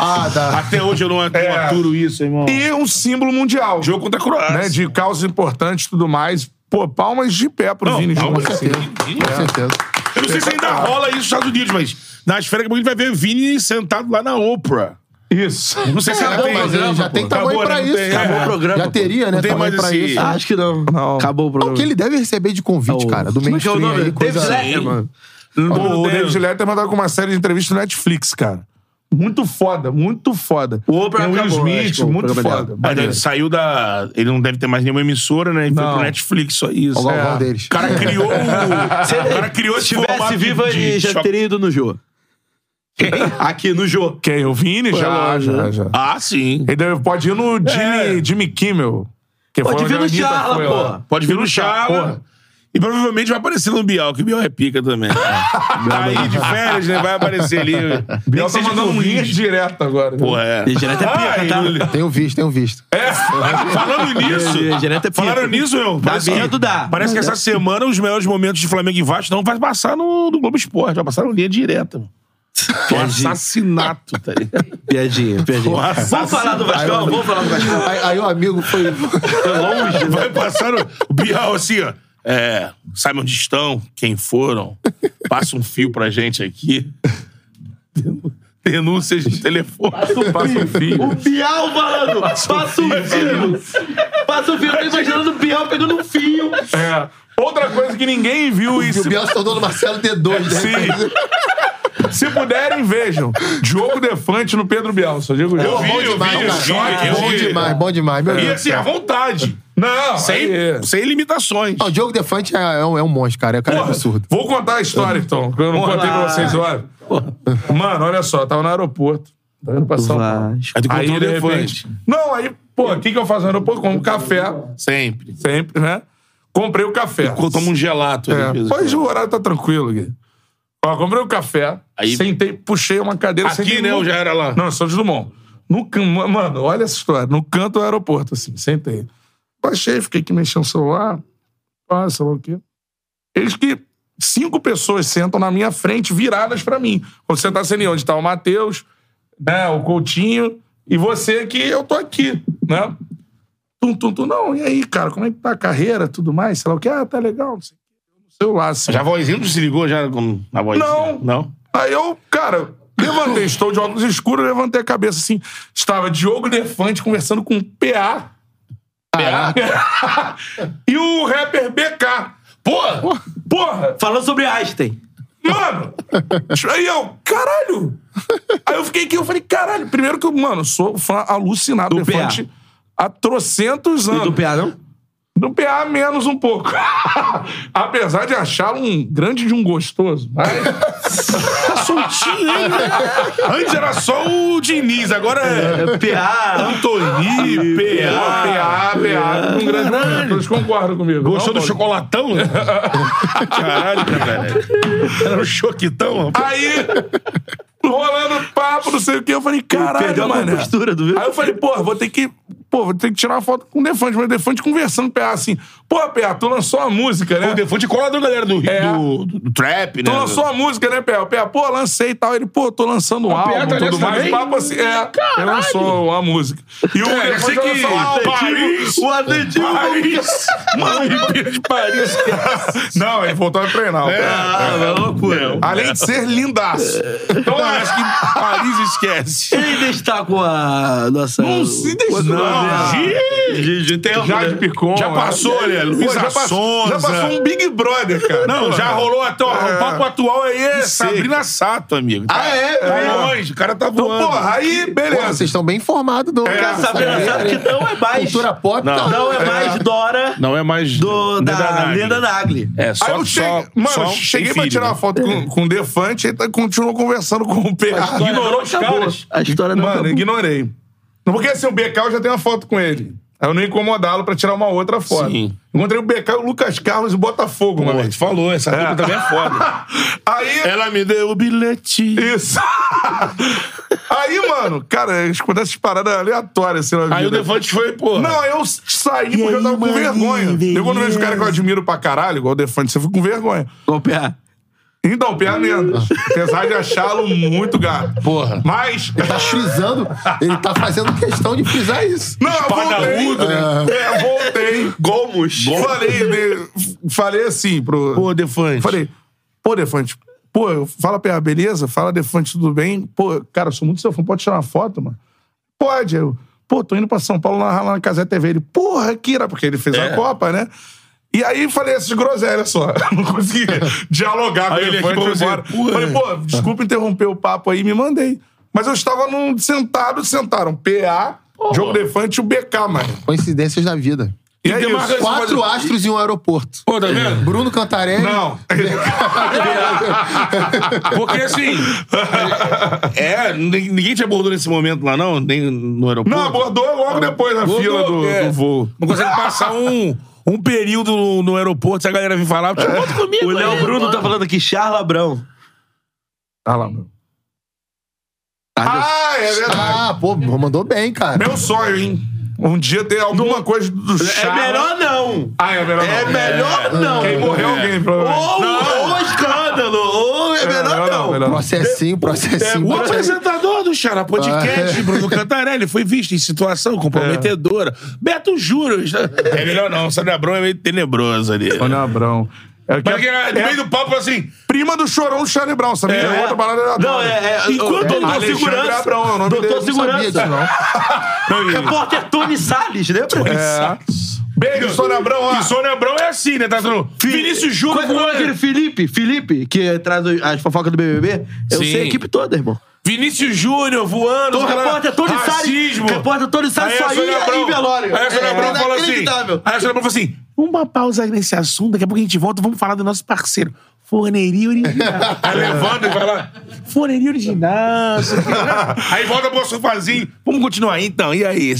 Ah, dá.
Até hoje eu não não aturo isso, irmão.
É. E um símbolo mundial.
Jogo contra a Croácia.
né, de causas importantes e tudo mais. Pô, palmas de pé pro
Não,
Vini
calma,
Júnior. assim.
Vini.
Com certeza.
Eu não sei se
É.
ainda rola isso nos Estados Unidos, mas nas férias daqui a pouco a gente vai ver o Vini sentado lá na Oprah.
Isso.
Não sei se
É,
ainda
não,
tem.
mas ele já
pô.
tem tamanho
Acabou,
pra
né? Não
isso.
tem,
Acabou
é.
o programa.
Já teria, né?
Não tem
Tamanho
mais
pra
esse-
isso.
Ah,
Acho que não. Acabou o
Não,
programa.
que ele deve receber de convite, cara, do
Como é que é o
mainstream
nome?
aí,
David
coisa...
Letterman.
Não
é. O
tem.
David Letter mandou com uma série de entrevistas no Netflix, cara. Muito foda, muito foda.
O Oprah
Tem Will
acabou, acho
Smith,
que o
muito
programa
foda.
dela.
Mas ele saiu da. Ele não deve ter mais nenhuma emissora, né? Ele foi
Não.
pro Netflix, só isso.
O galvão
É.
deles.
O cara criou. o
Se ele
cara criou esse formato
tivesse
de-
vivo,
de
ele já
choque.
teria ido no Jô. Aqui, no Jô.
Quem? O Vini? Já, já, já.
Ah, sim.
Ele deve- pode ir no Jimmy, Jimmy Kimmel. Que
Pode
foi
vir
onde a
no
Anitta
Charla,
foi,
porra.
ó.
Pode vir no
Porra.
Charla. E provavelmente vai aparecer no Bial, que o Bial é pica também. tá aí de férias, né? Vai aparecer ali.
Biel tá mandando um link direto agora.
Pô, é.
Ele direto é pica,
Ai,
tá?
ele-
Tenho visto, tenho visto.
Falando nisso.
É, direto é pica.
Falaram nisso, meu.
Dá
Parece,
medo,
que,
dá.
parece que essa semana os melhores momentos de Flamengo e Vasco não vai passar no, no Globo Esporte, vai passar no linha direta. mano. Um assassinato, tá ligado?
Piadinha, piadinha.
Um
Vamos falar do Vascão, vamos falar do né? Vascão.
Aí, aí o amigo foi.
longe. Vai passar no. O Bial, assim, ó. É, sabe onde estão? Quem foram? Passa um fio pra gente aqui. Denu- Denúncias de telefone. Passa um fio. um
O Bial falando, passa o fio. Passa o fio, eu tô imaginando o Bial pegando um fio.
É. Outra coisa que ninguém viu e
E o
se
Biel se tornou no Marcelo D2, né?
Sim. Se puderem, vejam. Diogo Defante no Pedro Biel, só digo
Eu vi,
bom
eu vi,
demais,
eu
cara.
vi.
Bom
eu vi.
demais, bom demais, meu
E
Deus.
assim, à vontade.
Não,
Sem,
aí- é.
sem limitações.
Não, o Diogo Defante é, é um, é um monstro, cara. É um cara
Porra,
absurdo.
Vou contar a história, então, que eu não contei pra vocês, olha. Mano, olha só, eu tava no aeroporto. Tá Tava indo pra São Paulo.
Vasco.
Aí tu
Aí,
contou
de
depois.
repente... Não, aí, pô, o que que eu faço no aeroporto? Como café,
Sempre.
sempre, né? Comprei o café.
Toma um gelato. assim.
É,
ali, às vezes.
hoje o horário tá tranquilo, Gui. Ó, comprei o café,
Aí-
sentei, puxei uma cadeira...
Aqui,
sentei
né?
no-
Eu já era lá.
Não, Santos Dumont. No, can- mano, olha essa história. No canto do aeroporto, assim, sentei. Baixei, fiquei aqui mexendo no celular. Ah, sei lá o quê. Eis que cinco pessoas sentam na minha frente, viradas pra mim. Vou sentar sem nenhum, onde tá o Matheus, né, o Coutinho, e você que eu tô aqui, né? Tum, tum, tum. Não, e aí, cara, como é que tá a carreira, tudo mais? Sei lá o quê. Ah, tá legal, não sei o quê. No celular, assim.
Já a vozinha não se ligou já com a vozinha?
Não.
Não?
Aí eu, cara, levantei, estou de óculos escuros, levantei a cabeça assim. Estava Diogo Defante conversando com o PA. PA. e o rapper BK. Porra! Porra!
Falando sobre Einstein.
Mano! Aí eu, caralho! Aí eu fiquei aqui, eu falei, caralho, primeiro que eu, mano, sou fã alucinado
Do
Defante há trocentos
Do
anos.
PA, não?
No PA, menos um pouco. Apesar de achar um grande de um gostoso. Mas...
Soltinho, hein? Antes era só o Diniz, agora é.
PA.
Antoni,
PA,
PA.
PA, um grande momento. Todos concordam comigo.
é. Gostou
Não, Paulo?
do chocolatão? Caralho, velho. Era um choquitão, rapaz.
Aí, rolando papo, não sei o quê, eu falei, caralho,
Perdeu
mano.
a postura do
Aí eu falei, pô, vou ter que. Pô, vou ter que tirar uma foto com o Defante, mas o Defante conversando com o PA assim. Pô, PA, tu lançou a música, né?
O Defante colador, galera, do,
É.
do, do- do trap, né?
Tu lançou a música, né, Pé? O Pé, pô, lancei e tal. Ele, pô, tô lançando um
Pé
álbum
tá
e tudo
nessa
mais.
também?
Papo assim, é. Ele lançou a música. E o
É,
depois
achei que-
lançou um álbum,
Paris,
O Atletico.
Paris! É. Mano, de Paris.
Não, ele voltou a treinar. o Pé.
Ah, é loucura.
Além de ser lindaço.
Então eu
é,
acho que Paris esquece.
Ele destaco a nossa.
Não se deixa- não.
Gi-
De, de tempo.
Já
né?
de Picon.
Já passou, né? Luiz
já, passou,
Sonza.
já passou um Big Brother, cara. é.
Não, já rolou até o o papo atual aí. É
sei,
Sabrina Sato, amigo. Tá-
Ah, é?
Tá longe, o cara tá
Então,
voando.
porra, aí,
Porra,
beleza.
vocês estão bem informados do.
É,
Quer saber, sabe que não é mais.
Cultura pop
Não, é mais Dora
Não é mais
do, da Lenda Nagli.
É, só,
Aí eu cheguei,
só,
mano,
só
eu
um
cheguei pra
filho,
tirar
né?
uma foto com, com o Defante, ele tá- continuou conversando com o PA.
Ignorou os
Acabou.
caras.
A história não
Mano,
acabou.
ignorei. Não porque assim, o BK eu já tenho uma foto com ele. Aí eu não ia incomodá-lo pra tirar uma outra foto.
Sim.
Encontrei o BK, o Lucas Carlos e o Botafogo,
Porra,
mano.
tu falou, essa dupla também é foda.
Aí.
Ela me deu o bilhete.
Isso. aí, mano, cara, escutar essas paradas aleatórias, assim, na
Aí o
vida.
Defante foi, pô.
Não, eu saí porque eu tava com vergonha. Eu quando vejo o cara que eu admiro pra caralho, igual o Defante, você fica com vergonha.
Qual o PA?
Então, pé menos. Apesar de achá-lo muito gato.
Porra.
Mas.
Tá frisando. Ele tá fazendo questão de frisar isso.
Não, eu
Espadaúdo,
voltei. É, eu voltei.
Gomes.
Falei, né, falei assim pro.
Pô, Defante.
Falei, pô, Defante, pô, eu- fala PA, beleza? Fala, Defante, tudo bem? Pô, cara, eu sou muito seu fã, pode tirar uma foto, mano? Pode. Eu, pô, tô indo pra São Paulo narrar lá na Casé TV. Ele, porra, Kira, porque ele fez a Copa, né? E aí falei essas groselhas só. Não consegui dialogar com
Aí
ele.
ele
Defante,
aqui pra
foi
você,
embora.
porra.
Falei, pô, desculpa interromper o papo aí, me mandei. Mas eu estava num sentado, sentaram PA, Diogo Defante e o BK, mano.
Coincidências da vida.
E é
demarca-
isso.
Quatro astros em um aeroporto.
Pô, tá vendo?
Bruno Cantarelli.
Não.
Porque assim. é, ningu- ninguém te abordou nesse momento lá, não? Nem no aeroporto.
Não, abordou logo depois na
Abordou,
fila do,
é.
do voo.
Não consegue passar um, um período no, no aeroporto se a galera vir falar. Tipo, volta comigo,
O Léo
aí,
Bruno
mano.
tá falando aqui, Charla Abrão.
Tá lá, meu. Ah, é verdade.
Ah, pô, mandou bem, cara.
Meu sonho, hein? Um dia ter alguma coisa do
É
Charla.
melhor não.
Ah, é melhor.
É
não. É.
melhor
Ah.
não.
Quem morreu alguém,
Ou,
provavelmente. é
ou escândalo, ou é melhor não.
Processinho, processinho.
O
processinho.
apresentador do Xará Podcast,
Ah, é.
Bruno Cantarelli, foi visto em situação comprometedora. Beto Juros. né? É melhor não, Sônia Abrão é meio tenebrosa ali.
Olha o Abrão. É que
Mas que, é, no meio do papo, assim,
prima do chorão do Charlie Brown, sabia?
É.
Outra parada eu adoro.
Não, é, é,
Enquanto
eu
eu dou
segurança- Abrão é o nome
doutor
dele, não
segurança. É
Sabia disso, não.
Repórter Tony Salles, né, lembra?
Beijo, Sônia Abrão. ó.
E Sônia Abrão é assim, né? Tá falando, Vinícius Júnior.
Qual é o nome daquele Felipe? Felipe, que traz o- as fofocas do BBB? Eu
Sim.
sei a equipe toda, irmão.
Vinícius Júnior voando.
Então,
os caras-
repórter Tony
racismo.
Salles. Repórter Tony Salles
Aí a
só
Sônia
ia
Abrão-
em velório.
Aí a Sônia
É
Abrão falou assim.
inacreditável.
Aí a Sônia Abrão falou assim: uma pausa nesse assunto, daqui a pouco a gente volta, vamos falar do nosso parceiro. Forneria original. Aí
É.
levanta e fala. Forneria original. isso aqui, né? Aí volta pro sofazinho. Vamos continuar aí, então. E aí?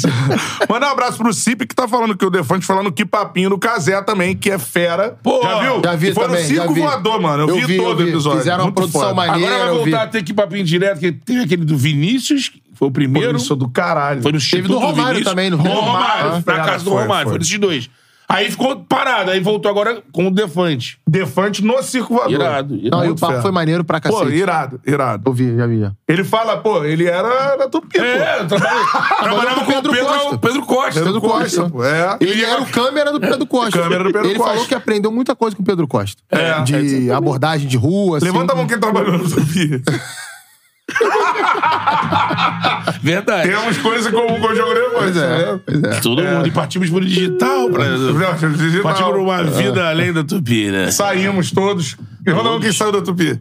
Manda um abraço pro Cip, que tá falando que o Defante falando que papinho do Casé também, que é fera.
Pô,
já viu?
já vi
Foram
também, já
cinco
vi.
voador, mano. Eu,
Eu
vi,
vi, eu
todo o
vi.
episódio.
Fizeram uma
Muito
produção
foda.
maneira.
Agora vai
eu vi.
voltar a ter que papinho direto, que teve aquele do Vinícius, que foi o primeiro.
Pô, isso é do caralho.
Foi no
Teve
Instituto
do Romário
Vinícius.
também,
no
não
Romário,
teve?
Ah,
na
foi,
casa do
foi,
Romário,
foi.
foi desses dois. Aí ficou parado, aí voltou agora com o Defante.
Defante no circo voador.
Irado. irado.
Não, e o
Muito
papo
fera.
foi maneiro pra
Pô,
cacete.
irado, irado.
Eu vi, já vi, já.
Ele fala, pô, ele era da Tupi,
É, eu trabalhei-
Ah,
trabalhava
Trabalhou
com o Pedro Costa. Pedro Costa.
Pedro Costa, pô. É.
Ele era o câmera do Pedro Costa.
Câmera do Pedro
ele
Costa.
falou que aprendeu muita coisa com o Pedro Costa.
É,
de abordagem de rua, assim.
Levanta a mão quem trabalhou no Tupi.
Verdade.
um-
Temos coisas como com o jogo depois, é.
Pois é.
Todo mundo. E partimos pro digital, pra...
Não,
Partimos pra uma
É.
vida além da tupi, né?
Saímos todos. Levanta a mão quem saiu da Tupi.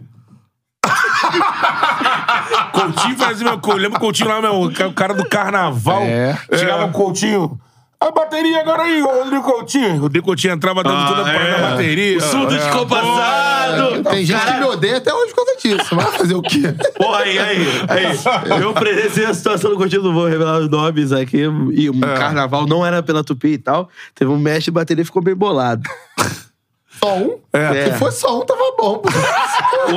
Coutinho fazia meu. co- Lembra o Coutinho lá, meu? O ca- o cara do carnaval.
É.
Chegava o Coutinho.
A bateria agora aí, ô Rodrigo Coutinho. O Rodrigo Coutinho entrava dando
Ah,
toda a parada
é.
da bateria.
O surdo
É.
descompassado.
Tem gente que me odeia até hoje por causa disso. Vai fazer o quê?
Porra, aí, aí, aí. Eu presenciei a situação do Coutinho, não vou revelar os nomes aqui. E o
É.
carnaval não era pela Tupi e tal. Teve um mestre de bateria e ficou bem bolado.
Só um?
É.
Se fosse só um, tava bom.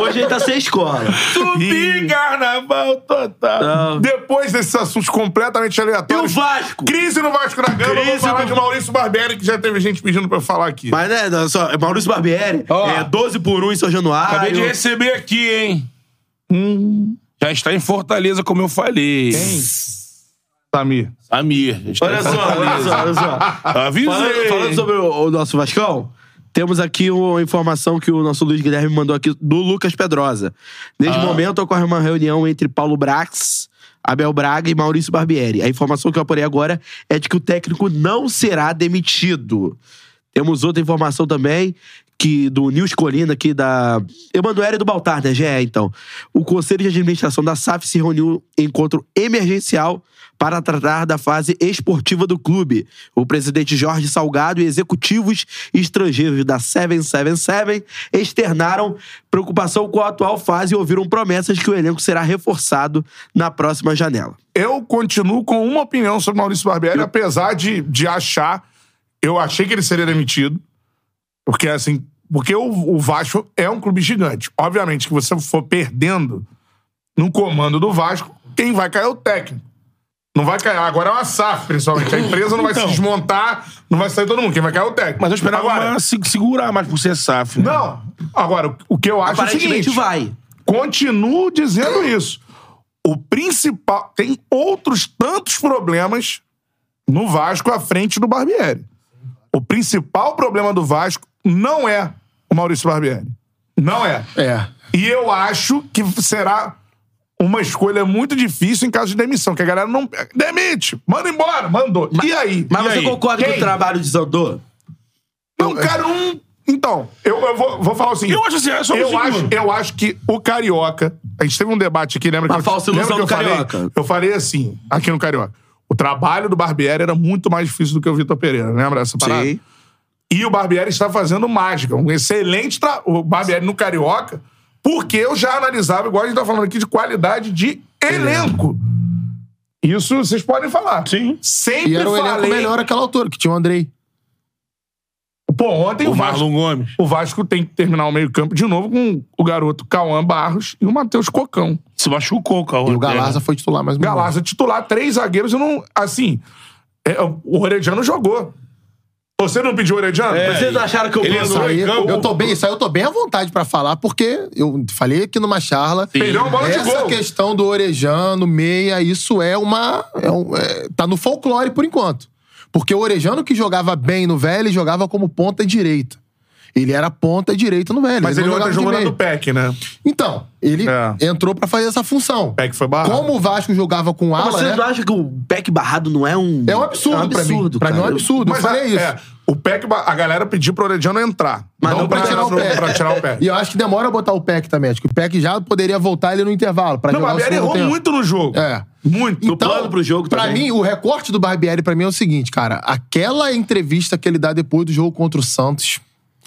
Hoje ele tá sem escola.
Tupi, carnaval total.
Não.
Depois desses assuntos completamente
E o
aleatórios.
Vasco?
Crise no Vasco da Gama, eu vou
Crise
falar
no-
de Maurício Barbieri, que já teve gente pedindo pra eu falar aqui.
Mas, né, não, só, Maurício Barbieri,
Ó.
é 12 por 1 em São Januário.
Acabei de receber aqui, hein?
Hum.
Já está em Fortaleza, como eu falei.
Samir.
Samir. já está em
Olha só,
Fortaleza.
olha só, olha só.
Avisei.
Falando, falando sobre o, o nosso Vascão, temos aqui uma informação que o nosso Luiz Guilherme mandou aqui do Lucas Pedrosa. Neste momento ocorre uma reunião entre Paulo Brax, Abel Braga e Maurício Barbieri. A informação que eu apurei agora é de que o técnico não será demitido. Temos outra informação também. Que do Nils Colina, aqui da Emanuele do Baltar, né, GE, então. O Conselho de Administração da SAF se reuniu em encontro emergencial para tratar da fase esportiva do clube. O presidente Jorge Salgado e executivos estrangeiros da 777 externaram preocupação com a atual fase e ouviram promessas que o elenco será reforçado na próxima janela.
Eu continuo com uma opinião sobre Maurício Barbieri, apesar de, de achar. Eu achei que ele seria demitido. Porque, assim. Porque o, o Vasco é um clube gigante. Obviamente que você for perdendo no comando do Vasco, quem vai cair é o técnico. Não vai cair. Agora é uma SAF, principalmente. A empresa não vai se
Então.
desmontar, não vai sair todo mundo. Quem vai cair é o técnico.
Mas eu esperava
Agora,
uma se segurar mais por ser SAF. Né?
Não. Agora, o- o que eu acho é o
Aparentemente
seguinte.
vai.
continuo dizendo isso. O principal. Tem outros tantos problemas no Vasco à frente do Barbieri. O principal problema do Vasco não é o Maurício Barbieri. Não é.
É.
E eu acho que será uma escolha muito difícil em caso de demissão, que a galera não. Demite! Manda embora! Mandou. e aí?
Mas
E
você
aí?
concorda que
Quem?
o trabalho desandou?
Não, cara, um. Então, eu, eu vou, vou falar o seguinte.
Eu acho assim, é só um
eu
segundo.
acho, eu acho que o Carioca. A gente teve um debate aqui, lembra?
Uma
que eu-
falsa
lembra
ilusão
que eu
do
falei?
Carioca.
Eu falei assim, aqui no Carioca. O trabalho do Barbieri era muito mais difícil do que o Vitor Pereira, lembra essa parada? E o Barbieri está fazendo mágica. Um excelente tra... O Barbieri no Carioca, porque eu já analisava, igual a gente tá falando aqui, de qualidade de elenco. Isso vocês podem falar.
Sim.
Sempre
E era o elenco
falei.
melhor naquela altura, que tinha o Andrei.
Pô, ontem o,
O
Vasco
Marlon Gomes.
O Vasco tem que terminar o meio-campo de novo com o garoto Cauã Barros e o Matheus Cocão.
Se machucou, cara.
é.
E o Galarza foi titular mais uma vez.
Galarza titular, três zagueiros, eu não. Assim, é, o Orediano jogou. Você não pediu o Orediano?
É, Vocês acharam que o
Ele
Bruno...
entrou
Aí,
em campo.
eu tô bem, isso aí eu tô bem à vontade pra falar, porque eu falei aqui numa charla.
Perdeu uma bola de
Essa
gol.
questão do Orejano, meia, isso é uma. É um- é- tá no folclore por enquanto. Porque o Orejano que jogava bem no Vélez jogava como ponta direita. Ele era ponta direita no Vélez.
Mas ele
não jogava
ontem
de
jogou na
meio.
do PEC, né?
Então, ele
É.
entrou pra fazer essa função.
PEC foi barrado.
Como o Vasco jogava com
Mas
ala,
Vocês
né?
não acham que o Beck barrado não é um...
É um absurdo, pra mim. Pra mim é um
cara.
absurdo. eu
Mas
falei
é,
isso.
é, o PEC, ba- a galera pediu pro Orediano entrar.
Mas
não,
não
pra,
pra tirar o
não-
Peck.
pra tirar o PEC.
E eu acho que demora botar o PEC também. Acho que o PEC já poderia voltar ele no intervalo. Pra
Não, o
jogar o
Barbieri
segundo
errou
tempo.
muito no jogo.
É.
Muito.
No plano pro jogo
Pra
também.
mim, o recorte do Barbieri pra mim é o seguinte, cara. Aquela entrevista que ele dá depois do jogo contra o Santos,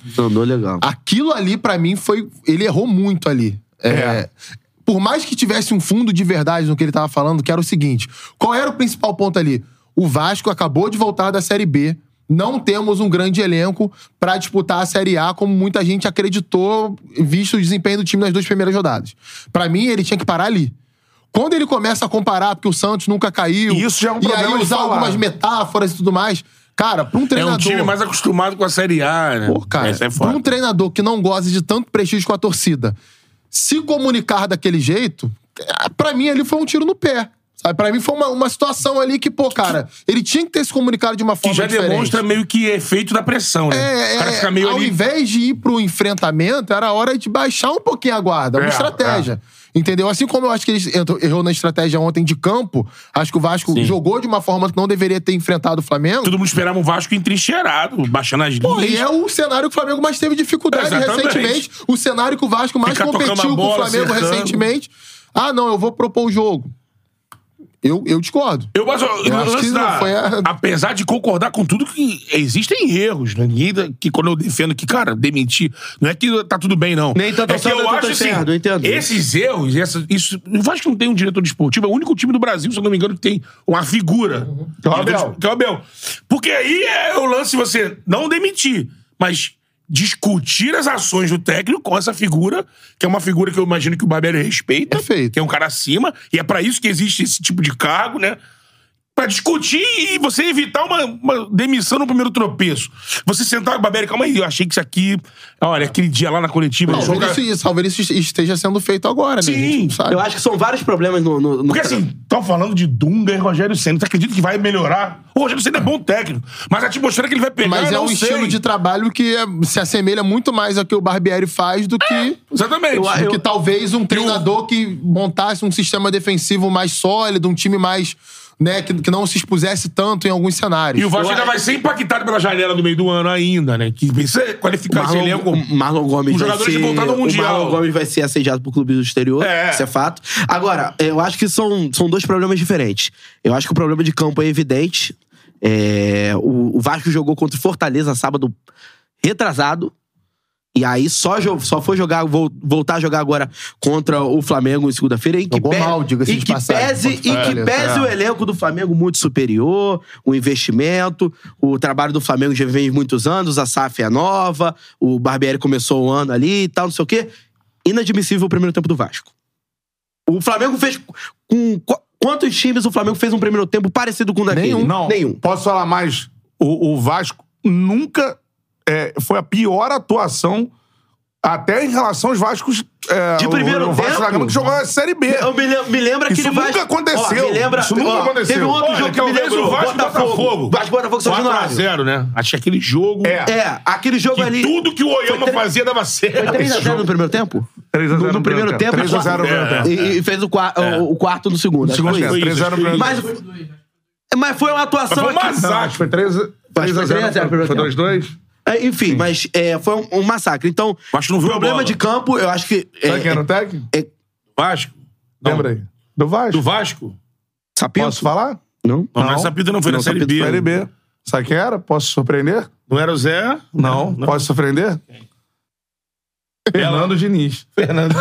Desandou legal.
aquilo ali pra mim foi... Ele errou muito ali. É,
É.
Por mais que tivesse um fundo de verdade no que ele tava falando, que era o seguinte. Qual era o principal ponto ali? O Vasco acabou de voltar da Série B. Não temos um grande elenco pra disputar a Série A, como muita gente acreditou, visto o desempenho do time nas duas primeiras rodadas. Pra mim, ele tinha que parar ali. Quando ele começa a comparar, porque o Santos nunca caiu.
E isso já é um
E aí
problema de
usar
falar.
algumas metáforas e tudo mais. Cara, pra um
É
treinador.
um time mais acostumado com a Série A, né?
Pô, cara,
Essa é
pra
foda.
um treinador que não goza de tanto prestígio com a torcida, se comunicar daquele jeito, ah, pra mim ali foi um tiro no pé. Sabe? Pra mim foi uma, uma situação ali que, pô, cara, ele tinha que ter se comunicado de uma
Que
forma
já
diferente.
demonstra meio que efeito da pressão, né?
É,
o cara
é,
fica meio
ao
ali...
invés de ir pro enfrentamento, era hora de baixar um pouquinho a guarda, uma
É,
estratégia. Entendeu? Assim como eu acho que ele entrou- errou na estratégia ontem de campo, acho que o Vasco jogou de uma forma que não deveria ter enfrentado o Flamengo.
Todo mundo esperava o um Vasco entrincheirado, baixando as
Pô, e
linhas.
é o cenário que o Flamengo mais teve dificuldade
Exatamente.
recentemente. O cenário que o Vasco mais
Ficar tocando
competiu
a
com o
bola,
Flamengo
acertando.
recentemente. Ah, não, eu vou propor o jogo. Eu, eu discordo.
Eu, mas, eu,
Eu acho
lance
que não
da-
foi a-
Apesar de concordar com tudo, que existem erros, né? Ninguém da- que quando eu defendo que, cara, demitir, não é que tá tudo bem, não.
Nem tanto
é que
certo,
eu
nem tanto
acho assim,
errado, eu entendo.
esses erros, essa, isso, o Vasco não tem um diretor desportivo, é o único time do Brasil, se eu não me engano, que tem uma figura.
Que é o
Diretor
Abel.
de- Que é o Abel. Porque aí é o lance você não demitir, mas discutir as ações do técnico com essa figura, que é uma figura que eu imagino que o Barbieri respeita,
Perfeito.
que é um cara acima, e é pra isso que existe esse tipo de cargo, né? Pra discutir e você evitar uma, uma demissão no primeiro tropeço. Você sentar com o Barbieri, calma aí, eu achei que isso aqui... Olha, aquele dia lá na coletiva... do jogo,
Talvez isso, talvez isso esteja sendo feito agora, né?
Sim.
A gente não sabe.
Eu acho que são vários problemas no. no, no-
Porque assim, estão falando de Dunga e Rogério Senna. Tu acredita que vai melhorar? O Rogério Senna é bom técnico, mas a atmosfera que ele vai pegar,
Mas
eu
é
não
um
sei.
estilo de trabalho que é- se assemelha muito mais ao que o Barbieri faz do que,
Exatamente.
Eu-
do que talvez um treinador que montasse um sistema defensivo mais sólido, um time mais. Né, que, que não se expusesse tanto em alguns cenários.
E o Vasco ainda vai ser impactado pela janela do meio do ano ainda, né? Que precisa qualificar esse
um-
Marlon,
elenco.
Marlon Gomes
Os
vai
jogadores
ser,
que voltaram ao
O
Mundial.
Marlon Gomes vai ser assediado por clubes do exterior,
É.
isso é fato. Agora, eu acho que são, são dois problemas diferentes. Eu acho que o problema de campo é evidente. É, o, o Vasco jogou contra o Fortaleza sábado retrasado. E aí só, jo- só foi jogar, vol- voltar a jogar agora contra o Flamengo em segunda-feira. em que
Jogou
pe-
um mal, diga-se
em
de
que
passagem,
pese,
contra o
em que
Fortaleza.
pese
É.
o elenco do Flamengo muito superior, o investimento, o trabalho do Flamengo já vem de muitos anos, a SAF é nova, o Barbieri começou o ano ali e tal, não sei o quê. Inadmissível o primeiro tempo do Vasco. O Flamengo fez. Com qu- quantos times o Flamengo fez um primeiro tempo parecido com o daquele?
Nenhum. Não.
Nenhum.
Posso falar mais? O, o Vasco nunca é, foi a pior atuação, até em relação aos Vascos. é,
De primeiro
o, o Vasco da
tempo?
Gama que jogou na Série B.
É
Eu me, lem- me lembra
Isso
aquele
nunca
Vasco.
aconteceu.
Ó, me lembra,
Isso nunca
ó,
aconteceu.
Teve um outro
Olha, é
jogo que me
talvez
lembrou.
o Vasco e Botafogo.
Vasco e Botafogo São
4
Januário.
a 0 né? Achei aquele jogo.
É.
É, aquele jogo
Que
ali.
tudo que o Oyama
Foi tre-
fazia dava certo.
Foi 3x0 no primeiro tempo?
3 a 0
No, no primeiro tempo,
3 a 0 no
É.
primeiro
quatro-
tempo.
E, e fez o, qua- o- o quarto no segundo. acho que
É. Segundo
foi
tempo, Então, 3
isso.
a 0 no primeiro
Mas, mas foi uma
Mas
atuação.
foi um
aqui-
Não, acho
massacre.
que foi 3
Acho que foi 3 a 0
a 0
primeiro
Foi
tempo.
2x2.
É, enfim, mas é, foi um, um massacre. Então,
Vasco não viu a
problema
bola.
de campo, eu acho que. É,
Sabe quem era o técnico?
Vasco. Não.
Lembra aí. Do Vasco.
Do Vasco?
Sapinto?
Posso falar?
Não.
Não, não. essa pita não foi na Série B.
Série B. É? Sabe quem era? Posso surpreender?
Não era o Zé?
Não. Posso surpreender? Fernando Diniz. Fernando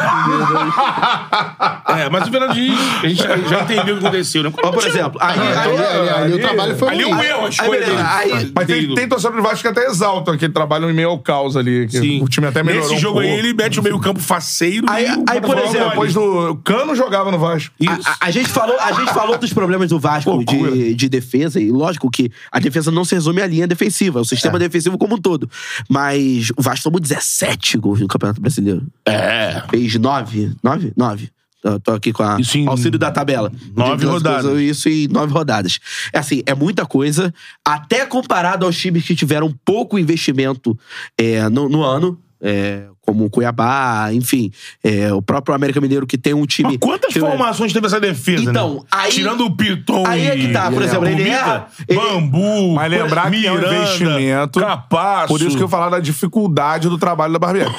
É, mas o Fernando Diniz, a gente já, já entendeu o que aconteceu, né?
Ó, Ah, por exemplo, aí,
é,
ali, ali-
aí,
ali o trabalho foi
Ali
ruim.
um erro, a
aí,
escolha dele.
beleza, aí-
Mas tem, tem torcedor do Vasco que é até exaltam aquele trabalho em meio ao caos ali. que
Sim.
O time até melhorou.
Nesse
um
jogo aí,
pouco.
ele mete o meio-campo faceiro.
Aí-
e o
aí,
Botafogo
por
é
exemplo,
mole.
Depois do. o Cano jogava no Vasco.
Isso.
A, a gente falou, a gente falou dos problemas do Vasco
Loucura.
de, de defesa, e lógico que a defesa não se resume à linha defensiva, é o sistema defensivo como um todo. Mas o Vasco tomou 17 gols no Campeonato Brasileiro. É. Fez 9. 9? 9. Tô, tô aqui com a
Isso em
auxílio da tabela.
nove
De- de-
rodadas.
coisa, Isso em nove rodadas. É assim, é muita coisa. Até comparado aos times que tiveram pouco investimento é, no, no ano. é, como o Cuiabá, enfim, é, o próprio América Mineiro que tem um time.
Mas quantas
que-
formações teve essa defesa,
Então,
né?
aí-
Tirando o Piton
aí é que tá, por
e-
exemplo, ele
Comida,
erra, ele-
Bambu,
Mas lembrar que é um
Miranda,
investimento.
Capasso.
Por isso que eu falar da dificuldade do trabalho da Barbieri.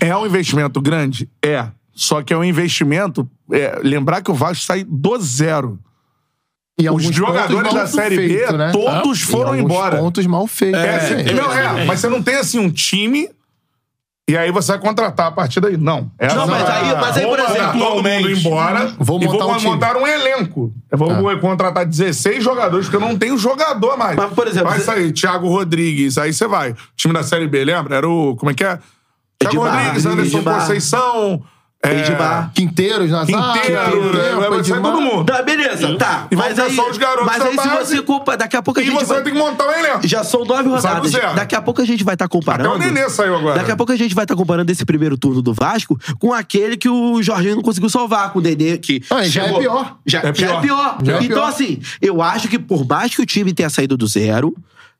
É um investimento grande? É. Só que é um investimento. é, lembrar que o Vasco sai do zero.
E
Os
alguns pontos
jogadores
mal
da Série B,
feito, né?
todos
Em
foram
alguns
embora.
pontos mal feitos.
É, assim,
né?
não, é, mas você não tem assim um time e aí você vai contratar a partir daí. Não. É
Não, mas aí- mas aí,
vou
por
mandar
exemplo,
todo mundo
atualmente,
embora
vou
e
montar
vou
um time. Tá.
montar um elenco. Eu vou, vou contratar 16 jogadores, porque eu não tenho jogador mais.
Mas, por exemplo,
Vai
você-
sair Thiago Rodrigues, aí você vai. O time da Série B, lembra? Era o... Como é que é? Thiago
Edmar,
Rodrigues, Anderson
Edmar.
Conceição... É,
Edmar.
Quinteiros na zaga.
Quinteiro,
Quinteiros,
né? vai sair
Edmar.
todo mundo.
Tá, beleza, tá.
E vão
mas
ficar
aí,
só os garotos
mas
da
aí se
base.
você culpa, daqui a pouco a
E
gente
você vai
vai...
ter que montar um elenco.
Já são nove
Sabe
rodadas.
o zero.
Daqui a pouco a gente vai estar comparando.
Até o Nenê saiu agora.
Daqui a pouco a gente vai estar comparando esse primeiro turno do Vasco com aquele que o Jorginho não conseguiu salvar, com o Nenê que.
Ah, e já
chegou-
é pior.
Já já é
É
pior.
pior.
Já é
então,
pior.
assim, eu acho que por mais que o time tenha saído do zero,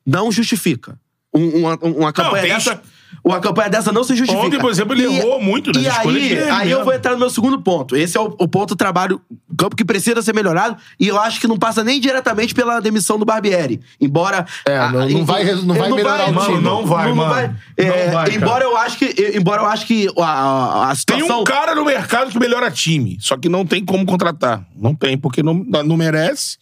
não justifica. Um- uma, uma campanha
tem
dessa.
isso-
Uma campanha dessa não se justifica.
Ontem, por exemplo, ele errou muito nas
E
escolhas
aí,
dele
aí
mesmo.
eu vou entrar tá no meu segundo ponto. Esse é o, o ponto do trabalho, o campo que precisa ser melhorado, e eu acho que não passa nem diretamente pela demissão do Barbieri. Embora.
É, não- não vai resu- não vai melhorar o
time. Mano, não vai, mano.
é,
Não vai,
embora
cara.
eu acho que. eu- Embora eu acho que a, a- a
Tem
situação.
um cara no mercado que melhora time, só que não tem como contratar. Não tem, porque não, não merece.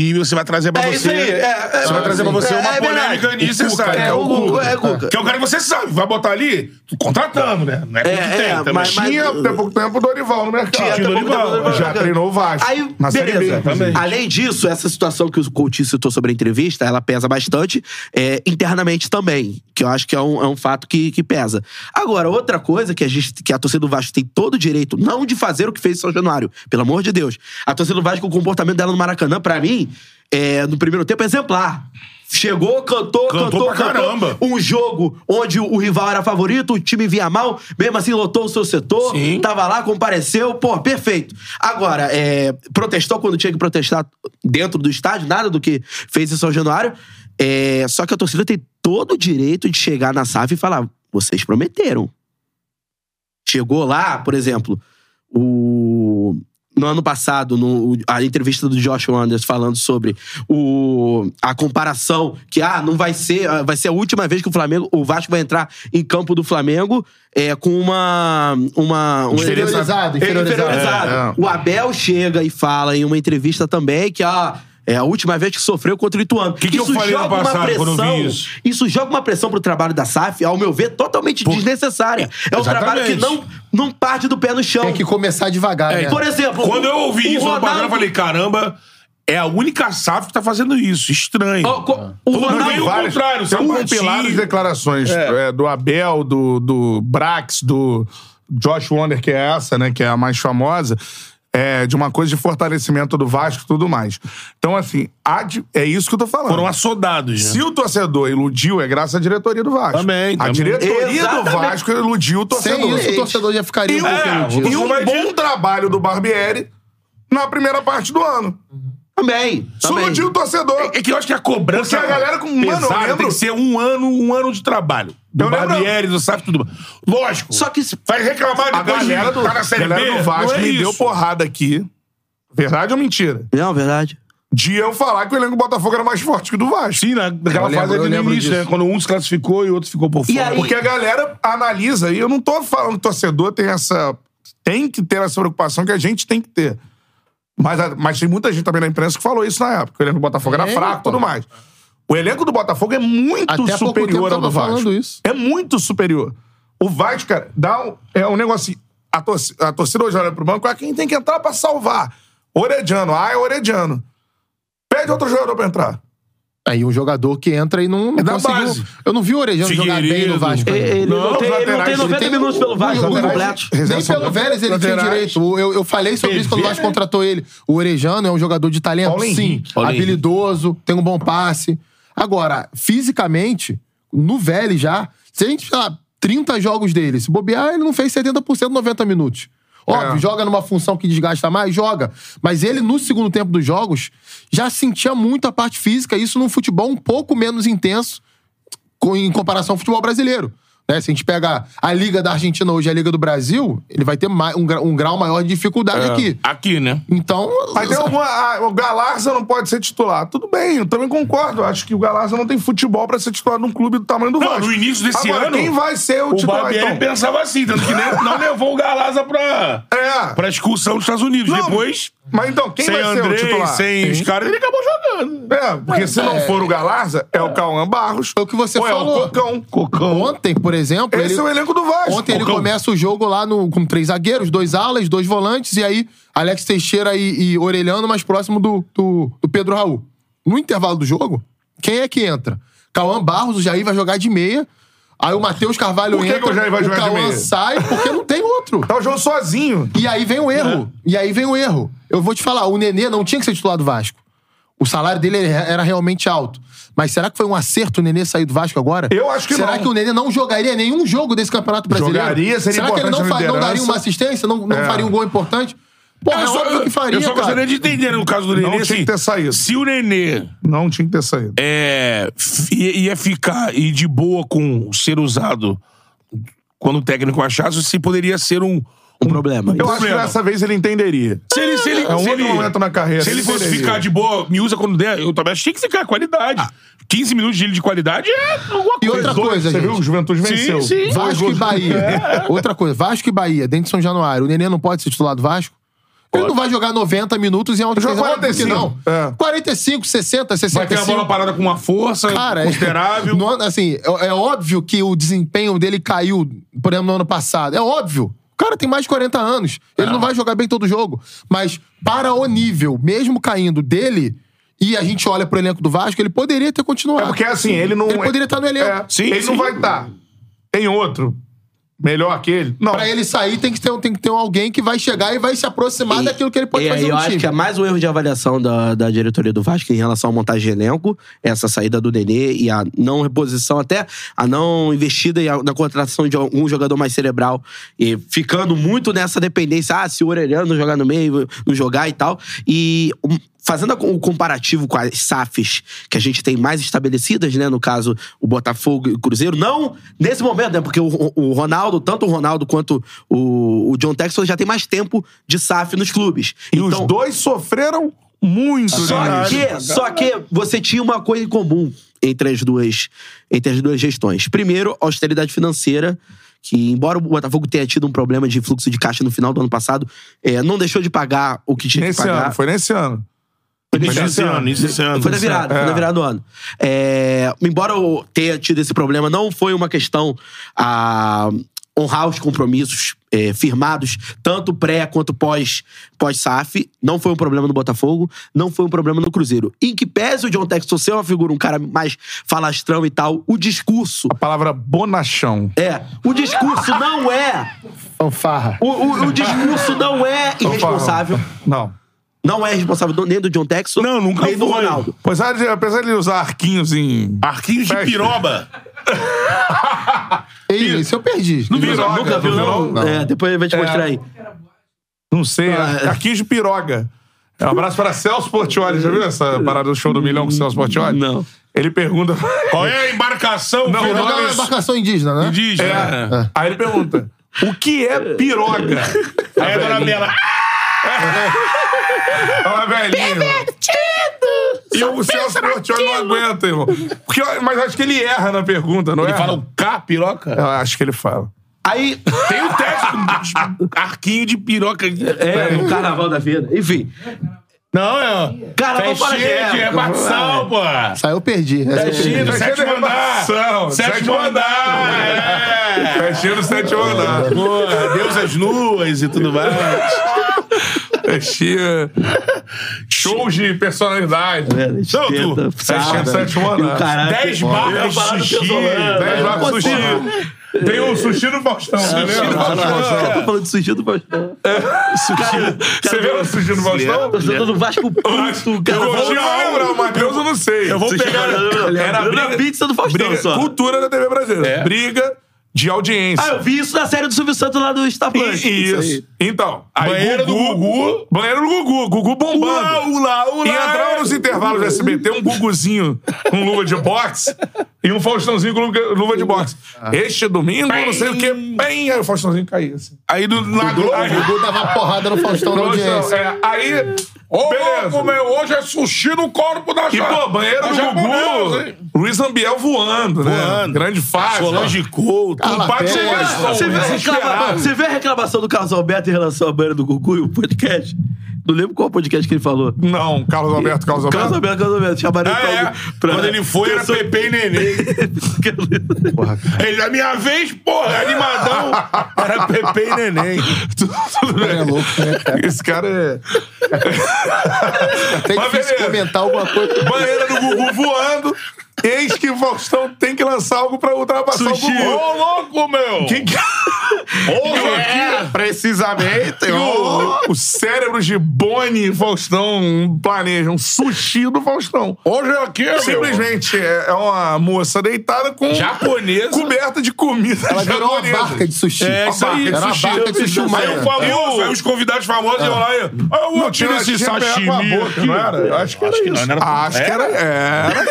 E você vai trazer pra
É
você.
isso aí, é, é,
você vai trazer pra você
é,
uma
é verdade.
polêmica nisso, você
O Cuca,
sabe.
é,
que
o Cuca, é, Cuca.
Que é o cara que você sabe. Vai botar ali, contratamos, né? Não é, tudo que
É,
tem.
é,
também.
mas- mas-
Tinha até pouco tempo o Dorival no mercado.
Tinha até pouco tempo o Dorival no
Já
mercado.
treinou o Vasco.
Aí,
na Série
beleza.
B. inclusive.
Além disso, essa situação que o Coutinho citou sobre a entrevista, ela pesa bastante é, internamente também, que eu acho que é um, é um fato que, que pesa. Agora, outra coisa que a, gente, que a torcida do Vasco tem todo o direito, não de fazer o que fez em São Januário, pelo amor de Deus. A torcida do Vasco, o comportamento dela no Maracanã, pra mim, é, no primeiro tempo, é exemplar. Chegou, cantou,
Cantou
cantou,
pra caramba.
Um jogo onde o rival era favorito, o time vinha mal, mesmo assim lotou o seu setor,
Sim.
tava lá, compareceu, pô, perfeito. Agora, é, protestou quando tinha que protestar dentro do estádio, nada do que fez em São Januário. É, só que a torcida tem todo o direito de chegar na SAF e falar: vocês prometeram. Chegou lá, por exemplo, o. No ano passado, no, a entrevista do Josh Anders falando sobre o, a comparação que ah, não vai ser, ah, vai ser a última vez que o Flamengo, o Vasco vai entrar em campo do Flamengo é, com uma uma um-
Inferiorizado, inferiorizado.
É,
É.
Inferiorizado. É,
Então,
O Abel chega e fala em uma entrevista também que ah, é a última vez que sofreu contra o Ituano.
Que que eu falei no passado quando eu vi isso?
Isso joga uma pressão pro trabalho da SAF, ao meu ver, totalmente desnecessária. É um trabalho que não, não parte do pé no chão.
Tem que começar devagar,
É,
né?
Por exemplo,
Quando eu ouvi
o
isso no
Ronaldo-
programa, eu falei, caramba, é a única SAF que tá fazendo isso. Estranho.
Ó, co- O
Todo mundo
Ronaldo
veio
Várias-
contrário,
São
Sampaio.
compiladas declarações é, do Abel, do, do Brax, do Josh Wonder, que é essa, né? Que é a mais famosa. é, de uma coisa de fortalecimento do Vasco e tudo mais. Então, assim, há de- é isso que eu tô falando.
Foram assodados, né?
Se o torcedor iludiu, é graças à diretoria do Vasco.
Também,
A
também.
diretoria
Exatamente.
do Vasco iludiu o
Sem
torcedor.
isso, o torcedor já ficaria
E
um
um,
pouco iludido.
e um
é, Vai
bom
de-
trabalho do Barbieri na primeira parte do ano.
Também.
Isso
também.
iludiu o torcedor.
É que eu acho que a cobrança.
Porque a galera com-
pesada
mano, eu lembro-
tem que ser um ano, um ano de trabalho. Do
Eu lembro-
Barbieri, do SAF, tudo. mais. Lógico.
Só que se-
Vai reclamar
A
depois de
galera do,
tá na Série
galera
B,
do Vasco
não é
me deu
isso.
porrada aqui. Verdade ou mentira?
Não, é verdade.
De eu falar que o elenco do Botafogo era mais forte que o do Vasco.
Sim, na- naquela fase
Eu lembro,
ali
eu
no
lembro
início,
disso.
né? Quando um se classificou e o outro ficou por fora.
E aí-
Porque a galera analisa, e eu não tô falando que o torcedor tem essa. Tem que ter essa preocupação que a gente tem que ter. Mas, a- mas tem muita gente também na imprensa que falou isso na época. que O elenco do Botafogo era
É,
fraco e
pô.
tudo mais. O elenco do Botafogo é muito
Até há pouco tempo
superior ao do
tava
Vasco.
falando isso.
É muito superior. O Vasco, cara, dá um, é um negócio assim. A, torci- a torcida hoje olha pro banco, é quem tem que entrar pra salvar. Orediano, ah, é Orediano. Pede outro jogador pra entrar.
Aí um jogador que entra e não, não
É da
conseguiu-
base.
Eu não vi o Orejano jogar bem
Figueiredo.
no Vasco.
Ele, ele não,
Não,
tem,
os
ele não tem
laterais, ele
90
tem
minutos
um
pelo Vasco tá
os laterais-
completo.
Nem pelo Vélez ele tinha
Laterais.
direito. O- Eu, eu falei sobre isso quando o Vasco contratou ele. O Orejano é um jogador de talento,
Paulo
sim.
Henrique.
Paulo
habilidoso, tem um bom passe. Agora, fisicamente, no Vélez já, se a gente, sei lá, 30 jogos dele, se bobear, ele não fez 70% 90 minutos. Óbvio,
É.
joga numa função que desgasta mais, joga. Mas ele, no segundo tempo dos jogos, já sentia muito a parte física. Isso num futebol um pouco menos intenso co- em comparação ao futebol brasileiro. Né? Se a gente pega a Liga da Argentina hoje e a Liga do Brasil, ele vai ter mais, um, gra- um grau maior de dificuldade
É.
aqui.
Aqui, né?
Então.
Mas tem alguma. ah, o Galarza não pode ser titular. Tudo bem, eu também concordo. Acho que o Galarza não tem futebol pra ser titular num clube do tamanho do
Não,
Vasco.
no início desse
Agora,
ano,
Quem vai ser o,
O
titular
Barbieri
então?
pensava assim, tanto que nem- não levou o Galaza pra,
É.
pra excursão dos Estados Unidos.
Não,
Depois,
Mas então, quem
sem
vai ser o
Andrei,
titular?
sem os caras, ele acabou jogando.
É, porque se não for o Galarza, é o Cauã Barros.
É o que você
ou é
falou.
o Cocão.
Ontem, por exemplo.
Esse
ele-
é o elenco do Vasco.
Ontem ele
Cocão.
começa o jogo lá no, com três zagueiros, dois alas, dois volantes, e aí Alex Teixeira e, e Orelhano mais próximo do, do, do Pedro Raul. No intervalo do jogo, quem é que entra? Cauã Barros, o Jair vai jogar de meia. Aí o Matheus Carvalho
Por que
entra.
que o Jair vai jogar de
Cauã
meia?
sai porque não tem outro.
Tá o jogo sozinho.
E aí vem o erro.
É.
E aí vem o erro. Eu vou te falar, o Nenê não tinha que ser titular do Vasco. O salário dele era realmente alto. Mas será que foi um acerto o Nenê sair do Vasco agora?
Eu acho que
será
não.
que o Nenê não jogaria nenhum jogo desse Campeonato Brasileiro?
Jogaria, seria
Será que ele
importante
não,
na
fa- não
liderança.
daria uma assistência? Não, não
É.
faria um gol importante? Porra,
eu
é
só,
óbvio que faria,
eu só
cara.
gostaria de entender no caso do Nenê.
Não tinha
assim,
que ter saído.
Se o Nenê
Não tinha que ter saído.
é, fi- ia ficar e de boa com ser usado quando o técnico achasse, se poderia ser um,
Um problema.
Eu acho que dessa vez ele entenderia.
Se ele, se ele,
É o
se
único
ele-
momento na carreira.
Se ele fosse
Seria.
ficar de boa, me usa quando der, eu também acho que tinha que ficar qualidade. 15 minutos de ele de qualidade é alguma
E
coisa.
outra coisa,
Você
gente.
viu? O Juventude
Sim,
venceu.
sim. É.
Dois
Vasco e
gols.
Bahia. Outra coisa, Vasco e Bahia, dentro de São Januário. O Nenê não pode ser titular do Vasco? Ele não vai jogar 90 minutos e é um
Joga 45,
Não.
é.
45, 60,
Vai ter a
65.
bola parada com uma força
Cara, é-
considerável.
no ano- assim, é, é óbvio que o desempenho dele caiu, por exemplo, no ano passado. É óbvio. O cara tem mais de 40 anos.
É.
Ele não vai jogar bem todo jogo. Mas para o nível, mesmo caindo dele, e a gente olha pro elenco do Vasco, ele poderia ter continuado.
É porque assim, ele não.
Ele poderia tá estar no elenco.
É,
Sim,
ele
sim.
não vai estar. Tem outro. Melhor que ele? Não.
Pra ele sair, tem que, ter, um- tem que ter alguém que vai chegar e vai se aproximar daquilo que ele pode
e
fazer
aí, eu
no
acho
time.
que é mais um erro de avaliação da, da diretoria do Vasco em relação à montagem de elenco, essa saída do Nenê e a não reposição, até a não investida e a- na contratação de um jogador mais cerebral, e ficando muito nessa dependência, ah, se o Orelhano não jogar no meio, não jogar e tal. E um, fazendo a com- o comparativo com as SAFs que a gente tem mais estabelecidas, né, no caso o Botafogo e o Cruzeiro, não nesse momento, né, porque o, o Ronaldo, tanto o Ronaldo quanto o, o John Texton já tem mais tempo de SAF nos clubes. Então,
E
Então-
os dois sofreram muito.
Só
né?
que, só que você tinha uma coisa em comum entre as duas, entre as duas gestões. Primeiro, a austeridade financeira, que embora o Botafogo tenha tido um problema de fluxo de caixa no final do ano passado, eh, não deixou de pagar o que tinha
Nesse
que pagar.
ano, foi nesse ano.
Foi nesse ano, isso esse ano.
Foi na virada, foi na virada do ano. É, embora eu tenha tido esse problema, não foi uma questão a honrar os compromissos é, firmados, tanto pré quanto pós, pós-SAF. Não foi um problema no Botafogo, não foi um problema no Cruzeiro. Em que pese o John Texton ser uma figura, um cara mais falastrão e tal, o discurso.
A palavra bonachão.
É, o discurso não é.
Fanfarra.
O, o- o discurso não é irresponsável.
Não.
Não é responsável do- nem do John Texton,
Não, nunca
nem do
foi.
Ronaldo.
Pois é, ele- apesar de ele usar arquinhos em.
Arquinhos de
Festa.
piroba.
Ei, isso eu perdi.
No
Ele-
piroga,
Nunca viu, não?
Não.
É, depois ele vai te mostrar aí.
Não sei, né?
Ah,
arquinhos de piroga. É, Um abraço para Celso Portioli. Já viu essa parada do show do milhão com o Celso Portioli?
Não.
Ele pergunta.
Qual é a embarcação?
Não,
que
não,
Ele é uma
nós
embarcação indígena, né?
indígena?
É. Aí ele pergunta: o que é piroga?
Aí a dona Bela. "Ah,
É uma velhinha. E o Celso Portioli não aguenta, irmão. Porque, eu- mas acho que ele erra na pergunta, não é?
Ele fala o K, piroca?
Eu acho que ele fala.
Aí,
Tem o texto. Arquinho de piroca.
é, no carnaval da vida. Enfim.
Não, é.
Carnaval para
Festinha de
guerra.
repartição, pô.
Saiu, Ah, eu perdi.
Tá
Essa é eu perdi.
Festinha do sétimo andar.
São,
Sétimo
sétimo
andar. é.
Festinha do sétimo andar.
Porra, deusas nuas e tudo mais.
Festinha. Shows de personalidade.
É, Não, tu.
Festinha do sétimo andar.
Dez barras de sushi.
Dez barras de sushi. Tem o sushi no Faustão. Sushi
no Faustão.
Tá falando de sujeito do Faustão.
É. Você viu o sushi no Faustão?
é
Torcedor do Vasco puto, cara.
Eu tinha aura, o Matheus eu não sei.
Eu vou pegar.
Era
Era
briga-
a pizza do Faustão
Briga-
só.
Cultura da TV brasileira.
É.
Briga de audiência.
Ah, eu vi isso na série do Silvio Santos lá do Star Plus.
I- isso. Então, aí
Banheiro do Gugu.
Banheiro do Gugu. Gugu bombando.
Ula, ula,
E entrava nos intervalos do SBT um Guguzinho com luva de boxe e um Faustãozinho com luva- luva de boxe. Este domingo, não sei o quê, bem, aí o Faustãozinho caía assim.
Aí do, na Globo.
O Gugu dava uma porrada no Faustão na
Faustão,
audiência.
é, aí,
Ô,
beleza.
louco, meu, hoje é sushi no corpo da
E,
ja-
pô, banheiro
da
do
japonesa, hein?
Gugu, Luiz Ambiel voando, né?
Voando.
Grande fase. né?
Solange Couto.
Carla
Pato
Pérez.
Silvestre.
Ah, Você vê,
é
a reclama-
Desesperado.
você vê a reclamação do Carlos Alberto em relação à banheira do Gugu e o podcast? Não lembro qual podcast que ele falou.
Não, Carlos Alberto, Carlos Alberto.
Carlos Alberto, Carlos Alberto. Chamaram ele
Ah,
pra
é.
algum- pra-
Quando ele foi, era Pepe e Nenê. Ele, a minha vez, porra, é animadão. Era Pepe e Neném.
Tudo bem.
É louco, né? cara?
Esse cara é...
Até
Mas
difícil
beleza.
comentar alguma coisa.
banheira do Gugu voando. Eis que o Faustão tem que lançar algo pra ultrapassar o
Sushi.
Gugu.
é?
Ô, louco, meu.
Que- que-
Ô,
Isso aqui,
é.
Precisamente.
O, o cérebro de Boni Faustão planeja um sushi do Faustão.
Hoje é aqui, meu.
Simplesmente é é uma moça deitada com.
Japonesa.
Coberta de comida
Ela virou uma
japonesa.
barca de sushi.
É, isso aí,
Era uma
sushi.
barca de sushi.
Aí o um famoso, aí os convidados famosos iam lá e. Ah, eu vou tirar esse
tinha pegado
sashimi.
com a boca,
aqui.
não era? Eu Acho que era isso.
não, era-
Acho que era. Era.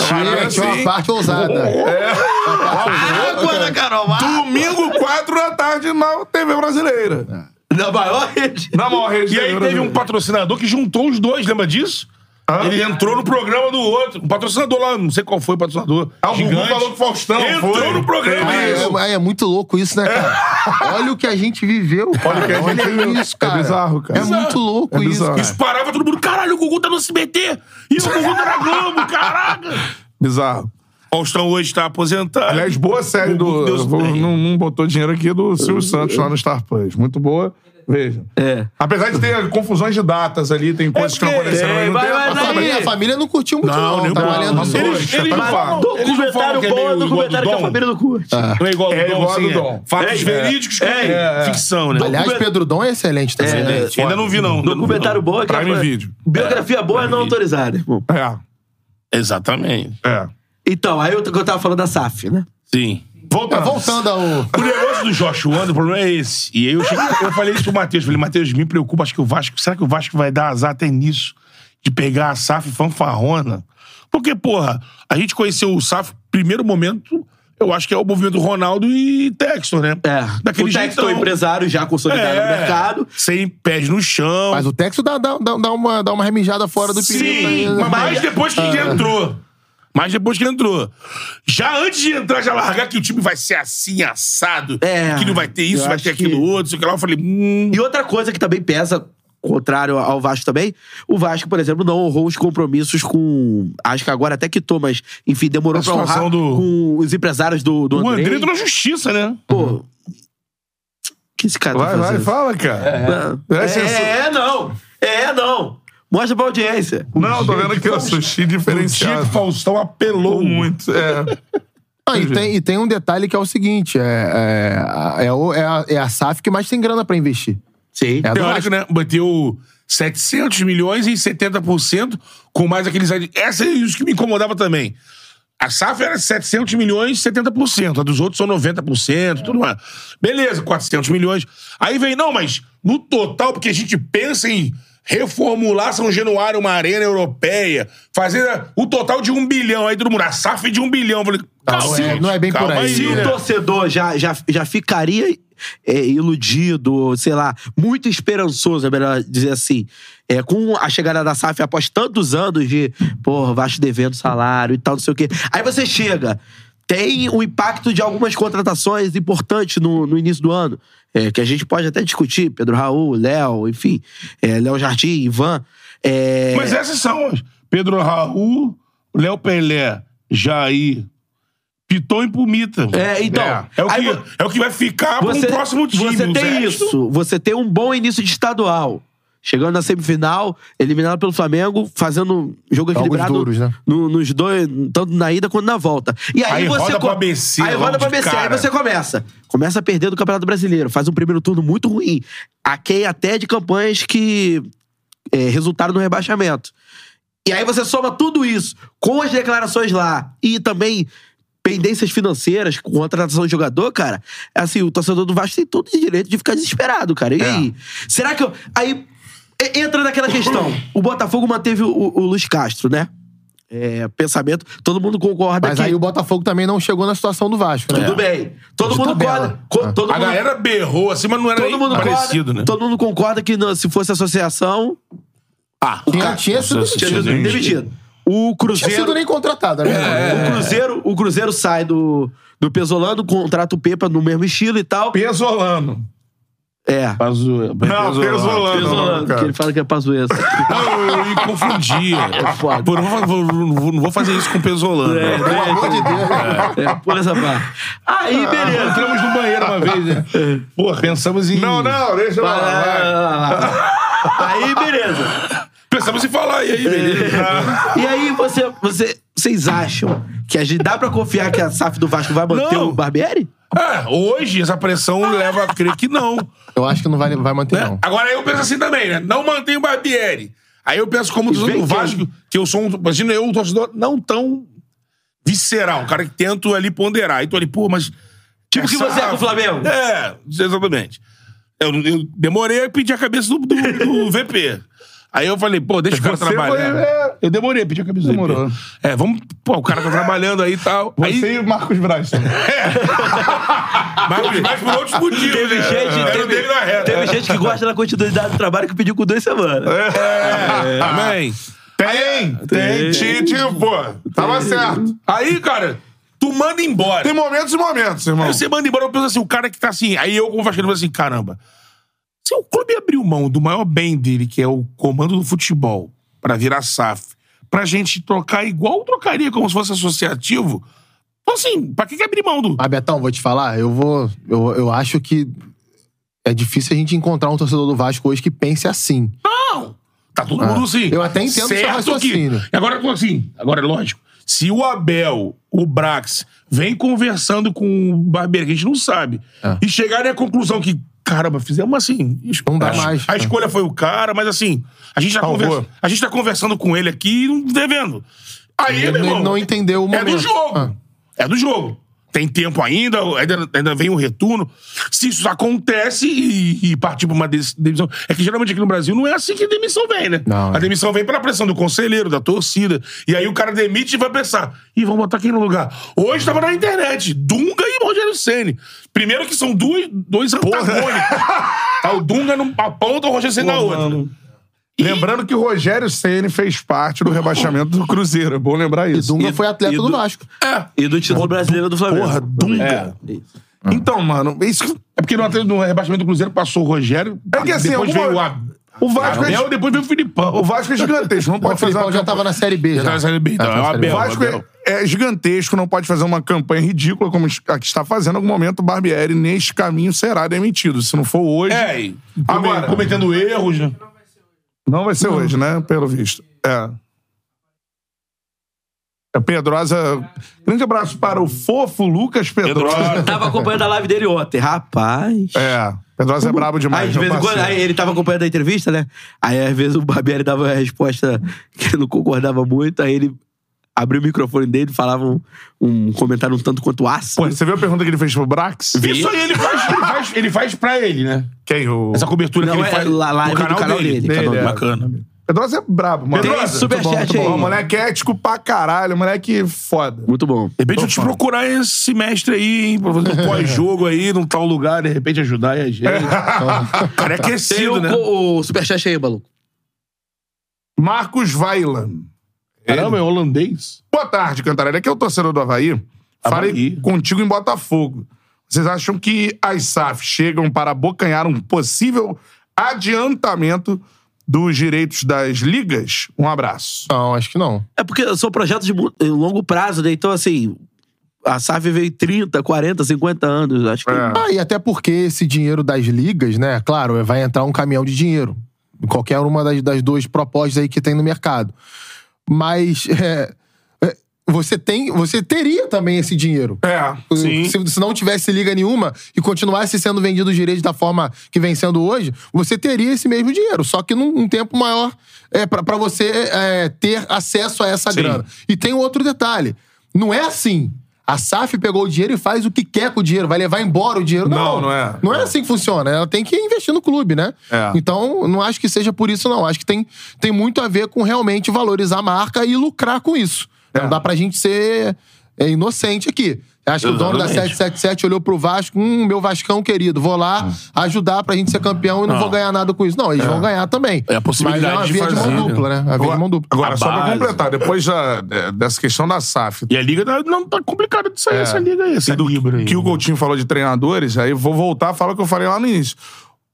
Tinha, tinha
assim.
uma parte ousada.
Água da Carol. água.
Domingo, 4 da tarde, na TV brasileira.
É.
Na maior rede.
Na maior rede
E aí
brasileira.
teve um patrocinador que juntou os dois, lembra disso? Ele entrou no programa do outro. Um patrocinador lá, não sei qual foi o patrocinador.
Ah, o Gugu
gigante.
falou que o Faustão
Entrou
foi.
no programa.
Teve
Ai,
isso.
é, ai, é muito louco isso, né, cara? Olha o que a gente viveu, cara. Olha,
o que a gente viveu.
isso, cara.
É bizarro, cara.
É muito louco
É
isso,
bizarro.
cara.
Isso parava todo mundo. Caralho, o Gugu tá no CBT! E o Gugu tá na Globo, caraca!
Bizarro.
Faustão hoje tá aposentado.
Aliás, boa série
Gugu
do.
que Deus
vou-
tenha.
não, não botou dinheiro aqui do Silvio Santos lá no Star Plus. Muito boa. Vejam.
É.
Apesar de ter confusões de datas ali, tem coisas que não
porque-
aconteceram
É,
ali no
vai,
tempo.
vai,
A
vai.
família, a família não curtiu muito,
Não,
não.
nem
tá
não.
valendo
Mas
não.
hoje,
eles-
tá
mas-
preocupado.
Eles não falam
Documentário
que é
bom
meio
é
igual do
documentário que a
Dom.
família não curte.
Não é igual
É
do
igual
Dom,
ao
sim,
do Dom.
é. Fatos
É.
verídicos com
É.
ficção, né?
Aliás, Pedro Dom é excelente também. né?
Excelente. Ainda não vi, não. Ainda não vi,
Documentário
não.
bom é que
Prime
a-
Video.
Biografia boa é não autorizada, irmão.
É,
Exatamente.
é.
Então, aí eu, que eu tava falando da SAF, né?
Sim.
É,
Tá voltando ao...
O negócio do Josh Wander, o problema é esse. E aí eu, cheguei, eu falei isso pro Matheus. Falei, Matheus, me preocupa, acho que o Vasco. Será que o Vasco vai dar azar até nisso? De pegar a SAF fanfarrona? Porque, porra, a gente conheceu o SAF, primeiro momento, eu acho que é o movimento Ronaldo e Textor, né?
É.
Daquele
o Texton é um
jeitão.
empresário já consolidado no
É.
mercado.
Sem pés no chão.
Mas o texto dá, dá, dá, dá uma, dá uma remijada fora do perigo.
Sim,
né?
mas, depois que
Ah.
ele entrou. Mas depois que ele entrou. Já antes de entrar, já largar que o time vai ser assim, assado,
É,
que não vai ter isso,
eu
vai
acho
ter aquilo
que-
outro, sei o que lá. Eu falei, hum.
E outra coisa que também pesa, contrário ao Vasco também, o Vasco, por exemplo, não honrou os compromissos com. Acho que agora até quitou, mas enfim, demorou
A
pra honrar
situação do-
com os empresários do, do
O
André.
André entrou na justiça, né?
Pô. que esse cara
Uhum. Vai,
tá
vai,
fazendo?
fala, cara.
É,
É censura.
é, não. É, não. Mostra pra audiência.
Não, tô vendo aqui o sushi diferenciado.
Faustão apelou
Muito, é.
Ah, e, tem, e tem um detalhe que é o seguinte: é, é, a- é, o- é a, é a SAF que mais tem grana pra investir.
Sim.
É a do
Teórico,
Vasco.
né? Bateu 700 milhões em 70%, com mais aqueles... ad- Essa é isso que me incomodava também. A SAF era 700 milhões, 70%. A dos outros são 90%, tudo mais. Beleza, 400 milhões. Aí vem, não, mas no total, porque a gente pensa em reformular São Januário, uma arena europeia, fazer a- o total de um bilhão. Aí todo mundo, a SAF é de um bilhão. Eu falei, calma,
é-
gente,
não é bem por
calma
aí,
Se o
né?
torcedor já, já, já ficaria é, iludido, sei lá, muito esperançoso, é melhor dizer assim, é, com a chegada da SAF após tantos anos de, porra, Vasco devendo salário e tal, não sei o quê. Aí você chega, tem o impacto de algumas contratações importantes no, no início do ano, é, que a gente pode até discutir, Pedro Raul, Léo, enfim, é, Léo Jardim, Ivan. é,
Mas essas são as. Pedro Raul, Léo Pelé, Jair, Piton e Pumita.
É, então.
É, É o,
Aí
que,
vo-
é o que vai ficar pro
você,
próximo time.
Você
o
tem
resto-
isso. Você tem um bom início de estadual. Chegando na semifinal, eliminado pelo Flamengo, fazendo jogo equilibrado
duros, né?
no- nos dois, tanto na ida quanto na volta. E aí,
Aí
você
roda
co-
pro ABC,
aí
logo
roda pra
de
ABC,
cara.
aí você começa. Começa a perder do Campeonato Brasileiro, faz um primeiro turno muito ruim. Aquei até de campanhas que é, resultaram no rebaixamento. E aí você soma tudo isso com as declarações lá e também pendências financeiras, com contratação de jogador, cara. é Assim, o torcedor do Vasco tem todo o direito de ficar desesperado, cara.
É.
E aí? Será que eu. Aí e- entra naquela questão. O Botafogo manteve o, o Luiz Castro, né? É, pensamento, todo mundo concorda
Mas
que-
aí o Botafogo também não chegou na situação do Vasco, né?
Tudo bem. Todo
De
mundo
tabela. Ah.
concorda. co- Todo
A
mundo
galera berrou assim, mas não era
todo mundo concorda,
parecido, né?
Todo mundo concorda que não- se fosse associação,
Tinha, tinha sido
Nossa,
tinha
demitido.
sido
Sim.
demitido. O
Tinha
Cruzeiro,
sido nem contratado, né?
É,
o Cruzeiro, o Cruzeiro sai do do Pesolano, contrata o Pepa no mesmo estilo e tal.
Pesolano.
É.
Pazu-
Não,
Pesolano.
Pesolano.
Pesolano, que ele fala que é Pazuessa.
Não, eu me confundia.
É foda.
Pô, não, vou- vou- não vou, não vou fazer isso com o Pesolano.
É,
né?
Pelo amor de Deus.
é, é, pula essa parte. Aí, beleza.
Entramos no banheiro uma vez, né?
É.
Pô, pensamos em.
Não, não, deixa eu
Lá, lá, lá,
lá.
lá, lá. Aí, beleza.
Pensamos em falar, e aí, beleza?
E aí, você, você, vocês acham que a gente dá pra confiar que a SAF do Vasco vai manter
Não.
o Barbieri?
É, hoje essa pressão leva a crer que não.
Eu acho que não vai, vai manter,
né?
não.
Agora eu penso assim também, né? Não mantém o Barbieri. Aí eu penso como torcedor
vem
do
quem?
Vasco, que eu sou um. Imagina eu, um torcedor não tão visceral, um cara que tento ali ponderar. E tô ali, pô, mas.
Tipo que você é com o Flamengo.
É, exatamente. Eu, eu demorei a pedir a cabeça do, do, do VP. Aí eu falei, pô, deixa o cara
Você
trabalhar.
foi, é,
eu demorei a pedir a cabeça do
Demorou.
VP. É, vamos. Pô, o cara tá trabalhando aí e tal. aí,
Você e o Marcos Braz também.
mas, mas por outros motivos.
Teve
né?
gente,
Era o dele na
teve,
reta.
teve gente que gosta da continuidade do trabalho que pediu com duas semanas.
É, amém.
Tem! Tem! Ti- Tipo, pô, tava certo.
Aí, cara, tu manda embora.
Tem momentos e momentos, irmão.
Aí você manda embora, eu penso assim, o cara que tá assim. Aí eu, como Vascaíno, eu penso assim, caramba. Se o clube abriu mão do maior bem dele, que é o comando do futebol, pra virar SAF, pra gente trocar igual trocaria, como se fosse associativo, então assim, pra que, que abrir mão do.
Mas, Betão, vou te falar, eu vou. Eu, eu acho que é difícil a gente encontrar um torcedor do Vasco hoje que pense assim.
Não! Tá todo
Ah,
mundo assim.
eu até entendo seu
certo que.
raciocínio.
E Agora eu tô assim, agora é lógico. Se o Abel, o Brax, vem conversando com o Barbeiro, que a gente não sabe,
É.
e chegarem à conclusão que, caramba, fizemos assim. es-
Não dá
a,
mais.
A escolha foi o cara, mas assim, a gente tá,
Salvou.
conversa, a gente tá conversando com ele aqui e não tá devendo. Aí,
Ele
meu irmão,
não entendeu o
É do
momento.
jogo.
Ah.
É do jogo. Tem tempo ainda, ainda, ainda vem o retorno. Se isso acontece e, e partir pra uma des- demissão. É que geralmente aqui no Brasil não é assim que demissão vem, né?
Não,
a
é.
demissão vem pela pressão do conselheiro, da torcida. E aí o cara demite e vai pensar: ih, vamos botar quem no lugar? Hoje tava na internet: Dunga e Rogério Ceni. Primeiro que são dois, dois antagônicos. tá o Dunga numa ponta, o Rogério Ceni na outra.
Lembrando que o Rogério Ceni fez parte do rebaixamento do Cruzeiro. É bom lembrar
E
isso.
Dunga foi atleta
e
do,
do-
Vasco.
É,
E do título brasileiro do Flamengo.
Porra, Dunga.
É.
Isso.
Então, mano, isso que-
É porque no, atre- no rebaixamento do Cruzeiro passou o Rogério.
É que assim,
depois
alguma-
veio o Ab-
o Vasco
Abel,
é,
depois veio o Filipão.
o Vasco é gigantesco, não
O
pode fazer
Filipão
uma
já tava na Série B. Já,
tava na Série B, então,
Já tava
é o
tá na Série B.
O
Abel.
Vasco é, é gigantesco, não pode fazer uma campanha ridícula como a que está fazendo. Em algum momento, o Barbieri, neste caminho, será demitido. Se não for hoje.
É, e
Agora-
come- cometendo erros. né?
Não vai ser hoje, né? Pelo visto. É. É Pedrosa. Grande abraço para o fofo Lucas Pedrosa.
Tava acompanhando a live dele ontem. Rapaz.
É. Pedrosa é brabo demais.
Aí, de
meu
vez em quando,
parceiro.
aí ele tava acompanhando a entrevista, né? Aí, às vezes, o Barbieri dava uma resposta que não concordava muito, aí ele abriu o microfone dele, falava um, um comentário um tanto quanto
Pô,
ácido.
você viu a pergunta que ele fez pro Brax?
Isso aí ele faz, ele, faz, ele faz pra ele, né?
Quem? O...
Essa cobertura
Não,
que ele
é
faz
lá- lá
no
é do
canal,
canal
dele.
dele, canal
é.
dele.
Bacana.
Pedrosa é brabo, mano.
Tem
Pedrosa,
superchat
muito bom, muito
aí.
bom. O moleque é ético pra caralho. O moleque foda.
Muito bom.
De repente eu te procurar esse semestre aí, hein? Pra fazer um pós-jogo aí, num tal lugar, de repente ajudar aí a gente. O cara é
Tem
aquecido,
o,
né?
co- o superchat aí, maluco.
Marcos Vailan.
Caramba, é holandês.
Boa tarde, Cantarelli. Aqui é o torcedor do Havaí. Falei
Havaí.
contigo em Botafogo. Vocês acham que as SAF chegam para abocanhar um possível adiantamento dos direitos das ligas? Um abraço.
Não, acho que não.
É porque são projetos de mu- eh, longo prazo, né? Então, assim, a SAF veio 30, 40, 50 anos. Acho que.
É.
Ah, e até porque esse dinheiro das ligas, né? Claro, vai entrar um caminhão de dinheiro. Em Qualquer uma das, das duas propostas aí que tem no mercado. Mas é, é, você tem, você teria também esse dinheiro.
É.
Sim.
Tipo, Se, se não tivesse liga nenhuma e continuasse sendo vendido os direitos da forma que vem sendo hoje, você teria esse mesmo dinheiro, só que num um tempo maior é, para você é, ter acesso a essa grana. E tem outro detalhe: não é assim. A SAF pegou o dinheiro e faz o que quer com o dinheiro, vai levar embora o dinheiro.
Não,
Não,
não é.
Não é assim que funciona. Ela tem que investir no clube, né?
É.
Então, não acho que seja por isso, não. Acho que tem, tem muito a ver com realmente valorizar a marca e lucrar com isso.
É.
Não dá pra gente ser é, inocente aqui. Acho que o dono da
Exatamente.
777 olhou pro Vasco, hum, meu Vascão querido, vou lá ajudar pra gente ser campeão e não,
É. Não.
vou ganhar nada com isso. Não, eles vão ganhar também.
É a possibilidade
Mas é uma
de
via de
fazer,
mão
né?
dupla, né? A via de mão dupla.
Agora,
A
só pra
base.
completar, depois da- dessa questão da SAF,
E a liga tá- não tá complicada de sair, essa liga aí. Essa liga aí.
É. que o Coutinho falou de treinadores, aí vou voltar a falar o que eu falei lá no início.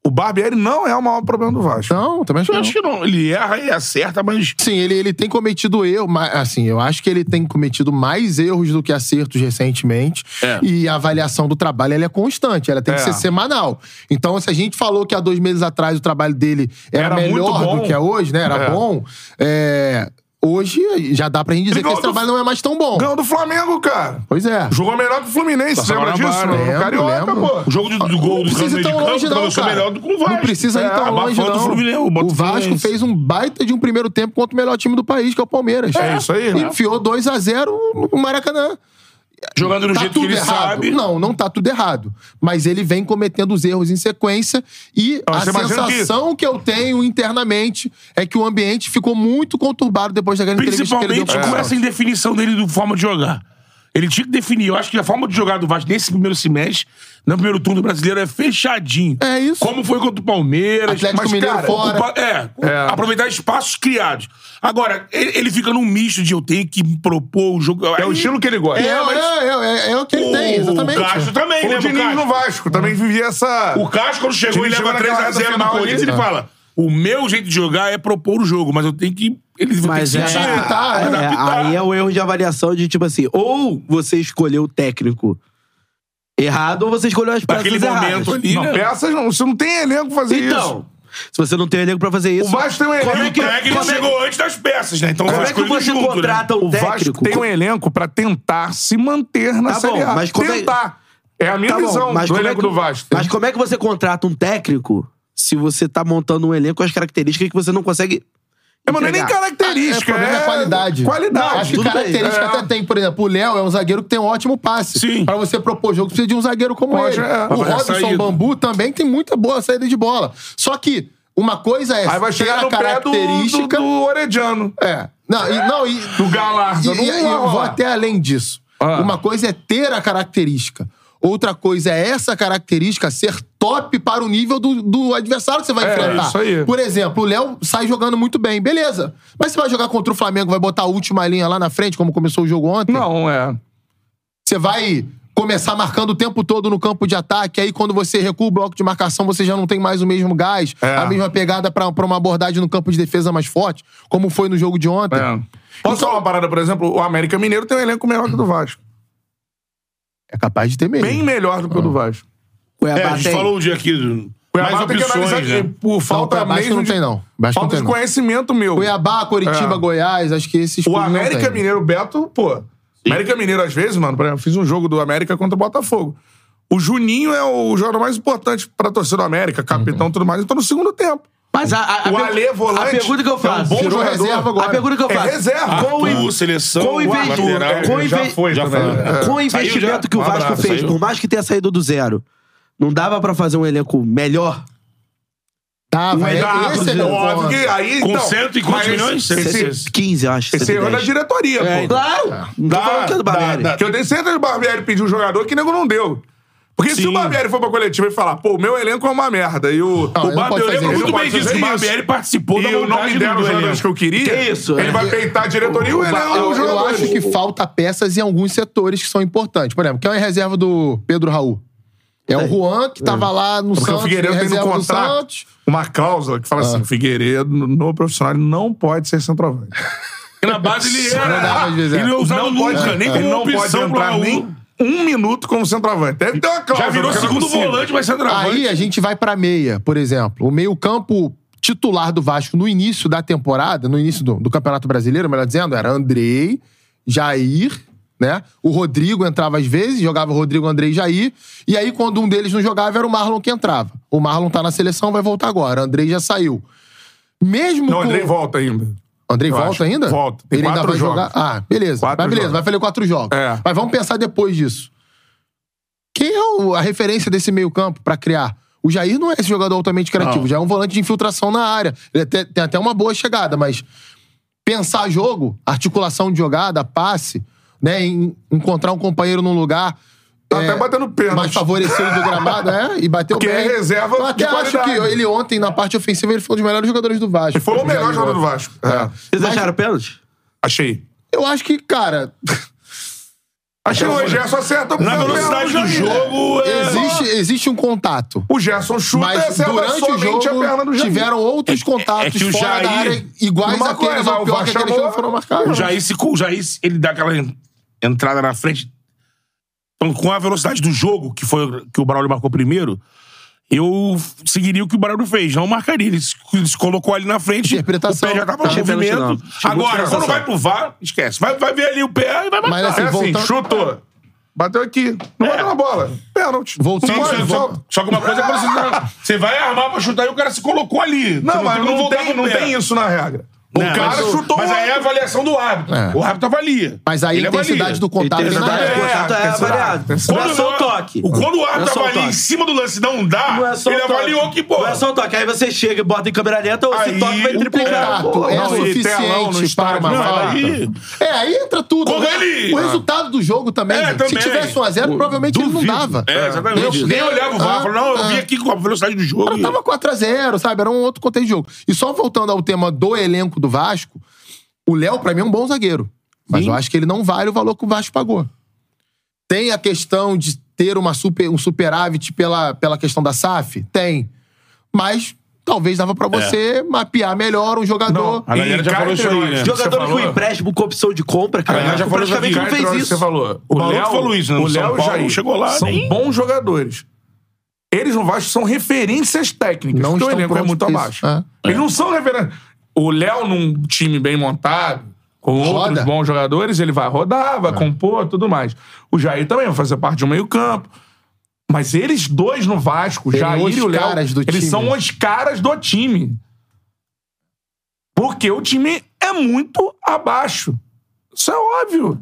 O Barbieri não é o maior problema do Vasco.
Não, também acho que não.
Eu acho que não. Ele erra e acerta, mas.
Sim, ele, ele tem cometido erro, mas assim, eu acho que ele tem cometido mais erros do que acertos recentemente.
É.
E a avaliação do trabalho ela é constante, ela tem
É.
que ser semanal. Então, se a gente falou que há dois meses atrás o trabalho dele era,
Era muito
melhor
bom.
do que é hoje, né? Era
É.
bom. é, hoje já dá pra gente dizer
Ele
que esse
ganhou do-
trabalho não é mais tão bom.
Ganhou do Flamengo, cara.
Pois é.
Jogou melhor que o Fluminense, você lembra disso?
Guanabara, lembro,
Carioca,
lembro.
pô.
O jogo do, do gol do
Não precisa ir
Flamengo de
tão
campo
longe, não,
atravessou
cara.
melhor do que o Vasco.
Não precisa ir
É,
tão longe,
abafando
não.
o Fluminense, o
o Vasco
Botafogo.
fez um baita de um primeiro tempo contra o melhor time do país, que é o Palmeiras.
É, isso aí, né?
Enfiou 2x0 no Maracanã.
Jogando do
tá
jeito que
tudo
ele
errado.
sabe.
Não, não tá tudo errado. Mas ele vem cometendo os erros em sequência e
Mas
a
você imagina que-
sensação que... eu tenho internamente é que o ambiente ficou muito conturbado depois daquela entrevista que ele deu
Principalmente
pro
com essa
Santos.
indefinição dele do forma de jogar. Ele tinha que definir. Eu acho que a forma de jogar do Vasco nesse primeiro semestre, no primeiro turno brasileiro, é fechadinho.
É isso.
Como foi contra o Palmeiras.
Atlético Mineiro fora.
ocupar- é, aproveitar espaços criados. Agora, ele, ele fica num misto de eu tenho que me propor o jogo.
É o estilo que ele gosta.
É, é, é, é, é o que ele tem, exatamente.
O Castro também,
Como
né,
o
do
Diniz
Castro?
no Vasco, também vivia essa...
O Cássio, quando chegou
Ele
e leva
chega naquela
3x0
reta
no
final
Corinthians,
ali,
ele
né?
fala: o meu jeito de jogar é propor o jogo, mas eu tenho que. Eles vão
Mas
ter que
é,
se
adaptar,
Tá,
é,
adaptar.
aí é o erro de avaliação de tipo assim, ou você escolheu o técnico errado, ou você escolheu as
um
peças
Naquele
erradas.
momento ali.
Não,
né?
peças não. Você não tem elenco pra fazer isso.
Então, se você não tem elenco pra fazer
O
isso,
Vasco tem um
E
elenco...
o técnico
como é-
chegou antes das peças, né? Então
como
faz
é que
tudo
você
junto, né?
contrata um
O Vasco
técnico?
tem um elenco pra tentar se manter na
Tá
Série
bom,
A.
mas como é-
tentar. É a minha
Tá bom,
visão
mas
do
como é
elenco
que-
do Vasco.
Mas como é que você contrata um técnico se você tá montando um elenco com as características que você não consegue.
É, mas não é nem
entregar?
característica,
É, o
né?
problema é qualidade.
Qualidade.
Acho que
tudo bem.
característica
É.
até tem. Por exemplo, o Léo é um zagueiro que tem um ótimo passe.
Sim.
Pra você propor jogo, precisa de um zagueiro como
Pode,
ele.
é.
O
Pra
Robson
saída.
Bambu também tem muita boa saída de bola. Só que uma coisa é
Aí vai
ter
chegar
a
no pé do, do,
característica...
do Orediano.
É. Não, e, não, e,
Do Galarza.
e, e-
Não
e
vai
eu vou
rolar.
até além disso.
Ah.
Uma coisa é ter a característica. Outra coisa é essa característica ser top para o nível do, do adversário que você vai
É,
enfrentar.
isso aí.
Por exemplo, o Léo sai jogando muito bem, beleza. Mas você vai jogar contra o Flamengo, vai botar a última linha lá na frente, como começou o jogo ontem?
Não, é.
Você vai começar marcando o tempo todo no campo de ataque, aí quando você recua o bloco de marcação, você já não tem mais o mesmo gás,
É.
a mesma pegada pra pra uma abordagem no campo de defesa mais forte, como foi no jogo de ontem.
é. Posso falar uma parada, por exemplo? O América Mineiro tem um elenco melhor que o do Vasco.
É capaz de ter mesmo.
Bem melhor do que o
Ah.
do Vasco.
É,
Cuiabá
a gente
tem.
um
falou o dia aqui. do- Mais
Cuiabá tem que analisar
opções,
que,
né?
por falta
Não, Então, Cuiabá acho que
mesmo
não
de-
tem, não. Acho que não
Falta
tem,
de
não.
conhecimento meu.
Cuiabá, Curitiba,
É.
Goiás, acho que esses
O
clubes não
América
têm.
Mineiro, o Beto, pô. América Mineiro, às vezes, mano, por exemplo, eu fiz um jogo do América contra o Botafogo. O Juninho é o jogador mais importante pra torcida do América,
Uhum.
capitão e tudo mais. Então, no segundo tempo.
Mas a, a, a
o
pergu-
Alê, volante.
a pergunta que eu faço.
É um bom
Virou
jogador.
reserva agora.
A pergunta que eu
É
faço.
reserva.
Com o
Arthur, seleção,
com o inve-
lateral,
com o
é, já
inve-
foi
já
também.
foi. tá
É.
Com o
Saiu
investimento
já?
que o
Um
Vasco
abraço,
fez,
saiu.
por mais que tenha saído do zero, não dava pra fazer um elenco melhor?
Tava, é,
Dá,
esse é meu
óbvio
ponto.
que aí,
Com
então,
cento e quantos
mas
milhões?
Esse,
15, eu acho.
esse erro é da
110.
diretoria, pô.
então.
Claro! Não tô falando que é do Barbieri.
Que eu tenho certeza que o Barbieri pediu um jogador que o nego não deu. Porque se
Sim.
o Barbieri for pra coletiva e falar, pô, o meu elenco é uma merda, e o,
Não,
o
ele não
Barbieri
pode fazer
lembra
isso.
muito bem disso, que o Barbieri
Barbieri participou da
e eu não
montagem
me deram
do
os
elenco.
jogadores que eu queria,
Que isso,
ele
é.
vai peitar a diretoria e o elenco é
Eu,
um
eu
jogador.
acho que falta peças em alguns setores que são importantes. Por exemplo, quem é a reserva do Pedro Raul? É o Juan, que tava lá no
É Porque o
Santos, é
Figueiredo tem no
reserva do
contrato
Santos.
uma cláusula que fala
Ah.
assim, o Figueiredo, no profissional, ele não pode ser centroavante.
Que na base ele
Não dá
era.
pra dizer.
Ele não usava
Não
nunca,
pode,
nem
ele
como
não pode
opção pro
entrar
Raul.
nem um minuto como centroavante. Deve ter uma cláusula.
Já virou
porque não é
segundo
possível.
volante, mas centroavante.
Aí é a gente vai pra meia, por exemplo. O meio-campo titular do Vasco no início da temporada, no início do, do Campeonato Brasileiro, melhor dizendo, era Andrei, Jair, né? O Rodrigo entrava às vezes, jogava o Rodrigo, Andrei e Jair. E aí, quando um deles não jogava, era o Marlon que entrava. O Marlon tá na seleção, vai voltar agora. Andrei já saiu. Mesmo
Não,
com...
Andrei volta ainda.
Andrei
Eu
volta
acho.
ainda?
Volta. Tem
Ele ainda
quatro
vai
jogos.
jogar. Ah, beleza.
Quatro
Mas beleza,
jogos.
vai fazer quatro jogos.
É.
Mas vamos pensar depois disso. Quem é o- a referência desse meio-campo pra criar? O Jair não é esse jogador altamente criativo, já é um volante de infiltração na área. Ele até- tem até uma boa chegada, mas pensar jogo, articulação de jogada, passe, né? em- encontrar um companheiro num lugar.
Tá
É,
até batendo pênalti.
Mais favorecido do gramado, é? E bateu
Porque
bem.
é reserva
Eu até
de
acho que
qualidade.
ele ontem, na parte ofensiva, ele foi um dos melhores jogadores do Vasco.
Ele foi o melhor
Jair
jogador do
ontem.
Vasco. É.
Vocês acharam pênalti?
Achei.
Eu acho que, cara,
Achei o Gerson acerta o
Na
primeiro
velocidade do
pênalti.
jogo. é-
existe, existe um contato.
O Gerson chuta e
Mas
acerta
durante o
somente a perna do
jogo
Jair.
tiveram outros
é
contatos
que o
fora da
Jair-
área iguais
Numa
àqueles,
coisa,
ou
o
pior é
VAR
que aqueles que
chamou-
não foram marcados.
O Jair, se, o Jair, se ele dá aquela en- entrada na frente. Então, com a velocidade do jogo, que foi que o Braulio marcou primeiro, eu seguiria o que o Baralho fez, não marcaria. Ele se ele se colocou ali na frente,
Interpretação.
o pé já tava no
Tá.
Ah,
movimento.
Chegou
Agora, quando
interpretação.
vai pro VAR, esquece. Vai, vai ver ali o pé e vai marcar.
Mas assim,
É assim,
voltando-
chutou. Bateu aqui. Não bateu na bola. Pênalti.
Voltando-
Não pode,
Sim, só,
volta.
só que uma coisa é quando você, você vai armar pra chutar e o cara se colocou ali.
Não,
Você
mas
não
não
voltava
tem,
com o
não
pé.
tem isso na regra. O
Não,
cara
mas o-
chutou
Mas
o
aí é a
outro.
avaliação do árbitro.
É.
O árbitro avalia.
Mas aí
Ele
a intensidade
avalia.
do contato tem nada a
Intensidade
ver.
do contato é,
É,
avaliado.
intensidade.
Não é só o toque.
O, quando o
Não é só
árbitro
o
avalia em
toque.
cima do lance e não dá,
Não é só o
ele
toque.
avaliou que, pô.
Não é só o toque. Aí você chega, bota em câmera lenta, ou
Aí,
esse toque vai
o
triplicar.
contato
Pô,
é
não,
e telão no
suficiente para
estádio,
uma
não,
falta.
aí-
É, aí entra tudo.
Quando ele-
O resultado do jogo também.
É,
gente.
também.
Se tivesse 1x0, provavelmente ele
duvido.
não dava.
É, exatamente.
Eu-
Nem olhava o VAR.
Ah,
Falava, não, eu
ah.
vi aqui com a velocidade do jogo.
Cara, tá tava 4x0, sabe? Era um outro contexto de jogo. E só voltando ao tema do elenco do Vasco, o Léo, pra mim, é um bom zagueiro. Mas eu acho que ele não vale o valor que o Vasco pagou. Tem a questão de ter uma super, um superávit pela, pela questão da SAF? Tem. Mas talvez dava pra você mapear melhor um jogador.
a galera já
Encara
falou isso aí,
entre
né?
nós.
Jogador
Você
com
falou?
empréstimo com opção de compra,
É,
cara.
A galera já
Vasco
falou isso aqui.
praticamente não
Cara,
fez
entrou,
isso.
Você falou.
O Maluco falou isso, né?
O
O São
Léo e o
Paulo
Jair
chegou lá, né?
São
nem-
bons jogadores. Eles no Vasco são referências técnicas.
Não
Não o
estão
elenco é
prontos
muito
pra isso.
abaixo.
É.
Eles não são referências. O Léo, num time bem montado, com
Roda.
outros bons jogadores, ele vai rodar,
É.
vai compor, tudo mais. O Jair também vai fazer parte de um meio-campo. Mas eles dois no Vasco, o
Tem
Jair
os
e o Léo,
caras do
eles
time.
são os caras do time. Porque o time é muito abaixo. Isso é óbvio.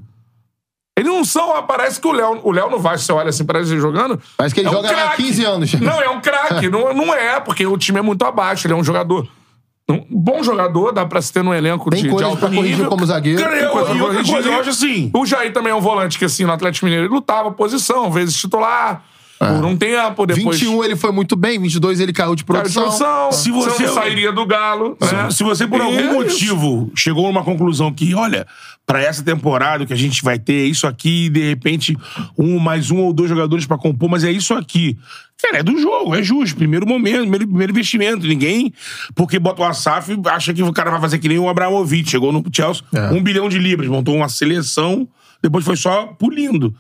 Eles não são. Parece que o Léo, o Léo no Vasco, você olha assim, parece ele jogando. é um
Parece que ele joga lá há
craque.
15 anos.
Não, é um craque. não, não é, porque o time é muito abaixo. Ele é um jogador. Um bom jogador, dá pra se ter num elenco
Tem
de, de
coisas
alto
pra corrigir
nível.
como zagueiro.
Cara, eu-
Tem coisa pra
e outra
corrigir.
coisa, eu acho
Sim.
assim. O Jair também é um volante que, assim, no Atlético Mineiro, ele lutava posição, vezes titular,
É.
por um tempo, depois.
21 ele foi muito bem, 22 ele caiu de
Cara,
produção.
Johnson,
Se você-
não sairia do Galo. né?
Se, se você, por
E
algum
é isso.
motivo, chegou numa conclusão que, olha, pra essa temporada o que a gente vai ter é isso aqui, e de repente, um mais um ou dois jogadores pra compor, mas é isso aqui. Cara, é do jogo, é justo. Primeiro momento, primeiro, primeiro investimento. Ninguém, porque bota o Asaf, acha que o cara vai fazer que nem o Abramovich. Chegou no Chelsea,
É.
um bilhão de libras, montou uma seleção, depois foi só pulindo.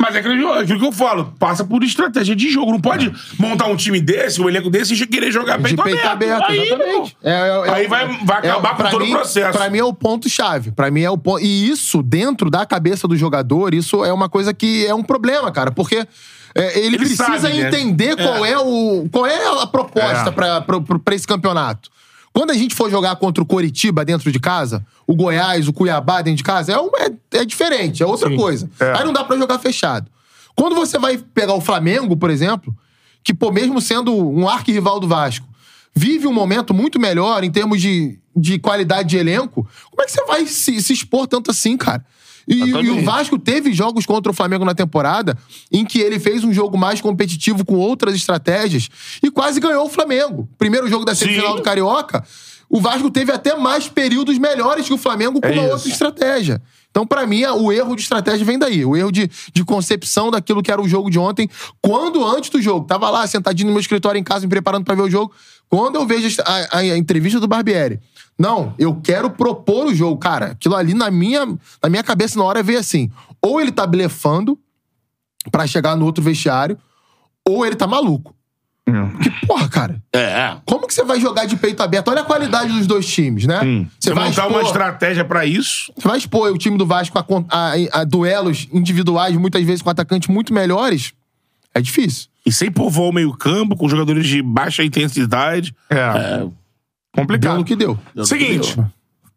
Mas é aquilo, é aquilo que eu falo, passa por estratégia de jogo. Não pode montar um time desse, um elenco desse e querer jogar
De
peito,
peito aberto,
Aí,
exatamente.
meu, tá aí vai, vai
é-
acabar
pra
com todo
mim-
o processo.
Pra mim é o ponto-chave. Pra mim é o ponto. E isso, dentro da cabeça do jogador, isso é uma coisa que é um problema, cara, porque. é, ele,
Ele
precisa
sabe, né?
entender qual é. o qual é a proposta
É.
pra pra- pra- pra esse campeonato. Quando a gente for jogar contra o Coritiba dentro de casa, o Goiás, o Cuiabá dentro de casa, é, um- é, é diferente, é outra coisa.
É.
Aí não dá pra jogar fechado. Quando você vai pegar o Flamengo, por exemplo, que, pô, mesmo sendo um arquirrival do Vasco, vive um momento muito melhor em termos de, de qualidade de elenco, como é que você vai se, se expor tanto assim, cara? E, e o Vasco teve jogos contra o Flamengo na temporada em que ele fez um jogo mais competitivo com outras estratégias e quase ganhou o Flamengo. Primeiro jogo da semifinal do Carioca, o Vasco teve até mais períodos melhores que o Flamengo com uma outra estratégia. Então, pra mim, a- o erro de estratégia vem daí. O erro de, de concepção daquilo que era o jogo de ontem, quando antes do jogo. Tava lá, sentadinho no meu escritório em casa, me preparando pra ver o jogo. Quando eu vejo a, a- a entrevista do Barbieri. Não, eu quero propor o jogo. Cara, aquilo ali na minha, na minha cabeça na hora veio assim. Ou ele tá blefando pra chegar no outro vestiário, ou ele tá maluco. Que porra, cara.
É.
Como que você vai jogar de peito aberto? Olha a qualidade dos dois times, né?
Você
vai
montar
expor-
uma estratégia pra isso.
você vai expor o time do Vasco a, con- a- a duelos individuais, muitas vezes com atacantes muito melhores, é difícil.
E sem povoar o meio-campo, com jogadores de baixa intensidade.
É.
Deu
Complicado.
no que deu.
Seguinte,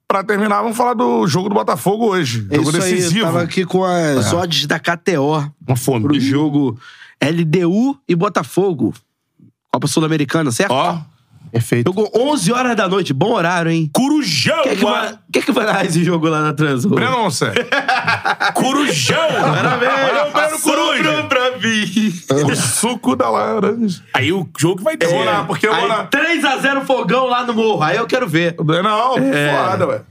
pra terminar, vamos falar do jogo do Botafogo hoje.
É
jogo
isso aí,
decisivo.
tava aqui com as odds da KTO
Uma fome.
pro jogo LDU e Botafogo. Copa Sul-Americana, certo?
Ó.
Perfeito.
Jogou 11 horas da noite, bom horário, hein?
Corujão,
Quem é que vai,
mano.
quem é que vai narrar esse jogo lá na Trans? ô?
Breno, não sei.
Corujão. Olha o Breno
Sobrou
Coruja. É.
pra mim.
o suco da laranja.
Aí o jogo vai ter. tá.
vou lá, porque eu vou
Aí,
lá.
3x0 fogão lá no morro. Aí eu quero ver.
Não, foda, ué.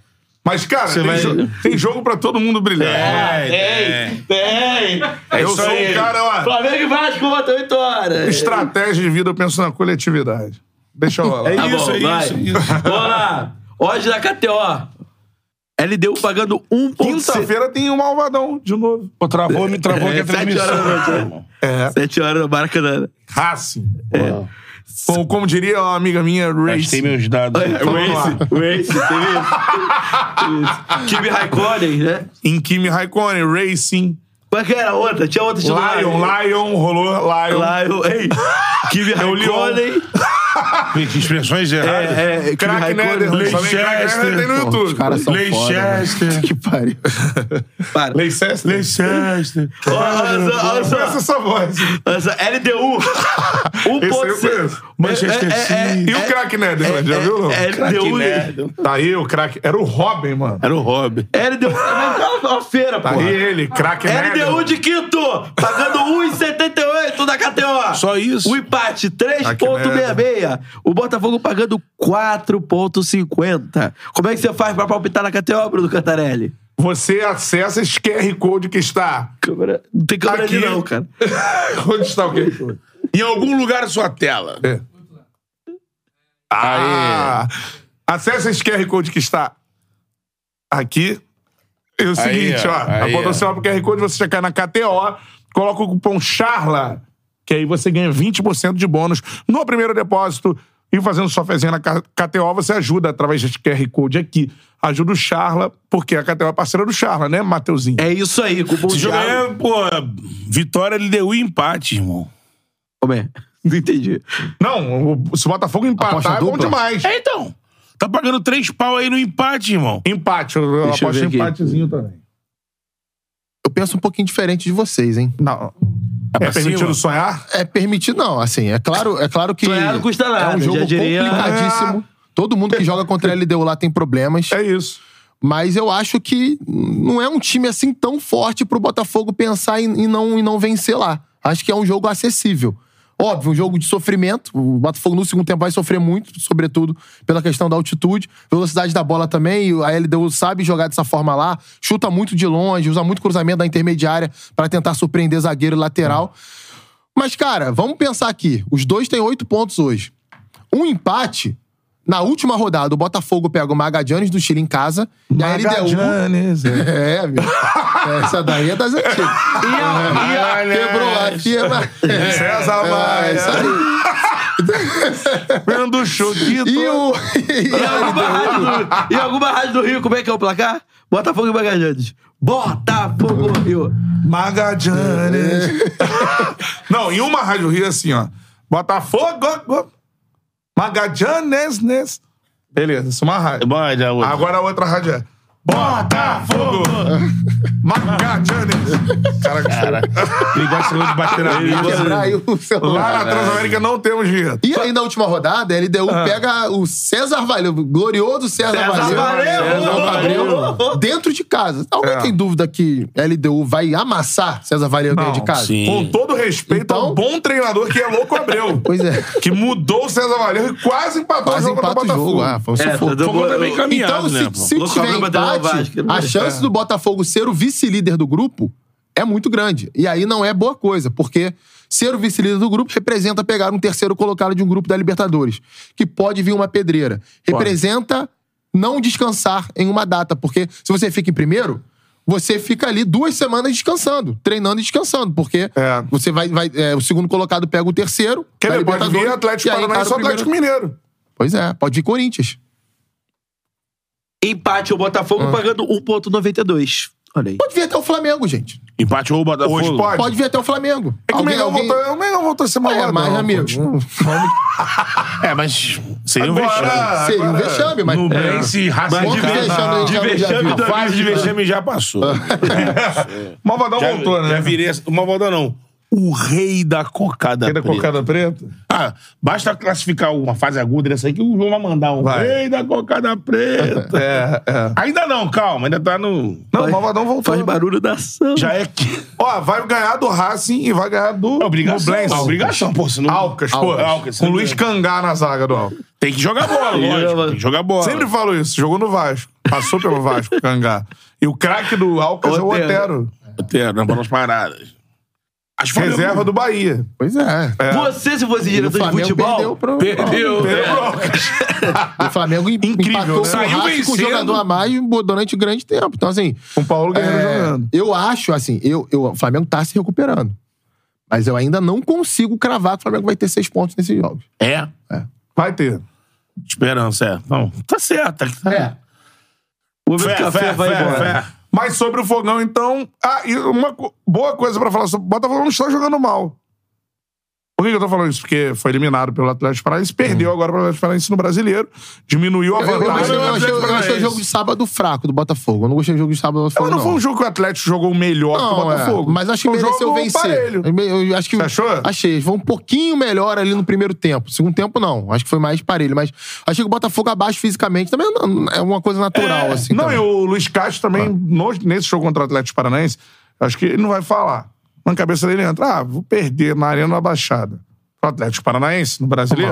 Mas, cara, tem,
É. vai-
jo- tem jogo pra todo mundo brilhar.
É,
Tem! É
eu sou um cara, ó.
Flamengo e Vasco, outra vitória.
Estratégia de vida, eu penso na coletividade. Deixa eu lá.
é.
Tá
isso,
bom,
é
vai.
isso, é isso.
Vamos lá. Hoje da KTO. LDU pagando 1.7
Quinta-feira tem um malvadão de novo. É,
Pô, travou, me travou aqui a
É, Sete horas da
transmissão.
noite. né? Sete horas no Maracanã.
Racing. Como, como diria uma amiga minha,
É Gastei
Racing. É,
meus dados.
Vamos lá.
Race, Race, teve isso. Kimi Raikkonen, né?
Em Kimi Raikkonen, Racing.
Qual que era a outra? Tinha outra tinha outra.
Lion, Lion, rolou Lion.
Lion, ei. Kimi
É o Leon.
Raikkonen.
Expressões erradas.
É, é, Kimi
Crack Nether,
Raikkonen.
Leicester. Tem
Pô,
no
os
YouTube.
caras são
né?
foda,
Leicester.
mano. Que pariu.
Para.
Leicester.
Leicester.
Olha só, olha
Eu
só.
conheço essa voz.
Olha só, LDU.
Esse eu
1.6.
conheço.
Manchester City.
E o Crack Nether,
é,
já
é,
viu? não?
é,
Crack
LDU, né?
Nether. Tá aí o Crack. Era o Robin, mano.
Era o Robin.
LDU. Olha a é feira,
Tá aí
porra.
ele, Crack Nether.
LDU de quinto, pagando 1,78 da KTO.
Só isso?
O empate,
Ah, que merda.
3,66. O Botafogo pagando 4,50. Como é que você faz pra palpitar na KTO, Bruno Cantarelli?
Você acessa esse QR Code que está.
Câmera... Não tem câmera
Aqui.
ali, não, cara.
Onde está o QR Code?
Em algum lugar da sua tela.
É. Ah! Acesse esse QR Code que está aqui. E o seguinte,
ó,
ó.
aí,
Aponta o
ó.
celular pro QR Code, você já cai na KTO, coloca o cupom CHARLA, que aí você ganha 20% de bônus no primeiro depósito. E fazendo sua fezinha na K- KTO, você ajuda através desse QR Code aqui. Ajuda o Charla, porque a KTO é parceira do Charla, né, Mateuzinho?
É isso aí, cupom
Esse
de
jogo aí é, pô, vitória, LDU e empate, irmão.
Como é? Não entendi.
Não, o- se o Botafogo
Aposta
empatar, é bom
dupla?
demais.
É, então. Tá pagando três pau aí no empate, irmão.
Empate, eu, eu
Deixa eu
aposto
ver aqui.
empatezinho também.
Eu penso um pouquinho diferente de vocês, hein?
Não. É,
pra cima?
permitido sonhar?
É permitido, não. Assim, é claro, é claro que.
Sonhar não custa nada,
É um jogo
já diria-
complicadíssimo. Todo mundo que joga contra a LDU lá tem problemas.
É isso.
Mas eu acho que não é um time assim tão forte pro Botafogo pensar em, em não, em não vencer lá. Acho que é um jogo acessível. Óbvio, um jogo de sofrimento. O Botafogo no segundo tempo vai sofrer muito, sobretudo pela questão da altitude, velocidade da bola também. E A LDU sabe jogar dessa forma lá, chuta muito de longe, usa muito cruzamento da intermediária para tentar surpreender zagueiro e lateral. Mas, cara, vamos pensar aqui. Os dois têm oito pontos hoje. Um empate, na última rodada, o Botafogo pega o Magadianes do Chile em casa e a LDU.
Magadianes, é.
É, meu. Essa daí é das antigas. É, Quebrou a firma. É.
César
É, isso
Maia.
aí.
Vendo show de
E o.
E alguma, rádio do, e alguma rádio do Rio, como é que é o placar? Botafogo e Magalhães. Botafogo Rio.
Magadianes. É. Não, em uma Rádio Rio assim, ó. Botafogo. go- Magadianes. nes. Beleza, isso é uma rádio.
Bora, já, outro.
Agora a outra rádio é. Botafogo! Magadianes! Caraca.
Ele gosta muito de bater na mesa.
Quebrar aí o celular.
Lá na Transamérica não temos dinheiro.
E aí, na última rodada, a LDU pega o César Valeu, o glorioso César,
César
Valeu.
Valeu!
César Valeu, Dentro de casa. Alguém
É.
tem dúvida que a LDU vai amassar César Valeu
Não,
dentro de casa?
sim.
Com todo respeito ao
Então-
bom treinador que é louco Abreu.
Pois é.
Que mudou o César Valeu e quase empatou
Quase
o jogo
empata
contra
o
o
jogo.
Botafogo.
Ah, foi um
É,
sufoco.
tá dando-
Fogo tá bem caminhado,
Então, se,
né, pô?
se
Louco né?
tiver
abriu pra derrubar, acho
empate,
que não
a
vai.
É.
chance do Botafogo ser o vice-líder do grupo é muito grande. E aí não é boa coisa, porque ser o vice-líder do grupo representa pegar um terceiro colocado de um grupo da Libertadores, que pode vir uma pedreira. Representa não descansar em uma data, porque se você fica em primeiro, você fica ali duas semanas descansando, treinando e descansando, porque
É.
você vai, vai é, o segundo colocado pega o terceiro,
Que
da
depois
Libertadores,
vem
Tá e
Atlético
aí encara
Paranaense
o
ou
primeiro-
Atlético Mineiro.
Pois é, pode vir Corinthians.
Empate o Botafogo
Ah.
pagando 1,92. Olha aí.
Pode vir até o Flamengo, gente.
Empate ou o Botafogo?
Hoje pode.
Pode vir até o Flamengo.
É que o Mengão voltou, o Mengão voltou a ser maluco.
É, mas, amigos,
É, mas seria um vexame.
Ah, Agora,
seria um
agora-
vexame, mas...
Nublense, Racing
Bom que
de Galo.
vexame,
De
já- já
vexame,
viu.
a fase de vexame já passou.
Malvadão
já,
voltou, né?
já virei... essa- Uma volta não. O rei da cocada
Ainda
preta.
cocada preta?
Ah, basta classificar uma fase aguda dessa aí que o João vai mandar um
Vai.
rei da cocada preta.
É, é.
Ainda não, calma. Ainda tá no...
Não, o Malvadão voltou.
Faz barulho da ação.
Já é que...
Ó, vai ganhar do Racing e vai ganhar do
É obrigação.
Nublense.
É obrigação, pô. Senão...
Alcas, pô.
Alcas, Alcas,
com
sem
o Luiz
dúvida.
Cangá na zaga do Alcas.
Tem que jogar bola, lógico. Tem que jogar bola.
Sempre falo isso. Jogou no Vasco. Passou pelo Vasco, Cangá. E o craque do Alcas é o
Otero.
Otero.
Otero, nas bolas paradas. Acho que o
Reserva do Bahia.
Pois é.
Você, se fosse
O
diretor de
Flamengo perdeu
futebol...
pro...
Perdeu.
Perdeu
É.
pro Alcas.
O Flamengo em-
Incrível,
empatou
né?
com o
Saiu
Racing, com
vencendo.
o jogador a mais durante grande tempo. Então, assim...
Com o Paulo Guerreiro
é,
jogando.
Eu acho, assim... Eu, eu, o Flamengo tá se recuperando. Mas eu ainda não consigo cravar que o Flamengo vai ter seis pontos nesses jogos.
É?
Vai ter.
Esperança, é. Não, tá certo. Tá...
O momento
Fé,
café
fé,
vai
fé,
embora. Ah.
fé.
Mas sobre o fogão, então. Ah, e uma co- boa coisa pra falar sobre. O Botafogo não está jogando mal. Por que que eu tô falando isso? Porque foi eliminado pelo Atlético Paranaense, perdeu agora pelo Atlético Paranaense no brasileiro, diminuiu a
Hum. Eu, eu,
vantagem.
achei, eu, achei, eu achei o um jogo de sábado fraco do Botafogo. Eu não gostei do jogo de sábado do Botafogo.
Mas não
Não,
foi um jogo que o Atlético jogou melhor que o
Não, é,
Botafogo.
mas acho que
Foi um
mereceu
jogo
vencer.
parelho.
Eu, eu acho que
Você achou?
Achei. Eles vão um pouquinho melhor ali no primeiro tempo. Segundo tempo, não. Acho que foi mais parelho. Mas achei que o Botafogo abaixo fisicamente também não- é uma coisa natural, assim.
não,
também. Ah.
e o Luiz Castro também, no- nesse jogo contra o Atlético Paranaense, acho que ele não vai falar. Na cabeça dele entra, ah, vou perder na Arena da Baixada. Pro Atlético Paranaense, no Brasileiro.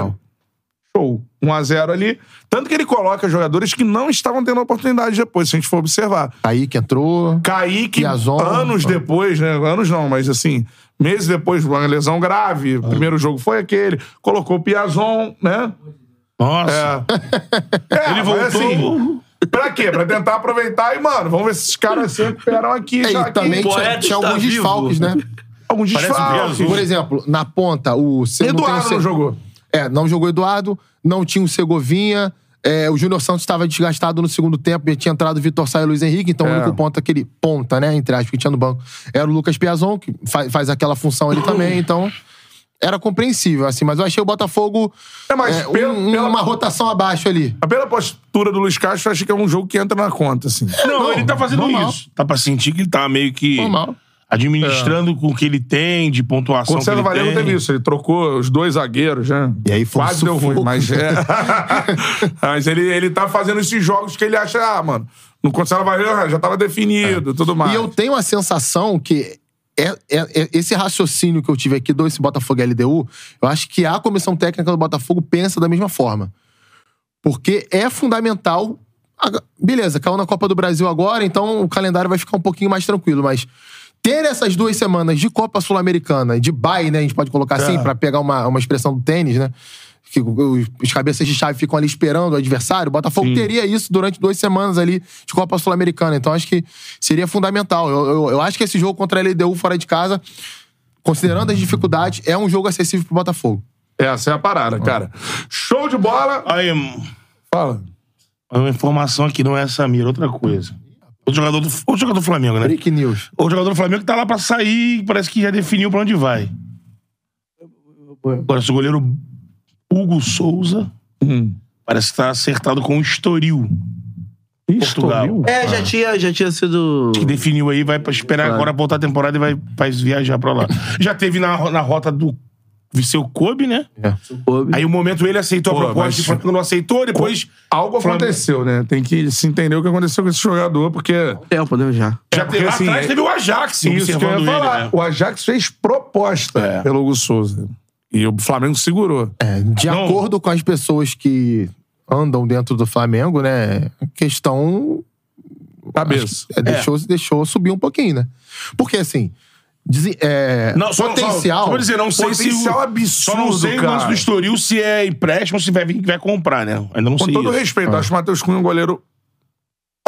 Normal.
Show. 1x0 ali. Tanto que ele coloca jogadores que não estavam tendo oportunidade depois, se a gente for observar.
Aí que entrou.
Kaique,
Piazon.
anos
Ah.
depois, né? Anos não, mas assim, meses depois, uma lesão grave. O primeiro jogo foi aquele. Colocou o Piazon, né?
Nossa.
É,
Ele
mas
voltou.
assim, pra quê? Pra tentar aproveitar e, mano, vamos ver se esses caras se recuperam aqui.
É,
já
e
que
também tinha,
Poeta
tinha
está
alguns
vivo.
desfalques, né?
alguns
Parece um
desfalques.
Piazon.
Por exemplo, um na ponta, o... Eduardo
Eduardo não jogou.
É, não jogou Eduardo, não tinha o Segovinha. é, o Júnior Santos estava desgastado no segundo tempo, já tinha entrado o Vitor Sá e o Luiz Henrique, então
É.
o único ponta que ele ponta, né, entre aspas, que tinha no banco, era o Lucas Piazon, que fa- faz aquela função ali também, então era compreensível, assim, mas eu achei o Botafogo
É, mas
é, um-
pelo-
um-
pela-
uma rotação abaixo ali.
Pela postura do Luiz Castro, eu acho que é um jogo que entra na conta, assim.
Não,
Não,
ele tá fazendo
normal.
isso. Tá pra sentir que ele tá meio que
Normal.
administrando com o que ele tem de pontuação.
Quando o César
que ele
Valego
tem.
teve isso, ele trocou os dois zagueiros, né?
E aí foi um
Quase deu ruim,
sufoco.
mas é. mas ele, ele tá fazendo esses jogos que ele acha, ah, mano, no quando o César Valego ah, já tava definido, tudo mais.
E eu tenho a sensação que é- é- é- esse raciocínio que eu tive aqui do esse Botafogo e LDU, eu acho que a comissão técnica do Botafogo pensa da mesma forma. Porque é fundamental. Aga- Beleza, caiu na Copa do Brasil agora, então o calendário vai ficar um pouquinho mais tranquilo, mas ter essas duas semanas de Copa Sul-Americana, de bye, né? A gente pode colocar
É.
assim, pra pegar uma, uma expressão do tênis, né? Que os, os cabeças de chave ficam ali esperando o adversário. O Botafogo teria isso durante duas semanas ali de Copa Sul-Americana. Então acho que seria fundamental. Eu, eu- eu acho que esse jogo contra a LDU fora de casa, considerando as dificuldades, é um jogo acessível pro Botafogo.
Essa é a parada, cara. Show de bola.
Aí, hum,
Fala.
uma informação aqui, não é essa mira, outra coisa. O jogador do, outro jogador do Flamengo, né?
Break news.
O jogador do Flamengo tá lá pra sair, parece que já definiu pra onde vai. Agora, se o goleiro Hugo Souza
Hum.
parece que tá acertado com o Estoril. Portugal. Ah.
É, já tinha, já tinha sido.
Que definiu aí, vai pra esperar agora voltar a temporada e vai, vai viajar pra lá. já teve na, ro- na rota do Viseu Kobe, né? Aí o momento ele aceitou
É. Pô,
a proposta,
mas-
o Flamengo não aceitou, depois.
Algo
Flamengo-
aconteceu, né? Tem que se entender o que aconteceu com esse jogador, porque.
Tempo, né, já.
Já
É, porque,
teve, lá
assim,
atrás
é-
teve o Ajax
Isso que eu
observando
ia
ele,
falar.
né?
O Ajax fez proposta
É.
pelo Hugo Souza. E o Flamengo segurou.
É, de
Não.
acordo com as pessoas que andam dentro do Flamengo, né? Questão
Cabeça.
É, deixou, deixou subir um pouquinho, né? Porque, assim, desi- é,
Não, só,
potencial...
Só, só pra dizer, não sei se.
Potencial
o-
absurdo,
Só não sei
cara.
o lance do Estoril se é empréstimo, se vai vir que vai comprar, né? Ainda não
Com
sei.
todo
isso.
respeito, acho o Matheus Cunha um goleiro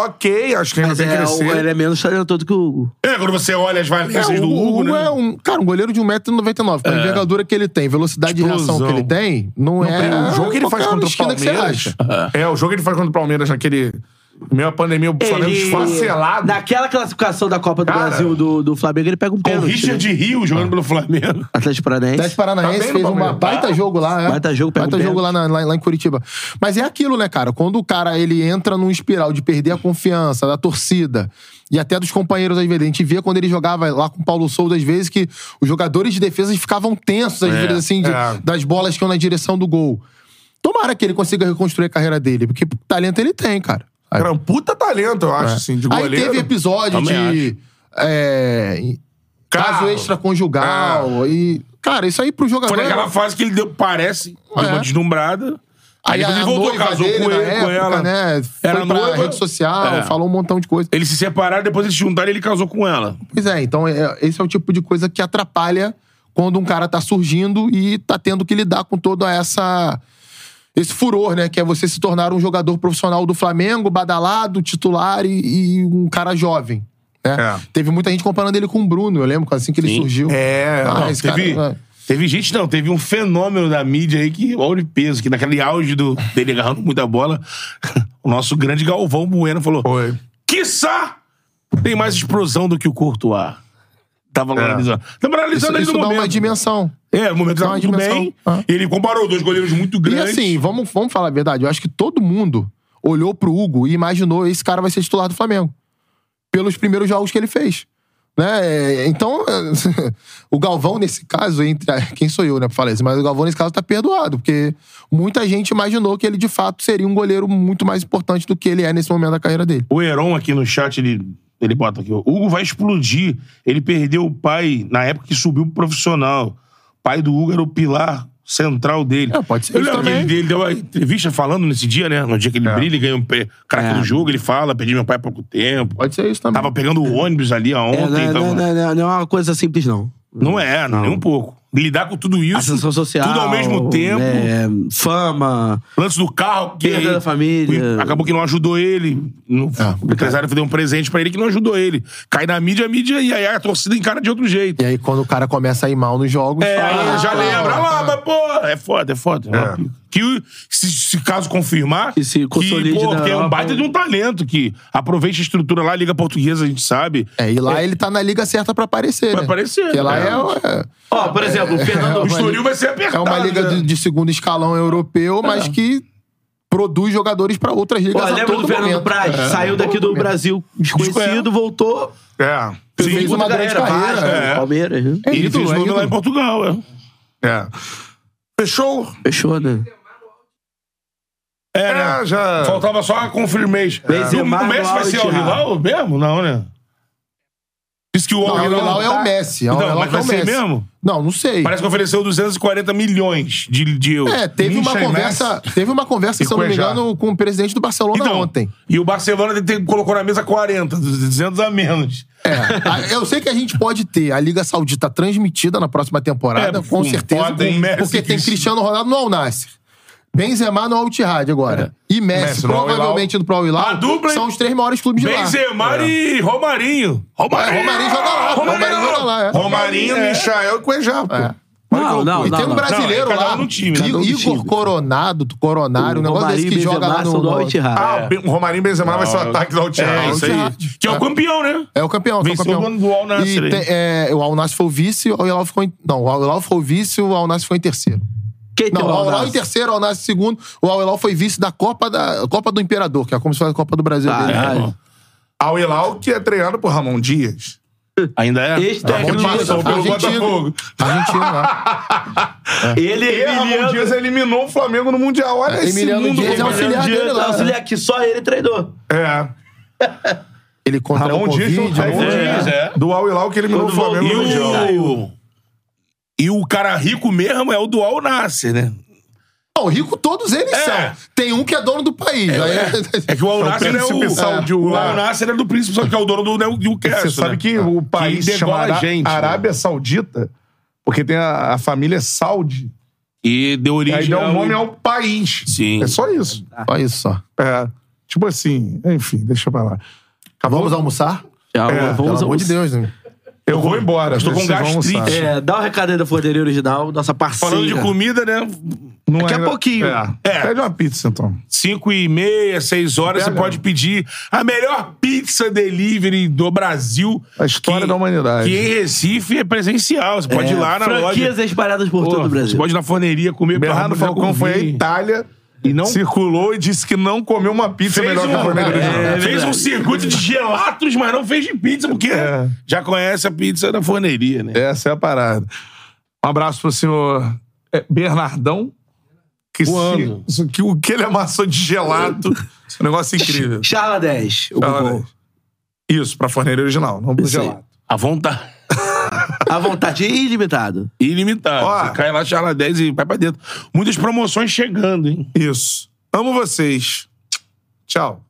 ok, acho que ainda
Mas
tem que
é, o,
crescer.
ele é menos talentoso que o Hugo.
É, quando você olha as
É,
valências
o
do Hugo,
Hugo
né? É.
é um, cara, um goleiro de 1,99m, com a envergadura que ele tem, velocidade de reação
Explosão. um
que ele tem, não, é...
o jogo que ele faz
qualquer
contra o
esquina que você
Palmeiras.
acha.
É, o jogo que ele faz contra o Palmeiras naquele. Meio a pandemia, o Flamengo esfacelado.
Naquela classificação da Copa do
é um Cara.
Brasil do, do Flamengo, ele pega um
Com o
pênalti.
Richard
né?
Rio
É.
jogando pelo Flamengo.
Atlético Paranaense.
Atlético Paranaense
Tá bem no
fez uma
Palmeiras.
baita jogo lá, é.
Baita jogo, pega
baita
o
jogo lá, na- lá, lá em Curitiba. Mas é aquilo, né, cara? Quando o cara ele entra num espiral de perder a confiança da torcida e até dos companheiros às vezes. A gente via quando ele jogava lá com o Paulo Souza às vezes que os jogadores de defesa ficavam tensos às vezes, assim, de-
é.
das bolas que iam na direção do gol. Tomara que ele consiga reconstruir a carreira dele, porque talento ele tem, cara. é.
Era um puta talento, eu acho, assim, de goleiro.
Aí teve episódio
Também
de. é, caso
Carro.
extraconjugal.
É.
E, cara, isso aí pro jogador.
Foi naquela fase que ele deu, parece, deu
É.
uma deslumbrada. Aí,
Aí
depois
a
ele voltou,
noiva
casou
dele,
com,
na
ele, com
época,
ela.
né? Foi
Era
pra
noiva.
rede social,
É.
falou um montão de coisa.
Eles se separaram, depois eles se juntaram e ele casou com ela.
Pois é, então é- esse é o tipo de coisa que atrapalha quando um cara tá surgindo e tá tendo que lidar com toda essa... Esse furor, né? Que é você se tornar um jogador profissional do Flamengo, badalado, titular e, e um cara jovem. né? né?
É.
Teve muita gente comparando ele com o Bruno, eu lembro, assim que ele surgiu.
É,
Ah,
não,
esse
teve,
cara-
Teve gente, não, teve um fenômeno da mídia aí que, olha o peso, que naquele auge do, dele agarrando muita bola, o nosso grande Galvão Bueno falou:
Foi.
Quiçá tem mais explosão do que o Courtois. Tava analisando. Tava
É. Isso,
analisando
isso dá
ali no
uma
momento.
dimensão.
É, no momento
dá
tava
uma
tudo
dimensão.
bem.
Ah.
E ele comparou dois goleiros muito
E
grandes.
assim, vamos, vamos falar a verdade. Eu acho que todo mundo olhou pro Hugo e imaginou esse cara vai ser titular do Flamengo. Pelos primeiros jogos que ele fez. Né? É, Então, o Galvão, nesse caso, entre. a- Quem sou eu, né, pra falar isso? Mas o Galvão, nesse caso, tá perdoado, porque muita gente imaginou que ele, de fato, seria um goleiro muito mais importante do que ele é nesse momento da carreira dele.
O Heron aqui no chat, ele, ele bota aqui, ó. Hugo vai explodir. Ele perdeu o pai na época que subiu pro profissional. O pai do Hugo era o pilar central dele.
É, pode ser
Eu
isso
lembro que
também. É.
ele, ele deu uma entrevista falando nesse dia, né? No dia que ele brilha e ganha um pé. Craque do jogo, ele fala, perdi meu pai há pouco tempo.
Pode ser isso também. né,
Tava pegando o ônibus ali a ontem.
É,
tá
não,
tava-
é- não, não, não, não é uma coisa simples, não.
Não é, não, nem um pouco. Lidar com tudo isso.
Ascensão social.
Tudo ao mesmo tempo.
né,
é, fama.
Lance do carro. Que
Perda da família.
e Acabou que não ajudou ele. Não- o empresário deu um presente pra ele que não ajudou ele. Cai na mídia, a mídia, e aí a torcida encara de outro jeito.
E aí, quando o cara começa a ir mal nos jogos.
É,
fala,
aí já
ah,
lembra. Ah, lá,
ah,
mas, pô, é foda, é foda. É. uma- Que o- se, se caso confirmar,
Que se consolide
que, pô,
na
que é um
Europa. né?
baita de um talento, que aproveita a estrutura lá, a Liga Portuguesa, a gente sabe.
É, e lá ele tá na liga certa pra aparecer.
Pra
né?
aparecer,
Porque lá
é.
é, é,
Ó, por exemplo, o Fernando
o estoril vai ser
É
apertado.
uma liga
né? É.
de, de segundo escalão europeu, mas que produz jogadores pra outras ligas
Ó,
a
lembra
todo
do Fernando
momento.
Praz?
É.
Saiu daqui do Brasil desconhecido, voltou.
É.
Fez
Sim.
uma grande carreira.
Vasco,
É.
Palmeiras. né?
É
Ele
ídolo,
fez
é
nome lá em
ídolo.
Portugal, é.
É. Fechou?
Fechou, né?
É, né?
É, já.
Faltava só a confirmation.
É.
Benzema,
O Messi vai
Al
ser o
Ittihad.
Hilal mesmo? Não, né? Diz que o
Não,
Al
o
Hilal
Hilal é o Messi. é o
Então,
Hilal
mas
que é o
vai ser
Messi.
mesmo?
Não, não sei.
Parece que ofereceu 240 milhões de, de euros.
É, teve uma
Michel
conversa, teve uma conversa,
E
se eu não me
Cuejá.
engano, com o presidente do Barcelona
Então,
ontem.
E o Barcelona tem- colocou na mesa 40, 200 a menos.
É. A- Eu sei que a gente pode ter a Liga Saudita tá transmitida na próxima temporada,
É,
com
um
certeza,
foda, hein?
com-
Messi,
porque tem
Cristiano.
Cristiano Ronaldo no Al Nassr. Benzema no Al Ittihad agora.
É.
E Messi,
Messi no Al Hilal.
provavelmente no Pro
A
Hilal.
dupla, hein?
São os três maiores clubes de lá.
Benzema e Romarinho. Romarinho!
É, Romarinho joga lá,
Romarinho
Romarinho joga lá, é.
Romarinho,
Marinho,
é.
Michael e Cuejá, pô.
É.
Não, não,
E
não.
tem um
não.
brasileiro
Não, é cada um
lá.
no time, cada
I-
um no
Igor
time.
Coronado, Coronário, um negócio
Romarinho,
desse que joga lá
Benzema,
no.
são do Al
no-
Ittihad.
Ah, o Be- o Romarinho Benzema vai ser o ataque do
É,
Altiago.
isso aí.
Ittihad.
Que é o
É.
campeão, né?
É o campeão, é o
Venceu o
campeão.
dono do Al Nassr,
E
hein?
tem- é, o Al Nassr foi o vice, o Al Hilal ficou em. Não, o Al Hilal foi o vice, o Al Nassr foi em terceiro.
Quem
Não,
tem
o Al Hilal
Aldax?
em terceiro, o Al Nassr em segundo. O Al Hilal foi vice da Copa da Copa do Imperador, que é como se fosse a Copa do Brasil dele.
é?
Caralho.
Ao Tá Hilal, que é treinado por Ramon Dias.
Ainda é?
Ex-técnico.
Ele passou pelo
Argentino.
Botafogo.
Argentino, né?
Ele
E
um
Ramon
Emiliano.
Dias eliminou o Flamengo no Mundial. Olha esse
Emiliano
mundo.
Dias é
como
auxiliar
Dias,
dele lá, né?
auxiliar que só ele treinou.
É.
Ele contra o
Ramon Dias,
Covid.
junto- Ramon
né?
Dias,
É.
é. Do Al Hilal que eliminou
Quando
o Flamengo
E
no
voltou-
Mundial.
o... E o cara rico mesmo é o do Al Nasser, né?
Não, rico todos eles
É.
são. Tem um que é dono do país. aí
É que o Al Nasser é o...
príncipe saudioso
o
lá.
Al Nasser é do príncipe, só que é o dono do Newcastle,
Você sabe
né?
que o país
Que
chama
degola
Ara-
gente, né?
Arábia Saudita, porque tem a, a família Saudi.
E deu
E
origem
aí dá o
ao-
nome ao país.
Sim.
É só isso.
Olha isso só.
É, tipo assim, enfim, deixa pra lá.
Vamos almoçar?
Já,
É,
Pelo
vamos
amor de Deus, né?
Eu vou embora.
Estou com
vocês vão
gastrite.
almoçar.
É, dá o recado aí da Florderia Original, nossa parceira.
Falando de comida, né?
Não
Daqui a pouquinho.
É.
É.
Pede uma pizza, então.
5 e meia, 6 horas,
Pega.
você pode pedir a melhor pizza delivery do Brasil.
A história da humanidade.
Que em Recife é presencial. Você pode
É,
ir lá na
franquias
loja.
espalhadas por todo o
Você
Brasil.
pode ir na forneria comer. um
Bernardo
pra-
Falcão foi à Itália e não circulou e disse que não comeu uma pizza
Fez
melhor que a
um,
forneira original.
é, fez um circuito de gelatos, mas não fez de pizza, porque
É.
já conhece a pizza da forneria, né?
Essa é a parada. Um abraço pro senhor é, Bernardão. Que, se-
Voando.
isso que o que ele amassou de gelato. Esse negócio é incrível.
Charla 10. O
Fala,
cupom.
né? Isso, pra forneira original, não pro gelato.
À vontade.
A vontade é ilimitada.
Ilimitado.
Ó.
Você cai lá, charla 10 e vai pra dentro. Muitas promoções chegando, hein?
Isso. Amo vocês. Tchau.